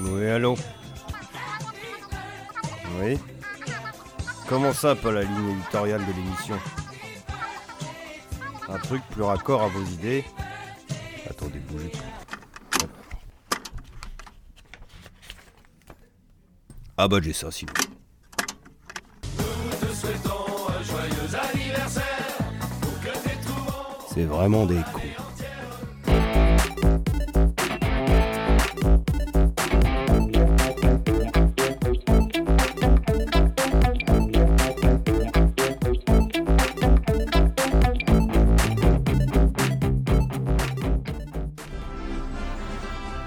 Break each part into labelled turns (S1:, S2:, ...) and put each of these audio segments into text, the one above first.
S1: Oui, allô Oui Comment ça, pas la ligne éditoriale de l'émission Un truc plus raccord à vos idées Attendez, bougez pas. Ah bah j'ai ça, si vous C'est vraiment des cons.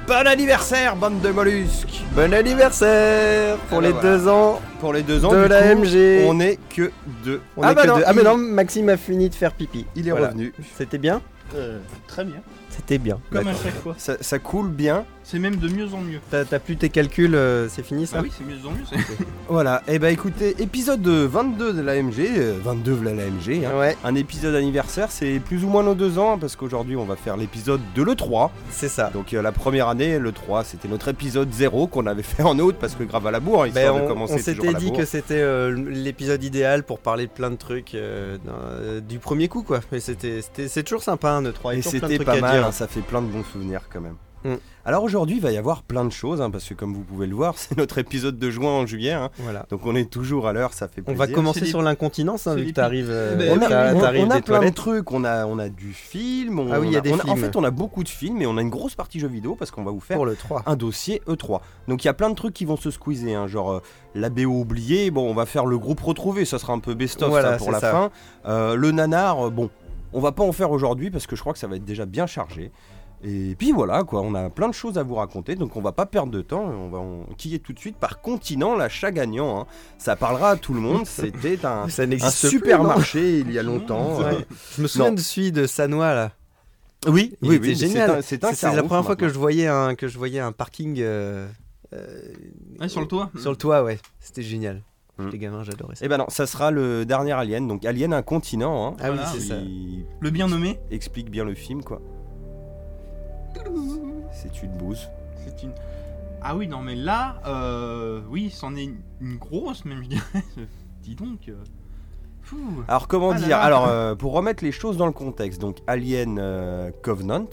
S1: Bon anniversaire, bande de mollusques
S2: Bon anniversaire pour
S1: Ah bah
S2: les
S1: voilà.
S2: deux ans.
S1: Pour les deux ans,
S2: De
S1: du
S2: la
S1: coup,
S2: MG.
S1: on est que deux. On
S2: ah
S1: est
S2: bah
S1: que
S2: non,
S1: deux.
S2: ah bah
S1: Il-
S2: non, Maxime a fini de faire pipi.
S1: Il est
S2: Voilà.
S1: revenu.
S2: C'était bien
S3: Euh, très bien.
S2: C'était bien.
S3: Comme à
S1: D'accord.
S3: chaque fois.
S1: Ça, ça coule bien.
S3: C'est même de mieux en mieux.
S2: T'as t'as plus tes calculs, euh, c'est fini ça
S3: Bah oui, c'est mieux en mieux. c'est-
S1: Voilà, et bah écoutez, épisode 22 de l'AMG, 22 euh, de l'AMG, hein.
S2: Ouais,
S1: un épisode anniversaire, c'est plus ou moins nos deux ans, hein, parce qu'aujourd'hui on va faire l'épisode de l'E3.
S2: c'est ça.
S1: Donc euh, la première année, l'E3, c'était notre épisode 0 qu'on avait fait en août, parce que grave à la bourre, hein,
S2: Ben,
S1: histoire de
S2: on
S1: commencer
S2: on
S1: toujours à
S2: s'était
S1: la
S2: dit
S1: bourre.
S2: que c'était euh, l'épisode idéal pour parler de plein de trucs euh, dans- euh, du premier coup quoi. Mais c'était c'était- c'est toujours sympa hein, un 3
S1: Et c'était pas mal, hein, ça fait plein de bons souvenirs quand même.
S2: Mm.
S1: Alors aujourd'hui, il va y avoir plein de choses, hein, parce que comme vous pouvez le voir, c'est notre épisode de juin en juillet. hein.
S2: Voilà.
S1: donc on est toujours à l'heure, ça fait
S2: On
S1: plaisir.
S2: va commencer
S3: C'est
S2: sur l'incontinence hein,
S3: c'est
S2: vu que
S3: les-
S2: t'arrives
S3: Eh
S2: euh,
S3: ben,
S1: On a,
S2: t'as-
S1: on-
S2: t'arrives
S1: on a
S2: des
S1: plein de
S2: toilettes.
S1: trucs, on a, on a du film. On,
S2: Ah oui, il y a des
S1: on En
S2: films.
S1: fait, on a beaucoup de films et on a une grosse partie jeux vidéo parce qu'on va vous faire
S2: Pour le 3.
S1: un dossier E3. Donc il y a plein de trucs qui vont se squeezer, hein, genre euh, la BO oubliée, bon on va faire le groupe retrouvé, ça sera un peu best-of
S2: Voilà,
S1: ça, pour
S2: c'est
S1: la
S2: ça.
S1: fin. Euh, le nanar, euh, bon, on va pas en faire aujourd'hui parce que je crois que ça va être déjà bien chargé. Et puis voilà quoi, on a plein de choses à vous raconter, donc on va pas perdre de temps, on va en- qui est tout de suite par continent l'achat gagnant. hein. Ça parlera à tout le monde, c'était un,
S2: Ah, Ça
S1: un
S2: n'existe plus, non
S1: supermarché il y a longtemps.
S3: Ouais.
S1: euh,
S2: Je me souviens
S1: Non.
S2: de celui de Sanois là.
S1: Oui,
S2: Il
S1: oui,
S2: était
S1: oui, mais
S2: génial.
S1: c'est un- C'est un
S2: C'est la
S1: carouf,
S2: première fois que
S1: maintenant.
S2: je voyais un que je voyais un parking euh, euh,
S3: Ouais, ah, sur le toit.
S2: sur le toit, ouais. C'était génial.
S1: Mm.
S2: Les gamins, j'adorais ça.
S1: Eh ben non, ça sera le dernier Alien, donc Alien un continent. hein,
S2: Ah oui,
S3: voilà.
S2: c'est ça.
S1: qui-
S3: Le bien nommé,
S1: explique bien le film, quoi. C'est une bouse.
S3: c'est une. Ah oui, non, mais là, euh, oui, c'en est une, une grosse, même je dirais. Dis donc. euh, Fou.
S1: Alors, comment
S3: Ah là
S1: dire
S3: là.
S1: Alors, euh, pour remettre les choses dans le contexte, donc Alien euh, Covenant,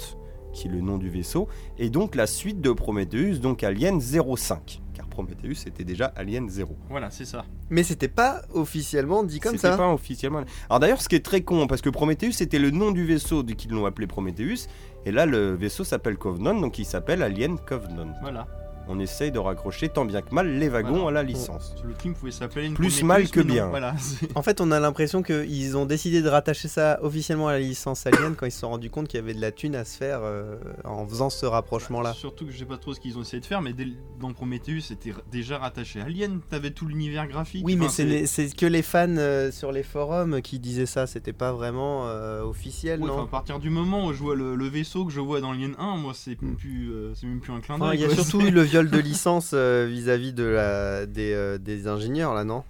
S1: qui est le nom du vaisseau, et donc la suite de Prometheus, donc Alien 05. Car Prometheus était déjà Alien 0.
S3: Voilà, c'est ça.
S2: Mais c'était pas officiellement dit comme
S1: C'était
S2: ça.
S1: pas officiellement. Alors d'ailleurs, ce qui est très con, parce que Prometheus c'était le nom du vaisseau de- qu'ils l'ont appelé Prometheus, et là le vaisseau s'appelle Covenant, donc il s'appelle Alien Covenant.
S3: Voilà.
S1: On essaye de raccrocher tant bien que mal les wagons
S3: Voilà.
S1: à la licence.
S3: Le film pouvait s'appeler une
S1: Plus
S3: Prometheus,
S1: mal que
S3: mais non,
S1: bien.
S3: Voilà. c'est-
S2: En fait, on a l'impression qu'ils ont décidé de rattacher ça officiellement à la licence Alien quand ils se sont rendus compte qu'il y avait de la thune à se faire euh, en faisant ce rapprochement-là.
S3: Surtout que je sais pas trop ce qu'ils ont essayé de faire, mais dès le- dans Prometheus, c'était r- déjà rattaché à Alien. T'avais tout l'univers graphique.
S2: Oui, mais
S3: Enfin,
S2: c'est les- c'est que les fans euh, sur les forums qui disaient ça. C'était pas vraiment euh, officiel,
S3: Ouais, enfin,
S2: non
S3: à partir du moment où je vois le, le vaisseau que je vois dans Alien 1, moi c'est même plus, euh, c'est même plus un clin
S2: Enfin,
S3: d'œil.
S2: Ah Il y a
S3: quoi.
S2: surtout eu le viol de licence euh, vis-à-vis de la, des, euh, des ingénieurs, là, non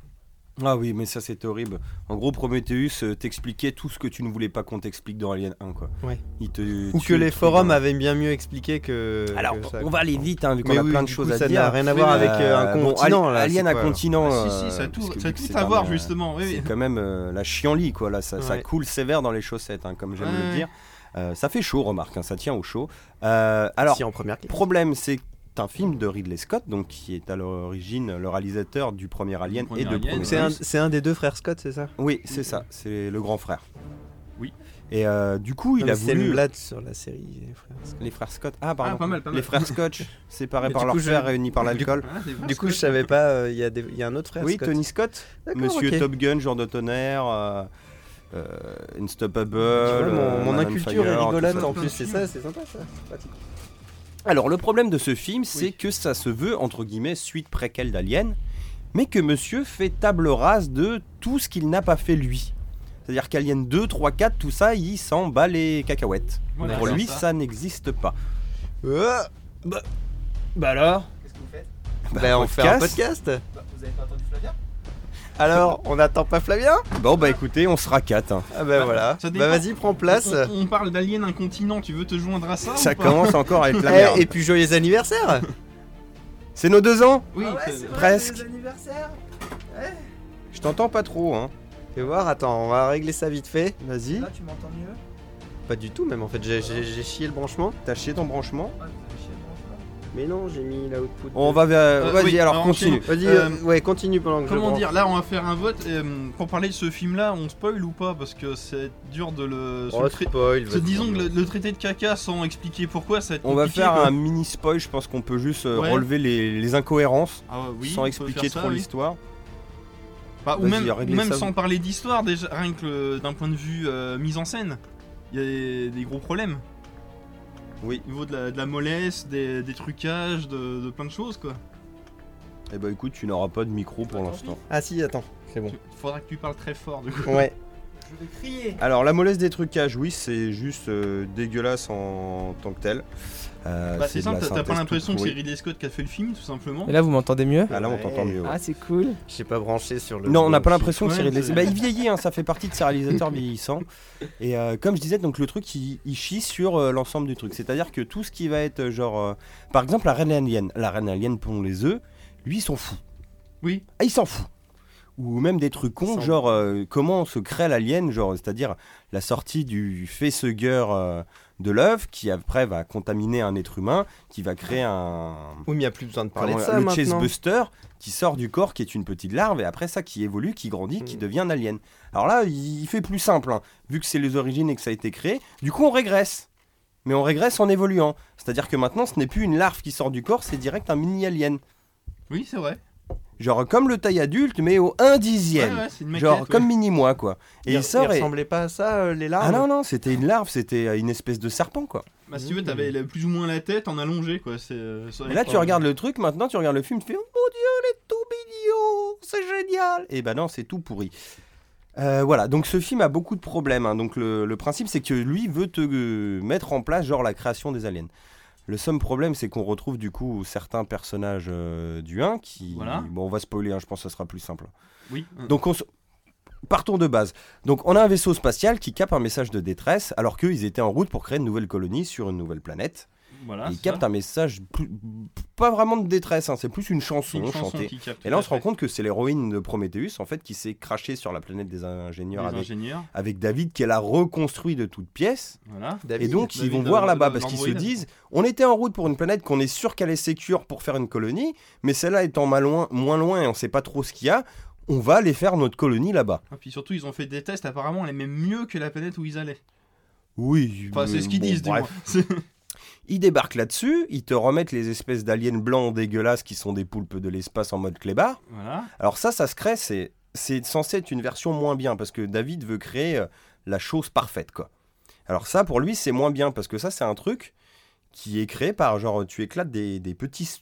S1: Ah oui, mais ça c'est horrible. En gros, Prometheus euh, t'expliquait tout ce que tu ne voulais pas qu'on t'explique dans Alien 1, quoi.
S2: Ouais.
S1: Il te,
S2: Ou
S1: tu-
S2: que les
S1: tu-
S2: forums avaient bien mieux expliqué que.
S1: Alors,
S2: que ça.
S1: on va aller vite, hein, vu qu'on
S2: Mais
S1: a
S2: oui,
S1: plein de
S2: du
S1: choses
S2: coup,
S1: à
S2: ça
S1: dire.
S2: n'a rien à voir
S3: Oui,
S2: avec euh, un
S1: Euh, bon,
S2: continent,
S1: Ali-
S2: là.
S1: Alien
S2: c'est
S1: à
S2: quoi,
S1: continent.
S3: Ah, si, si, ça
S1: euh,
S3: a tout,
S1: parce que
S3: ça a
S1: vu que
S3: tout
S1: c'est
S3: à
S1: un-
S3: voir
S1: euh,
S3: justement. oui,
S1: C'est
S3: oui.
S1: quand même euh, la chienlit, quoi. Là, ça, ça
S2: Ouais.
S1: coule sévère dans les chaussettes, hein, comme j'aime le
S3: Ouais.
S1: dire. Euh, ça fait chaud, remarque, hein, ça tient au chaud. Euh,
S2: alors
S1: alors,
S2: Si, en première clip.
S1: problème, c'est un film de Ridley Scott, donc qui est à l'origine le réalisateur du premier Alien
S3: Du premier
S1: et de
S3: Alien.
S1: Prometheus.
S2: C'est un, c'est un des deux frères Scott, c'est ça
S1: Oui, c'est ça, c'est le grand frère.
S3: Oui.
S1: Et euh, du coup, il
S2: Non,
S1: a
S2: mais C'est une
S1: voulu
S2: blague sur la série, les frères Scott.
S1: les frères Scott. Ah pardon.
S3: Ah, pas mal, pas mal.
S1: Les frères Scotch, séparés
S2: Mais
S1: par
S2: du
S1: leur
S2: coup, je-
S1: frère, réunis par
S2: du-
S1: l'alcool.
S3: Ah, c'est vrai,
S2: Du coup,
S3: c'est-
S2: je savais pas, euh, il y, a des- il y a un autre frère
S1: Oui,
S2: Scott.
S1: Tony Scott,
S2: D'accord,
S1: Monsieur
S2: ok.
S1: Top Gun, Jour de tonnerre, euh, euh, Unstoppable.
S2: Tu vois,
S1: euh,
S2: mon, mon
S1: Man on
S2: inculture
S1: Fire,
S2: est
S1: tout
S2: rigolote
S1: ça.
S2: en plus, c'est ça, c'est sympa ça. Pratique.
S1: Alors, le problème de ce film, c'est que ça se veut, entre guillemets, suite préquelle d'Alien, mais que monsieur fait table rase de tout ce qu'il n'a pas fait lui. C'est-à-dire qu'Alien 2, 3, 4, tout ça, il s'en bat les cacahuètes.
S3: Voilà,
S1: Pour
S3: c'est
S1: lui, ça n'existe pas.
S2: bah, alors
S4: Qu'est-ce que vous faites
S1: Bah,
S2: Ben, on fait un
S1: podcast.
S2: podcast
S4: Bah, Vous avez pas entendu Flavia
S2: Alors, on n'attend pas Flavien
S1: Bon, bah écoutez, on sera quatre. hein.
S2: Ah ben voilà.
S3: ça
S2: Bah
S3: dépend.
S2: vas-y, prends place.
S3: On, on parle d'Alien un continent, tu veux te joindre à ça
S1: Ça
S3: ou pas
S1: commence encore à être la
S2: Eh,
S1: merde.
S2: et puis joyeux anniversaire
S1: C'est nos deux ans
S3: Oui,
S2: Ah ouais,
S3: c'est-
S2: c'est vrai,
S1: presque.
S2: c'est les anniversaires.
S1: Je t'entends pas trop, hein.
S2: Fais voir, attends, on va régler ça vite fait.
S1: Vas-y.
S4: Là, tu m'entends mieux
S2: Pas du tout, même en fait, j'ai- j'ai j'ai chié le branchement.
S1: T'as chié ton branchement
S4: Ah, vous avez chier, franchement.
S2: Mais non, j'ai mis la output.
S1: On
S2: de-
S1: va vers... Vas-y,
S3: Euh, oui,
S1: alors
S3: alors,
S1: continue.
S2: Vas-y,
S3: Euh,
S2: euh, ouais, continue pendant que je
S3: Comment
S2: branche.
S3: dire, là on va faire un vote euh, pour parler de ce film là, on spoil ou pas parce que c'est dur de le. se
S2: Oh,
S3: le trai-
S2: spoil,
S3: se-
S2: vas-y.
S3: disons que le, le traité de caca sans expliquer pourquoi ça va être
S1: On va
S3: compliqué,
S1: faire
S3: quoi.
S1: un mini spoil, je pense qu'on peut juste euh,
S3: Ouais.
S1: relever les, les incohérences
S3: Ah ouais, oui, on
S1: sans
S3: peut
S1: expliquer
S3: faire ça,
S1: trop
S3: oui.
S1: l'histoire.
S3: Enfin, Bah, ou
S1: Vas-y,
S3: même,
S1: réglez
S3: ou même
S1: ça,
S3: sans
S1: vous.
S3: parler d'histoire, déjà, rien que le- d'un point de vue euh, mise en scène, il y a des, des gros problèmes.
S1: Oui.
S3: Au niveau de la, de la mollesse, des, des trucages, de, de plein de choses quoi.
S1: Eh bah écoute, tu n'auras pas de micro pour
S3: Bah,
S4: Tant
S1: l'instant.
S2: Ah si, attends, c'est bon.
S3: Tu- Faudra que tu parles très fort du coup.
S2: Ouais.
S4: Je vais crier.
S1: Alors la mollesse des trucages, oui, c'est juste euh, dégueulasse en tant que tel. Euh,
S3: Bah,
S1: de
S3: c'est simple,
S1: la
S3: t'as- t'as pas
S1: synthèse
S3: l'impression
S1: toute
S3: que c'est
S1: pourrie.
S3: Ridley Scott qui a fait le film tout simplement.
S4: Et là, vous m'entendez mieux
S1: Ah là on t'entend mieux. ouais.
S4: Ah, c'est cool.
S2: J'ai pas branché sur le.
S1: Non, on n'a pas
S2: bon
S1: l'impression que c'est
S3: Ouais,
S1: Ridley
S3: c'est-
S1: Bah, il vieillit, hein, ça fait partie de ses réalisateurs vieillissants. Et euh, comme je disais, donc le truc, il, il chie sur euh, l'ensemble du truc. C'est-à-dire que tout ce qui va être euh, genre. euh, par exemple, la reine alien. La reine alien pond les œufs, lui, il s'en fout.
S3: Oui.
S1: Ah, il s'en fout. Ou même des trucs cons,
S2: Sans-
S1: genre euh, comment se crée l'alien, genre c'est-à-dire la sortie du facehugger euh, de l'œuf qui après va contaminer un être humain, qui va créer un,
S2: film. Oui, mais y a plus besoin de parler de
S1: Comment-
S2: ça
S1: le
S2: maintenant.
S1: Chasebuster qui sort du corps, qui est une petite larve, et après ça qui évolue, qui grandit, qui
S2: Mm.
S1: devient un alien. Alors là, il fait plus simple, hein, vu que c'est les origines et que ça a été créé. Du coup, on régresse. Mais on régresse en évoluant. C'est-à-dire que maintenant, ce n'est plus une larve qui sort du corps, c'est direct un mini-alien.
S3: Oui, c'est vrai.
S1: Genre comme le taille adulte, mais au 1
S3: Ouais,
S1: dixième.
S3: ouais, c'est une maquette.
S1: Genre
S3: ouais.
S1: comme mini-moi, quoi. Et il,
S2: il
S1: sort et...
S2: ressemblait pas à ça, euh, les larmes
S1: Ah non, non, c'était une larve, c'était euh, une espèce de serpent, quoi.
S3: Bah, si tu veux, t'avais la- plus ou moins la tête en allongé quoi. C'est, euh, ça
S1: Et
S3: aurait
S1: là,
S3: pas-
S1: tu regardes le truc, maintenant tu regardes le film, tu fais Oh mon dieu, il est tout mignon, c'est génial Et ben non, c'est tout pourri. Euh, voilà, donc ce film a beaucoup de problèmes. hein. Donc le, le principe, c'est que lui veut te euh, mettre en place, genre la création des aliens. Le seul problème, c'est qu'on retrouve du coup certains personnages euh, du 1 qui.
S3: Voilà.
S1: Bon, on va spoiler, hein, je pense que ça sera plus simple.
S3: Oui.
S1: Donc on se- Partons de base. Donc on a un vaisseau spatial qui capte un message de détresse alors qu'ils étaient en route pour créer une nouvelle colonie sur une nouvelle planète. Il
S3: voilà. Ah, c'est ça.
S1: capte un message plus- pas vraiment de détresse, hein, c'est plus une
S3: C'est
S1: chanson
S3: une chanson
S1: chantée.
S3: qui capte
S1: Et là, on
S3: la
S1: se rend
S3: tête
S1: compte que c'est l'héroïne de Prometheus en fait qui s'est crachée sur la planète des ingénieurs
S3: des
S1: avec,
S3: ingénieurs.
S1: avec David, qu'elle a reconstruit de toutes pièces.
S3: Voilà.
S1: Et
S2: David.
S1: donc, ils
S3: David,
S1: vont
S3: euh,
S1: voir là-bas
S3: euh,
S1: parce qu'ils se
S3: l'androïde.
S1: disent on était en route pour une planète qu'on est sûr qu'elle est sécure pour faire une colonie, mais celle-là étant mal loin, moins loin et on sait pas trop ce qu'il y a, on va aller faire notre colonie là-bas.
S3: Et puis surtout, ils ont fait des tests. Apparemment, elle est même mieux que la planète où ils allaient.
S1: Oui,
S3: Enfin, c'est
S1: mais
S3: ce qu'ils
S1: bon,
S3: disent, du
S1: bref.
S3: moins. C'est-
S1: Ils débarquent là-dessus, ils te remettent les espèces d'aliens blancs dégueulasses qui sont des poulpes de l'espace en mode clébard.
S3: Voilà.
S1: Alors ça, ça se crée, c'est, c'est censé être une version moins bien, parce que David veut créer euh, la chose parfaite, quoi. Alors ça, pour lui, c'est moins bien, parce que ça, c'est un truc qui est créé par, genre, tu éclates des, des petits...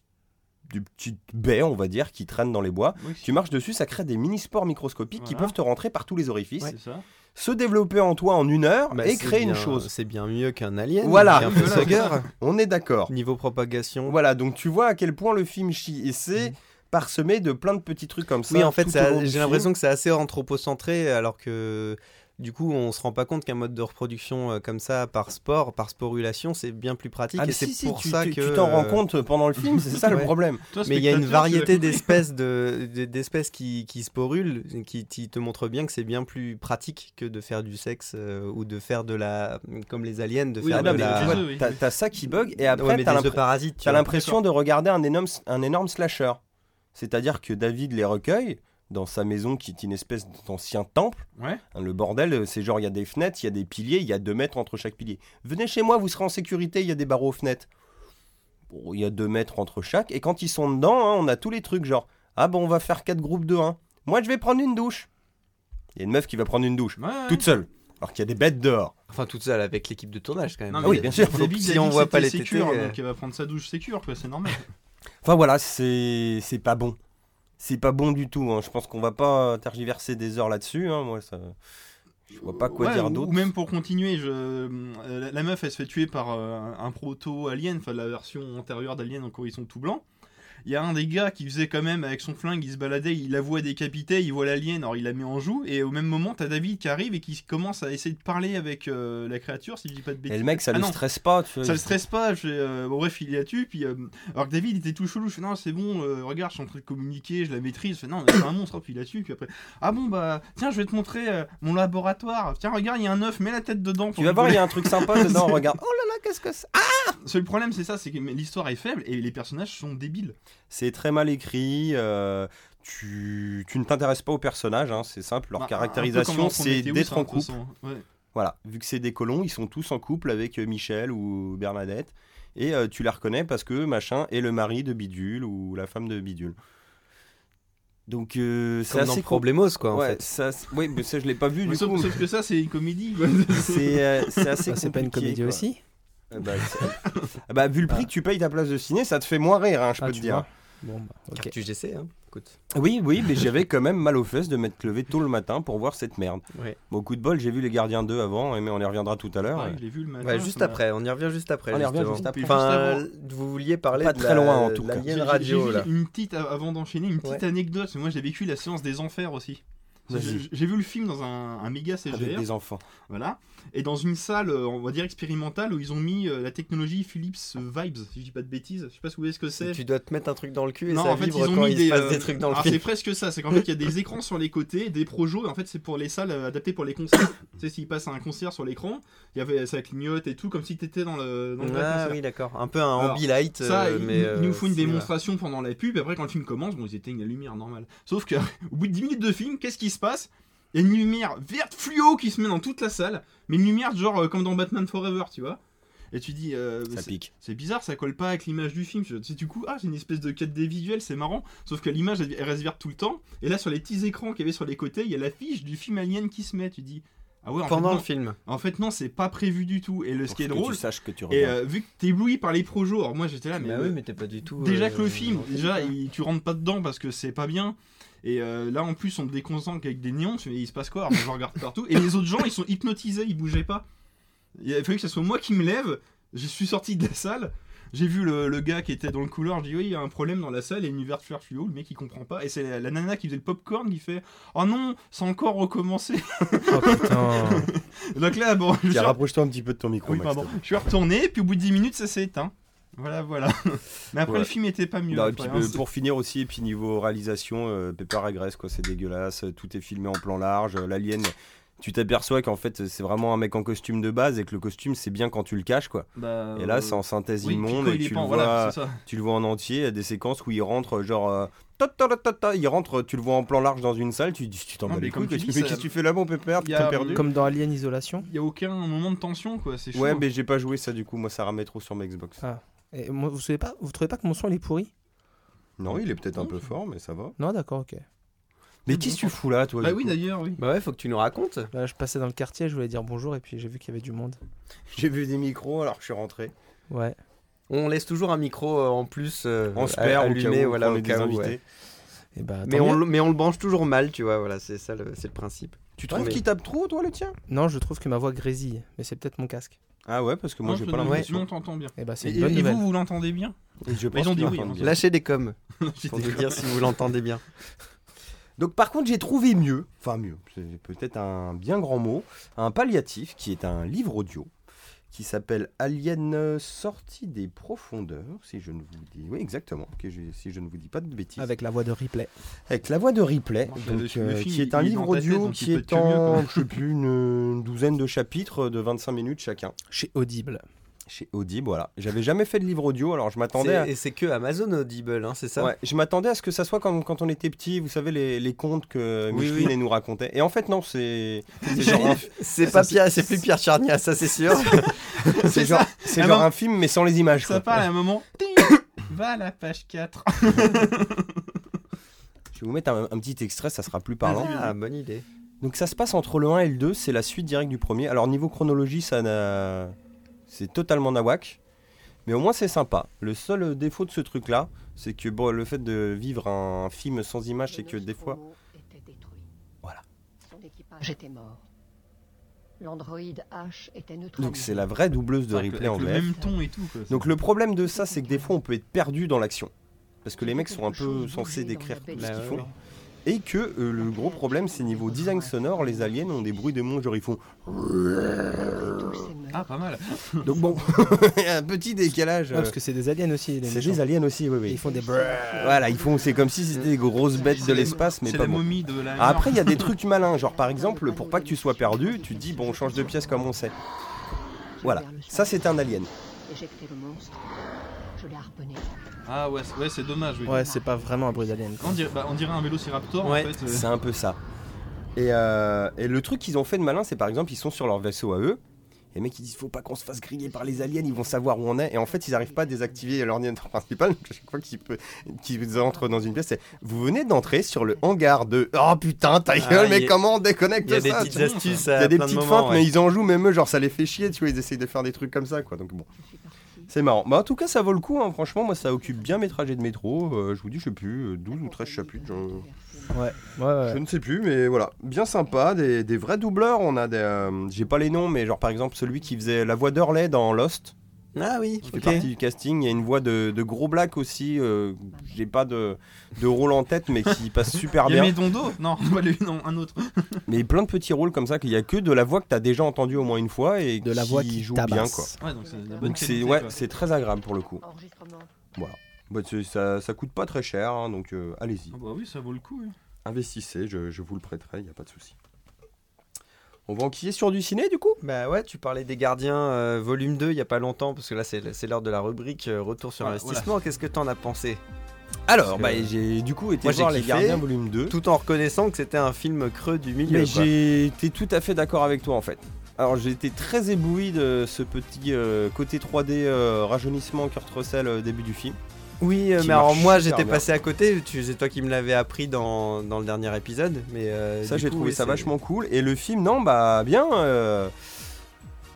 S1: des petites baies, on va dire, qui traînent dans les bois.
S3: Oui,
S1: Tu marches dessus, ça crée des mini-spores microscopiques qui
S3: Voilà.
S1: peuvent te rentrer par tous les orifices,
S3: c'est ça.
S1: se développer en toi en une heure
S2: Bah,
S1: et
S2: c'est
S1: créer une
S2: bien-
S1: chose.
S2: C'est bien mieux qu'un alien.
S1: Voilà.
S2: qu'un
S1: Oui, voilà,
S2: facehugger.
S3: c'est
S1: On est d'accord.
S2: Niveau propagation.
S1: Voilà, donc tu vois à quel point le film chie, et c'est parsemé de plein de petits trucs comme ça.
S2: Mmh. Oui, en fait,
S1: tout
S2: ça-
S1: au long du
S2: j'ai
S1: film.
S2: l'impression que c'est assez anthropocentré, alors que du coup, on se rend pas compte qu'un mode de reproduction euh, comme ça, par sport, par sporulation, c'est bien plus pratique.
S1: Ah,
S2: et
S1: mais
S2: c'est
S1: si, si,
S2: pour
S1: tu-
S2: ça
S1: tu-
S2: que.
S1: Tu t'en rends
S2: euh,
S1: compte pendant le film, c'est ça le
S2: Ouais.
S1: problème.
S3: Toi,
S2: Mais il y a une
S3: spectateur, tu l'as
S2: variété
S3: compris.
S2: d'espèces de de- d'espèces qui, qui sporulent, qui, qui te montrent bien que c'est bien plus pratique que de faire du sexe euh, ou de faire de la, comme les aliens, de
S3: Oui,
S2: faire
S1: Ah
S3: non,
S2: de
S1: mais
S2: la.
S1: tu
S3: Ah,
S1: vois,
S3: oui, oui.
S1: t'as- t'as ça qui bug et
S2: Ouais,
S1: après
S2: mais
S1: t'as
S2: des œufs
S1: l'impr-
S2: parasites. tu
S1: t'as
S2: vois.
S1: l'impression de regarder un énorme, un énorme slasher. C'est-à-dire que David les recueille dans sa maison qui est une espèce d'ancien temple.
S3: Ouais.
S1: Hein, Le bordel, euh, c'est genre il y a des fenêtres, il y a des piliers, il y a deux mètres entre chaque pilier. Venez chez moi, vous serez en sécurité, il y a des barreaux aux fenêtres. Bon, il y a deux mètres entre chaque. Et quand ils sont dedans, hein, on a tous les trucs genre Ah bon, on va faire quatre groupes de 1. Moi je vais prendre une douche. Il y a une meuf qui va prendre une douche.
S3: Ouais, ouais.
S1: toute seule. Alors qu'il y a des bêtes dehors.
S2: Enfin, toute seule avec l'équipe de tournage quand même.
S3: Non,
S1: Ah oui,
S3: mais
S1: bien sûr,
S3: David,
S1: faut-
S3: David,
S2: si
S3: il a
S2: on
S3: dit que
S2: voit pas
S3: c'était
S2: les
S3: sécure,
S2: tétés, euh.
S3: donc elle va prendre sa douche sécure, quoi, c'est normal.
S1: Enfin voilà, c'est c'est pas bon. C'est pas bon du tout. hein. Je pense qu'on va pas tergiverser des heures là-dessus. hein. Moi, ça... je vois pas quoi
S3: Ouais,
S1: dire
S3: ou-
S1: d'autre.
S3: Ou même pour continuer, je... euh, la, la meuf elle se fait tuer par euh, un proto-alien, enfin la version antérieure d'Alien, encore ils sont tout blancs. il y a un des gars qui faisait quand même avec son flingue, il se baladait, il la voit décapiter, il voit l'alien, alors il la met en joue, et au même moment, t'as David qui arrive et qui commence à essayer de parler avec euh, la créature, si je dis pas de bêtises.
S1: Et le mec, ça
S3: Ah
S1: le
S3: non,
S1: stresse pas. Tu vois,
S3: ça
S1: il-
S3: le stresse pas, je fais, euh, bon, bref, il la tue, puis euh, alors que David était tout chelou, je fais non, c'est bon, euh, regarde, je suis en train de communiquer, je la maîtrise, je fais non, mais c'est un monstre, puis il la tue, puis après, ah bon, bah, tiens, je vais te montrer euh, mon laboratoire, tiens, regarde, il y a un œuf, mets la tête dedans. pour
S1: Tu vas voir, il
S3: rigoler.
S1: y a un truc sympa dedans. Regarde. Oh là là, qu'est-ce que c'est Ah
S3: Seul problème, c'est ça, c'est que l'histoire est faible et les personnages sont débiles.
S1: C'est très mal écrit. euh, tu, tu ne t'intéresses pas aux personnages. hein, c'est simple. Leur
S3: Bah, un peu comme
S1: caractérisation,
S3: dans
S1: c'est
S3: Prometheus,
S1: d'être
S3: hein,
S1: en
S3: de toute
S1: couple.
S3: façon. Ouais.
S1: Voilà, vu que c'est des colons, ils sont tous en couple avec euh, Michel ou Bernadette. Et euh, tu la reconnais parce que machin est le mari de Bidule ou la femme de Bidule. Donc euh, c'est
S2: Comme dans
S1: assez
S2: Problemos, quoi,
S1: com-
S2: en
S1: Ouais,
S2: fait.
S1: ça, oui, mais ça je l'ai pas vu
S3: Mais
S1: du
S3: sauf,
S1: coup.
S3: sauf que ça, c'est une comédie. quoi.
S1: C'est euh, c'est assez.
S2: Ah,
S4: Bah, c'est pas une
S1: compliqué,
S4: comédie
S1: quoi.
S4: aussi
S1: Euh, bah, c'est- Ah bah, vu le prix que tu payes ta place de ciné, ça te fait moins rire, hein, je
S4: Ah,
S1: peux te
S4: tu
S1: dire.
S4: vois. Bon, bah, ok.
S2: Car tu GC, hein. Écoute.
S1: Oui, oui, mais j'avais quand même mal aux fesses de m'être levé tôt le matin pour voir cette merde.
S2: Ouais.
S1: Bon, coup de bol, j'ai vu Les Gardiens 2 avant, mais on y reviendra tout à l'heure.
S3: Pareil, je l'ai vu le matin.
S2: Ouais, juste
S3: ça m'a-
S2: après, on y revient juste après.
S1: On y revient
S2: justement.
S1: juste après.
S2: Enfin,
S3: Juste
S2: vous vouliez parler
S1: Pas
S2: de
S1: très
S2: la-
S1: loin, en tout cas.
S3: J'ai-
S2: L'alien
S3: j'ai-
S2: radio,
S3: j'ai
S2: là.
S3: vu Une petite, avant d'enchaîner, une petite
S2: Ouais.
S3: anecdote. Moi, j'ai vécu la séance des enfers aussi.
S1: Vas-y.
S3: J'ai j'ai vu le film dans un, un méga
S2: Ah,
S3: CGR.
S1: euh, Avec des enfants.
S3: Voilà. Et dans une salle, euh, on va dire expérimentale, où ils ont mis euh, la technologie Philips euh, Vibes, si je dis pas de bêtises. Je sais pas si vous voyez ce que c'est.
S2: Tu dois te mettre un truc dans le cul et
S3: Non,
S2: ça
S3: en fait,
S2: vibre
S3: ils ont
S2: quand
S3: mis
S2: il
S3: des,
S2: se passe
S3: euh,
S2: des trucs dans le
S3: Alors,
S2: film.
S3: c'est presque ça, c'est qu'en fait il y a des écrans sur les côtés, des projos, et en fait c'est pour les salles euh, adaptées pour les concerts. tu sais, s'il passe un concert sur l'écran, il y avait ça clignote et tout, comme si t'étais dans le, dans le vrai
S2: Ah
S3: concert.
S2: oui, d'accord. Un peu un
S3: Alors,
S2: ambilight.
S3: Ça,
S2: euh,
S3: ils-
S2: mais,
S3: ils nous
S2: euh,
S3: font une
S2: cinéma.
S3: démonstration pendant la pub, et après quand le film commence, bon, ils éteignent la lumière normale. Sauf que au bout de 10 minutes de film, qu'est-ce qui se passe Il y a une lumière verte fluo qui se met dans toute la salle, mais une lumière genre euh, comme dans Batman Forever, tu vois. Et tu dis, euh,
S1: Ça
S3: c'est-
S1: pique.
S3: c'est bizarre, ça colle pas avec l'image du film. Tu sais, du coup, ah, c'est une espèce de 4D visuel, c'est marrant. Sauf que l'image, elle elle reste verte tout le temps. Et là, sur les petits écrans qu'il y avait sur les côtés, il y a l'affiche du film Alien qui se met. Tu dis, ah ouais, en
S2: Pendant
S3: fait,
S2: le
S3: non.
S2: film.
S3: En fait, non, c'est pas prévu du tout. Et le, ce
S1: Pour
S3: qui est
S1: que
S3: drôle,
S1: tu saches que tu
S3: et
S1: regardes.
S3: euh, vu que t'es ébloui par les projos, alors moi j'étais là, mais.
S2: Bah
S3: le-
S2: oui, mais t'es pas du tout.
S3: Déjà
S2: euh,
S3: que le film,
S2: dans film, quoi.
S3: déjà, il- tu rentres pas dedans parce que c'est pas bien. Et euh, là, en plus, on me déconcentre avec des néons. Mais il se passe quoi Alors, moi, je regarde partout. Et les autres gens, ils sont hypnotisés, ils bougeaient pas. Il a fallu que ce soit moi qui me lève. Je suis sorti de la salle. J'ai vu le, le gars qui était dans le couloir. Je dis, oui, il y a un problème dans la salle. Il y a une verture fluo. Le mec, il comprend pas. Et c'est la, la nana qui faisait le popcorn qui fait Oh non, c'est encore recommencé.
S4: Oh putain.
S3: Donc là, bon, je suis,
S1: Tiens, rapproche-toi un petit peu de ton micro.
S3: oui,
S1: Max,
S3: pardon.
S1: s'il te plaît.
S3: Je suis retourné. Puis au bout de 10 minutes, ça s'est éteint. Voilà, voilà. Mais après,
S1: Ouais.
S3: le film était pas mieux.
S1: Non, et
S3: après,
S1: puis,
S3: hein.
S1: euh, pour finir aussi, et puis niveau réalisation, euh, Pepper agresse, quoi, c'est dégueulasse. euh, Tout est filmé en plan large. euh, L'alien, tu t'aperçois qu'en fait, euh, c'est vraiment un mec en costume de base et que le costume, c'est bien quand tu le caches, quoi.
S3: Bah,
S1: Et là,
S3: euh,
S1: c'est en synthèse
S3: Oui, Pico,
S1: immonde et
S3: il est
S1: tu le
S3: pas-
S1: vois.
S3: voilà, c'est ça.
S1: Tu le vois en entier, il y a des séquences où il rentre, genre. euh, ta, ta, ta, ta, ta, il rentre, tu le vois en plan large dans une salle, tu dis tu t'en
S3: Non,
S1: bats
S3: mais
S1: les
S3: comme
S1: couilles,
S3: tu
S1: qu'est-ce que
S3: dis,
S1: mais
S3: ça-
S1: qu'est-ce que tu fais là, mon pépère
S3: Il y
S1: T'as
S3: a, euh,
S1: perdu
S4: Comme dans Alien Isolation.
S3: Il y a aucun moment de tension, quoi. C'est chaud.
S1: Ouais, mais j'ai pas joué ça du coup, moi ça ramait trop sur ma Xbox.
S4: Et moi, vous, savez pas, vous trouvez pas que mon son il est pourri
S1: Non, il est peut-être un peu fort, mais ça va.
S4: Non, d'accord, ok.
S1: Mais qu'est-ce que tu fous là, toi
S3: Bah
S1: du
S3: oui,
S1: coup
S3: d'ailleurs, oui.
S2: Bah ouais, faut que tu nous racontes.
S4: Là, je passais dans le quartier, je voulais dire bonjour et puis j'ai vu qu'il y avait du monde.
S1: J'ai vu des micros alors que je suis rentré.
S4: Ouais.
S2: On laisse toujours un micro euh, en plus. euh,
S1: On se
S2: à-
S1: perd,
S2: allumé,
S1: au cas où,
S2: voilà,
S1: quand on
S2: au
S1: est
S2: cas où,
S1: désinvité.
S2: ouais.
S4: Et bah,
S2: Mais on, le- mais on le branche toujours mal, tu vois. Voilà, c'est ça, le, c'est le principe.
S1: Tu
S2: Ouais,
S1: trouves
S2: mais-
S1: qu'il tape trop, toi, le tien
S4: Non, je trouve que ma voix grésille, mais c'est peut-être mon casque.
S1: Ah ouais, parce que moi
S3: Non,
S1: j'ai
S3: je
S1: pas
S3: te-
S1: l'impression.
S3: Non, t'entends bien.
S4: Et bah, c'est
S3: Et,
S4: une bonne
S3: et
S4: nouvelle.
S3: vous, vous l'entendez bien
S1: Et je
S3: Mais ils ont
S1: pense
S3: dit
S1: qu'il
S3: oui, hein.
S1: entend bien.
S2: Lâchez des coms
S3: J'étais
S2: pour nous
S3: con.
S2: dire si vous l'entendez bien.
S1: Donc par contre j'ai trouvé mieux, enfin mieux, c'est peut-être un bien grand mot, un palliatif qui est un livre audio qui s'appelle Alien euh, sorti des profondeurs, si je ne vous dis, oui exactement, que je- si je ne vous dis pas de bêtises, avec,
S4: Avec la voix de replay.
S1: la voix de Ripley,
S3: Moi, je
S1: donc,
S3: l'avais su, le
S1: euh,
S3: film,
S1: qui est un
S3: il est
S1: livre
S3: dans ta tête,
S1: audio
S3: donc
S1: qui
S3: il peut
S1: est
S3: être que mieux, quand
S1: en,
S3: même.
S1: je sais plus, une douzaine de chapitres de 25 minutes chacun.
S4: Chez Audible.
S1: Euh, Chez Audible, voilà. J'avais jamais fait de livre audio, alors je m'attendais à...
S2: C'est- Et c'est que Amazon Audible, hein, c'est ça
S1: Ouais, je m'attendais à ce que ça soit comme quand on était petit, vous savez, les, les contes que
S2: Oui,
S1: Micheline elle nous racontait. Et en fait, non, c'est c'est genre un
S2: C'est
S1: Ça,
S2: pas
S1: c'est-
S2: Pierre, c'est plus Pierre Charnia, ça c'est sûr.
S1: C'est
S3: C'est
S1: genre,
S3: ça.
S1: c'est
S3: Ah
S1: genre
S3: non.
S1: un film mais sans les images.
S3: Ça
S1: quoi.
S3: parle à un moment. Ting Va à la page 4.
S1: Je vais vous mettre un, un petit extrait, ça sera plus parlant.
S2: ah, bonne idée.
S1: Donc ça se passe entre le 1 et le 2, c'est la suite directe du premier. Alors niveau chronologie, ça n'a- c'est totalement nawak. Mais au moins c'est sympa. Le seul euh, défaut de ce truc-là, c'est que bon, le fait de vivre un film sans image, c'est que des fois...
S5: était détruit.
S1: Voilà.
S5: Son équipage était mort. L'androïde H était neutralisé.
S1: Donc c'est la vraie doubleuse de
S3: Avec
S1: replay en
S3: le
S1: VF.
S3: même ton et tout. quoi.
S1: Donc le problème de ça, c'est que des fois on peut être perdu dans l'action. parce que les mecs sont un peu censés décrire tout ce
S5: Bah
S1: qu'ils
S5: ouais.
S1: font. Et que euh, le gros problème, c'est niveau design sonore, les aliens ont des bruits de monstres, genre ils font.
S3: Ah, pas mal.
S1: Donc bon, il y a un petit décalage. euh,
S4: Ouais, parce que c'est des aliens aussi. les
S1: C'est
S4: méchants.
S1: des aliens aussi, oui,
S4: Et
S1: oui.
S4: Ils font des brrrr.
S1: Voilà, ils font, c'est comme si c'était des grosses bêtes de
S3: C'est les-
S1: l'espace, mais
S3: C'est
S1: pas
S3: la
S1: bon.
S3: momie de la.
S1: Ah, Après, il y a des trucs malins, genre par exemple, pour pas que tu sois perdu, tu te dis bon, on change de pièce comme on sait. Voilà, ça c'est un alien.
S5: Éjecter le monstre. Je l'ai harponné.
S3: Ah, ouais, c'est- ouais, c'est dommage, oui.
S4: Ouais, c'est pas vraiment un bruit d'alien. quoi.
S3: On dirait, bah, on dirait un vélociraptor
S2: Ouais.
S3: en fait. euh,
S1: C'est un peu ça. Et, euh, et le truc qu'ils ont fait de malin, c'est par exemple, ils sont sur leur vaisseau à eux. Et les mecs, ils disent faut pas qu'on se fasse griller par les aliens, ils vont savoir où on est. Et en fait, ils arrivent pas à désactiver l'ordinateur principal. Donc, à chaque fois qu'ils peut- qu'ils entrent dans une pièce, c'est vous venez d'entrer sur le hangar de. Oh putain, ta
S2: Ah,
S1: gueule, mais
S2: il y a-
S1: comment on déconnecte
S2: Il y a
S1: de
S2: des
S1: ça
S2: petites
S1: tu vois
S2: astuces
S1: Il y
S2: à
S1: a des
S2: plein de
S1: petites
S2: moments,
S1: feintes,
S2: ouais.
S1: mais ils en jouent même eux, genre ça les fait chier, tu vois, ils essayent de faire des trucs comme ça, quoi. Donc bon,
S5: Je suis parti.
S1: c'est marrant. Bah en tout cas, ça vaut le coup, hein. franchement, moi ça occupe bien mes trajets de métro. Euh, je vous dis, je sais plus, euh, 12 ou 13 chapitres. j'en- hein.
S4: Ouais, ouais, ouais.
S1: je ne sais plus, mais voilà, bien sympa, des, des vrais doubleurs. On a des, euh, j'ai pas les noms, mais genre par exemple celui qui faisait la voix d'Hurley dans Lost,
S2: Ah oui,
S1: qui
S2: ok.
S1: fait partie du casting. Il y a une voix de, de Gros Black aussi. euh, j'ai pas de, de rôle en tête, mais qui passe super
S3: Il y a
S1: bien.
S3: Medondo Non, pas lui, non, un autre.
S1: Mais plein de petits rôles comme ça qu'il y a que de la voix que t'as déjà entendue au moins une fois et
S4: De la voix qui
S1: joue
S4: tabasse.
S1: bien quoi.
S3: Ouais, donc c'est de la bonne
S1: Donc c'est
S3: qualité,
S1: ouais,
S3: quoi.
S1: c'est très agréable pour le coup.
S5: Enregistrement.
S1: Bah, c'est- ça, ça coûte pas très cher, hein, donc euh, allez-y.
S3: Ah bah oui, ça vaut le coup. oui.
S1: Investissez, je, je vous le prêterai, il n'y a pas de souci. On va enquiller sur du ciné du coup
S2: Bah ouais, tu parlais des gardiens euh, volume 2 il y a pas longtemps parce que là c'est c'est l'heure de la rubrique euh, retour sur
S3: Voilà,
S2: investissement. Qu'est-ce que t'en as pensé
S1: Alors, bah,
S2: Parce que-
S1: j'ai du coup été
S2: Moi, j'ai
S1: voir Les
S2: kiffé.
S1: Gardiens volume 2.
S2: Tout en reconnaissant que c'était un film creux du milieu.
S1: mais
S2: quoi.
S1: j'ai été tout à fait d'accord avec toi en fait. Alors, j'ai été très ébloui de ce petit euh, côté 3D euh, rajeunissement Kurt Russell euh, début du film.
S2: Oui, euh,
S1: qui
S2: mais alors
S1: marche
S2: moi
S1: super
S2: j'étais
S1: bien.
S2: passé à côté. Tu, c'est toi qui me l'avais appris dans, dans le dernier épisode. Mais euh,
S1: ça,
S2: du
S1: j'ai
S2: coup,
S1: trouvé
S2: oui,
S1: ça
S2: c'est-
S1: vachement cool. Et le film, non, bah bien. euh,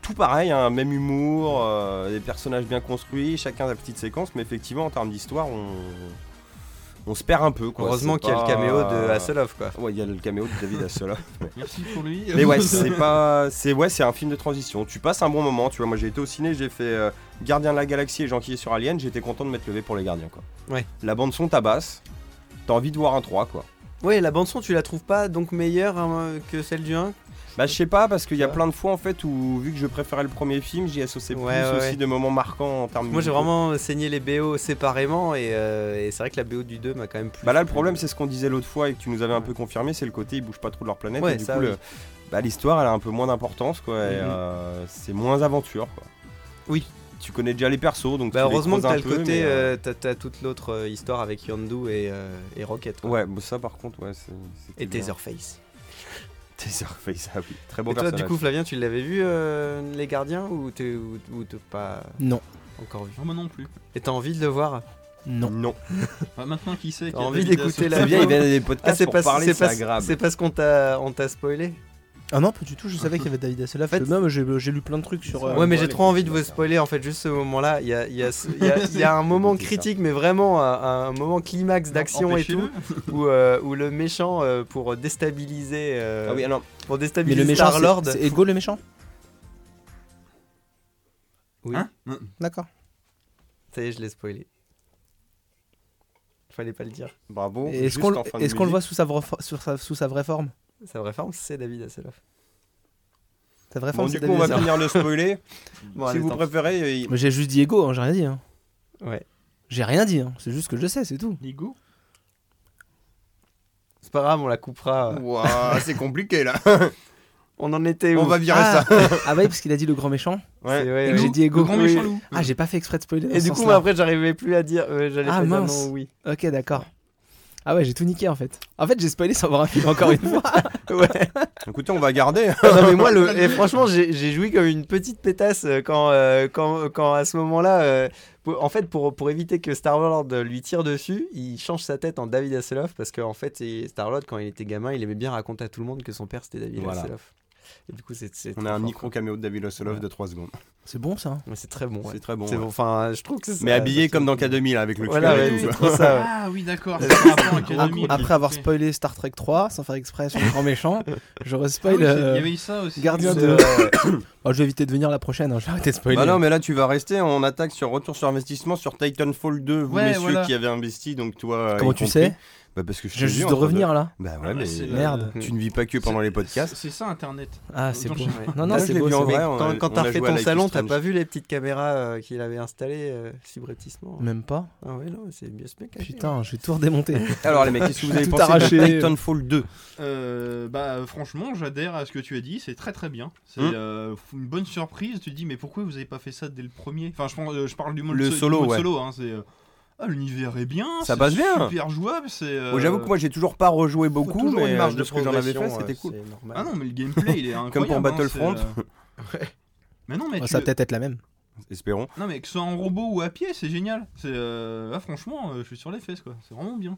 S1: tout pareil, hein, même humour, euh, des personnages bien construits, chacun sa petite séquence, mais effectivement, en termes d'histoire, on. On se perd un peu quoi.
S2: Heureusement
S1: C'est
S2: qu'il y a le
S1: pas-
S2: caméo de Hasselhoff quoi.
S1: Ouais, il y a le caméo de David Hasselhoff.
S3: Merci pour lui.
S1: Mais ouais, c'est pas, c'est ouais, c'est un film de transition. Tu passes un bon moment, tu vois. Moi, j'ai été au ciné, j'ai fait euh, Gardien de la Galaxie et Gentil sur Alien. J'étais content de m'être levé pour les Gardiens, quoi.
S2: Ouais.
S1: La bande son tabasse. T'as envie de voir un 3, quoi.
S2: Ouais, la bande son tu la trouves pas donc meilleure hein, que celle du 1
S1: Bah, je sais pas, parce qu'il y a
S2: Ouais.
S1: plein de fois en fait où, vu que je préférais le premier film, j'y associais plus
S2: Ouais, ouais,
S1: aussi
S2: ouais.
S1: de moments marquants en termes.
S2: Moi j'ai
S1: musicaux.
S2: vraiment saigné les BO séparément et, euh, et c'est vrai que la BO du 2 m'a quand même plus.
S1: Bah là, le problème, c'est ce qu'on disait l'autre fois et que tu nous avais un peu confirmé, c'est le côté ils bougent pas trop de leur planète.
S2: Ouais,
S1: et du
S2: ça,
S1: coup,
S2: oui.
S1: le- bah, l'histoire, elle a un peu moins d'importance, quoi. et,
S2: Mhm.
S1: euh, c'est moins aventure, quoi.
S2: Oui.
S1: Tu connais déjà les persos, donc.
S2: Bah
S1: tu les
S2: heureusement que
S1: creuses
S2: t'as
S1: un
S2: le
S1: peu,
S2: côté,
S1: mais, euh,
S2: euh, t'as- t'as toute l'autre euh, histoire avec Yondu et, euh, et Rocket. quoi.
S1: Ouais, bon, ça par contre, ouais. c'est- c'était
S2: Et
S1: bien.
S2: Taserface.
S1: Taserface, ah oui. Très bon
S2: et toi,
S1: personnage.
S2: du coup, Flavien, tu l'avais vu euh, Les Gardiens ou t'es ou, ou t'as pas
S4: Non,
S2: encore vu
S3: Ah, Moi non plus.
S2: Et t'as envie de le voir
S4: non.
S3: Bah, maintenant qu'il sait. qu'il y a
S2: T'as envie
S3: David
S2: d'écouter
S3: Hasselhoff.
S2: la
S1: C'est bien, il vient des
S2: Ah,
S1: podcasts
S2: c'est
S1: pour
S2: pas,
S1: parler,
S2: c'est
S1: c'est
S2: pas,
S1: agréable.
S2: c'est parce qu'on t'a on t'a spoilé
S4: Ah non, pas du tout, je savais qu'il y avait David Hasselhoff.
S2: En fait-
S4: Même j'ai j'ai lu plein de trucs sur. euh,
S2: Ouais, mais
S1: ouais,
S2: j'ai
S1: mais
S2: trop envie de
S1: c'est
S2: vous
S1: bizarre.
S2: spoiler en fait, juste ce moment-là. Il y a, il y a ce- il y a- il y a un moment
S1: C'est ça.
S2: critique, mais vraiment un, un moment climax d'action et tout,
S3: Empêchez-le.
S2: où, euh, où le méchant, euh, pour déstabiliser, euh,
S1: Ah oui, ah non.
S2: pour
S4: Mais le
S2: déstabiliser
S4: méchant,
S2: Star-Lord.
S4: c'est- c'est Ego le méchant
S2: Oui.
S3: Hein Non,
S4: D'accord.
S2: Ça y est, je l'ai spoilé. Fallait pas le dire.
S1: Bravo.
S4: Et Est-ce
S1: Oh, juste
S4: qu'on
S1: en fin de
S4: est-ce qu'on le voit
S1: musique.
S4: sous sa, vraie for- sur sa- sous sa vraie forme
S2: Sa vraie forme, c'est David Hasselhoff.
S4: Sa vraie
S1: Bon,
S4: forme, c'est
S1: du coup,
S4: David
S1: on va
S4: Hasselhoff.
S1: finir de spoiler.
S2: Bon,
S1: si
S2: allez,
S1: vous
S2: tant
S1: préférez, euh, il-
S4: Mais J'ai juste dit Ego, hein, j'ai rien dit. hein.
S2: pis. Ouais.
S4: J'ai rien dit, hein. c'est juste que je sais, c'est tout.
S3: Les goûts.
S2: C'est pas grave, on la coupera. euh.
S1: Ouah, c'est compliqué là.
S2: On en était où
S1: On va virer
S4: ah,
S1: ça.
S4: ah ouais, parce qu'il a dit le grand méchant.
S2: C'est-
S1: Ouais.
S2: ouais,
S4: Et que
S2: ouais.
S4: Euh, j'ai dit Ego.
S3: Le grand méchant
S2: Oui.
S3: loup.
S4: Ah, j'ai pas fait exprès de spoiler. dans
S2: Et
S4: ce
S2: du coup,
S4: sens-là.
S2: après, j'arrivais plus à dire. euh, J'allais
S4: Ah,
S2: pas dire
S4: mince.
S2: non, oui.
S4: Ok, d'accord. Ah ouais, j'ai tout niqué en fait. En fait, j'ai spoilé sans voir un film encore une fois.
S2: Ouais.
S1: Écoutez, on va garder.
S2: non, mais moi, le... et franchement, j'ai j'ai joui comme une petite pétasse euh, quand, euh, quand, quand à ce moment-là. euh, pour- En fait, pour, pour éviter que Star-Lord lui tire dessus, il change sa tête en David Hasselhoff parce qu'en fait, c'est- Star-Lord, quand il était gamin, il aimait bien raconter à tout le monde que son père c'était David
S1: Voilà.
S2: Hasselhoff. Et du coup, c'est. c'est
S1: On
S2: très
S1: a un
S2: fort,
S1: micro caméo de David Hasselhoff de 3 secondes.
S4: C'est bon ça
S2: quoi. Mais c'est très bon. ouais.
S1: C'est très bon.
S2: C'est
S1: ouais.
S2: bon. Enfin, je trouve que c'est.
S1: Mais habillé
S2: ça-
S1: comme dans K2000 avec le
S2: Voilà,
S1: cuir
S2: ouais,
S1: et tout.
S2: c'est trop ça. ouais.
S3: Ah oui, d'accord.
S4: Après- Après avoir spoilé Star Trek 3 sans faire exprès sur le grand méchant,
S1: Ah
S3: Ah
S4: j'aurais
S3: Il
S4: spoil.
S3: y
S4: euh,
S3: avait eu ça aussi.
S4: Gardien
S2: C'est-
S4: de-
S2: ouais.
S4: oh, je vais éviter de venir la prochaine, hein, je vais arrêter de spoiler.
S1: Bah non, mais là tu vas rester. On attaque sur retour sur investissement sur Titanfall 2, vous
S3: Ouais,
S1: messieurs
S3: voilà.
S1: qui avez investi, donc toi.
S4: Comment
S1: y
S4: tu
S1: compris.
S4: sais
S1: Bah parce que je
S4: J'ai
S1: t'ai
S4: juste
S1: vu,
S4: de
S1: entre
S4: revenir là.
S1: deux. Bah ouais, mais
S3: Ah, c'est-
S4: Merde.
S1: tu ne vis pas que pendant les podcasts.
S3: C'est ça Internet.
S1: euh,
S4: Ah, c'est
S3: Autant
S4: beau.
S3: chez moi.
S4: Non, non,
S1: Là, je
S4: c'est
S1: l'ai
S4: beau.
S1: vu en
S4: c'est
S1: vrai,
S4: beau.
S1: on a-
S2: Quand, quand
S1: on
S2: t'as
S1: a
S2: fait
S1: joué à
S2: ton
S1: Life is
S2: salon, t'as
S1: Strange.
S2: pas vu les petites caméras euh, qu'il avait installées euh, subrepticement
S4: Même pas.
S2: Ah ouais, non, c'est bien ce mec. hein.
S4: Putain, je vais tout redémonter.
S1: Alors les mecs, qu'est-ce que vous avez
S4: Tout
S1: pensé de
S4: arraché.
S1: Titanfall 2
S3: Euh, bah franchement, j'adhère à ce que tu as dit, c'est très très bien. C'est
S1: Hmm.
S3: euh, une bonne surprise, tu te dis mais pourquoi vous avez pas fait ça dès le premier Enfin je, pense- euh, je parle du mode
S1: Le
S3: so- du
S1: solo,
S3: mode
S1: ouais.
S3: solo hein, c'est euh, ah l'univers est bien,
S1: Ça
S3: c'est
S1: passe bien.
S3: super jouable, c'est euh,
S1: Bon, J'avoue que moi j'ai toujours pas rejoué
S2: Faut
S1: beaucoup,
S2: toujours
S1: mais
S2: une
S1: euh,
S2: marge
S1: de ce que j'en avais fait,
S2: progression,
S1: c'était
S2: euh,
S1: cool.
S2: c'est normal.
S3: ah non mais le gameplay il est incroyable.
S1: Comme pour
S3: hein,
S1: Battlefront.
S3: c'est, euh, Mais non mais
S4: Ouais,
S3: tu-
S4: Oh, Ça va peut-être être la même.
S1: Espérons.
S3: non mais que ce soit en robot ou à pied, c'est génial. C'est euh, ah, franchement, euh, je suis sur les fesses quoi, c'est vraiment bien.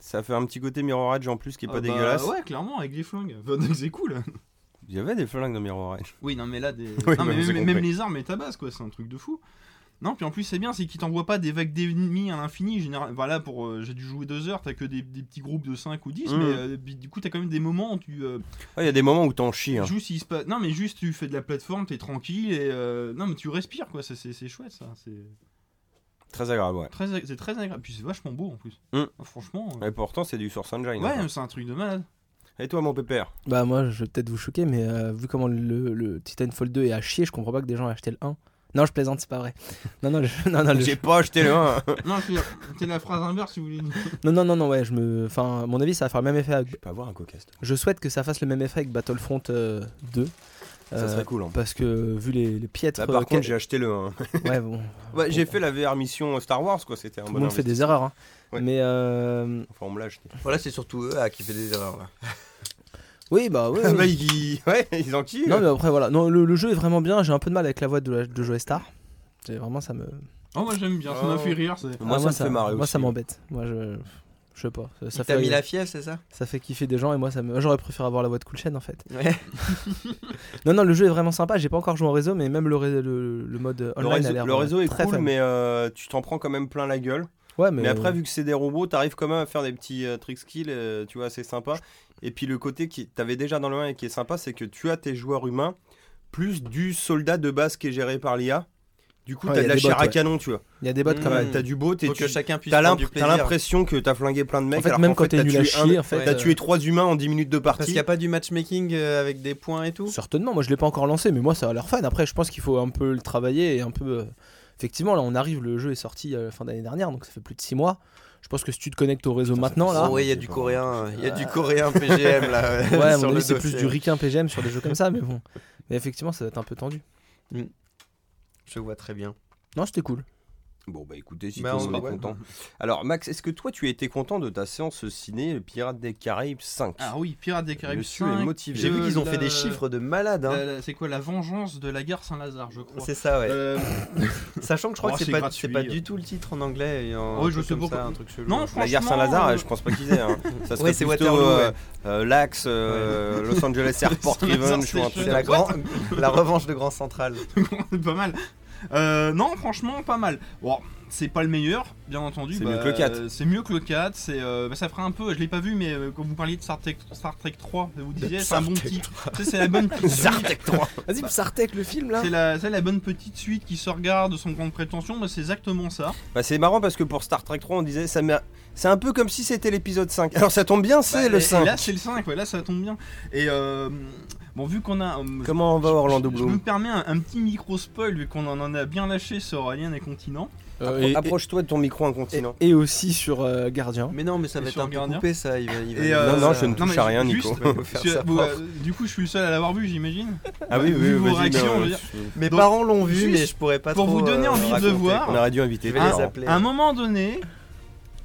S1: Ça fait un petit côté Mirror Edge en plus qui est pas
S3: Ah, bah,
S1: dégueulasse.
S3: Ouais, clairement avec des flingues. Enfin, donc, c'est cool.
S1: Il y avait des flingues dans Mirror Edge.
S3: Oui, non, mais là, des...
S1: Oui,
S3: non,
S1: mais
S3: mais
S1: on s'est
S3: même,
S1: compris.
S3: même les armes et tabasse, quoi, c'est un truc de fou. Non, puis en plus, c'est bien, c'est qu'ils t'envoient pas des vagues d'ennemis à l'infini. Général... Voilà, pour euh, j'ai dû jouer deux heures, t'as que des, des petits groupes de 5 ou 10,
S1: Mhm.
S3: mais euh, puis du coup, t'as quand même des moments où tu euh,
S1: Ah, Il y a des moments où t'en chies. hein.
S3: joues s'il se passe. Non, mais juste, tu fais de la plateforme, t'es tranquille, et euh, non, mais tu respires, quoi, ça, c'est c'est chouette, ça. C'est
S1: Très agréable, ouais.
S3: très, agré- c'est très agréable. Puis c'est vachement beau en plus.
S2: Mm.
S1: Mhm.
S3: Ah, Franchement, euh,
S1: Et pourtant, c'est du Source Engine.
S3: ouais,
S1: hein.
S3: c'est un truc de malade.
S1: Et toi, mon pépère
S4: Bah moi je vais peut-être vous choquer mais euh, vu comment le, le Titanfall 2 est à chier, je comprends pas que des gens aient acheté le 1. Non je plaisante, c'est pas vrai. Non non, je- non, non, Ah, le-
S1: J'ai pas acheté le 1.
S3: non, c'est- c'est la phrase inverse, si vous voulez.
S4: non non non non ouais, je me enfin à mon avis ça va faire le même effet. avec-
S1: Je vais pas avoir un cocaste.
S4: Je souhaite que ça fasse le même effet avec Battlefront euh, 2
S1: Ça
S4: Euh,
S1: serait cool. hein.
S4: parce que vu les, les piètres
S1: Là, par
S4: euh,
S1: contre,
S4: ca-
S1: j'ai Bah, acheté le 1.
S4: ouais, bon,
S1: Ouais, j'ai fait la VR mission Star Wars, quoi. C'était un
S4: tout
S1: bon
S4: le monde fait des
S1: investissement.
S4: erreurs hein.
S1: Ouais.
S4: Mais euh,
S1: Enfin, on me l'a acheté.
S2: Voilà, c'est surtout eux à qui fait des erreurs. Là.
S4: oui bah ouais.
S1: Ah
S4: ouais.
S1: bah, ils... Ouais, ils en kiffent.
S4: Non mais après voilà, non le, le jeu est vraiment bien, j'ai un peu de mal avec la voix de, la- de Joe Star. C'est vraiment ça me
S3: Oh, moi, j'aime bien, ça m'a
S1: Oh.
S3: fait rire. c'est-
S1: Moi,
S4: Ah,
S1: ça me fait marrer
S4: moi
S1: aussi.
S4: ça m'embête. Moi je je sais pas, ça, ça
S2: T'as
S4: fait
S2: mis la fièvre, c'est ça
S4: ça fait kiffer des gens et moi ça me j'aurais préféré avoir la voix de Cool Chain en fait.
S2: Ouais.
S4: Non, non, le jeu est vraiment sympa. J'ai pas encore joué en réseau, mais même le, ré- le, le mode euh,
S1: Le
S4: online a
S1: réseau,
S4: l'air,
S1: le
S4: euh,
S1: réseau est
S4: très
S1: cool,
S4: fun.
S1: mais euh, tu t'en prends quand même plein la gueule.
S4: Ouais,
S1: Mais,
S4: mais,
S1: après, vu que c'est des robots, t'arrives quand même à faire des petits euh, tricks skills, euh, tu vois, c'est sympa. Et puis le côté qui t'avais déjà dans le 1 et qui est sympa, c'est que tu as tes joueurs humains plus du soldat de base qui est géré par l'IA. Du coup,
S4: Ouais,
S1: t'as
S4: y a
S1: de la
S4: des
S1: chair
S4: bots,
S1: à
S4: ouais.
S1: canon, tu vois.
S4: il y a des bots quand
S1: T'as- Mm.
S4: même.
S1: T'as du beau, t'es
S2: Faut que
S1: tu-
S2: chacun puisse
S1: t'as
S2: prendre
S1: l'imp-
S2: du
S1: t'as
S2: plaisir.
S1: l'impression que t'as flingué plein de mecs.
S4: En fait,
S1: alors
S4: même
S1: qu'en
S4: quand t'es
S1: t'as
S4: nul à
S1: tué un-
S4: chier, en fait.
S1: T'as
S4: euh,
S1: tué trois humains en 10 minutes de
S2: Parce qu'il
S1: partie.
S2: n'y a pas du matchmaking euh, avec des points et tout
S4: Certainement, moi je l'ai pas encore lancé, mais moi ça a l'air fun. Après, je pense qu'il faut un peu le travailler et un peu. euh, Effectivement, là on arrive, le jeu est sorti euh, fin d'année dernière, donc ça fait plus de 6 mois. Je pense que si tu te connectes au réseau maintenant, là.
S2: Ah ouais, il y a du coréen, il y a du coréen PGM là.
S4: Ouais, à
S2: sur
S4: mon
S2: le
S4: avis, c'est plus
S2: dossier.
S4: du Riquin PGM sur des jeux comme ça, mais bon. Mais effectivement, ça va être un peu tendu.
S2: Je vois très bien.
S4: Non, c'était cool.
S1: Bon, bah écoutez, si
S2: Bah,
S1: tout le
S2: on-
S1: monde est
S2: ouais.
S1: content. Alors, Max, est-ce que toi, tu étais content de ta séance ciné Pirates des Caraïbes 5
S3: Ah oui, Pirates des Caraïbes.
S1: Monsieur est
S3: 5,
S1: motivé.
S2: J'ai vu
S3: euh,
S2: qu'ils ont
S3: la-
S2: fait des chiffres de malade.
S3: la-
S2: Hein.
S3: la- C'est quoi la vengeance de la gare Saint-Lazare, je crois.
S2: C'est ça, ouais.
S3: Euh,
S2: Sachant que je crois
S3: oh,
S2: que c'est
S3: c'est
S2: pas,
S3: gratuit,
S2: c'est pas
S3: euh.
S2: du tout le titre en anglais. Et en, un
S3: Ouais, je
S2: truc
S3: sais
S2: comme
S3: beaucoup.
S2: ça, un truc chelou.
S3: Non,
S1: La gare
S3: Franchement,
S1: Saint-Lazare,
S3: euh,
S1: je pense pas qu'ils aient. hein. Ça serait
S2: Ouais, c'est
S1: plutôt
S2: Waterloo,
S1: euh,
S2: ouais.
S1: euh, l'Axe, euh, Los Angeles Airport
S3: Saint-Lazare,
S1: Revenge ou un
S3: c'est
S1: truc
S2: c'est
S1: comme
S2: la,
S1: ça.
S2: grand- la revanche de Grand Central.
S3: c'est pas mal. Euh, non, franchement, pas mal. Bon, c'est pas le meilleur, bien entendu.
S1: C'est mieux que le 4.
S3: euh, C'est mieux que le 4. C'est, euh, bah, ça fera un peu. Je l'ai pas vu, mais euh, quand vous parliez de Star Trek, Star Trek 3, vous disiez c'est un bon
S2: Sartek.
S3: titre. Tu sais, C'est la bonne petite suite.
S4: Vas-y,
S3: Bah.
S4: Sartek, le film là
S3: C'est la, c'est la bonne petite suite qui se regarde sans grande prétention. Bah, c'est exactement ça.
S1: Bah, c'est marrant parce que pour Star Trek 3, on disait ça m'a- c'est un peu comme si c'était l'épisode 5. Alors ça tombe bien, c'est
S3: Bah,
S1: le
S3: et- Et
S1: 5.
S3: là, c'est le 5. Ouais, là, ça tombe bien. Et euh, bon, vu qu'on a. euh,
S1: Comment on va Orlando
S3: je, je me
S1: Bloom
S3: permets un, un petit micro spoil vu qu'on en, en a bien lâché sur Alien et Continent.
S1: Appro- Approche-toi de ton micro incontinent.
S4: Euh, et aussi sur euh, Gardien.
S2: Mais non, mais ça
S3: Et
S2: va être
S3: sur
S2: un peu
S3: Gardien.
S2: coupé ça. Il va, il va-
S3: Et, euh,
S1: Non, non, je ne
S3: mais
S1: touche à rien,
S3: juste-
S1: Nico.
S2: Faut faire
S3: Parce que,
S2: ça
S3: bon,
S2: propre.
S3: euh, du coup, je suis le seul à l'avoir vu, j'imagine.
S1: Ah oui, oui,
S3: Vu vos
S1: vas-y,
S3: réactions,
S1: mais,
S3: je veux
S1: euh,
S3: dire,
S2: Mes
S3: donc,
S2: parents l'ont vu,
S3: juste
S2: mais je pourrais pas
S3: pour
S2: trop,
S3: vous donner
S2: euh,
S3: envie de
S2: raconter,
S3: voir,
S1: On
S2: quoi.
S1: aurait dû inviter
S2: Je vais
S1: tes
S2: les
S1: parents.
S2: appeler.
S3: À un moment donné,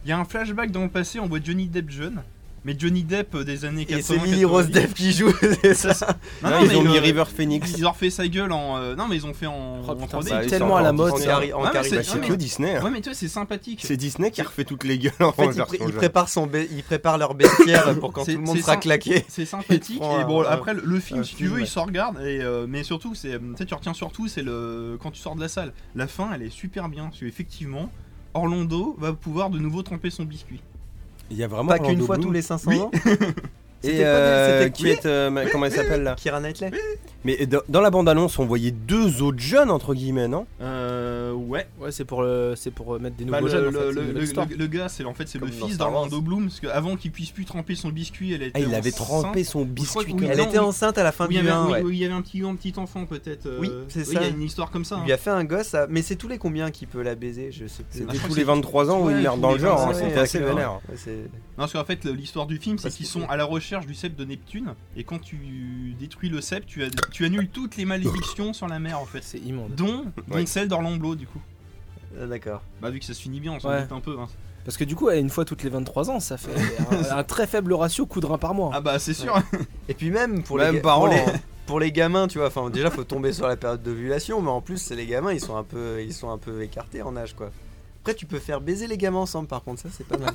S3: il y a un flashback dans le passé, on voit Johnny Depp jeune. Mais Johnny Depp euh, des années 80.
S2: Et c'est Lily Rose
S3: 90.
S2: Depp qui joue, c'est ça.
S3: Non,
S1: Là,
S3: non,
S1: ils
S3: mais
S1: ont mis
S3: le-
S1: River Phoenix.
S3: Ils ont refait sa gueule en. euh, Non, mais ils ont fait en,
S4: Oh,
S3: en
S4: putain,
S3: 3D.
S4: ça-
S1: ils
S4: tellement
S1: sont
S4: à la
S1: encore
S4: mode,
S1: en
S2: En
S4: ça.
S1: carré-
S2: cari- en
S3: Ouais, mais
S2: caricature.
S1: Bah, c'est
S3: Ouais,
S1: que Disney. hein.
S3: Ouais, mais tu vois, c'est sympathique.
S1: C'est Disney qui refait toutes les gueules en,
S2: En fait, ils,
S1: version
S2: pré- ils
S1: jeune.
S2: préparent son bé- ils préparent leur bestiaire pour quand tout
S3: C'est-
S2: le monde
S3: c'est
S2: sera
S3: ça.
S2: claqué.
S3: C'est sympathique.
S2: prend
S3: Et
S2: un-
S3: bon,
S2: un-
S3: après, le- le film,
S2: un
S3: si tu
S2: film,
S3: veux,
S2: ouais.
S3: il se regarde. Et, euh, mais surtout, c'est, tu sais, tu retiens surtout, c'est le quand tu sors de la salle. La fin, elle est super bien. Parce que, effectivement, Orlando va pouvoir de nouveau tremper son biscuit.
S1: Il y a vraiment
S2: Pas qu'une
S1: Orlando
S2: fois
S1: Bloom.
S2: tous les 500
S3: Oui.
S2: ans. C'était
S1: Et
S2: pas
S1: euh,
S2: des- c'était
S1: qui
S2: qui
S1: est euh, ma- comment elle s'appelle là
S2: Kira Knightley.
S1: Mais dans, dans la bande-annonce, on voyait deux autres jeunes entre guillemets, non
S3: Euh, ouais.
S4: Ouais, c'est pour, le- c'est pour euh, mettre des
S3: Bah,
S4: nouveaux
S3: le,
S4: jeunes. en
S3: le-
S4: fait, c'est une
S3: le-
S4: nouvelle
S3: le-
S4: histoire.
S3: le- le gars, c'est en fait c'est le
S2: Comme dans
S3: fils
S2: Star Wars.
S3: d'Orlando Bloom parce qu'avant qu'il puisse plus tremper son biscuit, elle était
S1: Ah, il avait
S3: enceinte.
S1: trempé son
S3: crois
S1: biscuit.
S3: que oui,
S1: quand
S2: Elle
S1: même.
S2: était enceinte à la fin
S3: Où il,
S2: du
S3: y avait,
S2: 1.
S3: où-
S2: ouais.
S3: où il y avait un petit, un petit enfant peut-être. euh,
S2: Oui, c'est
S3: Il y
S2: ça.
S3: a une histoire comme ça.
S2: Il
S3: hein.
S2: lui a fait un gosse. à- Mais c'est tous les combien qui peut la baiser Ah, Je sais
S1: C'était
S2: plus.
S3: je crois
S1: tous
S3: que
S1: les
S3: c'est-
S1: 23 ans où
S3: ouais,
S1: il meurt
S3: tous
S1: dans
S3: les
S1: le genre, hein,
S3: 25,
S1: c'était
S2: ouais,
S1: assez
S2: d'accord.
S1: vénère.
S2: Ouais, c'est-
S3: Non, parce qu'en fait, le- l'histoire du film, c'est
S2: Parce
S3: qu'ils
S2: que-
S3: sont à la recherche du sceptre de Neptune, et quand tu détruis le sceptre, tu, as- tu annules toutes les malédictions sur la mer, en fait.
S4: C'est immonde.
S3: Dont, dont
S1: Ouais.
S3: celle d'Orlamblo, du coup.
S2: Ah, D'accord.
S3: Bah, vu que ça se finit bien, on s'en
S4: Ouais.
S3: doute un peu. hein.
S4: Parce que du coup, elle, une fois toutes les 23 ans, ça fait un, un très faible ratio coup de rein par mois.
S3: Ah, bah, c'est sûr.
S2: Et puis même pour
S1: Même
S2: les ga-
S1: par
S2: pour
S1: an,
S2: les-
S1: hein.
S2: pour les gamins, tu vois, enfin déjà faut tomber sur la période d'ovulation, mais en plus c'est les gamins, ils sont un peu ils sont un peu écartés en âge quoi. Après tu peux faire baiser les gamins ensemble par contre, ça c'est pas mal.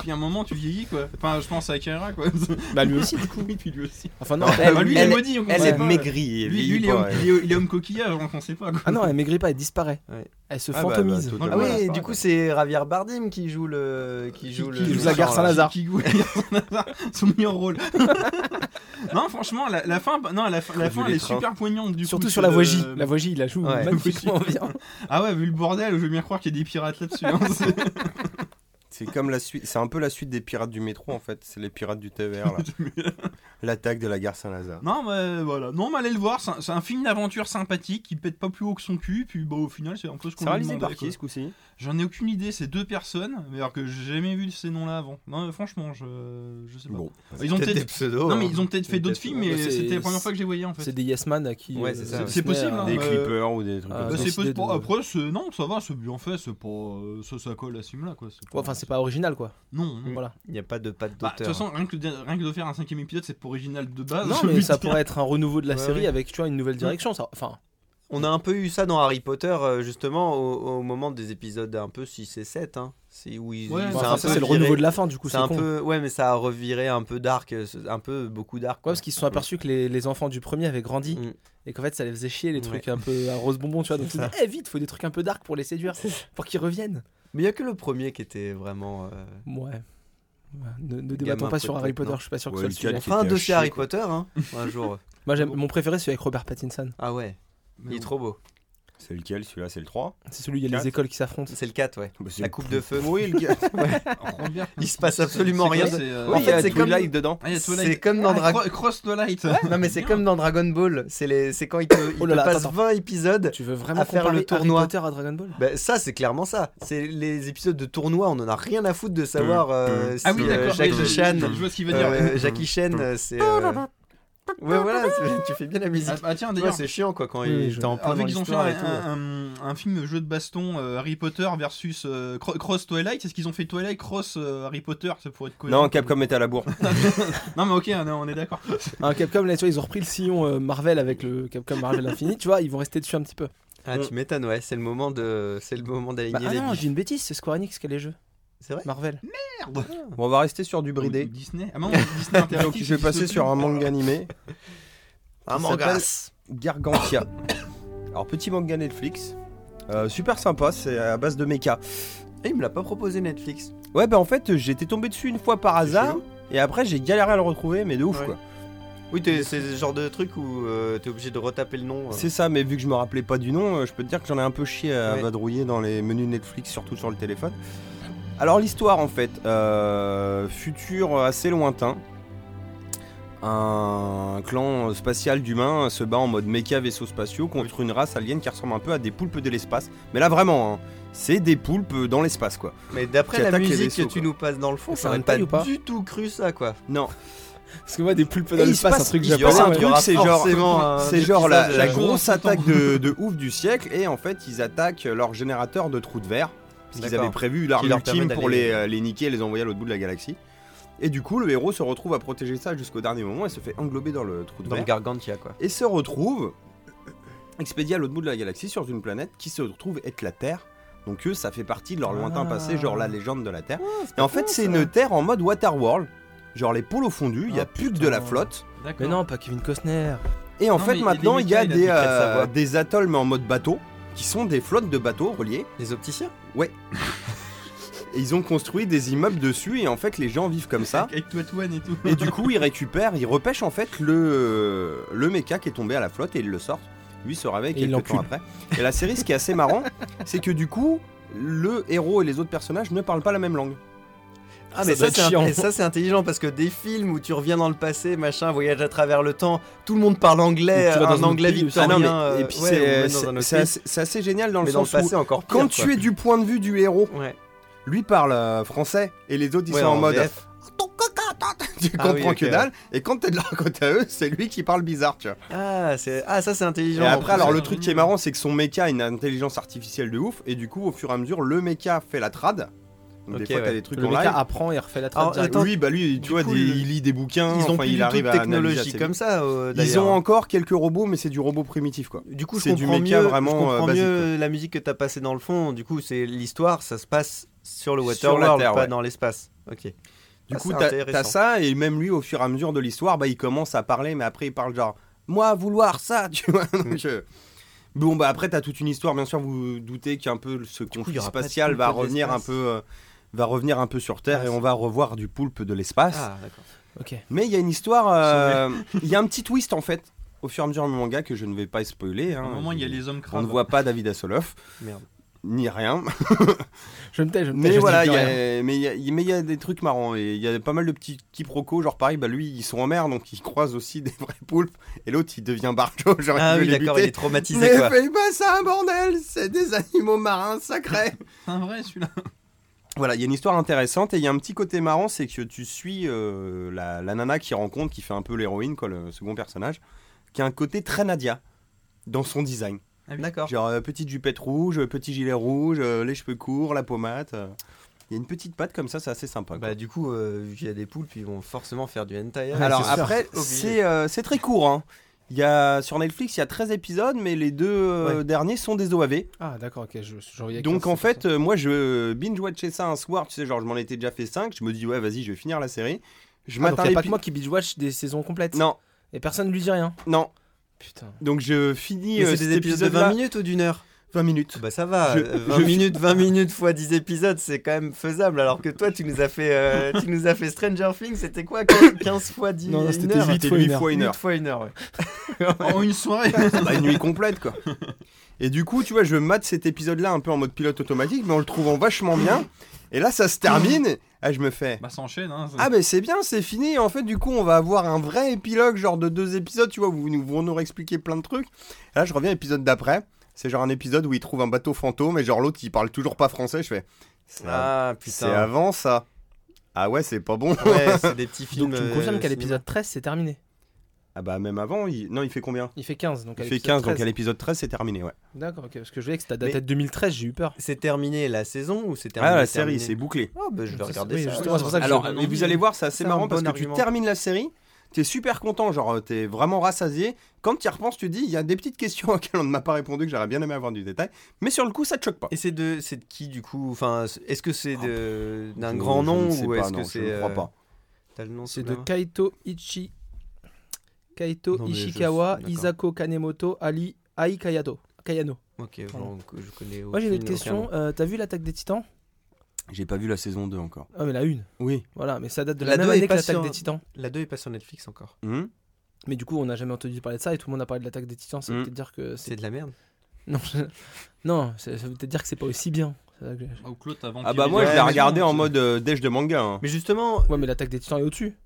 S3: Puis à un moment, tu vieillis, quoi. Enfin, je pense à Kaira, quoi.
S4: Bah lui aussi, du coup.
S3: oui, puis lui aussi.
S4: Enfin non,
S3: Bah, lui, il est
S1: elle-
S3: maudit, on
S1: Elle
S3: sait
S1: est
S3: pas.
S1: maigrie.
S3: Lui,
S1: elle
S3: lui,
S1: vieillit
S3: il, est
S1: pas,
S3: homme,
S1: elle.
S3: il est- il est homme coquillage, on ne sait pas, quoi.
S4: Ah non, elle maigrit pas, elle disparaît.
S2: Ouais.
S4: Elle se
S1: Ah, bah, bah,
S4: fantomise.
S1: totalement.
S2: Ah
S1: Voilà,
S2: oui,
S1: c'est
S2: du
S1: pareil.
S2: coup c'est Javier Bardim qui joue le qui joue
S4: qui
S2: le euh,
S4: joue la
S2: méchant,
S4: gare
S2: là.
S4: Saint-Lazare. Lazare.
S3: Qui- qui- qui- son meilleur rôle. non, franchement, la, la fin, non, la, fin- la
S1: Revue
S3: fin,
S1: les
S3: elle est
S1: trains.
S3: super poignante du coup, euh,
S4: Surtout
S3: parce
S4: sur
S3: que
S4: la
S3: le-
S4: voie J. La voie J, il la joue
S2: Ouais.
S4: magnifiquement bien.
S3: Ah ouais, vu le bordel, je veux bien croire qu'il y a des pirates là-dessus. hein. C'est-
S1: C'est comme la suite, c'est un peu la suite des pirates du métro en fait, c'est les pirates du TVR là. L'attaque de la gare Saint-Lazare.
S3: non, mais voilà. Non, mais allez le voir. C'est un, c'est un film d'aventure sympathique qui pète pas plus haut que son cul. Puis bah, au final, c'est un peu ce qu'on
S1: C'est
S3: lui
S1: réalisé
S3: demandait.
S1: par qui
S3: quoi.
S1: ce coup-ci
S3: J'en ai aucune idée. C'est deux personnes, mais alors que j'ai jamais vu ces noms-là avant. Non, mais franchement, je, je sais pas.
S1: Bon.
S3: Ils ont
S2: Peut-être
S3: peut-être.
S2: des pseudos.
S3: Non, mais
S2: hein.
S3: ils ont peut-être fait d'autres
S2: Peut-être-
S3: films, mais
S4: c'est-
S3: c'était la première fois que j'ai voyé en fait.
S4: C'est des yes man à qui.
S2: Ouais,
S4: euh,
S2: c'est ça,
S4: Disney
S2: ouais.
S3: C'est possible,
S4: a-
S3: hein.
S1: Des
S3: Euh,
S1: clippers ou des trucs
S4: ah,
S1: comme
S3: Bah,
S1: ça.
S4: donc
S3: c'est
S4: c'est
S3: possible.
S4: de-
S3: Après, c'est- non, ça va, c'est bien fait, c'est pas euh, ça, ça colle à ce film-là, quoi. c'est pas-
S4: Ouais, enfin, c'est pas original quoi.
S3: non, non.
S4: Voilà.
S2: Il n'y a pas de patte
S3: Bah, de toute
S2: d'auteur. hein.
S3: façon, rien que, de, rien que de faire un cinquième épisode, c'est pour original de base.
S4: Non,
S3: Ah, je
S4: mais
S3: veux
S4: ça
S3: dire. Mm.
S4: pourrait être un renouveau de la
S2: Ouais,
S4: série
S2: ouais.
S4: avec, tu vois, une nouvelle direction. Ça. Enfin,
S2: On a un peu eu ça dans Harry Potter euh, justement au, au moment des épisodes un peu 6 et 7 hein. C'est où ils
S3: Ouais,
S2: ils-
S3: bah,
S4: bon,
S2: c'est
S4: enfin,
S2: un
S4: ça,
S2: peu
S4: c'est le
S2: viré-
S4: renouveau de la fin, du coup,
S2: C'est
S4: c'est
S2: un
S4: con.
S2: peu ouais mais ça a reviré un peu dark, euh, c'est un peu beaucoup dark.
S4: Ouais, parce qu'ils se sont aperçus que les, les enfants du premier avaient grandi
S2: Mm.
S4: et qu'en fait ça les faisait chier les trucs un peu à rose bonbon, tu vois. Donc ils
S2: ça.
S4: disaient, Eh, vite, faut des trucs un peu dark pour les séduire, pour qu'ils reviennent.
S2: Mais il y a que le premier qui était vraiment. euh,
S4: Ouais. Ouais, Ne, ne
S2: Gamin
S4: débattons pas sur
S2: peut-être,
S4: Harry Potter,
S2: non.
S4: je suis pas sûr que
S1: Ouais,
S4: ce soit le
S1: Lucas,
S4: sujet.
S1: Qui
S2: Enfin, un
S1: était à
S2: dossier
S1: chier,
S2: Harry
S1: quoi.
S2: Potter, hein, un jour.
S4: Moi, j'aime, mon préféré, c'est avec Robert Pattinson.
S2: Ah ouais, il
S3: Mais
S2: est
S3: bon.
S2: trop beau.
S1: C'est lequel celui-là C'est le 3
S4: C'est celui où il y a
S1: Quatre.
S4: les écoles qui s'affrontent.
S2: C'est le 4, ouais.
S1: Bah, c'est
S2: La
S1: le
S2: coupe
S1: plus
S2: de feu.
S1: pourri, le gars.
S3: Robert,
S2: Il se passe absolument
S3: c'est quoi,
S2: rien.
S3: c'est, euh,
S1: Oui,
S2: En
S1: il y a
S2: fait, c'est comme-
S1: Twilight dedans.
S3: ah, il y a Twilight.
S2: C'est comme dans
S3: Ah,
S2: Dragon
S3: Cro- Cross the Light.
S2: Non, mais c'est
S3: Bien.
S2: comme dans Dragon Ball. C'est les... c'est quand il te, il
S4: Oh là
S2: te
S4: là,
S2: passe
S4: attends,
S2: 20 épisodes.
S4: Tu veux vraiment
S2: À faire
S4: comparer
S2: le tournoi.
S4: Harry Potter à Dragon Ball
S2: Bah, ça, c'est clairement ça. C'est les épisodes de tournoi, on en a rien à foutre de savoir euh, si
S3: Ah oui,
S2: euh,
S3: d'accord. oui,
S2: Jackie
S3: je-
S2: Chan.
S3: Je vois ce qu'il veut dire.
S2: euh, Jackie Chan, euh, c'est. euh, Ouais, voilà, c'est- tu fais bien la musique.
S3: Ah, ah, tiens,
S2: Tu
S3: d'ailleurs,
S2: vois, c'est chiant quoi quand
S4: Oui,
S2: il
S4: je-
S2: t'es en plein
S3: Ah, vu
S2: dans
S3: qu'ils ont fait
S2: l'histoire et
S3: un,
S2: tout.
S3: un- un film jeu de baston euh, Harry Potter versus euh, Cro- Cross Twilight, est-ce qu'ils ont fait Twilight Cross euh, Harry Potter Ça pourrait être cohérent.
S1: Non, Capcom est à la bourre.
S3: Non, mais ok, on est- on est d'accord.
S4: Un Capcom, là, tu vois, ils ont repris le sillon euh, Marvel avec le Capcom Marvel Infinite, tu vois, ils vont rester dessus un petit peu.
S2: Ah, tu m'étonnes, ouais, c'est le moment de, c'est le moment
S4: Bah,
S2: d'aligner
S4: ah
S2: les
S4: non,
S2: billes.
S4: j'ai une bêtise, c'est Square Enix qui a les jeux.
S2: C'est vrai.
S4: Marvel.
S1: Hmm. Bon, on va rester sur du bridé.
S3: Disney. Ah, non, Disney
S1: Donc,
S3: Interactive.
S1: je vais passer
S3: Disney+.
S1: sur un manga animé,
S2: Un
S1: qui
S2: manga.
S1: Gargantia. Alors, petit manga Netflix. Euh, super sympa, c'est à base de mecha.
S2: Eh, Il me l'a pas proposé Netflix.
S1: Ouais, bah en fait, j'étais tombé dessus une fois par hasard,
S2: chelou.
S1: et après j'ai galéré à le retrouver, mais de ouf
S2: Ouais.
S1: quoi.
S2: Oui, t'es- c'est ce genre de truc où euh, t'es obligé de retaper le nom. euh.
S1: C'est ça, mais vu que je me rappelais pas du nom, euh, je peux te dire que j'en ai un peu chié à
S2: Ouais.
S1: vadrouiller dans les menus Netflix, surtout sur le téléphone. Alors l'histoire en fait, euh, futur assez lointain, un clan spatial d'humains se bat en mode méca vaisseaux spatiaux contre une race alien qui ressemble un peu à des poulpes de l'espace. Mais là vraiment, hein, c'est des poulpes dans l'espace quoi.
S2: Mais
S1: qui
S2: d'après la
S1: attaque les
S2: musique
S1: vaisseaux,
S2: que tu
S1: quoi.
S2: nous passes dans le fond,
S4: C'est
S2: ça
S4: un
S2: aurait pas
S4: taille ou pas
S2: du tout cru ça quoi.
S1: Non,
S4: Parce que moi, des poulpes dans
S1: Et il
S4: l'espace,
S1: se
S4: un
S1: passe-
S4: truc
S1: il se
S4: japonais.
S1: passe un
S4: ouais.
S1: truc, Ah, c'est genre-
S2: genre,
S1: C'est genre la, la
S3: gros-
S1: grosse
S3: euh,
S1: attaque de, de ouf du siècle et en fait ils attaquent leur générateur de trous de verre. Parce qu'ils
S2: D'accord.
S1: avaient prévu l'arme
S2: Qui leur permet
S1: ultime pour euh,
S2: d'aller-
S1: les, euh, les niquer et les envoyer à l'autre bout de la galaxie. Et du coup, le héros se retrouve à protéger ça jusqu'au dernier moment et se fait englober dans le trou de
S2: Dans le
S1: verre.
S2: Gargantia, quoi.
S1: et se retrouve expédié à l'autre bout de la galaxie sur une planète qui se retrouve être la Terre. Donc eux, ça fait partie de leur lointain
S4: Ah.
S1: passé, genre la légende de la Terre. et en fait, Ah, c'est une Terre en mode Waterworld. Genre les pôles au fondu, il y a
S4: Ah,
S1: plus que de la
S4: putain.
S1: flotte.
S3: D'accord.
S4: Mais non, pas Kevin Costner.
S1: Et en
S3: Non,
S1: fait,
S3: mais
S1: maintenant, il y a
S3: Edenica,
S1: des,
S3: il a dit
S1: euh,
S3: qu'elle savait.
S1: des atolls mais en mode bateau, qui sont des flottes de bateaux reliés.
S2: Les opticiens
S1: Et ils ont construit des immeubles dessus, et en fait, les gens vivent comme ça.
S3: Avec Twatouane et tout.
S1: Et du coup, ils récupèrent, ils repêchent en fait le, le méca qui est tombé à la flotte et ils le sortent. Lui se réveille
S4: Et il
S1: quelques temps
S4: l'encule.
S1: après. Et la série, ce qui est assez marrant, c'est que du coup, le héros et les autres personnages ne parlent pas la même langue.
S2: Ah,
S4: Ça
S2: mais
S4: doit
S2: ça,
S4: être
S2: c'est int-
S4: chiant.
S2: et ça, c'est intelligent parce que des films où tu reviens dans le passé, machin, voyage à travers le temps, tout le monde parle anglais,
S4: Ou tu vas dans
S2: Eh, un
S4: un
S2: anglais
S4: pays aussi.
S1: Ah
S2: victorien.
S1: non, mais-
S2: euh,
S1: et puis
S2: ouais,
S1: c'est-
S2: ou même dans
S1: c'est-
S2: un autre
S1: c'est
S2: pays.
S1: assez, c'est assez génial dans
S2: Mais
S1: le
S2: dans le
S1: sens où
S2: passé, encore pire.
S1: quand
S2: quoi.
S1: tu es du point de vue du héros,
S2: Ouais.
S1: lui parle euh, français et les autres ils
S2: Ouais,
S1: sont en, mode
S2: VF.
S1: Ton coca, attends, tu
S2: Ah
S1: comprends
S2: oui, ok,
S1: que dalle et quand t'es de leur côté à eux c'est lui qui parle bizarre tu vois
S2: Ah, c'est- ah, ça, c'est intelligent.
S1: et
S2: en
S1: après
S2: plus. euh,
S1: alors
S3: c'est
S1: le truc qui est marrant c'est que son méca a une intelligence artificielle de ouf et du coup au fur et à mesure le méca fait la trad donc
S2: Ok,
S1: des fois
S2: ouais.
S1: t'as des trucs
S4: Le
S1: en
S4: mec
S1: live
S4: apprend et refait la trappe.
S2: Alors,
S4: direct.
S2: attends,
S1: lui bah lui
S2: du
S1: tu vois
S2: coup,
S1: des-
S2: le-
S1: il lit des bouquins
S2: Ils ont
S1: enfin,
S2: plus
S1: il
S2: du tout
S1: arrive
S2: de
S1: à analyser
S2: technologie
S1: assez
S2: comme
S1: vite.
S2: ça. euh,
S1: ils
S2: d'ailleurs.
S1: ont encore quelques robots mais c'est du robot primitif quoi
S2: Du coup, je
S1: c'est du
S2: comprends
S1: méca
S2: mieux,
S1: vraiment,
S2: je
S1: euh,
S2: comprends
S1: basique,
S2: mieux la musique que t'as passée dans le fond. Du coup, c'est l'histoire, ça se passe sur le
S1: Sur
S2: Waterworld,
S1: la Terre,
S2: pas
S1: ouais.
S2: dans l'espace. Ok.
S1: Du
S2: Ah,
S1: coup,
S2: c'est
S1: t'as
S2: intéressant.
S1: t'as ça, et même lui, au fur et à mesure de l'histoire, bah, il commence à parler, mais après, il parle genre Moi, vouloir ça, tu vois. Donc, euh, Bon, bah après, t'as toute une histoire, bien sûr, vous vous doutez qu'un peu ce
S2: coup, il
S1: conflit
S2: y aura pas de
S1: spatial
S2: poulpe
S1: va
S2: de
S1: revenir un
S2: l'espace.
S1: peu. euh, va revenir un peu sur Terre
S2: Ah,
S1: et
S2: c'est-
S1: on va revoir du poulpe de l'espace.
S2: Ah, d'accord.
S4: Ok.
S1: Mais il y a une histoire, euh, il y a un petit twist en fait, au fur et à mesure du manga que je ne vais pas spoiler.
S3: À
S1: hein.
S3: un moment, il y a les hommes crabes.
S1: On ne voit pas David Asoloff,
S2: Merde.
S1: ni rien.
S4: Je me tais, je me tais. je
S1: Mais
S4: dis
S1: voilà,
S4: plus
S1: il y
S4: rien.
S1: a- mais il y, a- mais il y a des trucs marrants et il y a pas mal de petits quiproquos. Genre, pareil, bah lui, ils sont en mer donc ils croisent aussi des vrais poulpes et l'autre il devient barjo. Genre,
S2: Ah
S1: il veut
S2: oui,
S1: les
S2: d'accord, il
S1: buter.
S2: est traumatisé
S1: Mais
S2: quoi.
S1: fais pas ça, bordel! C'est des animaux marins sacrés!
S3: C'est un vrai celui-là.
S1: voilà, il y a une histoire intéressante et il y a un petit côté marrant, c'est que tu suis euh, la, la nana qui rencontre, qui fait un peu l'héroïne, quoi, le second personnage, qui a un côté très Nadia dans son design.
S3: Ah
S2: D'accord.
S1: Genre euh, petite jupette rouge, euh, petit gilet rouge, euh, les cheveux courts, la pommade. euh. Il y a une petite patte comme ça, c'est assez sympa. quoi.
S2: Bah du coup, euh, vu qu'il y a des poules, puis ils vont forcément faire du hentai.
S4: Ouais,
S1: Alors
S4: c'est sûr.
S1: après,
S2: Obligé.
S1: c'est euh, c'est très court. hein. Il y a, sur Netflix, il y a 13 épisodes, mais les deux euh, derniers sont des OAV.
S4: Ah, d'accord, ok. Je, genre, il y a
S1: Donc
S4: 15,
S1: en fait,
S4: c'est
S1: euh, moi je binge-watchais ça un soir, tu sais, genre je m'en étais déjà fait 5, je me dis ouais vas-y je vais finir la série. Je
S4: pour ça. Ah, donc,
S1: m'attarde
S4: y a pas
S1: épi-
S4: que moi qui binge-watch des saisons complètes.
S1: Non,
S4: Et personne ne lui dit rien.
S1: non.
S4: Putain.
S1: Donc je finis
S2: Mais
S1: euh,
S2: c'est
S1: cet
S2: des épisodes de 20
S1: épisode-là-
S2: minutes ou d'une heure
S1: 20 minutes.
S2: Bah ça va,
S1: Je-
S2: euh, 20
S1: je-
S2: minutes, 20 minutes fois 10 épisodes, c'est quand même faisable. Alors que toi, tu nous as fait, euh, tu nous as fait Stranger Things, c'était quoi 15, 15 fois 10
S4: Non, non,
S2: une
S4: c'était
S2: heure
S4: huit
S1: C'était
S4: fois
S1: huit
S4: une heure.
S1: fois une heure.
S2: Huit fois une heure, ouais.
S3: En une soirée.
S1: Bah, une nuit complète quoi. Et du coup, tu vois, je mate cet épisode-là un peu en mode pilote automatique, mais en le trouvant vachement bien. Et là, ça se termine. Ah, je me fais.
S3: Bah, ça enchaîne, hein. ça-
S1: Ah ben c'est bien, c'est fini. En fait, du coup, on va avoir un vrai épilogue, genre de deux épisodes, tu vois, où vous nous- vous nous réexpliquez plein de trucs. Et là, je reviens à l'épisode d'après. C'est genre un épisode où il trouve un bateau fantôme et genre l'autre, il parle toujours pas français. Je fais. C'est av-
S2: Ah
S1: c'est
S2: putain.
S1: avant ça. Ah ouais, c'est pas bon.
S2: Ouais, c'est des petits films.
S4: Donc tu me confirmes
S2: euh, cinéma.
S4: qu'à l'épisode 13, c'est terminé.
S1: Ah bah même avant, il... non, il fait combien
S4: Il fait 15. Donc
S1: Il
S4: à
S1: fait
S4: l'épisode
S1: 15, donc
S4: 13.
S1: à l'épisode 13, c'est terminé, ouais.
S4: D'accord, ok. Parce que je voyais que c'était
S2: Mais-
S4: daté de 2013, j'ai eu peur.
S2: C'est terminé la saison ou c'est terminé
S1: Ah, la série, c'est
S2: terminé
S1: bouclé.
S2: Ah, bah, je vais
S4: Ça, c'est-
S2: regarder
S4: oui,
S2: ça.
S4: justement, c'est pour ça que
S1: Alors,
S3: j'avais
S1: mais
S3: envie,
S1: vous
S3: euh,
S1: allez voir, c'est assez
S2: c'est un
S1: marrant
S2: bon
S1: parce que
S2: argument.
S1: tu termines la série, t'es super content, genre euh, t'es vraiment rassasié. Quand t'y repenses, tu dis, il y a des petites questions auxquelles on ne m'a pas répondu que j'aurais bien aimé avoir du détail, mais sur le coup, ça te choque pas.
S2: Et c'est de, c'est de qui du coup Enfin, c'est- est-ce que c'est de- d'un
S1: Ah, Je-
S2: grand
S1: je
S2: nom
S1: ne sais
S2: ou
S1: pas,
S2: est-ce
S1: non,
S2: que
S1: je
S2: c'est
S1: ne crois
S2: euh,
S1: pas.
S2: T'as le nom sous
S4: C'est
S2: la
S4: de
S2: main
S4: Kaito Ichi. Kaito
S2: Non, mais je-
S4: Ishikawa,
S2: d'accord.
S4: Isako Kanemoto, Ali Ai Kayado. Kayano.
S2: Ok,
S4: Pardon.
S2: je, je connais.
S4: Moi j'ai une
S2: aucune-
S4: autre
S2: aucun
S4: question. Euh, T'as vu l'attaque des titans
S1: J'ai pas vu la saison 2 encore.
S4: Ah mais la une.
S1: Oui.
S4: Voilà, mais ça date de la,
S2: La
S4: même
S2: deux est
S4: année que
S2: pas
S4: l'attaque
S2: sur-
S4: des titans.
S2: nom. La 2 est pas sur Netflix encore.
S1: Hmm
S4: Mais du coup on n'a jamais entendu parler de ça et tout le monde a parlé de l'attaque des titans. Ça veut
S1: Mm.
S4: peut-être dire que c'est...
S2: C'est de la merde.
S4: Non, je- non ça ça veut peut-être dire que c'est pas aussi bien. C'est ça que j'ai-
S3: Ah, ou Claude, t'as
S1: Ah
S3: vampiré
S1: bah moi,
S3: la
S1: je l'ai
S3: maison,
S1: regardé en
S3: ça.
S1: mode euh, déj de manga. hein.
S2: Mais justement,
S4: Ouais mais l'attaque des titans est au-dessus.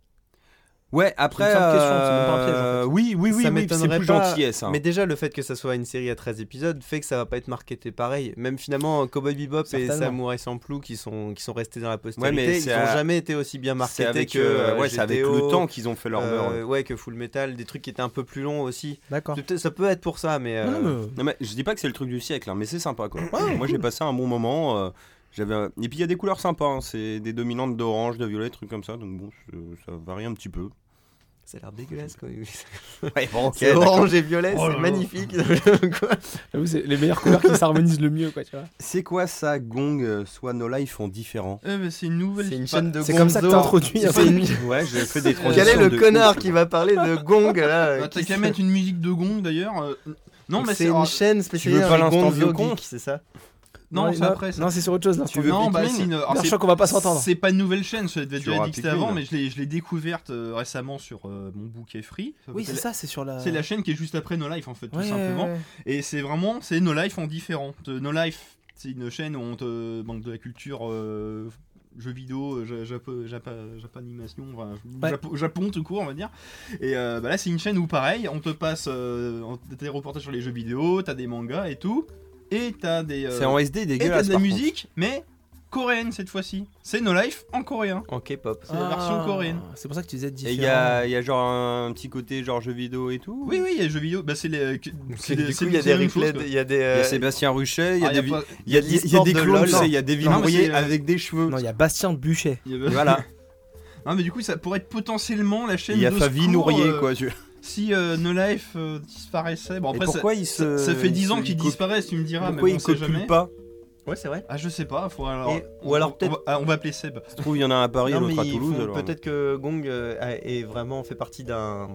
S1: Ouais, après...
S4: C'est une simple question, c'est même pas un piège, en
S1: euh, Oui, oui, oui,
S2: ça
S1: oui c'est
S2: m'étonnerait
S1: plus
S2: pas.
S1: gentillesse. hein.
S2: mais déjà le fait que ça soit une série à 13 épisodes fait que ça va pas être marketé pareil. Même finalement Cowboy Bebop et
S4: Certainement.
S2: Samurai Champloo qui sont qui sont restés dans la postérité,
S1: mais
S2: ils
S1: c'est
S2: ont
S1: à-
S2: jamais été aussi bien
S1: C'est
S2: marketés
S1: avec,
S2: que
S1: euh,
S2: euh,
S1: ouais, c'est avec
S2: GTO,
S1: le temps qu'ils ont fait leur
S2: euh,
S1: beurre.
S2: ouais, que Full Metal, des trucs qui étaient un peu plus longs aussi.
S4: D'accord.
S2: C'est peut-être- Ça peut être pour ça, mais. euh,
S4: Ah. Non, non, mais-
S2: Ah
S1: Non mais je dis pas que c'est le truc du siècle, hein, mais c'est sympa quoi.
S4: Ouais,
S1: Moi j'ai passé un bon moment. euh, J'avais un- Et puis il y a des couleurs sympas, hein, c'est des dominantes d'orange, de violet, trucs comme ça, donc bon, c'est- ça varie un petit peu.
S2: Ça a l'air dégueulasse quoi.
S1: Ouais, bon, ok,
S2: c'est
S1: d'accord.
S2: orange et violet,
S3: Oh là
S2: c'est
S3: là.
S2: magnifique. Quoi
S4: J'avoue, c'est les meilleures couleurs qui s'harmonisent le mieux, quoi, tu vois.
S1: C'est quoi ça, Gong, euh, soit nos lives font différent
S3: Eh ben, c'est une nouvelle.
S2: C'est une chaîne de
S4: C'est comme ça que
S2: Gonzo.
S4: t'introduis un
S2: C'est une-
S1: Ouais, j'ai fait des transitions.
S2: Quel est
S1: de
S2: le
S1: ouf.
S2: connard qui va parler de gong là euh,
S3: Bah, T'as
S2: qui-
S3: qu'à mettre une musique de gong d'ailleurs. euh, Non,
S2: Donc
S3: mais
S2: c'est
S3: c'est.
S2: une
S3: ah,
S2: chaîne spécialisée
S1: pas
S2: dans les
S1: l'instant
S2: Gonzo
S1: vieux con
S2: Geek, c'est ça
S3: Non, c'est après ça.
S4: Non, c'est sur autre chose, là.
S1: Tu veux
S3: Non, bah
S1: Pikmin
S3: c'est une. alors,
S4: Non,
S3: c'est-
S4: je crois qu'on va pas s'entendre.
S3: C'est pas une nouvelle chaîne, ça devait
S1: Tu
S3: déjà
S1: auras
S3: exister
S1: Pikmin.
S3: avant, mais je l'ai je l'ai découverte euh, récemment sur euh, mon bouquet free.
S4: Oui, c'est
S3: la-
S4: ça, c'est sur la.
S3: C'est la chaîne qui est juste après No Life en fait, tout
S4: Ouais,
S3: simplement.
S4: ouais, ouais.
S3: Et c'est vraiment, c'est No Life en différent. Euh, No Life, c'est une chaîne où on te manque de la culture euh, jeux vidéo, euh, ja- japo- japa- japanimation, enfin,
S4: Ouais.
S3: Japo- Japon tout court, on va dire. Et euh, bah là, c'est une chaîne où pareil, on te passe euh, on- t'as des reportages sur les jeux vidéo, t'as des mangas et tout, et t'as des. euh,
S1: C'est en SD
S3: et t'as
S1: dégueulasse.
S3: de la
S1: par contre.
S3: musique, mais coréenne cette fois-ci. C'est No Life en coréen.
S2: En K-pop.
S3: C'est la version
S4: Ah,
S3: coréenne.
S4: C'est pour ça que tu disais
S1: Et
S4: différent.
S1: il y a, il y a genre un petit côté genre jeu vidéo et tout
S3: Oui, oui, il y a les jeux vidéo. Bah, c'est les. que- c'est
S2: Du
S3: des-
S2: coup,
S3: c'est
S2: il y a
S3: c'est
S2: des
S3: la même chose,
S2: replays,
S3: quoi.
S2: il y a
S1: Il y a
S2: des.
S1: Sébastien Ruchet, il y a
S3: Ah,
S1: des
S3: y
S1: vi-
S3: pas-
S1: il y a
S2: de
S1: des- il y a
S2: l'e-sport
S1: des
S2: de
S1: clones,
S2: LOL.
S1: tu sais, il y a des
S3: Non, mais
S1: vibroyers
S3: c'est, euh,
S1: avec des cheveux.
S4: Non, il y a Bastien Buchet.
S3: il y a-
S1: Voilà,
S3: Non mais du coup ça pourrait être potentiellement la chaîne
S1: il y a
S3: de
S1: Favi
S3: secours,
S1: Nourrier
S3: euh,
S1: quoi. tu-
S3: Si euh, No Life euh, disparaissait, bon
S1: Et
S3: après ça,
S1: pourquoi il se.
S3: ça fait 10 ans
S1: il
S3: qu'ils
S1: copie-
S3: disparaissent, tu me diras,
S1: Pourquoi
S3: mais bon,
S1: il
S3: on sait
S1: copule
S3: jamais.
S1: pas
S2: Ouais, c'est vrai.
S3: Ah je sais pas, faut alors.
S2: Et- ou alors
S3: on-
S2: peut-être-
S3: on va- ah, on va appeler Seb.
S1: Ça se trouve, il y en a un à Paris,
S2: Non, mais
S1: l'autre à
S2: ils
S1: Toulouse.
S2: font-
S1: alors.
S2: Peut-être que Gong euh, a- est vraiment fait partie d'un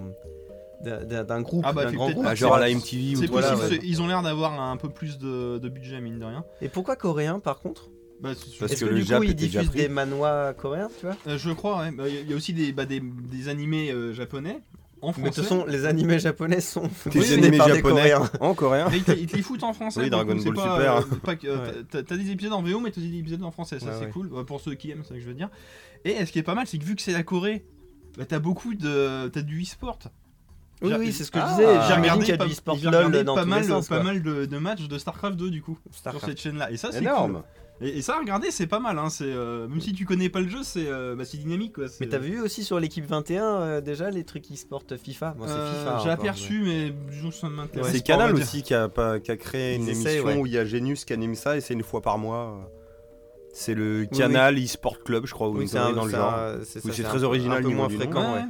S2: d'un- d'un d'un groupe,
S3: Ah bah,
S2: d'un
S3: fait
S2: grand
S3: peut-être-
S2: groupe.
S1: Ah,
S3: c'est
S1: genre à la
S3: vrai.
S1: MTV ou
S3: C'est
S1: tout ça,
S3: possible,
S1: ouais.
S3: c'est- ils ont l'air d'avoir un peu plus de, de budget mine de rien.
S2: Et pourquoi coréen par contre
S3: Bah, c'est-
S1: Parce
S2: Est-ce
S1: que
S2: que,
S1: le
S2: du
S1: Jap
S2: coup ils
S1: était déjà
S2: diffusent
S1: pris.
S2: des manois coréens, tu vois
S3: euh, je crois, ouais. Bah, Il y a- il y a aussi des, bah, des, des animés euh, japonais en
S2: Mais de
S3: français.
S2: toute façon, les animés japonais sont
S1: Des
S2: fusionnés
S1: animés
S2: par des
S1: japonais.
S2: coréens.
S1: En coréen
S3: Mais ils te- ils te les foutent en français.
S1: Oui,
S3: donc
S1: Dragon
S3: c'est
S1: Ball
S3: pas,
S1: Super.
S3: euh, pas que- euh,
S2: Ouais.
S3: t'as- T'as des épisodes en VO, mais t'as des épisodes en français. Ça,
S2: Ouais,
S3: c'est
S2: ouais.
S3: cool. euh, Pour ceux qui aiment, c'est ça que je veux dire. Et euh, ce qui est pas mal, c'est que vu que c'est la Corée, bah, t'as beaucoup de. T'as du e-sport.
S2: Oui,
S3: J'ai-
S2: oui, c'est ce que je
S1: Ah,
S2: disais.
S1: j'ai
S2: J'ai regardé
S3: regardé
S2: qu'il y a
S3: pas-
S2: du sport
S3: j'ai regardé
S2: LOL dans
S3: pas
S2: tous
S3: mal,
S2: les sens.
S3: pas
S2: quoi.
S3: mal de, de matchs de StarCraft 2 du coup sur
S2: Starcraft.
S3: cette chaîne là et ça c'est
S1: Énorme
S3: cool. et, et ça regardez c'est pas mal hein, c'est euh, même si tu connais pas le jeu c'est euh, bah, c'est dynamique quoi c'est- euh,
S2: Mais t'as vu aussi sur l'équipe 21 euh, déjà les trucs e-sport FIFA Bon, c'est
S3: Euh,
S2: FIFA.
S3: j'ai
S2: encore,
S3: aperçu mais disons que ça m'intéresse
S1: C'est
S3: pas, on va
S1: Canal
S3: dire.
S1: aussi qui a, pas- qui a créé
S2: Ils
S1: une
S2: essaient,
S1: émission
S2: ouais.
S1: où il y a Genius qui anime ça et c'est une fois par mois. C'est le
S2: oui.
S1: Canal eSport Club, je crois, ou
S2: mais-
S1: une connerie dans le
S2: c'est
S1: genre.
S2: un-
S1: Oui,
S2: ça,
S1: c'est
S2: un-
S1: très original
S2: un peu
S1: niveau
S2: moins
S1: du nom.
S2: fréquent. ouais.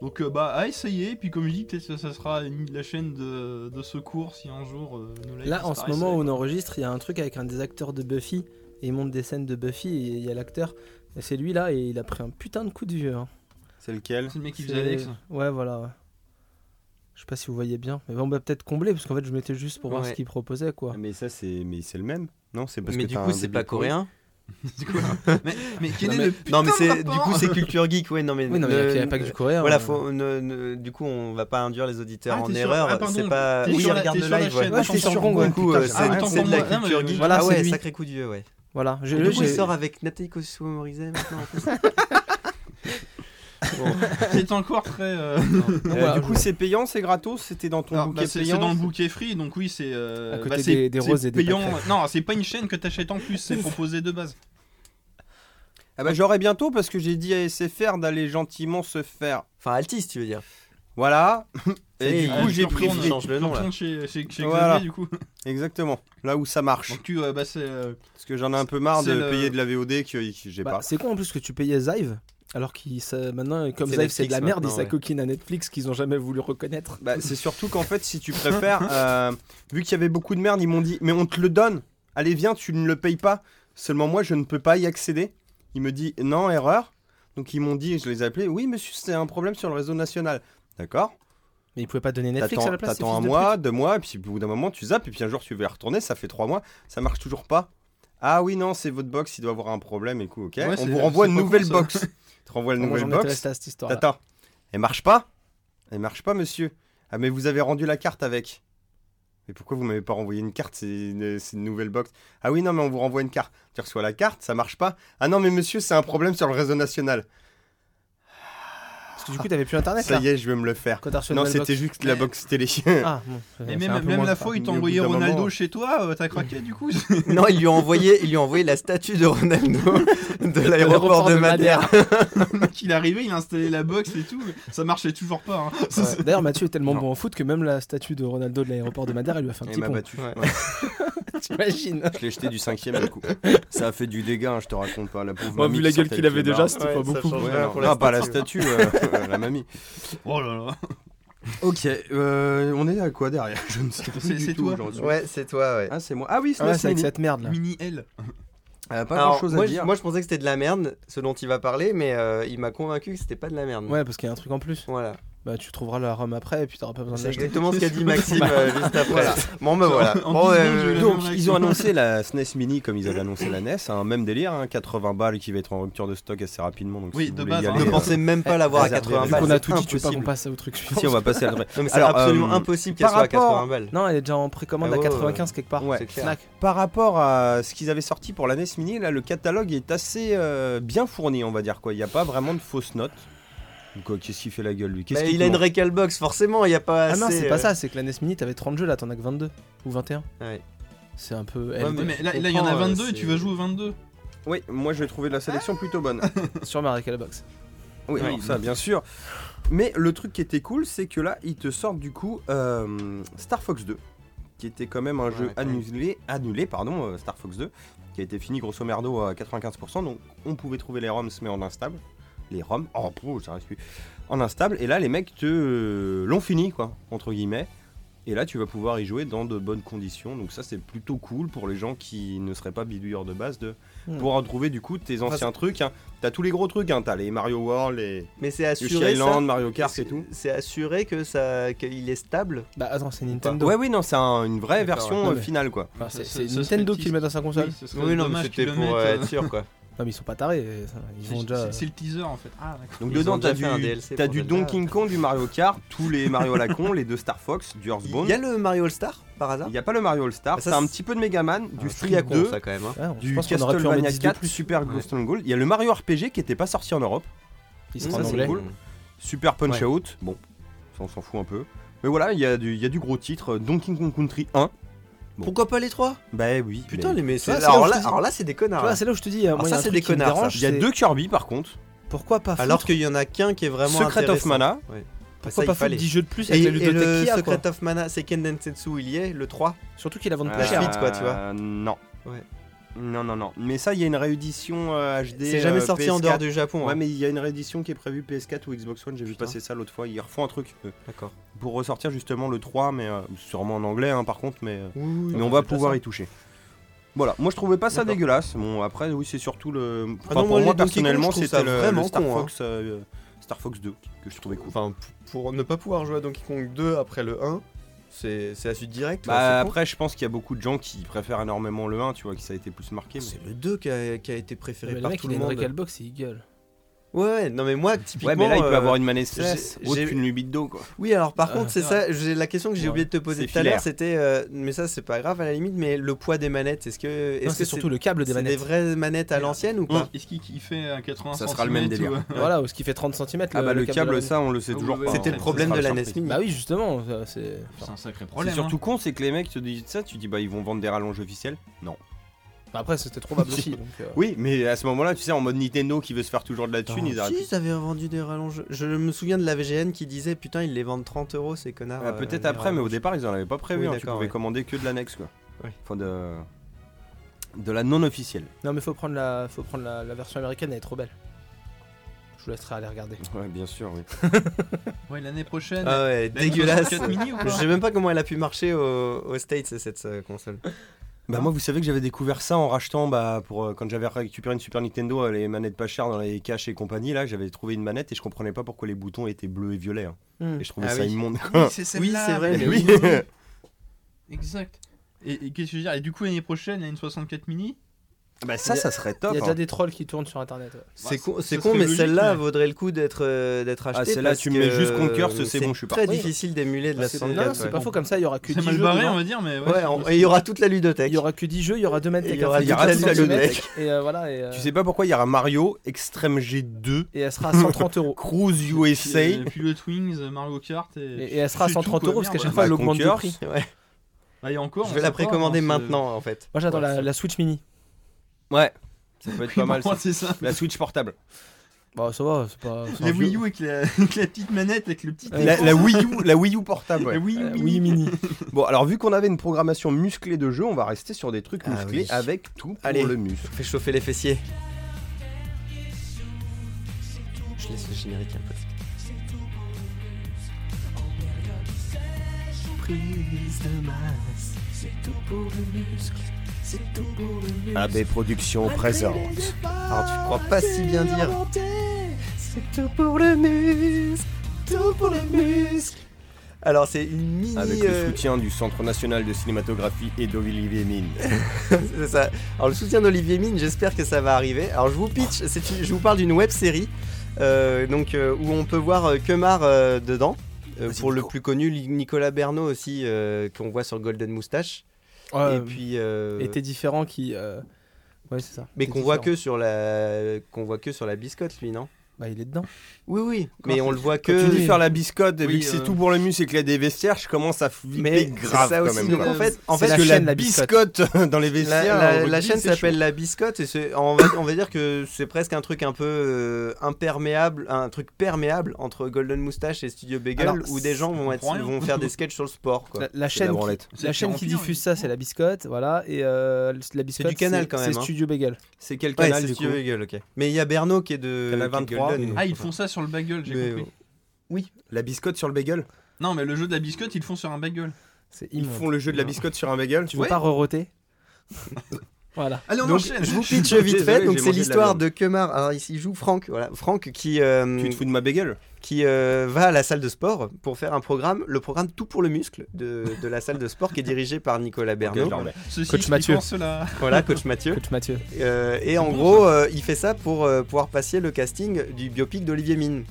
S3: donc euh, bah à essayer puis comme je dis peut-être que ça sera une- la chaîne de, de secours si un jour euh, nos lives
S4: Là, en ce
S3: disparaissent.
S4: moment où on enregistre, il y a un truc avec un des acteurs de Buffy. Et il monte des scènes de Buffy et il y a l'acteur. Et C'est lui là et il a pris un putain de coup de vieux. hein.
S1: C'est lequel
S3: c'est le mec qui
S4: C'est-
S3: faisait Alex hein.
S4: Ouais, voilà. ouais. Je sais pas si vous voyez bien. Mais bon, on va peut-être combler parce qu'en fait, je mettais juste pour voir
S2: Ouais.
S4: ce qu'il proposait quoi.
S1: Mais ça, c'est mais c'est le même. Non, c'est parce
S2: Mais
S1: que
S2: du
S1: t'as
S2: coup,
S1: un
S2: c'est
S1: début
S2: pas
S1: de pourri.
S2: coréen.
S3: C'est quoi mais, mais quel
S2: Non,
S3: est
S2: mais-
S3: le putain
S2: Non mais
S3: de
S2: c'est
S3: rapport
S2: du coup c'est culture geek ouais non mais
S4: Oui, non, mais il y a-
S2: ne-
S4: il y a pas que du coréen.
S2: Voilà,
S4: hein.
S2: faut, ne- ne- du coup, on va pas induire les auditeurs
S3: Ah,
S2: en
S3: t'es sur-
S2: erreur.
S3: ah, pardon,
S2: c'est pas.
S3: t'es
S2: Oui,
S3: sur la-
S2: regarde
S3: t'es
S2: le
S3: sur la
S2: live.
S3: chaîne,
S2: Ouais,
S3: ouais,
S2: je suis
S4: sur
S2: sur
S4: Gong,
S2: Gong,
S4: ouais,
S2: Du coup,
S4: putain,
S2: euh,
S4: j'ai-
S2: c'est
S3: ah, autant
S2: c'est
S3: pour
S2: de la
S3: moi. Non, mais-
S2: culture geek.
S4: Voilà,
S2: ah
S4: c'est
S2: ouais,
S4: lui.
S2: sacré coup de vieux, ouais.
S4: Voilà. J'ai-
S2: Et du
S4: j'ai-
S2: coup, il sort avec Nathalie Kosovo Morizet maintenant. en plus. Bon.
S3: c'est encore très euh,
S4: Non,
S1: Euh,
S4: voilà,
S1: du
S4: je-
S1: coup, c'est payant, c'est gratos, c'était dans ton
S3: Alors,
S1: bouquet
S3: bah, c'est c'est
S1: payant.
S3: dans le bouquet free, donc oui, c'est. euh,
S4: À côté
S3: bah,
S4: des-
S3: c'est-
S4: des
S3: c'est
S4: roses et des
S3: payant.
S4: pâquerettes.
S3: Non, c'est pas une chaîne que t'achètes en plus, c'est proposé de base.
S1: Ah bah, j'aurai bientôt parce que j'ai dit à SFR d'aller gentiment se faire.
S2: Enfin, Altis, tu veux dire.
S1: Voilà.
S2: Et
S1: Et du
S3: Ah,
S1: coup,
S3: tu
S1: j'ai
S3: retournes,
S1: pris.
S2: Il change le
S3: Tu
S2: nom là.
S3: retournes chez, chez, chez
S1: Voilà.
S3: Xavier, du coup.
S1: Exactement. Là où ça marche.
S3: Donc tu, euh, bah, c'est. euh,
S1: Parce que j'en ai un peu marre de
S3: C'est le-
S1: payer de la VOD que que j'ai
S4: Bah,
S1: pas.
S4: c'est con en plus que tu payais Zive alors qu'ils ça- maintenant comme
S2: C'est
S4: Zive c'est de la
S2: Netflix
S4: merde ils
S2: maintenant, ouais.
S4: s'acoquinent à Netflix qu'ils ont jamais voulu reconnaître.
S1: Bah, c'est surtout qu'en fait, si tu préfères, euh, vu qu'il y avait beaucoup de merde, ils m'ont dit Mais on te le donne, allez, viens, tu ne le payes pas. Seulement, moi, je ne peux pas y accéder. Il me dit Non, erreur. Donc, ils m'ont dit Je les ai appelés Oui, monsieur, c'est un problème sur le réseau national. D'accord
S4: Mais ils pouvaient pas donner Netflix à
S1: T'attends
S4: la place. ces
S1: t'attends un
S4: fils de
S1: mois, deux mois, et puis au bout d'un moment, tu zappes, et puis un jour, tu vas y retourner, ça fait trois mois, ça marche toujours pas. Ah oui, non, c'est votre box, il doit avoir un problème, et coup, ok.
S3: Ouais,
S1: on
S3: c'est-
S1: vous renvoie
S3: c'est
S1: une
S3: pas
S1: nouvelle
S3: con, ça.
S1: box. Tu renvoies une
S4: pute. Ah, Moi,
S1: nouvelle
S4: j'en
S1: box.
S4: étais resté à cette histoire.
S1: Attends, elle marche pas Elle marche pas, monsieur. Ah, mais vous avez rendu la carte avec. Mais pourquoi vous m'avez pas renvoyé une carte C'est une, c'est une nouvelle box. Ah oui, non, mais on vous renvoie une carte. Tu reçois la carte, ça marche pas. Ah non, mais monsieur, c'est un problème sur le réseau national.
S4: Parce que du coup t'avais plus internet
S1: Ça
S4: là.
S1: y est, je vais me le faire.
S4: Ah, Quand t'as reçu la
S1: Non,
S4: nouvelle
S1: c'était
S4: box.
S1: juste la box télé.
S4: Ah bon. ça-
S3: Et
S4: c'est
S3: même,
S4: un peu
S3: même
S4: moins
S3: la
S4: grave.
S3: fois, ils t'ont
S1: Mais au
S3: envoyé
S1: bout d'un
S3: Ronaldo
S1: moment-
S3: chez toi, euh, t'as craqué du coup.
S2: Non, il lui a envoyé, il lui a envoyé la statue de Ronaldo de l'aéroport
S4: l'aéroport
S2: de
S4: de
S2: Madère.
S3: Le mec, il est arrivé, il a installé la box et tout, mais ça marchait toujours pas. hein. Ça, c'est-
S4: Ouais. D'ailleurs Mathieu est tellement
S1: Non.
S4: bon en foot que même la statue de Ronaldo de l'aéroport de Madère elle lui a fait un
S1: Elle
S4: petit
S1: m'a
S4: pont.
S1: battu.
S2: Ouais.
S1: Ouais.
S4: T'imagines
S1: Je l'ai jeté du cinquième du coup. Ça a fait du dégât, hein, je te raconte pas. La pauvre
S4: Moi,
S1: mamie
S4: vu la
S1: qui
S4: gueule
S1: sortait
S4: qu'il
S1: avec les
S4: avait déjà,
S1: barres.
S4: c'était pas beaucoup.
S2: change
S1: Ouais,
S2: rien
S1: alors,
S2: pour
S1: ah, pas la statue, euh, la mamie.
S3: Oh là là.
S1: Ok, euh, on est à quoi derrière Je ne sais
S3: C'est-
S1: plus
S3: c'est
S1: du tout
S3: toi.
S1: où j'en suis.
S2: Ouais, c'est toi, ouais.
S1: Ah, c'est moi. Ah oui, c'est
S4: Ouais, c'est avec cette merde là.
S3: Mini L.
S1: pas
S2: Alors,
S1: grand chose
S2: moi,
S1: à
S2: je-
S1: dire.
S2: moi, je pensais que c'était de la merde, ce dont il va parler, mais euh, il m'a convaincu que c'était pas de la merde.
S4: Ouais, parce qu'il y a un truc en plus.
S2: Voilà.
S4: Bah, tu trouveras la ROM après et puis t'auras pas besoin de
S2: C'est
S4: l'acheter.
S2: exactement ce qu'a
S3: C'est
S2: dit
S3: ce
S2: Maxime
S3: que-
S2: euh, juste après.
S3: Voilà.
S2: Bon, ben voilà.
S3: En
S2: Bon,
S3: dix
S2: euh,
S3: secondes, j'ai eu la
S1: Donc,
S3: même
S1: ils
S3: réaction.
S1: ont annoncé la SNES Mini comme ils avaient annoncé la NES, un même délire, hein, 80 balles qui va être en rupture de stock assez rapidement. Donc
S3: Oui,
S1: si vous
S3: de
S1: voulez
S3: base,
S1: y
S3: hein.
S1: aller,
S2: ne
S1: euh,
S2: pensez même pas l'avoir à
S1: réservé,
S2: 80
S1: vu
S2: balles.
S4: Vu qu'on a
S2: c'est
S4: tout dit, tu veux pas qu'on
S2: impossible.
S4: passe au truc suivant.
S1: si, on va passer à la vraie.
S2: Non, mais c'est
S1: Alors,
S2: absolument
S1: euh,
S2: impossible qu'elle
S1: par
S2: soit à 80
S1: rapport-
S2: balles.
S4: Non, elle est déjà en précommande
S2: Ah
S4: à
S2: ouais,
S4: 95 quelque part.
S1: Ouais.
S2: c'est clair.
S4: Fnac.
S1: Par rapport à ce qu'ils avaient sorti pour la NES Mini, là, le catalogue est assez euh, bien fourni, on va dire quoi. Il n'y a pas vraiment de fausses notes. Donc, euh, qu'est-ce qui fait la gueule lui Qu'est-ce
S2: Mais
S1: qui
S2: Bah, il a une
S1: te manque
S2: recalbox, forcément, il n'y a pas
S4: Ah
S2: assez.
S4: non, c'est
S2: euh,
S4: pas ça, c'est que la NES Mini t'avais 30 jeux là, t'en as que 22 ou 21.
S2: ouais.
S4: C'est un peu.
S2: Ouais,
S3: Ouais,
S4: LD.
S3: mais là, là, il y en a
S2: comprends,
S3: 22 et
S2: c'est-
S3: tu vas jouer au 22.
S1: Oui, moi je vais trouver de la sélection plutôt bonne.
S4: Sur ma Recalbox.
S1: Oui,
S2: Ouais.
S1: alors ça, bien sûr. Mais le truc qui était cool, c'est que là, ils te sortent du coup euh, Star Fox 2, qui était quand même un jeu
S2: quand même.
S1: annulé, annulé, pardon, euh, Star Fox 2, qui a été fini grosso merdo à 95%. Donc, on pouvait trouver les ROMs, mais en instable. Les ROMs, oh, pro, ça reste plus. En instable. Et là, les mecs te euh, l'ont fini, quoi, entre guillemets. Et là, tu vas pouvoir y jouer dans de bonnes conditions. Donc, ça, c'est plutôt cool pour les gens qui ne seraient pas bidouilleurs de base de
S4: Hmm.
S1: pouvoir retrouver du coup tes anciens trucs. hein. T'as tous les gros trucs, hein. t'as les Mario World, les
S2: Mais c'est
S1: Yoshi
S2: assuré. ça-
S1: Island, Mario Kart et tout.
S2: C'est assuré que ça, qu'il est stable.
S4: Bah attends, c'est Nintendo.
S1: Ouais, oui, non, c'est un- une vraie
S2: D'accord,
S1: version
S4: ouais.
S1: euh, finale quoi.
S4: Enfin, c'est-
S3: Ça-
S4: c'est
S3: ça
S4: Nintendo
S3: serait
S4: qui le met dans sa console.
S3: Oui, ce serait dommage qu'ils le
S2: pour
S3: mettent,
S2: euh,
S3: euh,
S2: être sûr, quoi.
S4: Non, mais ils sont pas tarés. euh, ça, Ils
S3: c'est-
S4: vont déjà.
S3: c'est- C'est le teaser en fait. Ah, d'accord.
S1: Donc
S2: Ils ont
S1: dedans,
S2: déjà
S1: t'as
S2: fait un
S1: du,
S2: DLC
S1: t'as
S2: pour
S1: du
S2: Zelda.
S1: Donkey Kong, du Mario Kart, tous les Mario à la con, les deux Star Fox, du
S2: Il
S1: Earthbound.
S2: y a le Mario All-Star, par hasard
S1: Il n'y a pas le Mario All Star,
S2: Ah, ça,
S1: t'as un
S2: c'est-
S1: petit peu de Mega Man,
S2: Ah,
S1: du
S2: c'est
S1: Street
S2: con,
S1: 2,
S2: ça, quand même. hein.
S4: Ouais, on- je
S1: du
S4: pense qu'on aurait pu en
S1: Castlevania
S4: mettre 10 de
S1: 4,
S4: plus.
S1: Super Ghost and Gold. Il y a le Mario RPG qui était pas sorti en Europe,
S4: Ils
S2: Ça,
S4: sont en
S2: c'est
S4: anglais.
S1: cool. Super Punch Out, bon, ça on s'en fout un peu. Mais voilà, il y, a du- il y a du gros titre, Donkey Kong Country 1. Bon.
S2: Pourquoi pas les trois
S1: Bah oui.
S2: Putain,
S1: mais-
S2: les mais c'est-
S4: vois, c'est là
S2: alors,
S4: où je
S2: là,
S4: te dis-
S2: alors là, c'est des
S4: Tu
S2: connards. hein.
S4: vois,
S2: là.
S4: c'est là où je te dis. euh,
S2: Alors
S4: moi, il y
S2: ça,
S4: a un
S2: c'est
S4: truc
S2: des
S4: qui me
S2: connards, ça.
S4: dérange,
S1: il y a
S4: c'est
S1: deux Kirby par contre.
S4: Pourquoi pas foutre
S2: Alors qu'il y en a qu'un qui est vraiment
S1: Secret of
S2: intéressant.
S1: Mana.
S2: Ouais. Bah, ça,
S4: Pourquoi
S2: il
S4: pas foutre
S2: fallait.
S4: 10 jeux de plus
S2: Et,
S4: avec la
S2: et
S4: ludothèque
S2: le
S4: qu'il y a, quoi.
S2: Secret of Mana, c'est Ken Densetsu, il y est, le 3.
S4: Surtout qu'ils la vendent
S1: Euh,
S4: plus cher.
S2: suite, quoi, tu vois.
S1: euh, Non.
S2: Ouais.
S1: Non, non, non. Mais ça, il y a une réédition euh, HD.
S2: C'est jamais
S1: euh,
S2: sorti en
S1: PS4.
S2: dehors du Japon.
S1: Ouais,
S2: hein.
S1: mais il y a une réédition qui est prévue PS4 ou Xbox One. J'ai vu
S2: Putain.
S1: passer ça l'autre fois. Ils refont un truc euh,
S2: D'accord.
S1: pour ressortir justement le 3, mais euh, sûrement en anglais, hein, par contre. Mais, euh,
S2: Oui,
S1: mais
S2: oui.
S1: on
S4: c'est
S1: va
S4: déjà
S1: pouvoir
S4: ça.
S1: y toucher. Voilà, moi je trouvais pas ça
S2: D'accord. Ah
S1: dégueulasse. Bon, après, oui, c'est surtout le. Enfin,
S2: non,
S1: pour
S2: moi, les
S1: moi,
S2: Donkey Kong,
S1: personnellement,
S2: je trouve
S1: c'était
S2: ça
S1: le,
S2: vraiment
S1: le Star,
S2: con, hein.
S1: Fox, euh, Star Fox 2 que je trouvais cool.
S2: Enfin, p- pour ne pas pouvoir jouer à Donkey Kong 2 après le 1, c'est c'est la suite directe.
S1: bah,
S2: ouais, c'est con.
S1: après, je pense qu'il y a beaucoup de gens qui préfèrent énormément le 1, tu vois, qui ça a été plus marqué. mais-
S2: c'est le 2 qui a, qui a été préféré
S4: Mais Le
S2: par
S4: mec,
S2: tout
S4: il a
S2: le
S4: une
S2: monde.
S4: Recalbox et il gueule.
S2: Ouais, ouais, non mais moi typiquement.
S1: Ouais, mais là, il peut
S2: euh,
S1: avoir une manette
S2: j'ai-
S1: stress
S2: j'ai-
S1: autre qu'une libido, quoi.
S2: Oui, alors par
S4: Ah,
S2: contre, c'est
S3: c'est
S2: ça. J'ai la question que j'ai
S4: Ouais.
S2: oublié de te poser
S1: C'est
S2: tout à l'heure,
S1: filaire.
S2: c'était, euh, mais ça c'est pas grave à la limite, mais le poids des manettes, est-ce que,
S4: Non,
S2: est-ce
S4: C'est
S2: que
S4: surtout le câble des
S2: c'est des
S4: manettes.
S2: vraies manettes à l'ancienne ou
S1: Mmh.
S2: pas
S3: Est-ce qu'il qu'il fait à 80
S1: Ça sera le même
S3: centimètres ou- euh,
S1: délire.
S4: Voilà, ou ce qui fait 30 cm.
S1: Ah bah le câble, ça, on le sait
S3: Ah
S1: toujours
S3: oui,
S1: pas.
S3: oui,
S2: C'était
S1: hein.
S2: Euh, le
S3: ça
S2: problème
S1: sera
S2: de la E
S1: la
S2: NES
S1: surprise.
S2: Mini.
S4: Bah oui, justement, ça, c'est.
S3: C'est un sacré
S1: C'est
S3: problème. hein.
S1: surtout con, c'est que les mecs te disent ça, tu dis bah ils vont vendre des rallonges officiels. Non.
S4: Bah Après, c'était trop bas aussi. donc, euh,
S1: Oui, mais à ce moment-là, tu sais, en mode Nintendo qui veut se faire toujours de la thune, ils
S2: si,
S1: arrêtent.
S2: ils avaient vendu des rallonges. Je me souviens de la VGN qui disait putain, ils les vendent 30 euros ces connards.
S1: Ah,
S2: euh,
S1: Peut-être
S2: les
S1: après, mais au
S2: rallonges.
S1: départ, ils en avaient pas prévu.
S2: Oui,
S1: hein, tu
S2: d'accord,
S1: pouvais
S2: ouais.
S1: commander que de l'annexe, quoi.
S2: Ouais.
S1: Enfin, de. De la non officielle.
S4: Non, mais faut prendre la, faut prendre la, la version américaine, elle est trop belle. Je vous laisserai aller regarder.
S1: Ouais, bien sûr, oui.
S3: Ouais, l'année prochaine. bah,
S2: Ah ouais,
S3: la Nintendo
S2: dégueulasse.
S3: 64 mini ou
S2: Je
S3: quoi
S2: sais même pas comment elle a pu marcher aux, aux States cette euh, console.
S1: Bah moi vous savez que j'avais découvert ça en rachetant bah pour euh, quand j'avais récupéré une Super Nintendo euh, les manettes pas chères dans les caches et compagnie là j'avais trouvé une manette et je comprenais pas pourquoi les boutons étaient bleus et violets hein. et je trouvais
S2: Ah
S1: ça
S2: oui.
S1: immonde
S3: Oui, c'est
S2: Oui,
S3: celle-là.
S2: c'est vrai. mais
S1: oui.
S3: Exact. Et, et qu'est-ce que je veux dire Et du coup, l'année prochaine, la N64 mini
S1: bah ça ça serait top
S4: Il y a
S1: hein.
S4: déjà des trolls qui tournent sur internet. ouais.
S2: C'est
S3: Bah,
S2: con,
S3: ce
S2: c'est
S3: serait
S2: con mais
S3: logique,
S2: celle-là
S3: mais-
S2: vaudrait le coup d'être euh, d'être achetée.
S1: celle-là,
S2: parce
S1: tu me mets
S2: que,
S1: juste Conker,
S2: euh,
S1: c'est bon, je suis
S2: très
S1: parti.
S2: difficile d'émuler de la
S4: Ah, c'est- non,
S2: 64.
S4: c'est
S2: ouais.
S4: pas faux comme ça, il y aura que
S3: C'est
S4: 10
S3: mal
S4: jeux.
S3: barré, hein.
S4: dedans.
S3: on va dire, mais.
S2: Ouais, on- et il y aura toute la ludothèque.
S4: Il y aura que 10 jeux, il y aura deux
S2: Et
S4: manettes avec
S2: il y aura
S4: un
S1: il y aura
S4: filtre
S1: toute la
S4: 30
S1: lunette.
S4: centimètres, Et euh, voilà, et, euh,
S1: Tu sais pas pourquoi il y aura Mario Extreme G2
S4: et elle sera à 130 euros.
S1: Cruise
S3: Puis,
S1: USA
S3: euh, Pilot Wings, euh, Mario Kart
S4: Et,
S3: et.
S4: et elle sera à
S3: C'est tout,
S4: 130
S3: quoi,
S4: euros parce qu'à
S3: merde,
S4: chaque
S3: ouais.
S4: fois,
S1: Bah,
S4: elle augmente de
S1: Conquer,
S4: prix.
S2: Ouais.
S3: Ah, et encore.
S2: Je
S3: on
S2: vais la
S3: sait pas,
S2: précommander
S3: hein, c'est-
S2: maintenant en fait.
S4: Moi, j'attends
S2: Ouais,
S4: la,
S2: c'est-
S4: la Switch Mini.
S1: Ouais, ça peut être pas mal ça.
S3: C'est ça.
S1: La Switch portable.
S4: Bah, ça va, c'est pas. c'est un
S3: La
S4: vieux-
S3: Wii U avec la, avec la petite manette, avec le petit.
S1: Euh, La, la Wii U, la Wii U portable. ouais.
S3: La Wii U.
S4: Euh,
S3: mini.
S4: Wii Mini.
S1: Bon, alors vu qu'on avait une programmation musclée de jeu, on va rester sur des trucs
S2: Ah
S1: musclés
S2: oui.
S1: avec tout pour
S2: Allez.
S1: le muscle.
S2: Fais chauffer les fessiers. Je laisse le générique un peu. Prise de masse, c'est tout pour le muscle, c'est tout pour le muscle.
S1: AB Productions présente.
S2: Alors tu crois pas si bien dire. C'est tout pour le muscle, tout pour le muscle. Alors c'est une mini.
S1: Avec
S2: euh,
S1: le soutien du Centre National de Cinématographie et d'Olivier Mine.
S2: C'est ça. Alors le soutien d'Olivier Mine, j'espère que ça va arriver. Alors je vous pitch, c'est une- je vous parle d'une web série euh, donc, euh, où on peut voir euh, Kemar euh, dedans. Euh,
S1: Vas-y,
S2: pour le
S1: Nico.
S2: plus connu, Li- Nicolas Bernot aussi, euh, qu'on voit sur Golden Moustache.
S4: Ouais,
S2: et puis, euh,
S4: était différent qui. euh, Ouais, c'est ça.
S2: mais
S4: T'es
S2: qu'on voit
S4: différent.
S2: que sur la, qu'on voit que sur la biscotte, lui, non
S4: Bah, il est dedans.
S2: Oui, oui.
S3: Quand
S2: mais
S3: tu-
S2: on le voit
S1: Quand tu
S2: que.
S1: dis faire la biscotte, et
S3: Oui,
S1: vu que c'est
S3: euh.
S1: tout pour le muscle et qu'il y a des vestiaires, je commence à flipper
S2: mais
S1: grave
S2: c'est ça
S1: quand
S2: aussi.
S1: même.
S2: donc
S1: quoi.
S2: en fait, en
S4: C'est
S2: fait,
S1: Parce
S4: la
S1: que
S4: chaîne, la biscotte.
S1: dans les
S2: La,
S1: vestiaires.
S2: la-
S1: au
S2: la
S1: rugby,
S2: chaîne
S1: c'est
S2: s'appelle
S1: chaud.
S2: La Biscotte et c'est- on va, on va dire que c'est presque un truc un peu euh, imperméable, un truc perméable entre Golden Moustache et Studio Bagel
S4: Alors,
S2: où des gens vont, être-
S3: comprend rien.
S2: vont faire des sketchs sur le sport. quoi.
S4: La, la
S1: C'est de la
S4: chaîne, qui,
S1: branlette.
S4: la
S3: C'est
S4: chaîne
S3: pire en
S4: qui
S3: pire,
S4: diffuse
S3: oui.
S4: ça, c'est la biscotte, voilà. Et euh, la biscotte,
S2: Canal,
S4: c'est-
S2: quand
S4: c'est
S2: même, hein.
S4: Studio Bagel.
S1: C'est quel
S2: Ouais,
S1: canal
S2: c'est
S1: du coup
S2: Studio Bagel, ok. Mais il y a Berno qui est de
S1: Canal
S2: qui est
S1: 23,
S2: Golden.
S1: mais-
S3: Ah, ils font ça sur le bagel, j'ai
S2: Mais, euh,
S3: compris.
S1: La biscotte sur le bagel
S3: Non, mais le jeu de la biscotte, ils le font sur un bagel.
S4: C'est
S1: Ils
S4: immonde.
S1: font le jeu de la biscotte sur un bagel
S4: Tu veux pas reroter Voilà.
S3: Allez, on
S2: Donc,
S3: enchaîne.
S2: je vous
S1: suis
S2: pitch vite
S1: désolé,
S2: fait. Donc
S1: j'ai
S2: c'est
S1: mangé de la
S2: l'histoire
S1: viande.
S2: de Kemar. Alors ici il joue Franck. Voilà, Franck qui euh,
S1: Tu te fous de ma bagel
S2: qui euh, va à la salle de sport pour faire un programme, le programme Tout pour le muscle de, de la salle de sport qui est dirigé par Nicolas Berno.
S3: Ceci
S4: Coach
S3: expliquant
S4: Mathieu.
S3: Cela.
S2: Voilà, coach Mathieu.
S4: Coach Mathieu.
S2: Euh, et en gros, euh, il fait ça pour euh, pouvoir passer le casting du biopic d'Olivier Mine.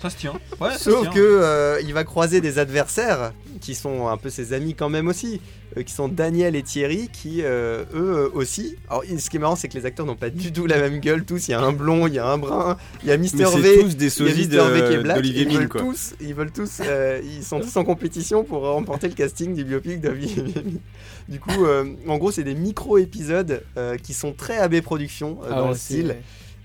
S3: Ça se tient. Ouais, ça se
S2: Sauf
S3: tient.
S2: que euh, il va croiser des adversaires qui sont un peu ses amis quand même aussi, euh, qui sont Daniel et Thierry, qui euh, eux euh, aussi. Alors, il- ce qui est marrant, c'est que les acteurs n'ont pas du tout la même gueule tous. Il y a un blond, il y a un brun, il y a Mister V.
S1: tous des
S2: Il y a
S1: sosies
S2: Mr. V qui est
S1: de-
S2: black,
S1: d'Olivier
S2: ils,
S1: Mine
S2: veulent
S1: quoi.
S2: tous, ils veulent tous, euh, ils sont tous en compétition pour remporter le casting du biopic d'Olivier Mine. Du coup, euh, en gros, c'est des micro-épisodes euh, qui sont très AB Productions euh,
S4: Ah
S2: dans
S4: ouais,
S2: le
S4: c'est-
S2: style.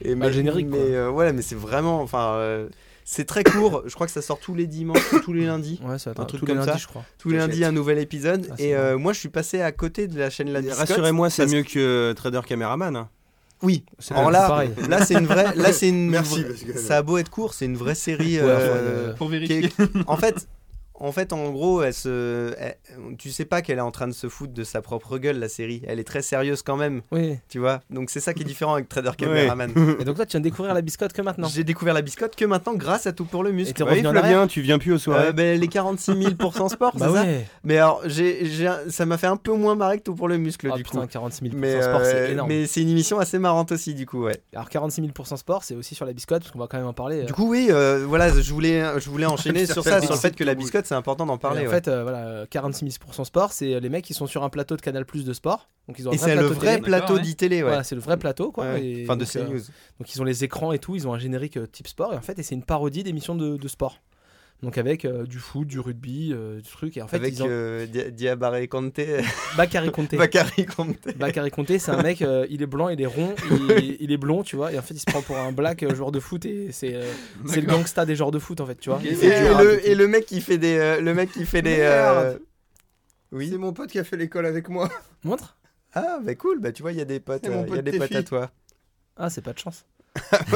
S2: Et
S4: Bah, générique,
S2: Mais
S4: quoi.
S2: euh, voilà, mais c'est vraiment, enfin, euh, c'est très court. Je crois que ça sort tous les dimanches, ou tous les lundis,
S4: Ouais, ça va
S2: truc
S4: tous les
S2: comme
S4: lundis,
S2: ça.
S4: je crois.
S2: tous les lundis un nouvel épisode.
S4: Ah, c'est
S2: et euh, moi, je suis passé à côté de la chaîne La Biscotte.
S1: Rassurez-moi, c'est
S2: parce-
S1: mieux que euh, Trader Cameraman. hein.
S2: Oui.
S4: Ah, C'est
S2: Alors
S4: pas- c'est
S2: là,
S4: pareil.
S2: là, c'est une vraie, là, c'est une,
S1: Merci, parce que-
S2: ça a beau être court, c'est une vraie série.
S4: Ouais,
S2: euh,
S4: ouais,
S3: Pour
S2: qui
S3: vérifier.
S2: est- en fait en fait en gros elle se elle- tu sais pas qu'elle est en train de se foutre de sa propre gueule la série elle est très sérieuse quand même
S4: Oui.
S2: tu vois donc c'est ça qui est différent avec Trader Cameraman
S4: Et donc là, tu viens de découvrir la biscotte que maintenant.
S2: j'ai découvert la biscotte que maintenant grâce à tout pour le
S4: Et
S2: muscle
S4: t'es revenu
S1: Ouais,
S4: en arrière.
S1: Flavien, tu viens plus aux soirées
S2: Euh, ben, les 46 000 sport c'est
S4: Bah
S2: ça
S4: ouais.
S2: mais alors j'ai- j'ai un- ça m'a fait un peu moins marrer que tout pour le muscle
S4: Ah
S2: du
S4: putain,
S2: coup
S4: 46 000
S2: mais
S4: sport,
S2: euh,
S4: c'est énorme.
S2: mais c'est une émission assez marrante aussi du coup ouais
S4: Alors 46 000 sport, c'est aussi sur la biscotte, parce qu'on va quand même en parler.
S2: du coup oui euh, voilà je voulais je voulais enchaîner sur ça sur le fait que la
S1: boule.
S2: biscotte c'est important d'en parler
S4: Et en
S2: ouais.
S4: fait, euh, voilà, 46 000 sport, c'est les mecs qui sont sur un plateau de Canal Plus de sport. Donc ils ont un
S2: et
S4: vrai
S2: c'est le
S4: plateau
S2: vrai
S4: télé.
S3: D'accord,
S2: plateau
S3: ouais.
S2: d'e-télé ouais
S4: Voilà, c'est le vrai plateau, quoi.
S2: Ouais.
S4: et
S2: enfin de
S4: donc, euh,
S2: CNews
S4: Donc ils ont les écrans et tout, ils ont un générique euh, type sport et en fait et c'est une parodie d'émissions de, de sport. Donc avec euh, du foot, du rugby, euh, du truc et en fait
S2: avec
S4: ils ont
S2: euh, Dia- Diabaré Conte,
S4: Bakary Conté.
S2: Bakary Conte.
S4: Bakary Conté, c'est un mec, euh, il est blanc, il est rond, il, il est blond, tu vois, et en fait il se prend pour un black euh, joueur de foot et c'est euh, c'est le
S3: D'accord.
S4: gangsta des joueurs de foot en fait, tu vois.
S3: Ok.
S2: Et,
S3: C'est
S2: et
S3: du
S4: hein.
S3: rap
S2: le, et le mec qui fait des euh, le mec qui fait des euh,
S1: Merde.
S2: oui
S1: C'est mon pote qui a fait l'école avec moi.
S4: Montre
S2: ah bah cool bah tu vois il y a des potes
S1: C'est mon
S2: euh, il y a
S1: pote
S2: des potes à
S1: Tefi.
S2: toi
S4: Ah, c'est pas de chance.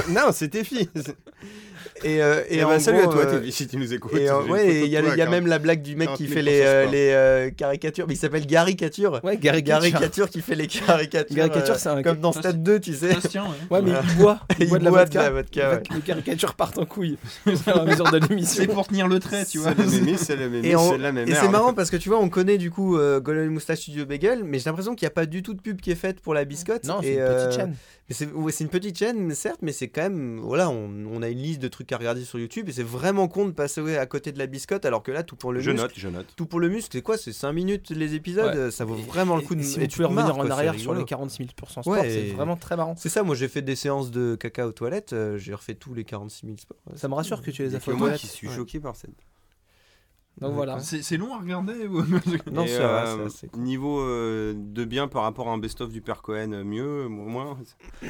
S1: non, c'est tes filles.
S2: et euh, et
S1: Eh
S2: en
S1: ben, salut à
S2: gros,
S1: toi,
S2: euh,
S1: Tévi, si tu nous écoutes.
S2: et en-
S1: J'ai une
S2: ouais
S1: photo
S2: et il y a,
S1: de toi
S2: il y a
S1: avec un-
S2: même la blague du mec qui
S1: 40 000
S2: fait les euh,
S1: pour ce
S2: les euh, caricatures mais il s'appelle Gary Cature
S4: Ouais, Gary
S2: Gary
S4: Kitcher.
S2: Cature qui fait les caricatures
S4: Gary Kitcher,
S2: euh,
S4: c'est un-
S2: comme dans
S3: Ça,
S2: Stade 2 tu sais
S3: Ça se tient, ouais.
S4: Ouais, mais
S2: Voilà.
S4: il boit, il,
S2: il
S4: boit de la
S2: boit
S4: vodka.
S2: vodka, ouais.
S4: Les caricatures partent en couille au fur et à mesure de l'émission.
S3: C'est pour tenir le trait, tu vois.
S1: C'est le hein. même, c'est le même,
S2: Et, on-
S1: c'est la même
S2: et c'est
S1: merde.
S2: marrant parce que tu vois, on connaît du coup euh, Golden Moustache Studio Bagel, mais j'ai l'impression qu'il n'y a pas du tout de pub qui est faite pour la biscotte.
S4: Non,
S2: Et,
S4: c'est une
S2: euh,
S4: petite chaîne.
S2: mais C'est ouais, c'est une petite chaîne, mais certes, mais c'est quand même. Voilà, on, on a une liste de trucs à regarder sur YouTube et c'est vraiment con de passer ouais, à côté de la biscotte alors que là, tout pour le
S1: Je
S2: muscle.
S1: note, je note.
S2: Tout pour le muscle, c'est quoi C'est 5 minutes les épisodes
S4: Ouais.
S2: euh, Ça vaut vraiment le coup de.
S4: Et si
S2: et
S4: vous
S2: tu
S4: pouvez
S2: te
S4: revenir
S2: marres,
S4: en
S2: quoi,
S4: arrière
S2: c'est
S4: sur les
S2: rigolo.
S4: 46 000 sport,
S2: Ouais,
S4: c'est
S2: et-
S4: vraiment très marrant.
S2: C'est ça, moi j'ai fait des séances de caca aux toilettes, euh, j'ai refait tous les 46 000 sports.
S4: Ça me rassure que tu les
S1: Il y
S4: as
S1: a
S4: fait
S1: que
S4: aux
S1: moi
S4: toilettes.
S1: qui suis
S2: ouais.
S1: choqué par cette.
S4: Donc voilà.
S3: C'est c'est long à regarder ou...
S2: Non,
S1: Et,
S2: c'est
S1: euh,
S2: vrai, c'est assez cool.
S1: Niveau Ah, euh, de bien par rapport à un best-of du père Cohen, euh, mieux, euh, moins
S2: Mmh.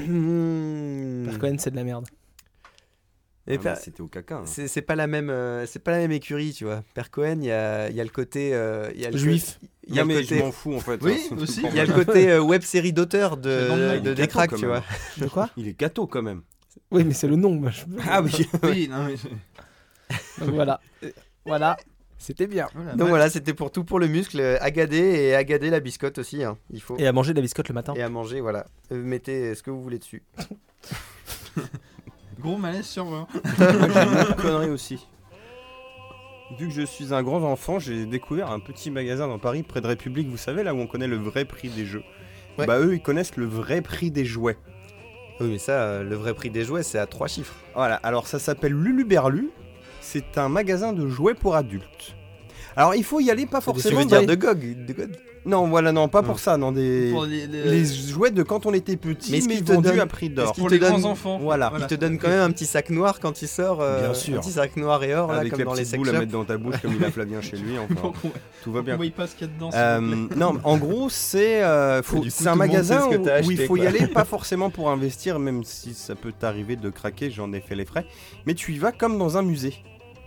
S4: Leonard Cohen, c'est de la merde.
S2: Et
S1: Ah,
S2: Père-
S1: mais C'était au caca. hein.
S2: c'est c'est pas la même, euh, c'est pas la même écurie, tu vois. Père Cohen, il y a, il y a le côté euh, il y a le
S4: Juif.
S2: il y a
S1: Non,
S2: le
S1: mais
S2: côté-
S1: je m'en fous en fait.
S3: Oui,
S1: hein.
S3: aussi.
S2: il y a le côté euh, web série d'auteur
S3: C'est dans le
S2: de,
S3: même
S2: de
S1: gâteau,
S2: Décrac,
S1: quand
S2: tu
S1: même.
S2: vois.
S4: De quoi
S1: Il est gâteau quand même.
S4: Oui, mais c'est le nom. moi, je-
S1: Ah oui.
S3: Oui, non, mais-
S4: Donc voilà. Euh, Voilà. C'était bien.
S3: voilà,
S2: Donc
S3: bah,
S2: voilà, c'était pour tout pour le muscle, euh, Agadé et Agadé la biscotte aussi. hein. Il faut
S4: Et à manger de la biscotte le matin.
S2: et à manger, voilà. Euh, Mettez ce que vous voulez dessus.
S3: Gros malaise sur moi.
S1: Une connerie aussi. Vu que je suis un grand enfant, j'ai découvert un petit magasin dans Paris, près de République, vous savez, là où on connaît le vrai prix des jeux.
S2: Ouais.
S1: Bah eux, ils connaissent le vrai prix des jouets.
S2: Oui, mais ça, euh, le vrai prix des jouets, c'est à trois chiffres.
S1: Voilà, alors ça s'appelle Lulu Berlu. C'est un magasin de jouets pour adultes. Alors il faut y aller pas
S2: Tu
S1: forcément bah,
S2: veux dire
S1: dans
S2: de
S1: les-
S2: Gog, de God
S1: Non, voilà, non, pas
S2: Non.
S1: pour ça, non des
S3: Pour les, les-
S1: les jouets de quand on était petit
S2: euh, Mais
S1: mais,
S2: est-ce qu'ils te
S1: vendus
S2: donnent-
S1: à prix d'or.
S2: est-ce
S3: pour
S2: ils te
S3: les
S2: donnent-
S3: grands enfants.
S1: Voilà.
S2: Il te donne quand même un petit sac noir quand il sort. euh,
S1: Bien sûr. Ah,
S2: Un petit sac noir et or, là,
S1: Avec
S2: comme
S1: la
S2: dans les
S1: petite
S2: sex
S1: boule à
S2: shops.
S1: mettre dans ta bouche comme il a Flavien chez lui, enfin, tout va bien.
S3: On voit pas ce qu'il y a dedans. s'il
S1: Euh,
S3: vous plaît.
S1: non, mais en gros, c'est euh, faut-
S2: Du coup,
S1: c'est
S2: tout
S1: un
S2: le monde
S1: magasin
S2: sait ce que
S1: où,
S2: t'as
S1: où il
S2: acheté,
S1: faut y
S2: quoi.
S1: aller, pas forcément pour investir, même si ça peut t'arriver de craquer, j'en ai fait les frais. Mais tu y vas comme dans un musée.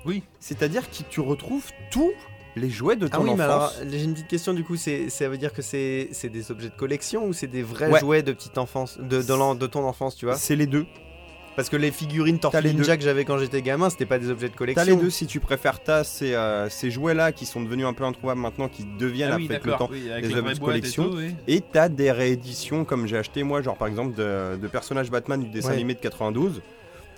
S3: Oui.
S1: C'est-à-dire que tu retrouves tous les jouets de ton
S2: Ah oui, mais alors,
S1: enfance.
S2: j'ai une petite question du coup, c'est, ça veut dire que c'est, c'est des objets de collection ou c'est des vrais
S1: Ouais.
S2: jouets de petite enfance, de, de, l'en- de ton enfance, tu vois
S1: C'est les deux.
S2: Parce que les figurines Tortue
S1: T'as les
S2: Ninja que j'avais quand j'étais gamin, c'était pas des objets de collection.
S1: T'as les deux si tu préfères. T'as ces, euh, ces jouets-là qui sont devenus un peu introuvables maintenant, qui deviennent
S3: Ah oui,
S1: avec le
S3: d'accord,
S1: temps.
S3: oui, avec
S1: les
S3: la
S1: objets
S3: vraie
S1: de
S3: boîte et
S1: collection.
S3: tout, oui.
S1: Et t'as des rééditions comme j'ai acheté moi, genre par exemple de, de personnages Batman du dessin
S2: Ouais.
S1: animé de 92,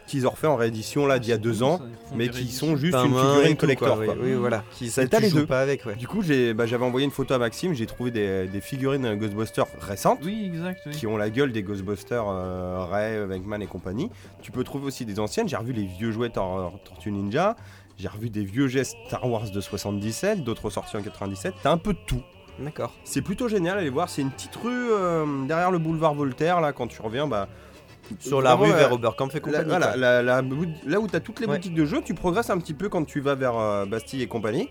S1: qu'ils ont refait en réédition là d'il y a deux ans, mais qui sont juste
S2: Pain
S1: une
S2: main et
S1: figurine
S2: tout,
S1: collector.
S2: quoi,
S1: quoi.
S2: Oui, oui, voilà. Qui, ça,
S1: Mais t'as
S2: tu
S1: les
S2: joues
S1: deux.
S2: pas avec, ouais.
S1: Du coup, j'ai- bah, j'avais envoyé une photo à Maxime, j'ai trouvé des, des figurines euh, Ghostbusters récentes
S3: Oui, exact. oui.
S1: qui ont la gueule des Ghostbusters euh, Ray, Venkman et compagnie. Tu peux trouver aussi des anciennes, j'ai revu les vieux jouets Tor- euh, Tortue Ninja, j'ai revu des vieux jets Star Wars de 77, d'autres sortis en 97, t'as un peu de tout.
S2: D'accord.
S1: C'est plutôt génial, allez voir, c'est une petite rue euh, derrière le boulevard Voltaire, là quand tu reviens, bah...
S2: Sur la
S1: vraiment, euh,
S2: rue vers Oberkampf et
S1: la-
S2: compagnie.
S1: voilà,
S2: quoi.
S1: la- la bout- là où t'as toutes les
S2: Ouais.
S1: boutiques de jeux, tu progresses un petit peu quand tu vas vers euh, Bastille et compagnie.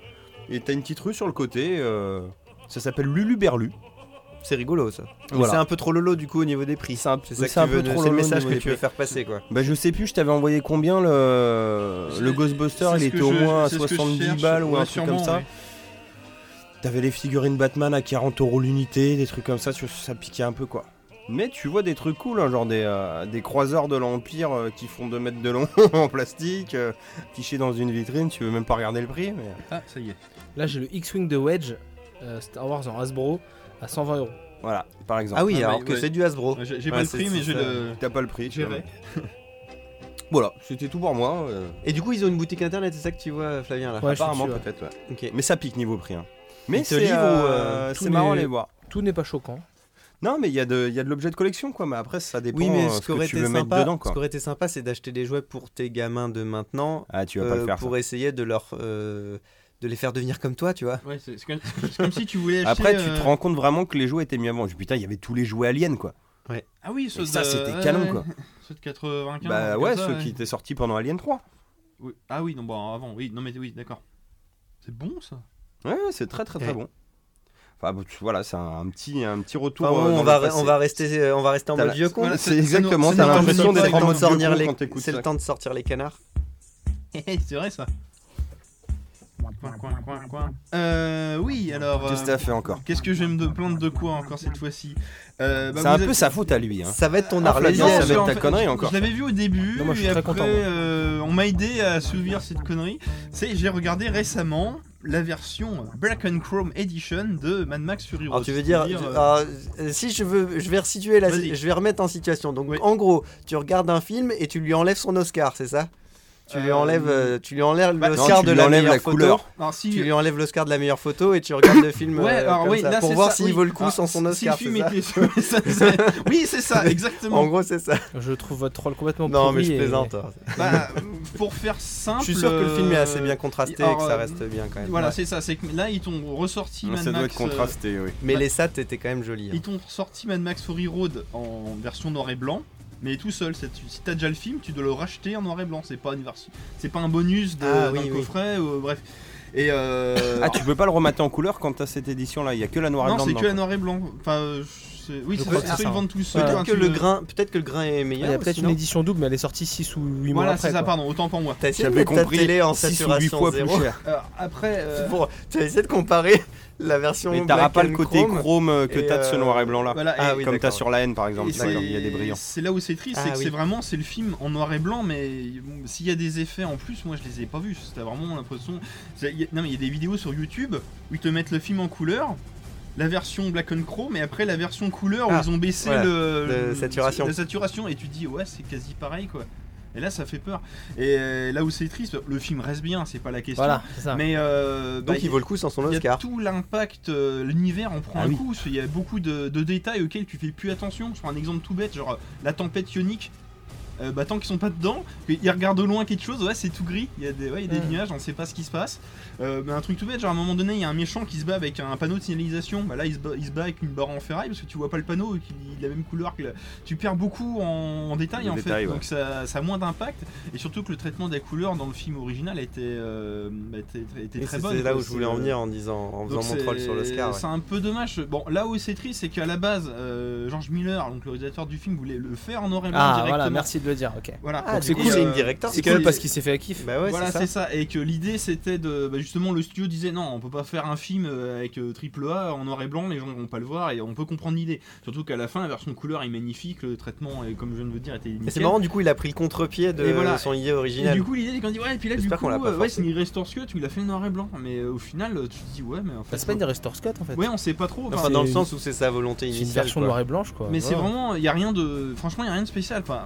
S1: Et t'as une petite rue sur le côté, euh, ça s'appelle Lulu Berlu.
S2: C'est rigolo ça. Mais
S1: Voilà.
S2: C'est un peu trop lolo du coup au niveau des prix.
S1: C'est un-
S2: C'est
S1: oui,
S2: ça que
S1: c'est un
S2: tu veux,
S1: peu
S2: de-
S1: trop
S2: c'est le
S1: lolo au
S2: message
S1: niveau
S2: que
S1: des
S2: tu veux
S1: prix.
S2: faire passer quoi.
S1: Bah je sais plus, je t'avais envoyé combien le,
S3: C'est-
S1: le Ghostbuster,
S3: C'est
S1: il
S3: ce
S1: était
S3: que
S1: au
S3: je-
S1: moins à
S3: c'est ce que je
S1: 70
S3: cherche,
S1: balles ou
S3: ouais,
S1: un truc
S3: sûrement,
S1: comme ça.
S3: oui.
S1: T'avais les figurines Batman à 40 euros l'unité, des trucs comme ça, tu- ça piquait un peu quoi. Mais tu vois des trucs cool, hein, genre des, euh, des croiseurs de l'Empire euh, qui font 2 mètres de long en plastique, euh, affichés dans une vitrine, tu veux même pas regarder le prix. Mais...
S3: Ah, ça y est.
S4: Là, j'ai le X-Wing de Wedge, euh, Star Wars en Hasbro, à 120 euros.
S1: Voilà, par exemple.
S2: Ah oui,
S3: Ah,
S2: alors
S3: mais
S2: que
S3: ouais.
S2: c'est du Hasbro.
S3: Ouais, J'ai j'ai
S2: Ouais,
S3: pas le
S2: c'est-
S3: prix,
S2: c'est
S3: mais j'ai
S2: ça.
S3: le.
S1: T'as pas le prix. tu
S3: J'ai
S1: vois.
S3: ré.
S1: Voilà, c'était tout pour moi. euh,
S2: Et du coup, ils ont une boutique internet, c'est ça que tu vois, Flavien là.
S4: Ouais, je suis
S1: apparemment
S4: dessus, ouais.
S1: peut-être. ouais.
S2: Ok.
S1: Mais ça pique niveau prix. hein.
S2: Ils
S1: Mais
S2: te
S1: c'est
S2: livrent ou,
S1: euh,
S2: euh,
S1: c'est
S4: tout
S1: marrant
S4: n'est-
S1: les voir.
S4: Tout n'est pas choquant.
S1: Non, mais il y, a de il y a de l'objet de collection, quoi. Mais après, ça dépend
S2: Oui, mais
S1: euh,
S2: ce,
S1: ce que
S2: qu'aurait
S1: tu
S2: été
S1: veux mettre
S2: sympa,
S1: dedans,
S2: ce
S1: quoi.
S2: qu'aurait été sympa, c'est d'acheter des jouets pour tes gamins de maintenant
S1: Ah, tu vas pas
S2: euh,
S1: le faire. ça.
S2: pour essayer de leur euh, de les faire devenir comme toi, tu vois.
S3: Ouais, c'est c'est comme, c'est comme si tu voulais acheter.
S1: Après, tu
S3: euh,
S1: te rends compte vraiment que les jouets étaient mieux avant. Je- Putain, il y avait tous les jouets aliens, quoi.
S3: Ah oui, ceux
S1: Et
S3: de.
S1: ça, c'était
S3: ouais,
S1: canon,
S3: ouais.
S1: quoi.
S3: Ceux de 95.
S1: Bah
S3: comme
S1: ouais,
S3: ça,
S1: ceux qui étaient sortis pendant Alien 3.
S3: Oui. Ah oui, non, bon, avant, oui, non, mais oui, d'accord. C'est bon ça
S1: Ouais, ouais, c'est très très très
S2: Ouais.
S1: bon. Enfin, bon, tu- voilà, c'est un, un petit, un petit retour.
S2: Enfin,
S1: euh, dans
S2: on,
S1: le
S2: va,
S1: passé.
S2: on va rester euh, on va rester en
S1: T'as
S2: mode
S1: la-
S2: vieux con.
S3: voilà,
S1: C'est
S3: ça nous-
S1: exactement,
S3: ça
S1: t'as
S3: nous rajeunit
S1: l'impression
S3: pas,
S1: d'être
S3: c'est
S1: en
S3: le
S1: mode
S3: temps de
S1: sortir
S2: sortir les-
S1: quand t'écoutes
S2: c'est
S1: ça.
S2: le temps de sortir les canards.
S3: C'est vrai ça Coin, coin, coin, coin. Euh, oui, alors.
S1: Qu'est-ce que
S3: euh,
S1: t'as fait encore
S3: Qu'est-ce que je vais me plaindre de quoi encore cette fois-ci Euh, bah,
S1: C'est un
S3: vous
S1: peu
S3: êtes-
S1: sa faute à lui. hein.
S2: Ça va être ton
S1: Ah,
S2: arlésienne.
S1: Flavien, ça
S3: Non, parce
S1: va être
S3: qu'en
S1: ta
S3: fait,
S1: connerie encore.
S3: Je l'avais vu au début,
S4: Non, moi, je suis
S3: et
S4: très
S3: après,
S4: content, moi.
S3: euh, on m'a aidé à souvenir cette connerie. C'est, j'ai regardé récemment la version Black and Chrome Edition de Mad Max Fury Road.
S2: Alors tu veux dire, tu-
S3: euh,
S2: alors, euh, si je veux, je vais resituer la,
S3: Vas-y.
S2: je vais remettre en situation. Donc
S3: Oui.
S2: en gros, tu regardes un film et tu lui enlèves son Oscar, c'est ça Tu lui
S3: Euh,
S2: enlèves, euh, tu lui enlèves
S3: bah, non,
S1: Non,
S2: l'Oscar
S1: tu
S2: de
S1: lui
S2: la
S1: enlèves
S2: meilleure
S1: la
S2: photo.
S1: couleur.
S3: alors, si, euh,
S2: Tu lui enlèves l'Oscar de la meilleure photo et tu regardes le film
S3: Ouais,
S2: euh,
S3: alors
S2: comme
S3: oui,
S2: ça,
S3: là,
S2: pour
S3: c'est
S2: voir
S3: ça,
S2: s'il
S3: oui.
S2: vaut le coup
S3: Ah,
S2: sans son
S3: si le
S2: Oscar.
S3: film
S2: c'est ça
S3: était- ça, c'est- Oui, c'est ça, exactement.
S2: en gros, c'est ça.
S4: Je trouve votre troll complètement
S2: Non, mais
S4: pourri
S2: je
S4: et-
S2: plaisante. hein.
S3: Bah, pour faire simple.
S2: Je suis sûr que le film est assez
S3: euh,
S2: bien contrasté
S3: alors,
S2: et que ça
S3: euh,
S2: reste bien quand même.
S3: Voilà,
S2: Ouais.
S3: c'est ça. C'est que là, ils t'ont ressorti Mad
S1: Ça doit
S3: Max,
S1: être
S3: euh,
S1: contrasté, oui.
S2: Mais
S3: ouais.
S2: les sats étaient quand même jolis. hein.
S3: ils t'ont ressorti Mad Max Fury Road en version noir et blanc. Mais tout seul, c'est- si t'as déjà le film, tu dois le racheter en noir et blanc. C'est pas une version, c'est pas un bonus de,
S2: Ah,
S3: d'un
S2: oui, oui.
S3: coffret. ou- bref. Et euh,
S1: Ah, tu Ah, peux pas le remater en couleur quand t'as cette édition-là. Il y a que la noire et
S3: non,
S1: blanc.
S3: c'est
S1: dedans,
S3: que
S1: quoi.
S3: en noir et blanc. Enfin, euh, c'est- Oui,
S4: Je
S3: c'est
S4: crois
S3: ça,
S4: que
S3: ça,
S4: c'est
S3: ils
S4: ça.
S3: vendent tous.
S4: Peut-être
S3: un
S2: Peut-être que,
S3: truc
S2: le
S3: de-
S2: grain, peut-être que le grain est
S4: Il
S2: meilleur.
S4: y a peut-être
S2: sinon-
S4: une édition double, mais elle est sortie 6 ou 8 mois
S3: Voilà,
S4: après.
S3: c'est ça,
S4: quoi.
S3: pardon, autant pour moi.
S2: T'as essayé de
S1: J'avais
S2: mettre ta
S1: compris
S2: télé en
S1: 6 ou
S2: saturation
S1: 8 fois
S2: zéro.
S1: plus cher.
S3: Alors, après, euh,
S2: Pour- T'as essayé de comparer la version.
S1: Mais t'auras
S2: t'as
S1: pas le côté chrome, euh, que
S2: et,
S1: t'as de ce
S2: euh,
S1: noir et blanc là.
S3: voilà,
S2: Ah
S3: et-
S2: oui,
S1: Comme t'as
S2: d'accord.
S1: sur la haine par exemple,
S3: et
S1: c'est- il y a des brillants.
S3: c'est là où c'est triste,
S2: Ah
S3: c'est que
S2: oui.
S3: c'est vraiment c'est le film en noir et blanc, mais bon, s'il y a des effets en plus, moi je les ai pas vus. C'était vraiment l'impression. c'est- il y a- Non mais il y a des vidéos sur YouTube où ils te mettent le film en couleur, la version black and chrome, mais après la version couleur où
S2: Ah,
S3: ils ont baissé
S2: voilà,
S3: le,
S2: la
S3: le-
S2: saturation.
S3: la saturation, et tu te dis ouais c'est quasi pareil quoi. Et là ça fait peur. Et euh, là où c'est triste, le film reste bien, c'est pas la question.
S4: Voilà, c'est ça.
S3: Mais euh, bah,
S2: Donc il vaut le coup sans son
S3: il y a
S2: Oscar.
S3: tout l'impact, euh, l'univers en prend
S1: Ah
S3: un
S1: oui.
S3: coup. Il y a beaucoup de, de détails auxquels tu fais plus attention. Je prends un exemple tout bête, genre euh, la tempête ionique. Euh, bah, tant qu'ils sont pas dedans, ils regardent au loin quelque chose, ouais, c'est tout gris. Il y a des, ouais, il y a des
S4: Ouais.
S3: nuages, on sait pas ce qui se passe. Euh, bah, un truc tout bête, genre à un moment donné, il y a un méchant qui se bat avec un panneau de signalisation. Bah, là, il se, bat, il se bat avec une barre en ferraille parce que tu vois pas le panneau, il est de la même couleur que la- Tu perds beaucoup en, en détail
S1: Le
S3: en
S1: détail,
S3: fait,
S1: ouais.
S3: donc ça, ça a moins d'impact. Et surtout que le traitement des couleurs dans le film original était, euh, bah, était- était
S2: Et
S3: très
S2: C'est
S3: bon. euh,
S2: c'est là où je voulais en venir en disant, en faisant
S3: Donc
S2: mon troll
S3: c'est-
S2: sur l'Oscar. ouais.
S3: C'est un peu dommage. Bon, là où c'est triste, c'est qu'à la base, euh, George Miller, donc le réalisateur du film, voulait le faire en noir et blanc
S4: Ah,
S3: directement.
S4: voilà, merci de le dire. Ok.
S3: Voilà.
S2: Ah,
S4: Donc
S2: du
S4: c'est
S2: coup,
S4: cool.
S2: c'est
S3: euh,
S2: une directeur.
S4: C'est
S3: que-
S4: cool parce qu'il s'est fait à kiff.
S2: Bah ouais,
S3: voilà,
S2: c'est ça.
S3: c'est ça. Et que l'idée, c'était de. bah, justement, le studio disait non, on peut pas faire un film euh, avec euh, triple A en noir et blanc, les gens vont pas le voir et on peut comprendre l'idée. Surtout qu'à la fin, la version couleur est magnifique, le traitement, est, comme je viens de vous dire, était
S2: Mais c'est
S3: nickel.
S2: marrant, du coup, il a pris le contre-pied de
S3: Et voilà.
S2: son idée
S3: Et
S2: originale.
S3: du coup, l'idée, c'est qu'on dit ouais, et puis là, du
S2: J'espère
S3: coup,
S2: qu'on l'a pas
S3: euh, ouais,
S2: forcé.
S3: c'est une restore Cut, où il a fait le noir et blanc. Mais euh, au final, tu te dis ouais, mais en fait. euh,
S4: Bah, C'est pas une Restore Scott en fait.
S3: Ouais, on sait pas trop.
S2: Enfin,
S3: enfin,
S2: dans le
S4: c'est-
S2: sens où c'est sa volonté
S4: C'est une
S2: initiale.
S4: version
S2: quoi.
S4: noir et blanche quoi.
S3: Mais c'est
S4: Ouais.
S3: vraiment, il y a rien de, franchement, il y a rien de spécial. Enfin,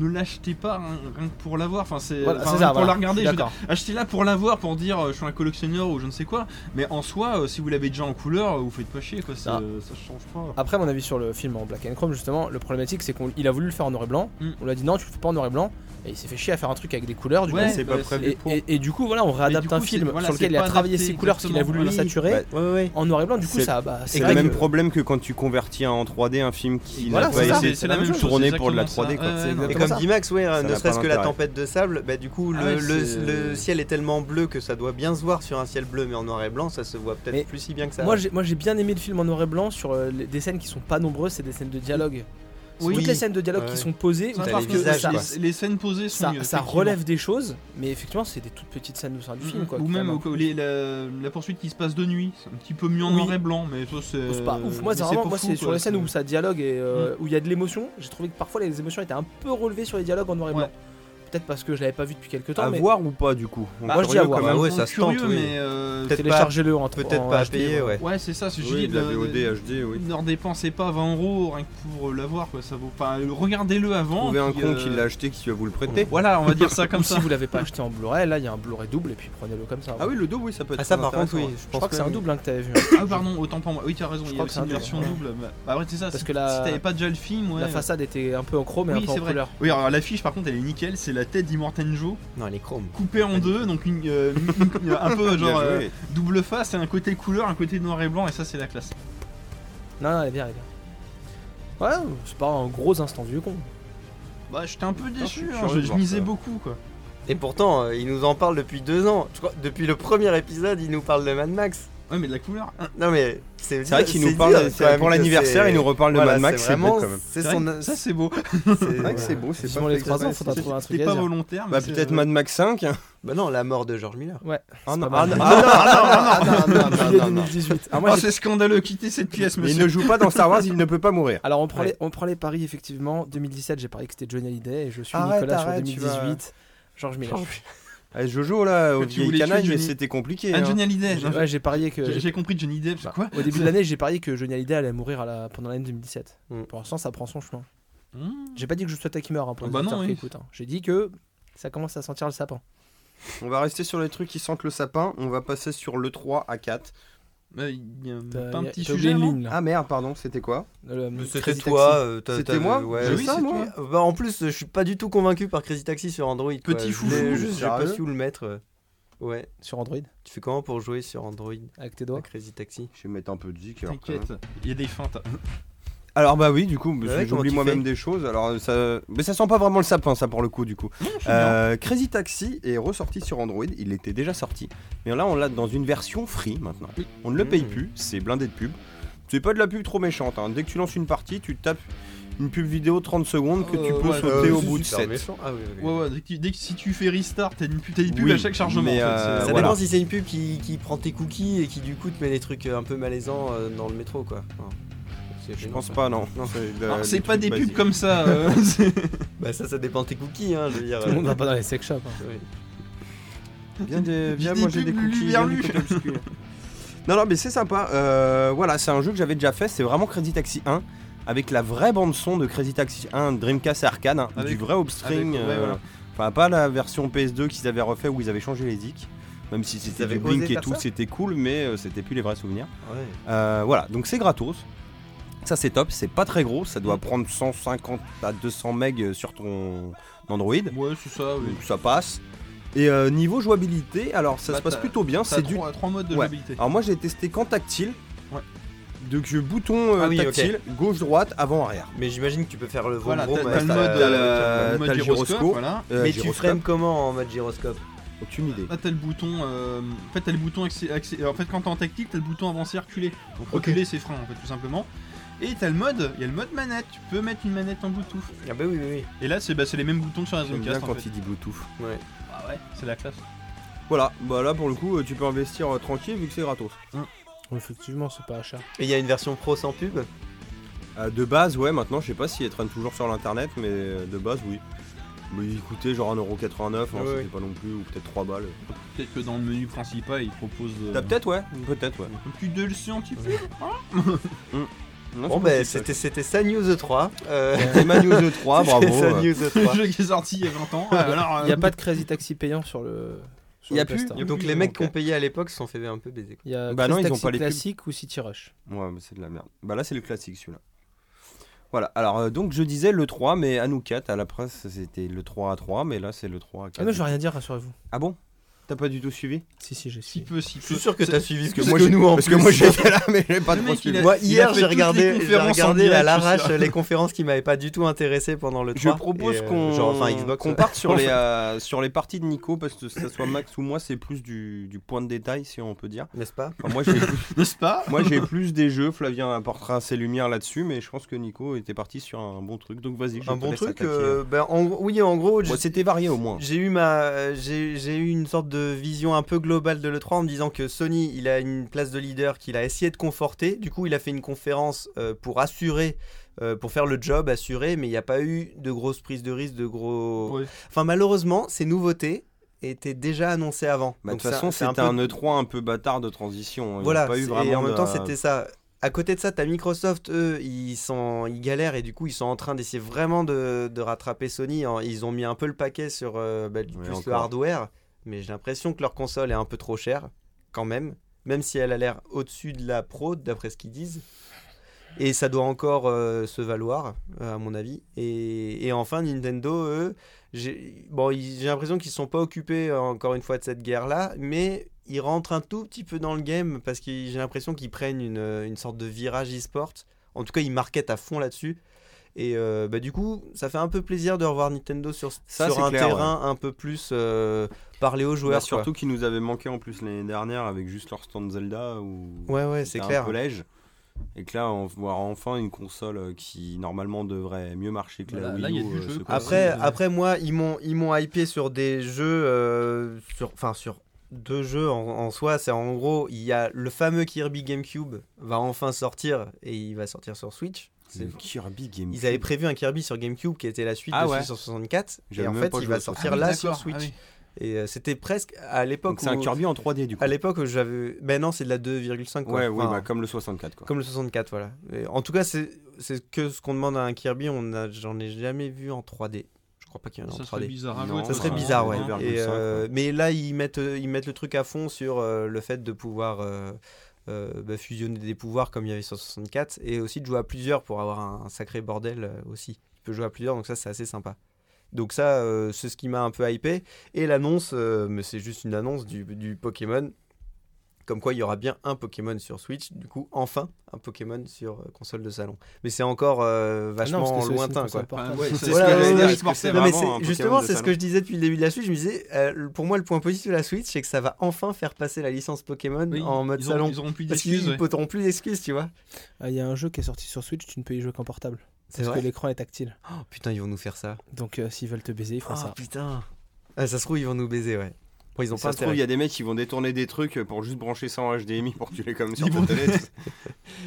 S3: ne l'achetez pas hein, rien que pour l'avoir. Enfin, c'est
S4: Voilà,
S3: enfin,
S4: c'est ça.
S3: pour
S4: voilà,
S3: la
S4: je
S3: regarder.
S4: suis
S3: je veux
S4: D'accord.
S3: dire, Achetez-la pour l'avoir, pour dire euh, je suis un collectionneur ou je ne sais quoi. Mais en soi, euh, si vous l'avez déjà en couleur, euh, vous faites pas chier quoi. c'est-
S4: Ah.
S3: euh, Ça change pas.
S4: Après, mon avis sur le film en black and chrome, justement, le problématique c'est qu'il a voulu le faire en noir et blanc.
S3: Mm.
S4: On lui a dit non, tu le fais pas en noir et blanc. Et il s'est fait chier à faire un truc avec des couleurs. Du
S3: Ouais,
S4: coup.
S1: c'est pas
S3: bah,
S1: prévu
S4: Et,
S1: pour.
S4: et- et du coup, voilà, on réadapte
S3: coup,
S4: un
S3: c'est-
S4: film
S3: voilà,
S4: sur
S3: c'est
S4: lequel il a
S3: pas
S4: travaillé
S3: adapté
S4: ses couleurs, ce qu'il a voulu
S3: exactement, voilà.
S4: saturer.
S1: Bah,
S2: Ouais, ouais.
S4: En noir et blanc, du coup,
S1: C'est-
S4: ça. Bah,
S1: C'est le
S4: vrai que-
S1: même problème que quand tu convertis un en 3D un film qui
S4: Voilà,
S1: n'a
S4: c'est
S1: pas
S4: ça.
S1: été
S4: c'est la même chose,
S1: tourné
S3: c'est
S1: pour de la
S3: exactement
S1: 3D,
S3: Ah, ça.
S1: quoi.
S3: Ouais,
S1: C'est
S3: ouais, non,
S4: exactement
S2: Et
S4: Comme
S2: comme
S4: ça.
S2: dit Max, ouais,
S1: Ça
S2: ne
S1: n'a
S2: serait-ce
S1: pas
S2: que la
S1: d'intérêt.
S2: tempête de sable, bah du coup,
S3: Ah
S2: le,
S3: ouais,
S2: le-
S3: c'est-
S2: le ciel est tellement bleu que ça doit bien se voir sur un ciel bleu, mais en noir et blanc, ça se voit
S4: Mais
S2: peut-être plus si bien que ça.
S4: Moi j'ai, moi j'ai bien aimé le film en noir et blanc sur euh, les- des scènes qui sont pas nombreuses, c'est des scènes de dialogue. C'est
S2: Oui.
S4: Toutes les scènes de dialogue
S2: Ouais.
S4: qui sont posées,
S3: Ça,
S4: on
S2: T'as
S4: pense
S2: les
S4: que
S2: visages,
S4: ça,
S2: quoi.
S3: les, les scènes posées sont
S4: ça-
S3: mieux,
S4: ça
S3: effectivement.
S4: relève des choses, mais effectivement c'est des toutes petites scènes au sein du film. Quoi,
S3: Mm, Ou
S4: quand
S3: même au- les- la, la poursuite qui se passe de nuit, c'est un petit peu mieux en
S4: Oui. Oh,
S3: noir et blanc, mais ça c'est.
S4: C'est pas ouf. Moi, c'est
S3: mais
S4: vraiment,
S3: pas
S4: moi,
S3: fou,
S4: c'est
S3: quoi,
S4: sur les scènes
S3: c'est-
S4: où ça dialogue et euh, où il y a de l'émotion. J'ai trouvé que parfois les émotions étaient un peu relevées sur les dialogues en noir et
S3: Ouais.
S4: blanc. Peut-être parce que je l'avais pas vu depuis quelques temps.
S1: À
S4: mais
S1: voir ou pas du coup
S4: Bah, moi, je dis à
S1: Curieux,
S4: voir.
S1: quand même.
S2: Bah ouais,
S3: Bon,
S2: ça se
S3: curieux,
S2: tente, oui.
S3: mais, euh,
S2: Peut-être pas-
S4: téléchargez-le en
S2: peut-être
S4: en
S2: pas à
S4: HD,
S2: payer, ouais.
S3: Ouais, c'est ça, ce que je
S1: Oui,
S3: dis,
S1: de la
S3: le-
S1: VOD, HD, oui.
S3: Ne redépensez pas 20 euros rien que pour euh, l'avoir, quoi. Ça vaut. Enfin, euh, regardez-le avant.
S1: Trouvez un
S3: puis,
S1: con
S3: euh,
S1: qui l'a acheté, qui va vous le prêter.
S3: Voilà, on va dire ça
S4: Ou
S3: comme
S4: si
S3: ça.
S4: vous l'avez pas acheté en Blu-ray, là il y a un Blu-ray double et puis prenez-le comme ça.
S1: Ah oui, le dos, oui, ça peut être.
S2: Ah, ça
S1: très
S2: par contre, oui,
S1: intéressant,
S2: je
S1: ouais.
S2: pense
S4: je crois que c'est un double hein, que t'avais vu.
S3: Ah, pardon, autant pour moi. Oui, t'as raison,
S4: Je
S3: il y
S4: crois
S3: avait
S4: que c'est
S3: une
S4: un
S3: version
S4: double,
S3: double. Bah, bah, ouais, c'est ça.
S4: Parce
S3: si-
S4: que la-
S3: Si t'avais pas déjà le film, ouais. euh,
S4: La façade était un peu en chrome et
S3: Oui,
S4: un peu
S3: c'est
S4: en
S3: vrai.
S4: couleur.
S3: Oui, alors l'affiche par contre elle est nickel, c'est la tête d'Immortanjo
S2: Non, elle est chrome.
S3: coupée en deux, donc une, euh, une- un peu
S1: Bien
S3: genre
S1: joué.
S3: euh, double face et un côté couleur, un côté noir et blanc, et ça c'est la classe.
S4: Non, non, elle est bien, elle est bien. Ouais, c'est pas un gros instant vieux con.
S3: Bah, j'étais un peu
S1: je suis
S3: déçu, hein,
S1: curieux
S3: je,
S1: de
S3: je
S1: voir
S3: misais
S1: ça.
S3: beaucoup quoi.
S2: Et pourtant, euh, il nous en parle depuis deux ans. Je crois- depuis le premier épisode, il nous parle de Mad Max.
S3: Ouais, mais de la couleur. hein,
S2: Non, mais c'est
S1: C'est vrai qu'il nous
S2: c'est
S1: parle,
S2: dire,
S1: c'est-
S2: quand même,
S1: pour
S2: que
S1: l'anniversaire,
S2: c'est-
S1: il nous reparle de
S2: voilà,
S1: Mad Max, c'est beau
S2: vraiment-
S1: quand même.
S2: C'est
S3: C'est vrai
S2: son. euh,
S3: que ça c'est beau.
S1: C'est vrai que
S2: voilà.
S1: c'est beau, c'est
S4: Disons
S1: pas
S4: les
S1: très-
S4: trois ans,
S1: ouais,
S4: faudra
S1: c'est-
S4: trouver un truc
S3: C'était pas
S4: à dire.
S3: volontaire.
S1: Bah,
S3: mais
S1: peut-être
S3: c'est- euh,
S1: Mad Max 5. hein.
S2: Bah non, la mort de George Miller.
S1: Ah
S4: C'est
S1: non,
S4: pas
S1: ah
S4: mal.
S1: non, ah non, ah non, ah non, ah
S4: Juillet
S1: non, non, non.
S4: 2018. Ah, moi,
S3: Ah,
S4: j'ai-
S3: c'est scandaleux, quittez cette pièce,
S1: Mais Il
S3: monsieur.
S1: ne joue pas dans Star Wars, il ne peut pas mourir.
S4: Alors on prend,
S2: Ouais.
S4: les, on prend les paris effectivement. 2017 j'ai parié que c'était Johnny Hallyday et je suis
S1: Arrête,
S4: Nicolas
S1: arrête, tu
S4: sur
S1: vas-
S4: 2018. Georges Miller.
S1: Eh, Jojo là, au
S3: tu
S1: vieil
S3: voulais tuer
S1: canaille,
S3: Johnny.
S1: c'était compliqué.
S3: Ah,
S1: hein.
S3: Johnny Hallyday.
S4: J'ai- Ouais, j'ai parié que
S3: J'ai
S4: j'ai-
S3: j'ai compris Johnny Depp,
S1: Bah.
S3: c'est quoi
S4: au début de l'année j'ai parié que Johnny Hallyday allait mourir à la- pendant l'année 2017.
S2: Mm.
S4: Pour l'instant ça prend son chemin.
S3: Hmm.
S4: J'ai pas dit que je souhaitais qu'il meure hein, pour
S3: Ah
S4: les
S3: bah non,
S4: auditeurs qui
S3: oui.
S4: écoutent, hein. J'ai dit que ça commence à sentir le sapin.
S1: On va rester sur les trucs qui sentent le sapin, on va passer sur le 3 à 4.
S3: Bah, Il y a
S4: T'as-
S3: pas un
S4: Euh, y a-
S3: petit
S4: t'as oublié
S3: sujet.
S4: une
S3: avant
S4: ligne là.
S1: Ah merde, pardon, c'était quoi
S4: Le- le
S2: C'était
S4: Crazy
S2: toi,
S4: Taxi.
S2: euh, t'as-
S1: C'était
S2: t'as-
S1: moi
S2: ouais,
S1: J'ai
S2: oui,
S1: ça,
S2: c'est
S1: moi
S2: toi. Bah, en plus, je suis pas du tout convaincu par Crazy Taxi sur Android. quoi.
S3: Petit
S2: Je
S3: foufou,
S2: l'ai- Je sais pas
S1: sérieux
S2: si où le mettre. euh, Ouais.
S4: sur Android
S2: Tu fais comment pour jouer sur Android
S4: avec tes
S2: à
S4: doigts.
S2: Crazy Taxi
S1: Je vais mettre un peu de zik. alors, quand même.
S3: T'inquiète, il y a des feintes.
S1: Alors bah oui, du coup, parce
S2: ouais,
S1: que
S2: comment
S1: j'oublie
S2: tu
S1: moi-même
S2: fais
S1: des choses. Alors ça, mais ça sent pas vraiment le sapin, ça pour le coup, du coup. Euh, Crazy Taxi est ressorti sur Android. Il était
S3: Mmh.
S1: déjà sorti, mais là on l'a dans une version free maintenant. On ne le paye
S2: Mm.
S1: plus, c'est blindé de pub. C'est pas de la pub trop méchante. hein. Dès que tu lances une partie, tu tapes une pub vidéo 30 secondes que tu
S3: Euh,
S1: peux sauter au bout de 7.
S2: Ah, oui, oui, oui.
S3: Ouais, ouais, dès que, tu- dès que si tu fais restart, t'as une, pu- t'as une pub
S1: Oui,
S3: à chaque chargement.
S1: mais,
S3: en fait,
S1: euh,
S3: c'est-
S2: Ça
S1: voilà.
S2: dépend si c'est une pub qui, qui prend tes cookies et qui du coup te met des trucs un peu malaisants euh, dans le métro quoi. Enfin, c'est
S1: Je
S2: gênant,
S1: pense
S2: quoi.
S1: pas, non.
S2: Non.
S1: C'est de-
S3: Alors,
S1: des
S3: c'est pas
S1: trucs
S3: des pubs
S1: basiques.
S3: comme ça. euh, c'est-
S2: Bah ça ça dépend de tes cookies hein, je veux dire.
S4: Tout le monde va pas dans les sex shops. hein.
S2: euh, oui.
S1: Viens, de, viens
S3: J'ai des
S1: manger des
S3: pubs
S1: cookies.
S3: Lulu
S1: viens du
S3: Berlu.
S1: côté obscur. non, non, mais c'est sympa. Euh, voilà, c'est un jeu que j'avais déjà fait. C'est vraiment Crazy Taxi 1 avec la vraie bande son de Crazy Taxi 1 Dreamcast arcade, hein,
S3: Avec-
S1: du vrai upstring.
S3: avec- ouais,
S1: euh,
S3: voilà.
S1: Enfin, pas la version PS2 qu'ils avaient refait où ils avaient changé les icks. Même si c'était
S2: avaient
S1: du
S2: osé
S1: Blink et
S2: faire
S1: tout,
S2: ça
S1: c'était cool, mais euh, c'était plus les vrais souvenirs.
S2: Ouais.
S1: Euh, voilà, donc c'est gratos. Ça c'est top, c'est pas très gros, ça
S3: Mm.
S1: doit prendre 150 à 200 megs sur ton Android.
S3: Ouais, c'est ça. oui.
S1: Donc ça passe. Et euh, niveau jouabilité, alors ça
S3: Bah,
S1: se passe
S3: t'as-
S1: plutôt bien,
S3: C'est
S1: c'est du...
S3: trois, trois modes de
S1: Ouais.
S3: jouabilité.
S1: Alors moi j'ai testé qu'en tactile.
S3: Ouais.
S1: Donc euh, bouton euh,
S2: Ah oui, ok.
S1: tactile, gauche, droite, avant, arrière.
S2: Mais j'imagine que tu peux faire le vroom
S3: Voilà, t'as
S2: vroom.
S3: t'as le
S2: avec ta-
S3: mode, euh,
S1: t'as
S3: le mode
S1: le
S3: gyroscope,
S1: gyroscope.
S3: voilà.
S1: Euh,
S2: Mais tu
S1: gyroscope,
S2: frames comment en mode gyroscope
S1: Aucune idée.
S3: Là t'as le bouton, euh, en fait t'as le bouton accé- accé- euh, en fait quand t'es en tactique t'as le bouton avancer reculer, donc
S2: Ok.
S3: reculer c'est frein en fait tout simplement. Et t'as le mode, il y a le mode manette, tu peux mettre une manette en Bluetooth.
S2: Ah bah oui oui
S3: Et là c'est bah, c'est les mêmes boutons que sur la
S1: J'aime bien
S3: Dreamcast en
S1: quand
S3: fait.
S1: il dit Bluetooth.
S2: oui. Ouais.
S3: Ah ouais, c'est la classe.
S1: Voilà, bah là pour le coup euh, tu peux investir euh, tranquille vu que c'est gratos.
S4: Effectivement, c'est pas achat.
S2: Et il y a une version pro sans pub
S1: Euh, de base, ouais, maintenant je sais pas si elle traîne toujours sur l'internet, mais euh, de base, oui. Mais il coûtait genre 1,89€, hein,
S2: Ouais,
S1: c'était
S2: ouais.
S1: pas non plus, ou peut-être 3 balles.
S3: Peut-être que dans le menu principal ils proposent euh,
S1: T'as peut-être, ouais Peut-être, ouais.
S3: un petit DLC scientifique.
S1: Non,
S2: Bon
S1: c'est pas
S2: bah
S1: si
S2: c'était c'était ça News 3. Euh...
S1: cher. Emma News de 3, bravo. euh.
S2: c'était ça
S1: ouais.
S2: News 3.
S3: Le jeu qui est sorti il y a 20 ans. Alors, euh,
S4: Il y a pas de Crazy Taxi payant sur le. Sur
S1: Y a
S4: le hein.
S1: plus
S4: Play Store.
S3: Y a
S2: Donc
S3: plus
S2: les
S3: de-
S2: mecs qui ont payé à l'époque se sont fait un peu baiser.
S4: Il y a
S1: Bah non,
S4: Crazy
S1: ils ont
S4: Taxi
S1: pas les pubs.
S4: classique ou City Rush.
S1: Ouais, mais c'est de la merde. Bah là, c'est le classique celui-là. Voilà, alors euh, donc je disais le 3, mais à nous 4, à la presse c'était le 3 à 3, mais là c'est le 3 à 4.
S4: Ah non, je vais rien dire, rassurez-vous.
S1: Ah bon T'as pas du tout suivi
S4: Si, si, j'ai
S3: Si
S4: suis.
S3: peu, si peu.
S2: Je suis sûr que t'as suivi ce que
S1: Parce
S2: moi
S1: que-
S2: j'ai nous en
S1: Parce que
S2: plus.
S1: moi j'étais là, mais j'ai pas
S3: Le
S1: trop
S3: mec, il
S1: suivi.
S3: a-
S2: Moi,
S3: Il
S2: hier,
S3: fait
S2: j'ai
S3: toutes les
S2: regardé, j'ai
S3: conférences en
S2: regardé
S3: direct,
S2: à
S3: ce
S2: l'arrache
S3: soir.
S2: les conférences qui m'avaient pas du tout intéressé pendant le
S1: Je
S2: 3.
S1: propose
S2: et, euh,
S1: qu'on
S2: genre, enfin, Xbox,
S1: qu'on
S2: ouais.
S1: parte sur les, euh, sur les parties de Nico, parce que ça soit Max ou moi, c'est plus du, du point de détail, si on peut dire.
S2: N'est-ce pas
S1: Enfin, moi, j'ai plus,
S3: N'est-ce pas
S1: moi, j'ai plus des jeux, Flavien apportera ses lumières là-dessus, mais je pense que Nico était parti sur un bon truc, donc vas-y. je
S2: Un
S1: te
S2: bon
S1: laisse
S2: truc
S1: attaquer.
S2: euh, ben, en gros- Oui, en gros,
S1: Bon,
S2: j'ai-
S1: C'était varié au moins.
S2: j'ai eu ma j'ai j'ai eu une sorte de vision un peu globale de l'E3 en me disant que Sony, il a une place de leader qu'il a essayé de conforter. Du coup, il a fait une conférence euh, pour assurer euh, pour faire le job assuré, mais il n'y a pas eu de grosses prises de risque, de gros.
S3: Ouais.
S2: Enfin, malheureusement, ces nouveaux étaient déjà annoncées avant.
S1: Bah, De
S2: Donc,
S1: toute
S2: ça-
S1: façon,
S2: c'est
S1: c'était
S2: peu-
S1: un E3 un peu bâtard de transition. hein. Il y a
S2: Voilà,
S1: pas eu
S2: c'est-
S1: vraiment
S2: et en même
S1: de- Bah,
S2: temps, c'était ça. À côté de ça, t'as Microsoft, eux, ils, sont, ils galèrent et du coup, ils sont en train d'essayer vraiment de, de rattraper Sony. hein. Ils ont mis un peu le paquet sur euh, bah, du
S1: Ouais,
S2: plus le
S1: encore.
S2: hardware, mais j'ai l'impression que leur console est un peu trop chère, quand même, même si elle a l'air au-dessus de la Pro, d'après ce qu'ils disent. Et ça doit encore euh, se valoir, euh, à mon avis. Et, et enfin, Nintendo, eux, j'ai bon, ils- j'ai l'impression qu'ils ne sont pas occupés, euh, encore une fois, de cette guerre-là, mais ils rentrent un tout petit peu dans le game parce que j'ai l'impression qu'ils prennent une, euh, une sorte de virage e-sport. En tout cas, ils marketent à fond là-dessus. Et euh, bah, du coup, ça fait un peu plaisir de revoir Nintendo sur,
S1: Ça,
S2: sur
S1: c'est
S2: un
S1: clair,
S2: terrain un peu plus euh, parler aux
S1: Bah,
S2: joueurs.
S1: surtout qu'ils nous avaient manqué en plus l'année dernière avec juste leur stand Zelda ou
S2: quoi. Ouais, ouais, c'est
S1: C'était un
S2: clair.
S1: collège. Et que là, on va voir enfin une console euh, qui normalement devrait mieux marcher que la
S3: Voilà,
S1: Wii
S3: Bah, là, il y a
S1: U,
S3: du
S1: euh,
S3: jeu,
S1: se
S3: quoi.
S1: passe.
S2: Après,
S3: Ouais.
S2: après moi, ils m'ont, ils m'ont hypé sur des jeux, euh, sur, enfin sur deux jeux en, en soi. C'est en gros, il y a le fameux Kirby GameCube va enfin sortir et il va sortir sur Switch.
S1: c'est Kirby Game.
S2: Ils avaient prévu un Kirby sur GameCube qui était la suite
S1: Ah
S2: de
S1: ouais.
S2: celui sur 64
S1: J'avais
S2: et en
S1: même
S2: fait,
S1: pas
S2: il
S1: joué
S2: va
S1: au
S2: sortir
S3: Ah oui,
S2: là sur
S3: d'accord,
S2: Switch.
S3: ah oui.
S2: Et euh, c'était presque à
S1: Donc
S2: l'époque
S1: c'est un
S2: où-
S1: Kirby en 3D du coup.
S2: à l'époque où j'avais, ben non, c'est de la 2,5. quoi.
S1: Ouais, oui,
S2: Enfin,
S1: bah, comme le 64 quoi.
S2: comme le 64, voilà. Et en tout cas, c'est c'est que ce qu'on demande à un Kirby, on a, j'en ai jamais vu en 3D. Je crois pas qu'il y en a en
S3: Ça
S2: 3D.
S3: serait bizarre à
S1: Non,
S3: jouer,
S2: Ça serait
S1: Ouais,
S2: bizarre, ouais.
S1: ouais, vers le
S2: Et,
S1: cinq,
S2: euh,
S1: ouais.
S2: mais là, ils mettent, euh, ils mettent le truc à fond sur euh, le fait de pouvoir euh, euh, bah, fusionner des pouvoirs comme il y avait sur 64 et aussi de jouer à plusieurs pour avoir un, un sacré bordel euh, aussi. Tu peux jouer à plusieurs, donc ça, c'est assez sympa. Donc ça, euh, c'est ce qui m'a un peu hypé. Et l'annonce, euh, mais c'est juste une annonce du, du Pokémon Comme quoi, il y aura bien un Pokémon sur Switch, du coup, enfin un Pokémon sur euh, console de salon. Mais c'est encore euh,
S1: Ah
S4: Ah
S2: vachement lointain, quoi.
S3: Enfin, ouais, c'est
S2: Voilà,
S3: ce que j'allais
S2: ouais,
S3: dire,
S2: ouais,
S3: est-ce que c'est
S2: Non, mais
S3: vraiment
S2: c'est-
S3: un Pokémon
S2: justement,
S3: de
S2: c'est ce que
S3: salon
S2: je disais depuis le début de la Switch. Je me disais, euh, pour moi, le point positif de la Switch, c'est que ça va enfin faire passer la licence Pokémon
S3: Oui,
S2: en mode
S3: ils auront-
S2: salon.
S3: Ils auront plus
S2: Parce qu'ils
S3: d'excuses. ouais.
S2: poteront plus d'excuses, tu vois.
S4: Ah, Il y a un jeu qui est sorti sur Switch, tu ne peux y jouer qu'en portable.
S2: C'est
S4: Parce
S2: vrai.
S4: que l'écran est tactile.
S2: Oh, putain, ils vont nous faire ça.
S4: Donc euh, s'ils veulent te baiser, ils
S3: Oh,
S4: font
S2: Ah,
S4: ça.
S2: putain. Ah, ça se trouve, ils vont nous baiser, ouais. Bon, ils ont
S1: Ça
S2: pas
S1: se trouve, il
S2: intérêt.
S1: y a des mecs qui vont détourner des trucs pour juste brancher ça en HDMI pour que tu l'aies comme sur
S3: Ils
S1: ta
S3: vont-
S1: télé.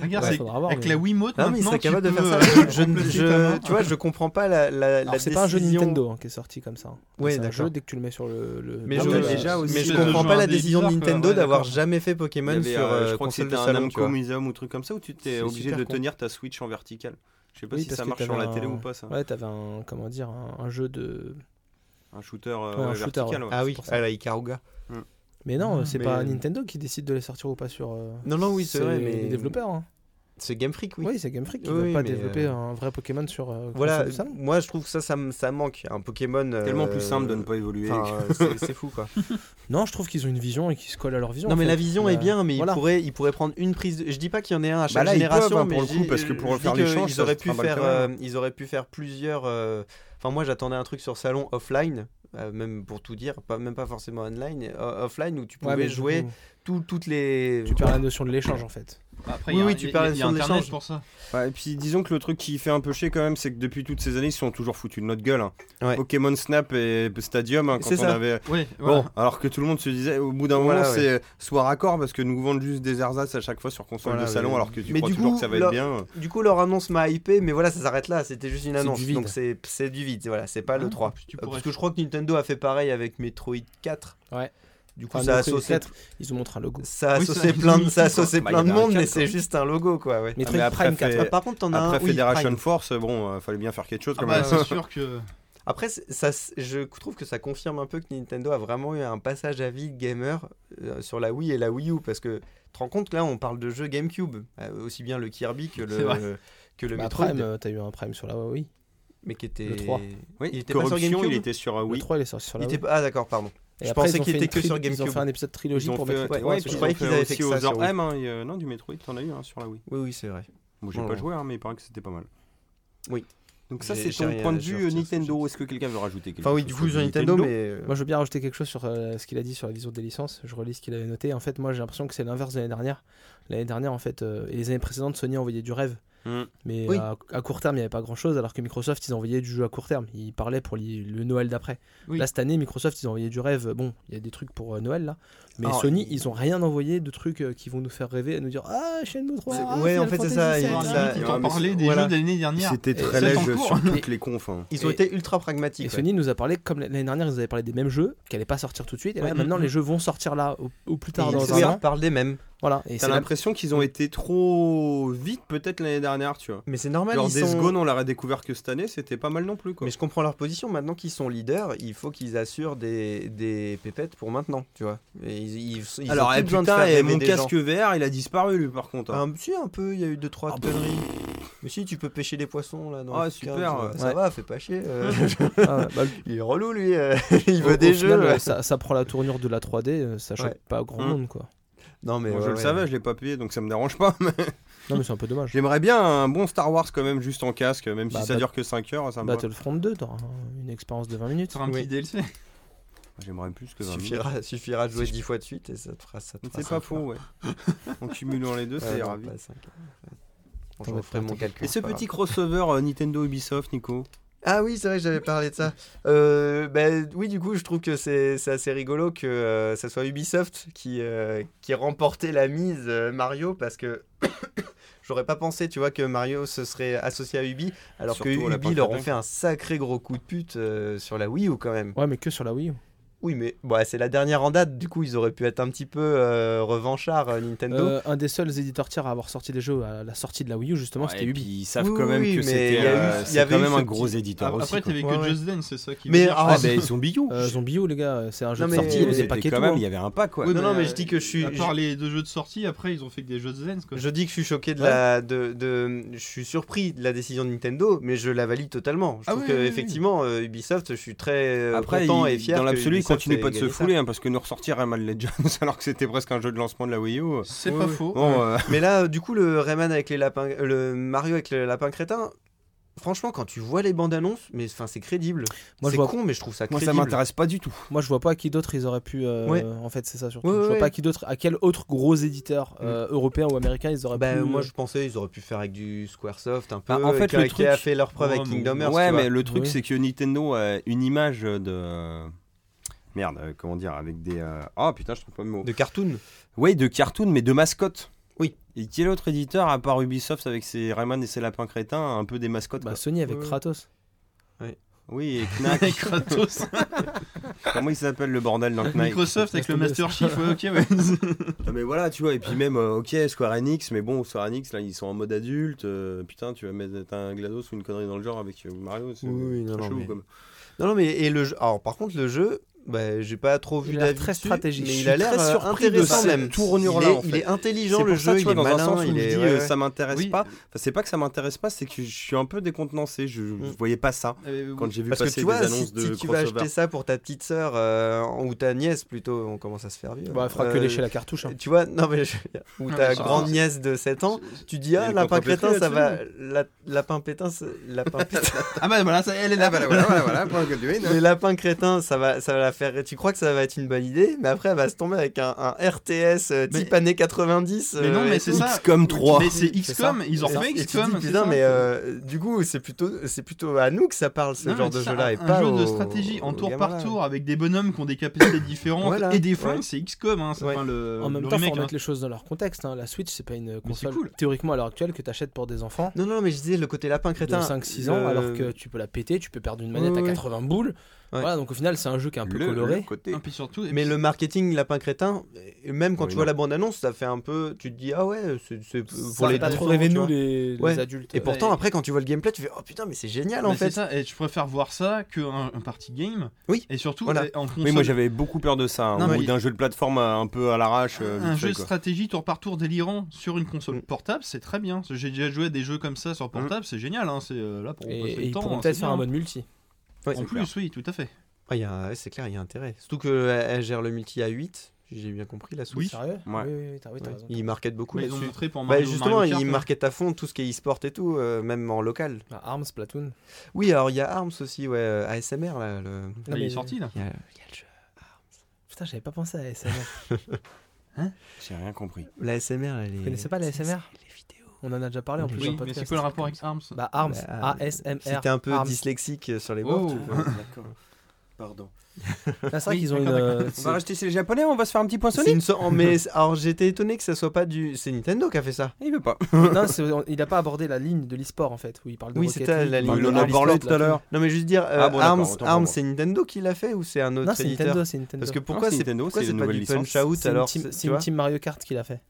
S3: Regarde,
S4: Ouais,
S3: c'est-
S4: faudra voir,
S3: avec
S4: mais-
S3: la Wiimote,
S2: Non, mais ils
S3: maintenant,
S2: seraient
S3: tu
S2: capables de faire
S3: peux,
S2: ça.
S3: euh,
S2: Je ne-
S3: remplacer
S2: je-
S3: ta main.
S2: tu vois, je comprends pas la, la, la
S4: Alors, c'est pas un jeu
S2: décision-
S4: Nintendo hein, qui est sorti comme ça. hein.
S2: Ouais,
S4: c'est un
S2: d'accord.
S4: jeu dès que tu le mets sur le. le-
S2: Mais
S4: Ah,
S2: je,
S4: ouais,
S2: mais-
S4: ouais.
S2: mais je
S3: c'est
S2: comprends
S3: le
S2: pas
S3: jeu
S2: la
S3: indé
S2: décision de
S3: bizarre, quoi.
S2: Nintendo
S3: Ouais,
S2: d'avoir
S3: d'accord.
S2: jamais fait Pokémon
S1: Il y avait,
S2: sur
S1: euh,
S2: euh,
S1: je crois que
S2: console
S1: c'était
S2: de
S1: un
S2: salon. tu
S1: Namco
S2: vois.
S1: Museum ou truc comme ça où tu
S4: C'est
S1: t'es obligé
S4: super
S1: de
S4: con.
S1: tenir ta Switch en vertical. Je sais pas
S4: Oui,
S1: si
S4: parce
S1: ça
S4: que
S1: marche
S4: t'avais
S1: sur la
S4: un-
S1: télé ou pas ça.
S4: Ouais, t'avais un. Comment dire Un, un jeu de.
S1: Un shooter euh,
S4: Ouais, un
S1: ouais,
S4: shooter,
S1: vertical. ouais.
S2: Ah oui,
S4: pour ça.
S2: à la Ikaruga.
S4: Mais non,
S2: Ah,
S4: c'est
S2: mais-
S4: pas Nintendo qui décide de les sortir ou pas sur. euh,
S2: Non, non, oui, c'est vrai, mais.
S4: les développeurs. hein.
S2: C'est Game Freak, oui.
S4: Oui, c'est Game Freak qui
S2: Oui,
S4: ne
S2: oui,
S4: pas
S2: mais,
S4: développer
S2: euh,
S4: un vrai Pokémon sur. euh,
S2: Voilà,
S4: console de salon.
S2: moi je trouve que ça, ça, me- ça manque. Un Pokémon. euh,
S1: Tellement plus simple de ne pas évoluer.
S2: enfin, euh, c'est- c'est fou, quoi.
S4: Non, je trouve qu'ils ont une vision et qu'ils se collent à leur vision.
S2: Non,
S4: en
S2: mais
S4: fait.
S2: la vision est
S4: Bah,
S2: bien, mais
S4: voilà.
S2: il, pourrait, il pourrait prendre une prise. De... Je dis pas qu'il y en ait un à chaque
S1: Bah là, ils
S2: génération,
S1: peuvent, hein,
S2: mais
S1: pour le
S2: je
S1: coup,
S2: dis-
S1: parce que pour
S2: je
S1: faire
S2: dis que
S1: l'échange,
S2: ils
S1: ça
S2: auraient
S1: se
S2: pu
S1: trimballe
S2: faire,
S1: quand même.
S2: euh, ils auraient pu faire plusieurs. euh, Enfin, moi, j'attendais un truc sur salon offline, euh, même pour tout dire, pas même pas forcément online, euh, offline où tu
S4: Ouais,
S2: pouvais
S4: mais du
S2: jouer
S4: coup,
S2: tout- toutes les.
S4: Tu perds la notion de l'échange en fait.
S3: Après,
S2: Oui,
S3: il y a-
S2: oui, tu
S3: il y a-
S2: parles
S3: il y a
S2: sur
S3: Internet
S2: l'échange.
S3: pour ça.
S1: Ouais, et puis disons que le truc qui fait un peu chier quand même, c'est que depuis toutes ces années, ils se sont toujours foutus de notre gueule. hein.
S2: Ouais.
S1: Pokémon Snap et Stadium, hein, quand
S2: C'est
S1: on
S2: ça.
S1: avait.
S3: Ouais,
S1: Bon,
S3: voilà.
S1: alors que tout le monde se disait, au bout d'un
S2: Voilà,
S1: moment,
S2: ouais.
S1: c'est euh, soit raccord parce que nous vendent juste des ersatz à chaque fois sur console
S2: Voilà,
S1: de salon,
S2: mais-
S1: alors que tu
S2: mais
S1: crois
S2: du
S1: toujours
S2: coup,
S1: que ça va
S2: là-
S1: être bien. Ah,
S2: Du coup, leur annonce m'a hypé, mais voilà, ça s'arrête là. C'était juste une
S4: C'est
S2: annonce,
S4: du vide.
S2: donc c'est c'est du vide. Voilà, c'est pas le 3.
S3: Tu
S2: Euh,
S3: pourrais-
S2: Parce que je crois que Nintendo a fait pareil avec Metroid 4.
S4: Ouais.
S2: Du coup,
S4: Enfin,
S2: ça
S4: Metroid
S2: associait
S4: 4, Ils ont montré un logo.
S2: ça
S3: Oui, ça-
S2: associait
S3: ils
S2: plein
S3: ont
S2: de,
S3: mis
S2: ça
S3: tout, quoi.
S2: associait
S1: Bah, il
S2: plein
S1: y
S2: de
S1: en a un
S2: monde, mais
S1: quatre,
S2: c'est juste un logo, quoi. Ouais.
S4: Metroid
S1: mais après,
S4: Prime 4.
S1: fait-
S2: Ah, par contre, t'en as un.
S1: Après
S2: oui,
S1: Federation
S2: Prime.
S1: Force, bon, euh, fallait bien faire quelque chose
S3: Ah
S1: quand
S3: bah,
S1: même.
S3: c'est sûr que.
S2: Après, c'est- ça, s- je trouve que ça confirme un peu que Nintendo a vraiment eu un passage à vide gamer euh, sur la Wii et la Wii U, parce que tu te rends compte que là, on parle de jeux GameCube, euh, aussi bien le Kirby que
S3: C'est vrai.
S2: le que le
S4: Bah,
S2: Metroid,
S4: Prime, euh, t'as eu un Prime sur la Wii.
S2: mais qui était
S4: le 3.
S1: Oui,
S2: il était pas sur
S1: corruption,
S2: GameCube
S1: il était sur euh,
S4: Le
S1: Wii.
S4: 3, il est sorti sur
S2: Il
S4: la
S2: était
S4: Wii.
S2: pas- Ah d'accord, pardon.
S4: Et
S2: je
S4: après,
S2: pensais
S4: ils ont
S2: qu'il
S4: fait
S2: était
S4: une
S2: que sur
S4: tri- Ils ont fait
S2: GameCube.
S4: un épisode trilogique
S1: Ils ont
S4: pour
S1: fait-
S4: mettre.
S1: ouais,
S4: ouais,
S1: ouais,
S4: sur
S1: puis je
S4: la
S1: croyais
S4: Wii.
S1: qu'ils
S2: Ils
S1: avaient
S2: avaient
S1: fait
S2: fait ça
S1: aux
S2: sur
S1: or-
S2: Wii.
S1: Ah, ben, il y a- Non, du Metroid, t'en as eu un sur la Wii.
S2: Oui, oui, c'est vrai.
S1: Bon, j'ai
S2: Non,
S1: pas
S2: non.
S1: joué, hein, mais il paraît que c'était pas mal.
S2: Oui.
S1: Donc ça,
S2: J'ai-
S1: c'est
S2: j'ai
S1: ton
S2: rien
S1: point de
S2: à dire
S1: vue euh,
S2: sur ce
S1: Nintendo.
S2: sujet.
S1: Est-ce que quelqu'un veut rajouter quelque
S2: Enfin oui,
S1: chose
S2: du coup,
S1: sur
S2: sur Nintendo, mais... euh,
S4: Moi, je veux bien rajouter quelque chose sur euh, ce qu'il a dit sur la vision des licences. Je relis ce qu'il avait noté. En fait, moi, j'ai l'impression que c'est l'inverse de l'année dernière. L'année dernière, en fait, euh, et les années précédentes, Sony envoyait du rêve.
S1: Hmm.
S4: Mais
S2: Oui.
S4: à, à court terme, il n'y avait pas grand chose, alors que Microsoft, ils envoyaient du jeu à court terme. Ils parlaient pour les- le Noël d'après.
S3: Oui.
S4: Là, cette année, Microsoft, ils ont envoyé du rêve. Bon, il y a des trucs pour euh, Noël, là. Mais
S2: Alors,
S4: Sony,
S2: il-
S4: ils n'ont rien envoyé de trucs euh, qui vont nous faire rêver et nous dire Ah, Shenmue 3.
S2: C'est-
S4: ah,
S2: ouais,
S4: Final
S2: en fait, c'est
S4: Fantasy
S2: ça,
S4: VII,
S2: ils-
S4: ah.
S2: ça-
S3: Ils
S2: ouais, mais
S3: t'en parlaient
S2: c'est-
S3: des
S2: voilà.
S3: jeux de l'année dernière.
S1: C'était
S4: Et
S1: très
S3: c'est
S1: léger
S3: en cours.
S1: sur toutes les confs. hein.
S2: Ils ont
S4: Et-
S2: été ultra
S4: Et
S2: pragmatiques. ouais.
S4: Sony nous a parlé, comme l'année dernière, ils avaient parlé des mêmes jeux, qui n'allaient pas sortir tout de suite. Et là,
S3: Ouais,
S4: maintenant,
S3: mm,
S4: les
S3: mm.
S4: jeux vont sortir là, au, au plus
S2: Et
S4: tard dans
S2: ils
S4: un an.
S2: reparlent des mêmes.
S4: Voilà. Et
S1: T'as
S4: c'est la-
S1: l'impression qu'ils
S2: Hmm.
S1: ont été trop vite peut-être l'année dernière, tu vois.
S2: Mais c'est normal,
S1: Genre
S2: ils
S1: Days
S2: sont-
S1: Gone, on l'a redécouvert que cette année, c'était pas mal non plus quoi.
S2: Mais je comprends leur position. Maintenant qu'ils sont leaders, il faut qu'ils assurent des, des pépettes pour maintenant, tu vois. Et ils, ils, ils ont
S1: Alors
S2: plus
S1: eh,
S2: besoin de
S1: putain,
S2: faire
S1: et
S2: rêver
S1: mon
S2: des
S1: casque VR, il a disparu lui par contre.
S2: gens.
S1: hein.
S2: Ah, si, un peu, il y a eu deux trois
S1: Ah,
S2: conneries. Mais si, tu peux pêcher des poissons là. Dans
S1: Ah,
S2: le
S1: super,
S2: bouquin,
S1: ouais.
S2: Ça va, fais pas chier. euh.
S4: Ah, bah,
S2: il est relou lui. euh. il
S4: au-
S2: veut
S4: au
S2: des
S4: final,
S2: jeux.
S4: euh,
S2: ouais.
S4: ça, ça prend la tournure de la 3D, euh, ça choque
S2: Ouais. Mmh.
S4: pas grand
S1: Mm.
S4: monde, quoi.
S2: Non mais
S1: Bon, je
S2: ouais,
S1: le
S2: ouais.
S1: savais, je l'ai pas payé donc ça me dérange pas. mais
S4: Non, mais c'est un peu dommage.
S1: J'aimerais bien un bon Star Wars quand même, juste en casque, même
S4: Bah,
S1: si ça
S4: Bat-
S1: dure que 5 heures,
S2: bah,
S1: ça me va.
S4: Battlefront 2, t'auras un- une expérience de 20 minutes.
S3: Sur un petit
S2: Oui.
S3: DLC.
S1: J'aimerais plus que 20 minutes.
S2: Suffira, suffira de jouer dix fois de suite et ça te fera ça. te fera
S1: C'est pas
S2: cinq fois.
S1: faux, ouais. En cumulant les deux,
S2: Ouais,
S1: c'est
S2: non,
S1: ravi.
S2: pas cinq. Ouais. Bon,
S4: T'en
S2: Je
S4: vas
S2: referai
S4: pas,
S2: mon
S4: t'en-
S2: calcul.
S1: Et ce
S2: c'est pas grave.
S1: petit crossover euh, Nintendo Ubisoft, Nico
S2: Ah oui, c'est vrai que j'avais parlé de ça. Euh, ben, oui, du coup, je trouve que c'est c'est assez rigolo que euh, ça soit Ubisoft qui, euh, qui remportait la mise euh, Mario parce que j'aurais pas pensé, tu vois, que Mario se serait associé à Ubi alors
S1: Surtout à
S2: que
S1: la
S2: Ubi
S1: pointe
S2: leur
S1: de
S2: ont
S1: dingue.
S2: fait un sacré gros coup de pute euh, sur la Wii U quand même.
S4: Ouais, mais que sur la Wii. U.
S2: Oui, mais bah, c'est la dernière en date, du coup, ils auraient pu être un petit peu euh, revanchards, euh, Nintendo.
S4: Euh, un des seuls éditeurs tiers à avoir sorti des jeux à la sortie de la Wii U, justement,
S1: Ouais,
S4: c'était
S1: et
S4: Ubi.
S1: puis Ils savent
S2: Oui,
S1: quand même
S2: oui,
S1: que
S2: mais
S1: c'était
S2: il y a eu-
S1: euh,
S2: il y
S1: c'est
S2: avait
S1: quand
S2: eu
S1: même
S2: ce
S1: un
S2: petit-
S1: gros éditeur aussi.
S3: Après,
S1: quoi.
S3: t'avais
S2: Ouais,
S3: que
S2: ouais.
S3: Just Dance, c'est ça qui.
S2: Mais,
S3: veut dire, je
S2: ah,
S1: Ah,
S3: pense.
S1: bah, ils sont billous.
S4: Euh, Zombie U, les gars, euh, c'est un jeu
S2: Non,
S4: de
S2: mais-
S4: sortie, il y avait des
S1: C'était
S4: paquets
S1: quand
S4: tout,
S1: même,
S4: hein.
S1: il y avait un pack, quoi.
S2: Oui, non, non, mais euh, je dis que je suis-
S3: À part les deux jeux de sortie, après, ils ont fait que des jeux de Zen. Quoi.
S2: Je dis que je suis choqué de la. De, de- je suis surpris de la décision de Nintendo, mais je la valide totalement. Je
S3: Ah
S2: trouve
S3: oui,
S2: que,
S3: oui, oui.
S2: effectivement, euh, Ubisoft, je suis très euh,
S1: Après,
S2: content
S1: il-
S2: et fier.
S1: dans
S2: que
S1: l'absolu, ils continue pas de se
S2: gagner ça.
S1: fouler, hein, parce que nous ressortir Rayman Legends alors que c'était presque un jeu de lancement de la Wii U. euh,
S3: C'est
S2: Ouais,
S3: pas
S2: ouais.
S3: faux.
S1: Bon, euh,
S2: Mais là, euh, du coup, le Rayman avec les lapins, euh, le Mario avec les lapins crétins, franchement, quand tu vois les bandes annonces, mais enfin, c'est crédible.
S4: hein. Moi, je
S2: c'est
S4: vois-
S2: con, mais je trouve ça
S1: moi
S2: crédible.
S1: ça m'intéresse pas du tout.
S4: Moi, je vois pas à qui d'autre ils auraient pu. euh,
S2: Ouais.
S4: En fait, c'est ça surtout.
S2: Ouais,
S4: je vois
S2: ouais. Mm.
S4: pas à qui d'autre, à quel autre gros éditeur euh, européen ou américain ils auraient
S2: Bah,
S4: pu. euh,
S2: moi, je pensais ils auraient pu faire avec du SquareSoft un peu.
S1: Bah, en fait,
S2: qui,
S1: le
S2: qui a
S1: truc-
S2: fait leur preuve
S3: Ouais,
S2: avec Kingdom
S3: mais-
S2: Hearts.
S1: ouais,
S2: tu
S1: mais
S2: vois.
S1: le truc,
S4: Oui.
S1: c'est que Nintendo a une image de. Merde, euh, comment dire Avec des. euh, Ah putain, je trouve pas le mot.
S2: de cartoon.
S1: Ouais, de cartoon, mais de mascotte.
S2: Oui.
S1: Et quel autre éditeur, à part Ubisoft avec ses Rayman et ses lapins crétins, a un peu des mascottes
S4: Bah,
S1: quoi
S4: Sony avec
S2: Ouais.
S4: Kratos.
S1: Oui, et Knack.
S3: Avec Kratos,
S1: Comment il s'appelle le bordel dans Knack
S3: Microsoft avec le
S4: Laisse tomber.
S3: Master Chief, ouais, ok, ouais.
S1: Non, mais voilà, tu vois, et puis même, euh, ok, Square Enix, mais bon, Square Enix, là, ils sont en mode adulte. euh, putain, tu vas mettre un GLaDOS ou une connerie dans le genre avec euh, Mario. C'est
S2: Oui, oui, non,
S1: c'est
S2: non,
S1: chelou,
S2: mais-
S1: comme-
S2: Non, non, mais et le jeu. Alors, par contre, le jeu. Bah, j'ai pas trop vu
S4: Il a l'air
S2: d'avis
S4: très
S2: dessus,
S4: stratégique. Je
S2: mais il
S4: suis
S2: a l'air
S4: très
S2: euh,
S4: surpris de
S2: intéressant
S4: cette
S2: même.
S1: tournure-là,
S2: il est,
S1: en fait.
S2: il est intelligent
S1: C'est
S2: le
S1: pour ça,
S2: jeu,
S1: tu vois,
S2: il est
S1: dans
S2: malin,
S1: un sens où
S2: il
S1: je
S2: est
S1: dis,
S2: ouais,
S1: euh,
S2: ouais.
S1: ça m'intéresse
S3: Oui.
S1: pas. Enfin, c'est pas que ça m'intéresse pas, c'est que je suis un peu décontenancé. Je, je
S2: Mm.
S1: voyais pas ça
S3: Euh,
S1: quand j'ai vu
S2: Parce que
S1: passer
S2: tu vois,
S1: des
S2: si,
S1: annonces de
S2: si tu vas
S1: crossover.
S2: acheter ça pour ta petite sœur euh, ou ta nièce plutôt, on commence à se faire vieux.
S4: Bah, il faudra que
S2: Euh,
S4: lécher la cartouche. hein.
S2: Tu vois, non mais je- ou
S3: Non,
S2: ta
S3: mais ça-
S2: grande nièce de 7 ans, tu dis
S1: y a
S2: ah
S1: une
S2: lapin
S1: contre-pétrie
S2: crétin ça va,
S1: là-dessus,
S2: la, lapin pétin, ça- lapin pétin,
S3: Ah bah voilà, ça- elle est là, voilà, voilà. hein.
S2: les lapins crétins ça va, ça va la faire. Tu crois que ça va être une bonne idée, mais après elle va se tomber avec un, un RTS euh,
S3: Mais-
S2: type années 90.
S3: Mais non,
S2: euh,
S3: mais
S2: et
S3: c'est
S2: tout.
S3: ça.
S1: XCOM 3.
S3: Mais c'est
S2: Oui, c'est ça.
S3: XCOM, ils ont
S2: Et-
S3: refait
S2: et tu te
S3: XCOM.
S2: dis,
S3: c'est
S2: putain,
S3: ça.
S2: mais euh, du coup c'est plutôt, c'est plutôt à nous que ça parle ce
S3: Non,
S2: genre
S3: mais
S2: de
S3: ça,
S2: jeu-là et
S3: un
S2: pas
S3: jeu de
S2: au-
S3: stratégie en
S2: au
S3: tour
S2: gamin,
S3: par
S2: là.
S3: tour avec des bonhommes qui ont des capacités différentes
S2: Voilà,
S3: et des flingues,
S2: ouais.
S3: c'est XCOM, hein, c'est
S2: Ouais.
S3: enfin, le,
S4: En même
S3: le
S4: temps, faut
S3: remake, hein.
S4: remettre les choses dans leur contexte. hein. La Switch, c'est pas une console
S3: cool.
S4: théoriquement à l'heure actuelle que t'achètes pour des enfants.
S2: Non, non, mais je disais le côté lapin
S4: de
S2: crétin.
S4: 5-6
S2: le-
S4: ans, alors que tu peux la péter, tu peux perdre une manette
S2: Ouais,
S4: à
S2: ouais.
S4: 80 boules.
S2: Ouais.
S4: Voilà, donc au final, c'est un jeu qui est un peu coloré. Mm.
S3: hein.
S1: côté.
S3: Et puis surtout, et
S2: Mais le marketing lapin crétin, et même quand
S1: Oui,
S2: tu vois
S1: non.
S2: la bande-annonce, ça fait un peu. Tu te dis, ah ouais, c'est c'est pour
S4: Ça
S2: les
S4: fait pas
S2: deux
S4: trop
S2: ans,
S4: rêver
S2: tu
S4: nous
S2: vois.
S4: les, les
S2: Ouais.
S4: adultes.
S2: Et pourtant,
S3: Ouais.
S2: après, quand tu vois le gameplay, tu fais, oh putain, mais c'est génial en
S3: Mais c'est
S2: fait.
S3: ça, et je préfère voir ça qu'un un party game.
S2: Oui,
S3: Et surtout,
S2: voilà.
S3: euh, en console,
S1: Oui, moi j'avais beaucoup peur de ça, hein,
S3: Non,
S1: au
S3: mais
S1: bout
S3: il-
S1: d'un jeu de plateforme euh, un peu à l'arrache. euh,
S3: un
S1: vite fait,
S3: jeu de
S1: quoi.
S3: stratégie tour par tour délirant sur une console
S2: Mm.
S3: portable, c'est très bien. J'ai déjà joué à des jeux comme ça sur portable, c'est génial. hein, C'est euh, là pour
S4: Et,
S3: passer
S4: et
S3: le
S4: ils
S3: temps.
S4: pourront
S3: hein,
S4: peut-être
S3: c'est
S4: faire un
S3: bien.
S4: mode multi.
S2: Ouais,
S3: En
S2: c'est
S3: plus, oui, tout à fait.
S2: clair. Ouais, il y a- ouais, c'est clair, il y a intérêt. Surtout qu'elle gère le multi à 8, j'ai bien compris la Switch.
S4: Sérieux
S1: Ouais.
S4: Oui, oui, oui, t'as oui, t'as
S2: Ouais,
S4: raison.
S2: Ils marketent beaucoup
S3: Mais ils ont
S2: là-dessus.
S3: montré pour
S2: Bah,
S3: Mario,
S2: justement,
S3: Mario Kart, euh,
S2: ils
S3: ouais.
S2: marketent à fond tout ce qui est e-sport et tout, euh, même en local.
S4: Ah, Arms, Platoon.
S2: Oui, alors il y a Arms aussi, ouais, euh, ASMR là. le-
S3: Là, Il est sorti là.
S2: Il y a- il y a le jeu.
S4: Putain, j'avais pas pensé à ASMR.
S1: J'ai rien compris.
S2: La ASMR, elle est.
S4: Vous connaissez pas la
S2: c'est-
S4: ASMR?
S2: c'est Les vidéos.
S4: On en a déjà parlé en
S2: Oui,
S4: plus
S3: Oui,
S4: dans
S3: mais
S4: podcast.
S3: c'est quoi le rapport avec Arms
S4: Bah, Arms,
S2: Bah,
S4: ASMR.
S2: Si t'es un peu
S4: Arms.
S2: dyslexique euh, sur les mots,
S3: Oh,
S1: Pardon.
S4: Ah, c'est vrai
S3: Oui,
S4: qu'ils ont une.
S3: d'accord,
S4: euh,
S1: On va racheter chez les Japonais, on va se faire un petit point
S2: C'est
S1: Sonic
S2: une so- oh, mais alors j'étais étonné que ça soit pas du. C'est Nintendo qui a fait ça.
S1: Il veut pas.
S4: non, c'est- il a pas abordé la ligne de l'e-sport en fait, où il parle de
S2: Oui,
S4: Rocket
S2: c'était
S4: League,
S2: la
S4: il
S2: ligne
S4: parle
S2: de
S4: de
S2: l'e-sport,
S4: l'e-sport,
S1: là, tout à l'heure.
S2: Non mais juste dire, euh,
S1: Ah bon, d'accord,
S2: Arms,
S1: autant pour
S2: Arms
S1: moi.
S2: c'est Nintendo qui l'a fait ou c'est un autre
S4: Non, c'est
S2: éditeur
S4: Nintendo, c'est Nintendo.
S2: Parce que pourquoi
S1: c'est
S2: c'est
S1: Nintendo,
S2: pourquoi
S1: c'est
S2: c'est
S1: une
S2: pas
S1: nouvelle
S2: du
S1: licence.
S2: Punch Out
S4: C'est une
S2: alors
S4: team-
S2: c'est-
S4: c'est
S2: tu
S4: une,
S2: vois
S4: team Mario Kart qui l'a fait.